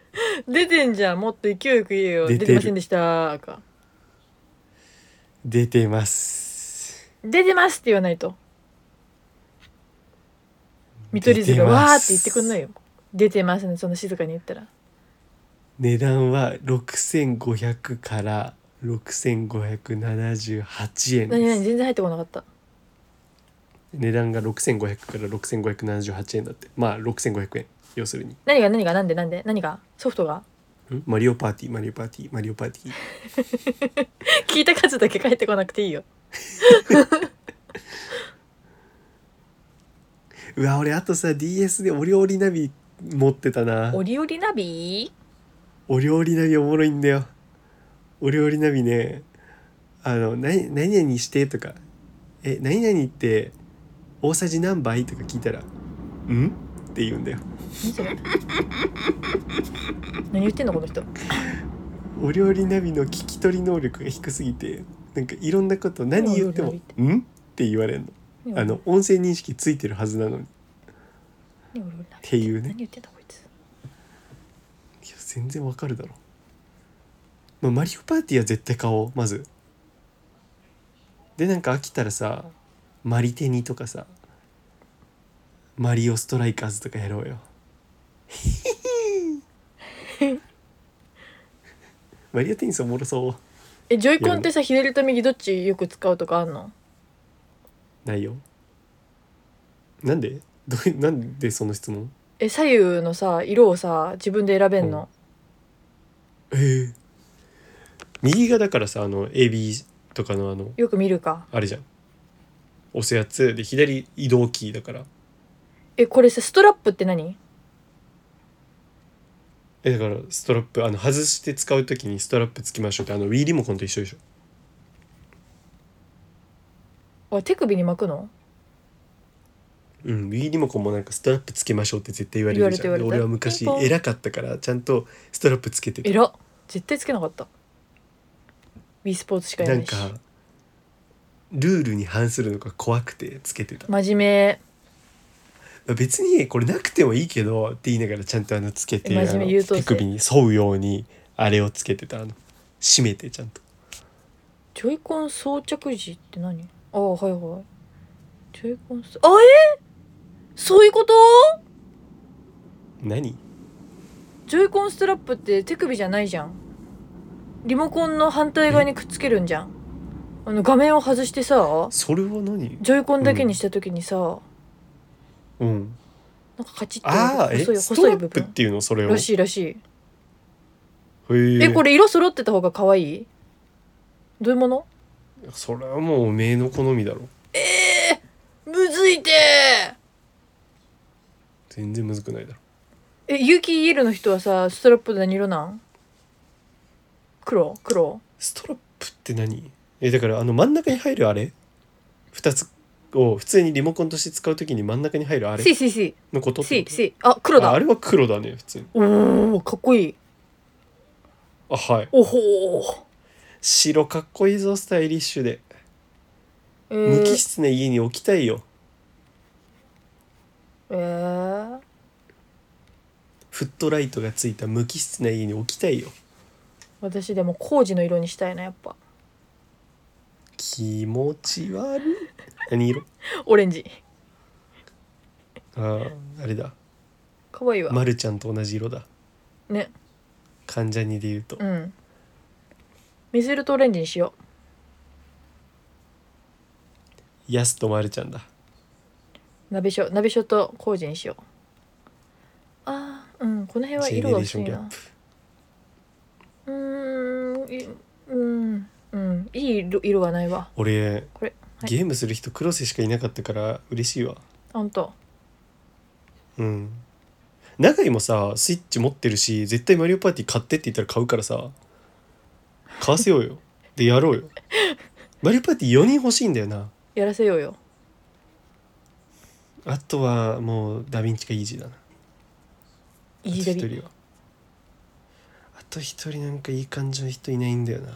Speaker 2: 出てんじゃんもっと勢いよく言えよ
Speaker 1: 出
Speaker 2: 出
Speaker 1: て
Speaker 2: て
Speaker 1: る
Speaker 2: ませんでしたか
Speaker 1: 出てます
Speaker 2: 出てますって言わないと見取り図
Speaker 1: 出
Speaker 2: が
Speaker 1: てます
Speaker 2: わーって言ってくんないよ出てますねそんな静かに言ったら
Speaker 1: 値段は6500から6578円
Speaker 2: 何
Speaker 1: です
Speaker 2: 何全然入ってこなかった
Speaker 1: 値段が6500から6578円だってまあ6500円要するに
Speaker 2: 何が何がなんでなんで何がソフトが
Speaker 1: んマリオパーティーマリオパーティーマリオパーティー
Speaker 2: 聞いた数だけ返ってこなくていいよ
Speaker 1: うわ俺あとさ DS でお料理ナビ持ってたな
Speaker 2: おりおりナビ
Speaker 1: お料理ナビおもろいんだよお料理ナビねあの何何々してとかえ何々って大さじ何杯とか聞いたらんって言うんだよ
Speaker 2: 何それ何言ってんのこの人
Speaker 1: お料理ナビの聞き取り能力が低すぎてなんかいろんなこと何言っても
Speaker 2: お料理
Speaker 1: 「ん?」って言われんの
Speaker 2: でも
Speaker 1: あの音声認識ついてるはずなのにい
Speaker 2: でも俺何言って
Speaker 1: いうね
Speaker 2: 何言ってんだこいつ
Speaker 1: や全然わかるだろ、まあ、マリオパーティーは絶対買おうまずでなんか飽きたらさマリテニとかさマリオストライカーズとかやろうよマリオテニスおもろそう
Speaker 2: えジョイコンってさ左と右どっちよく使うとかあんの
Speaker 1: ないよなんでどうなんでその質問
Speaker 2: え左右のさ色をさ自分で選べんの、
Speaker 1: えー右がだからさあの AB とかのあの
Speaker 2: よく見るか
Speaker 1: あれじゃん押すやつで左移動キーだから
Speaker 2: えこれさストラップって何
Speaker 1: えだからストラップあの外して使う時にストラップつきましょうってあの Wii リモコンと一緒でしょ
Speaker 2: おい手首に巻くの
Speaker 1: うん Wii リモコンもなんかストラップつけましょうって絶対言われるじゃん
Speaker 2: 言われて
Speaker 1: で
Speaker 2: 言わ
Speaker 1: 俺
Speaker 2: れて
Speaker 1: は昔
Speaker 2: ピンポン
Speaker 1: 偉かったからちゃんとストラップつけて
Speaker 2: え
Speaker 1: た
Speaker 2: らっ絶対つけなかった w スポーツしかや
Speaker 1: な
Speaker 2: ら
Speaker 1: ん
Speaker 2: ないし
Speaker 1: かルールに反するのが怖くてつけてた
Speaker 2: 真面目
Speaker 1: まあ別にこれなくてもいいけどって言いながらちゃんとあのつけて
Speaker 2: え
Speaker 1: あ
Speaker 2: 真面目
Speaker 1: の
Speaker 2: 優等生
Speaker 1: 手首に沿うようにあれをつけてたあの締めてちゃんと
Speaker 2: ジョイコン装着時って何ああはいはいジョイコン装あえそういうこと
Speaker 1: 何
Speaker 2: ジョイコンストラップって手首じゃないじゃんリモコンの反対側にくっつけるんじゃんあの画面を外してさ
Speaker 1: それは何
Speaker 2: ジョイコンだけにした時にさ、
Speaker 1: うん
Speaker 2: なんかカチッと
Speaker 1: ああえ
Speaker 2: 細い
Speaker 1: スト
Speaker 2: 細
Speaker 1: ラ
Speaker 2: い
Speaker 1: ッ
Speaker 2: 部
Speaker 1: プっ
Speaker 2: 分
Speaker 1: ていうのそれを
Speaker 2: らしいらしい
Speaker 1: へ
Speaker 2: えこれ色揃ってた方が可愛いどういうもの
Speaker 1: それはもうおめえの好みだろ
Speaker 2: むずいて
Speaker 1: 全然むずくないだろ
Speaker 2: ーえ有機イエローの人はさストラップ何色なん黒黒
Speaker 1: ストラップって何えだからあの真ん中に入るあれ2つを普通にリモコンとして使う時に真ん中に入るあれ
Speaker 2: C C C
Speaker 1: のことって
Speaker 2: C
Speaker 1: こと
Speaker 2: C あ黒
Speaker 1: ああ
Speaker 2: だ
Speaker 1: れは黒だね普通に
Speaker 2: おおかっこいい
Speaker 1: あはい
Speaker 2: おほー
Speaker 1: 白かっこいいぞスタイリッシュで
Speaker 2: え
Speaker 1: 無機
Speaker 2: ー、
Speaker 1: 質な家に置きたいよ
Speaker 2: えー、
Speaker 1: フットライトがついた無機質な家に置きたいよ
Speaker 2: 私でも工事の色にしたいなやっぱ
Speaker 1: 気持ち悪い何色
Speaker 2: オレンジ
Speaker 1: あーあれだ
Speaker 2: かわいいわ、
Speaker 1: まるちゃんと同じ色だ
Speaker 2: ね
Speaker 1: 関ジャニで言うと
Speaker 2: うん水色とオレンジにしよ
Speaker 1: ヤスとまるちゃんだ
Speaker 2: う鍋しょ鍋しょと工事にしようあーうんこの辺は
Speaker 1: ジェネ
Speaker 2: 色
Speaker 1: レ
Speaker 2: が
Speaker 1: ーション
Speaker 2: 薄い
Speaker 1: ギャッ
Speaker 2: な
Speaker 1: プ
Speaker 2: うーんいうんうんいい色色はないわ
Speaker 1: 俺
Speaker 2: これはい
Speaker 1: ゲームする人黒瀬しかいなかったから嬉しいわ
Speaker 2: あんた
Speaker 1: うん永井もさスイッチ持ってるし絶対マリオパーティー買ってって言ったら買うからさ買わせよう よでやろうよマリオパーティー4人欲しいんだよな
Speaker 2: やらせようよ
Speaker 1: あとはもうダヴィンチかイージーだな
Speaker 2: いじれ
Speaker 1: あと
Speaker 2: び
Speaker 1: 一人はあと一人なんかいい感じの人いないんだよな、ま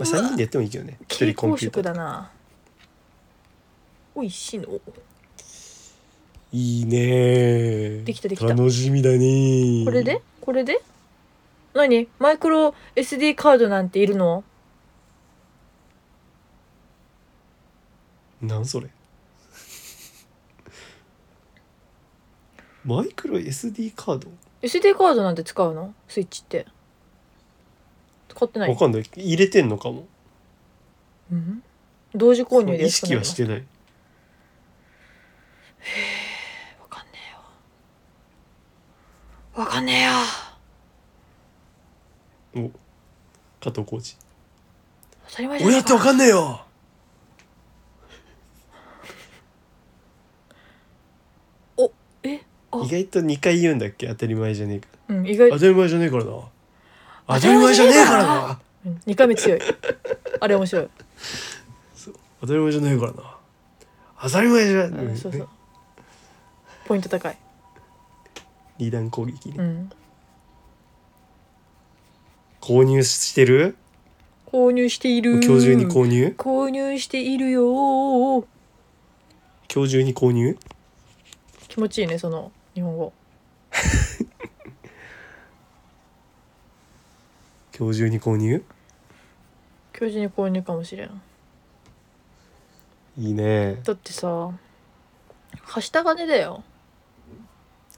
Speaker 1: あ、3人でやってもいいけどね一
Speaker 2: 蛍
Speaker 1: 人コン
Speaker 2: 光
Speaker 1: ピューター
Speaker 2: 色だなおいしいの
Speaker 1: いいねー
Speaker 2: できたできた
Speaker 1: 楽しみだねー
Speaker 2: これでこれで何マイクロ SD カードなんているの
Speaker 1: なんそれマイクロ SD カード
Speaker 2: SD カードなんて使うのスイッチって使ってない
Speaker 1: わかんない入れてんのかも
Speaker 2: うん同時購入で
Speaker 1: 意
Speaker 2: 安く
Speaker 1: 識
Speaker 2: なりま
Speaker 1: は
Speaker 2: す
Speaker 1: してない
Speaker 2: わかんねえよわかんねえよ
Speaker 1: お加藤浩次
Speaker 2: 当たり前じゃ
Speaker 1: 親ってわかんねえよ
Speaker 2: おえあ
Speaker 1: 意外と2回言うんだっけ当たり前じゃねえか
Speaker 2: うん意外
Speaker 1: 当たり前じゃねえからな当
Speaker 2: 当
Speaker 1: た
Speaker 2: た
Speaker 1: り
Speaker 2: り
Speaker 1: 前
Speaker 2: 前
Speaker 1: じ
Speaker 2: じ
Speaker 1: ゃ
Speaker 2: ゃ
Speaker 1: ね
Speaker 2: ね
Speaker 1: え
Speaker 2: え
Speaker 1: か
Speaker 2: からら
Speaker 1: な
Speaker 2: なうん二回目 強いあれ面白い、
Speaker 1: 当たり前じゃねえからな当たり前じゃ
Speaker 2: うん、そうそ
Speaker 1: ね
Speaker 2: うポイント高い
Speaker 1: リーダン攻撃
Speaker 2: う
Speaker 1: ね
Speaker 2: ん
Speaker 1: 購入してる
Speaker 2: 購入している
Speaker 1: 今日中に購入
Speaker 2: 購入しているよ
Speaker 1: 今日中に購入
Speaker 2: 気持ちいいねその日本語
Speaker 1: 今日中に購入
Speaker 2: 今日中に購入かもしれん
Speaker 1: いいね
Speaker 2: だってさはした金だよ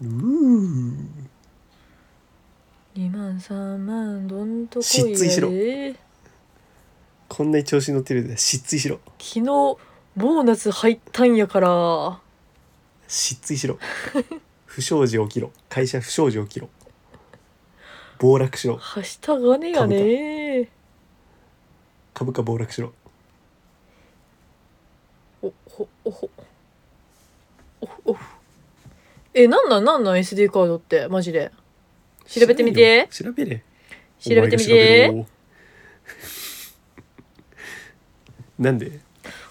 Speaker 1: うー
Speaker 2: 2万3万どんとこい
Speaker 1: 失墜しろ
Speaker 2: やで
Speaker 1: こんなに調子乗ってるで失墜しろ
Speaker 2: 昨日ボーナス入ったんやから
Speaker 1: 失墜 しろ不祥事起きろ会社不祥事起きろ暴落しろ
Speaker 2: はした金やね
Speaker 1: 株価暴落しろ
Speaker 2: おほおほおほおほえなんなんなんなん SD カードってマジで調べてみて
Speaker 1: 調べれ
Speaker 2: 調べてみ
Speaker 1: お前が
Speaker 2: て
Speaker 1: 調べろなんで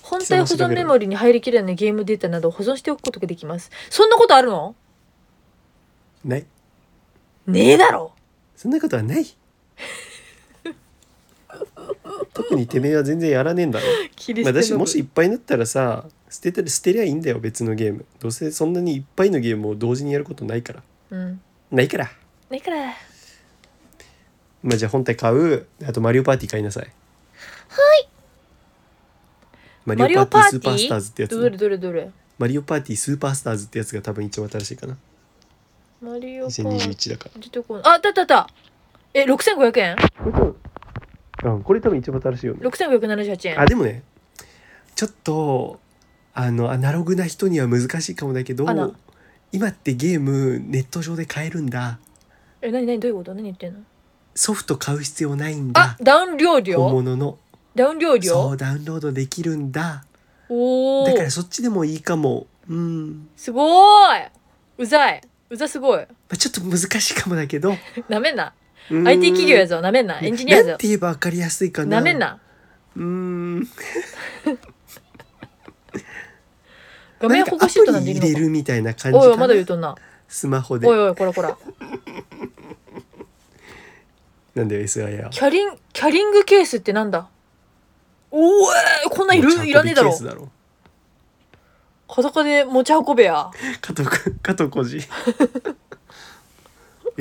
Speaker 2: 本体保存メモリに入りきらないゲームデータなどを保存しておくことができますそんなことあるの
Speaker 1: ない
Speaker 2: ねえだろ
Speaker 1: そんなことはない特にてめえは全然やらねえんだろ
Speaker 2: 切り
Speaker 1: ま
Speaker 2: 捨
Speaker 1: あ、
Speaker 2: て
Speaker 1: だし
Speaker 2: の
Speaker 1: もしいっぱいになったらさ捨てたり捨てりゃいいんだよ別のゲームどうせそんなにいっぱいのゲームを同時にやることないから
Speaker 2: うん
Speaker 1: ないから
Speaker 2: だから
Speaker 1: まあじゃあ本体買うあとマリオパーティー買いなさいはいマリオパーティースーパースターズってやつ
Speaker 2: ど
Speaker 1: ね、
Speaker 2: れどれどれ
Speaker 1: マリオパーティースーパースターズってやつが多分一番新しいかな
Speaker 2: マリオパー
Speaker 1: 2021だから
Speaker 2: 出てこないああったあったあったえ六千五百円
Speaker 1: これ多分うんこれ多分一番新しいよね
Speaker 2: 六千五百七十八円
Speaker 1: あでもねちょっとあのアナログな人には難しいかもだけど
Speaker 2: あら
Speaker 1: 今ってゲームネット上で買えるんだ
Speaker 2: えなになにどういうこと何言ってんの
Speaker 1: ソフト買う必要ないんだ
Speaker 2: あダウン料
Speaker 1: 本
Speaker 2: 料
Speaker 1: 物の
Speaker 2: ダウン料
Speaker 1: そ
Speaker 2: 料
Speaker 1: うダウンロードできるんだ
Speaker 2: お
Speaker 1: だ
Speaker 2: お
Speaker 1: からそっちでもいいかもうん、
Speaker 2: すごーいうざいうざすごい
Speaker 1: まあ、ちょっと難しいかもだけど
Speaker 2: なめんな
Speaker 1: うん
Speaker 2: IT 企業やぞなめんなエンジニアや
Speaker 1: な
Speaker 2: ぞ
Speaker 1: んて言えば分かりやすいかな
Speaker 2: なめんな
Speaker 1: うん
Speaker 2: 画面保護シートなんて
Speaker 1: か
Speaker 2: い
Speaker 1: アプリ
Speaker 2: い
Speaker 1: 入れ
Speaker 2: の
Speaker 1: るみたいな感じ
Speaker 2: かおいおい
Speaker 1: か
Speaker 2: まだ言う
Speaker 1: な
Speaker 2: とんな
Speaker 1: スマホで
Speaker 2: おいおいこらこら
Speaker 1: なんだよ SIR
Speaker 2: キャリンキャリングケースってなんだおえこんなんい
Speaker 1: 持ち運
Speaker 2: る
Speaker 1: び
Speaker 2: いらねえだろ
Speaker 1: ケースだろ
Speaker 2: 裸で持ち運べや
Speaker 1: 加藤く加藤浩次 い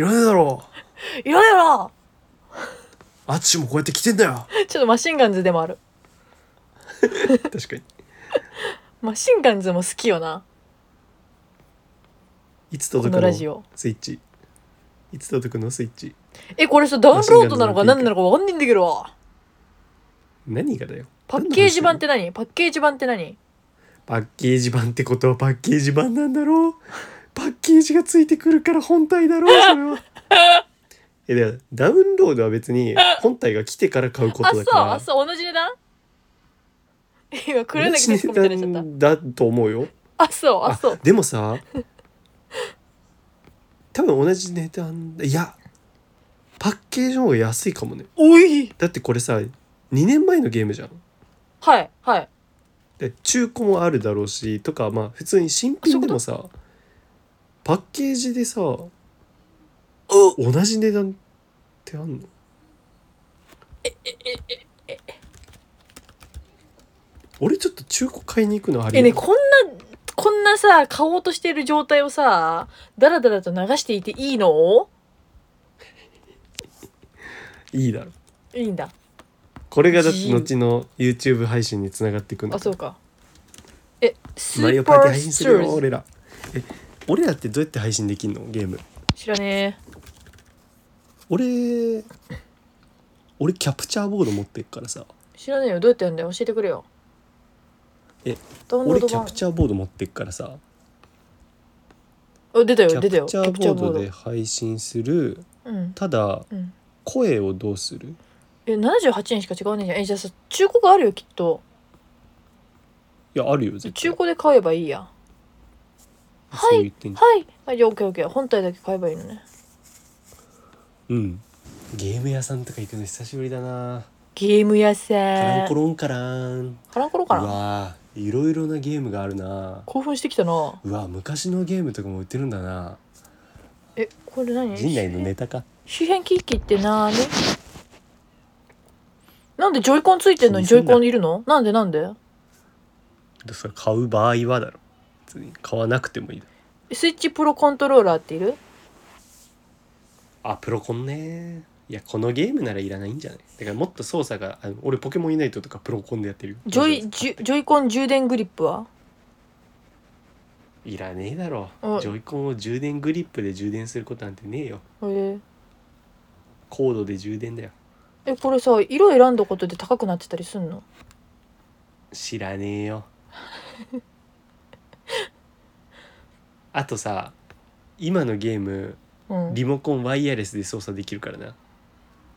Speaker 1: らねえだろ
Speaker 2: いらねえな
Speaker 1: あっちもこうやって来てんだよ
Speaker 2: ちょっとマシンガンズでもある
Speaker 1: 確かに
Speaker 2: マシンガンズも好きよない
Speaker 1: つ
Speaker 2: こ
Speaker 1: 届く
Speaker 2: の
Speaker 1: の
Speaker 2: ラジオ
Speaker 1: スイッチいつ届くのスイッチ
Speaker 2: えこれさダウンロードなのか
Speaker 1: マシンガンズの
Speaker 2: 何なのか分かんねえんだけどわ
Speaker 1: 何がだよ
Speaker 2: パッケージ版って何パッケージ版って何
Speaker 1: パッケージ版ってことはパッケージ版なんだろうパッケージがついてくるから本体だろう それはえだからダウンロードは別に本体が来てから買うこ
Speaker 2: あ
Speaker 1: と
Speaker 2: そう
Speaker 1: だから
Speaker 2: あそう同じ値段今黒
Speaker 1: 同
Speaker 2: 柳
Speaker 1: じ
Speaker 2: 徹子みたいになっ
Speaker 1: 値
Speaker 2: ちゃっ
Speaker 1: 段だと思うよ
Speaker 2: たあそうあそう
Speaker 1: でもさ多分同じ値段いやパッケージの方が安いかもね
Speaker 2: おい
Speaker 1: だってこれさ2年前のゲームじゃん
Speaker 2: はいはい
Speaker 1: で中古もあるだろうしとかまあ普通に新品でもさパッケージでさ同じ値段ってあんの俺ちょっと中古買いに行くのあり
Speaker 2: えねこんなこんなさ買おうとしている状態をさダラダラと流していていいの
Speaker 1: いいだろ
Speaker 2: いいんだ
Speaker 1: これがだって
Speaker 2: 自由
Speaker 1: 後の YouTube 配信につながっていくんだ
Speaker 2: あそうかえス
Speaker 1: マリ
Speaker 2: ー
Speaker 1: オパー
Speaker 2: パ
Speaker 1: ティー
Speaker 2: ー
Speaker 1: 配信
Speaker 2: ス
Speaker 1: す
Speaker 2: タ
Speaker 1: るよ
Speaker 2: ーズ
Speaker 1: 俺らえ俺らってどうやって配信できんのゲーム
Speaker 2: 知らねえ
Speaker 1: 俺俺キャプチャーボード持ってるからさ
Speaker 2: 知らねえよどうやってやるんだよ教えてくれよ
Speaker 1: え
Speaker 2: ダウンロ
Speaker 1: 俺
Speaker 2: ード
Speaker 1: キャ
Speaker 2: 版
Speaker 1: プチャーボード持ってるからさ
Speaker 2: あ出た
Speaker 1: キ
Speaker 2: よ
Speaker 1: ャ
Speaker 2: 出
Speaker 1: プ
Speaker 2: た
Speaker 1: チ
Speaker 2: よ
Speaker 1: ャーボードで配信する
Speaker 2: うん
Speaker 1: ただ
Speaker 2: うん
Speaker 1: 声をどうする
Speaker 2: え78円しか違わねえじゃんえじゃあさ中古があるよきっと
Speaker 1: いやあるよ絶対
Speaker 2: 中古で買えばいいや
Speaker 1: そう言ってんじゃん
Speaker 2: はいあじゃあ OKOK 本体だけ買えばいいのね
Speaker 1: うんゲーム屋さんとか行くの久しぶりだな
Speaker 2: ゲーム屋さ
Speaker 1: カランコ
Speaker 2: ん
Speaker 1: ロンカラーン
Speaker 2: カランコロ
Speaker 1: う
Speaker 2: かな
Speaker 1: わーいろいろなゲームがあるな
Speaker 2: 興奮してきたな
Speaker 1: うわ昔のゲームとかも売ってるんだな
Speaker 2: えこれ何
Speaker 1: 陣内のネタか
Speaker 2: 周辺機器ってなーになんでジョイコンついてんのに
Speaker 1: 気
Speaker 2: ジ
Speaker 1: にす
Speaker 2: ョイ
Speaker 1: んな
Speaker 2: コンいるのなんでなんで
Speaker 1: でそれ買う場合はだろ別に買わなくてもいいだろ
Speaker 2: スイッチプロコントローラーっている
Speaker 1: あプロコンねいやこのゲームならいらないんじゃないだからもっと操作があの俺ポケモンユナイトとかプロコンでやってるよ
Speaker 2: ジョイジュジョイコン充電グリップはい
Speaker 1: らねえだろ
Speaker 2: お
Speaker 1: ジョイコンを充電グリップで充電することなんてねえよ
Speaker 2: えー
Speaker 1: コードで充電だよ
Speaker 2: えこれさ色選んだことで高くなってたりすんの
Speaker 1: 知らねえ よあとさ今のゲーム
Speaker 2: うんリ
Speaker 1: リモコンワイヤレスで操作できるからな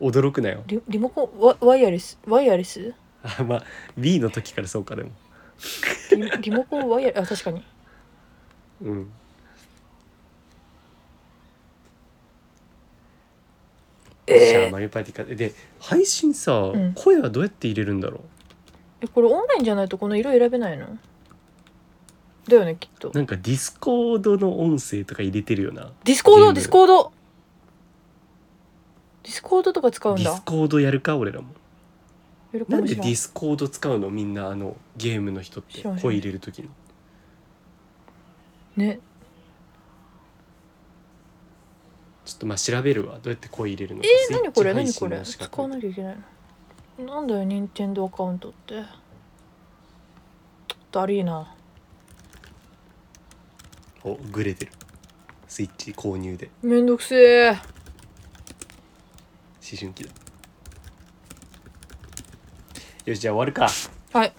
Speaker 1: 驚くなよ
Speaker 2: リモコンワワイヤレスワイヤレス
Speaker 1: あまあ B の時からそうかでも
Speaker 2: リリモコンワイヤレスあ確かに
Speaker 1: うんじゃあ
Speaker 2: えー
Speaker 1: マリオパーティーかで配信さ、
Speaker 2: ん
Speaker 1: 声はどうやって入れるんだろ
Speaker 2: えこれオンラインじゃないとこの色選べないのだよねきっと
Speaker 1: うなんかディスコードの音声とか入れてるよな
Speaker 2: ディスコー
Speaker 1: 全
Speaker 2: ド
Speaker 1: 部
Speaker 2: ディスコードディスコードとか使うん
Speaker 1: ディス
Speaker 2: だ
Speaker 1: コードやるか俺らも
Speaker 2: やるか
Speaker 1: なん
Speaker 2: も
Speaker 1: で
Speaker 2: し
Speaker 1: デ
Speaker 2: れん
Speaker 1: ィスコード使うのみんなあのゲームの人って
Speaker 2: 知らない
Speaker 1: 声入れる時に
Speaker 2: ね
Speaker 1: ちょっとまあ調べるわどうやって声入れるのか
Speaker 2: え何こ
Speaker 1: スイッ
Speaker 2: れ何
Speaker 1: チ
Speaker 2: こ
Speaker 1: 配信
Speaker 2: れ
Speaker 1: の仕方
Speaker 2: 使わなきゃいけないのなんだよ任天堂アカウントってだりーな
Speaker 1: おグレてるスイッチ購入で
Speaker 2: めんどくせえ
Speaker 1: 思春期だよしじゃあ終わるか
Speaker 2: はい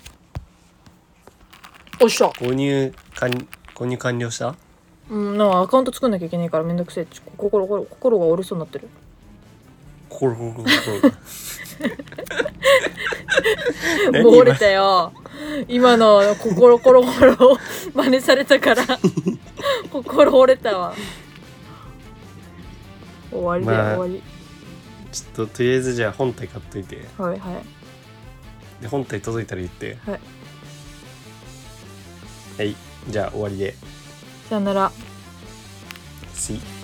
Speaker 2: おっしゃ
Speaker 1: 購入完購入完了した
Speaker 2: うんなんかアカウント作んなきゃいけないからめんどくせえちょ心心心が折れそうになってる
Speaker 1: 心心心何
Speaker 2: もう折れたよ今の心心心を真似され たから心折れたわ終わりだよ、
Speaker 1: まあ
Speaker 2: 終わ
Speaker 1: 今ちょっととりあえずじゃあ本体買っといて
Speaker 2: りはいはい
Speaker 1: で本体届いたら言って
Speaker 2: はい
Speaker 1: はいじゃあ終わりで
Speaker 2: さよなら
Speaker 1: See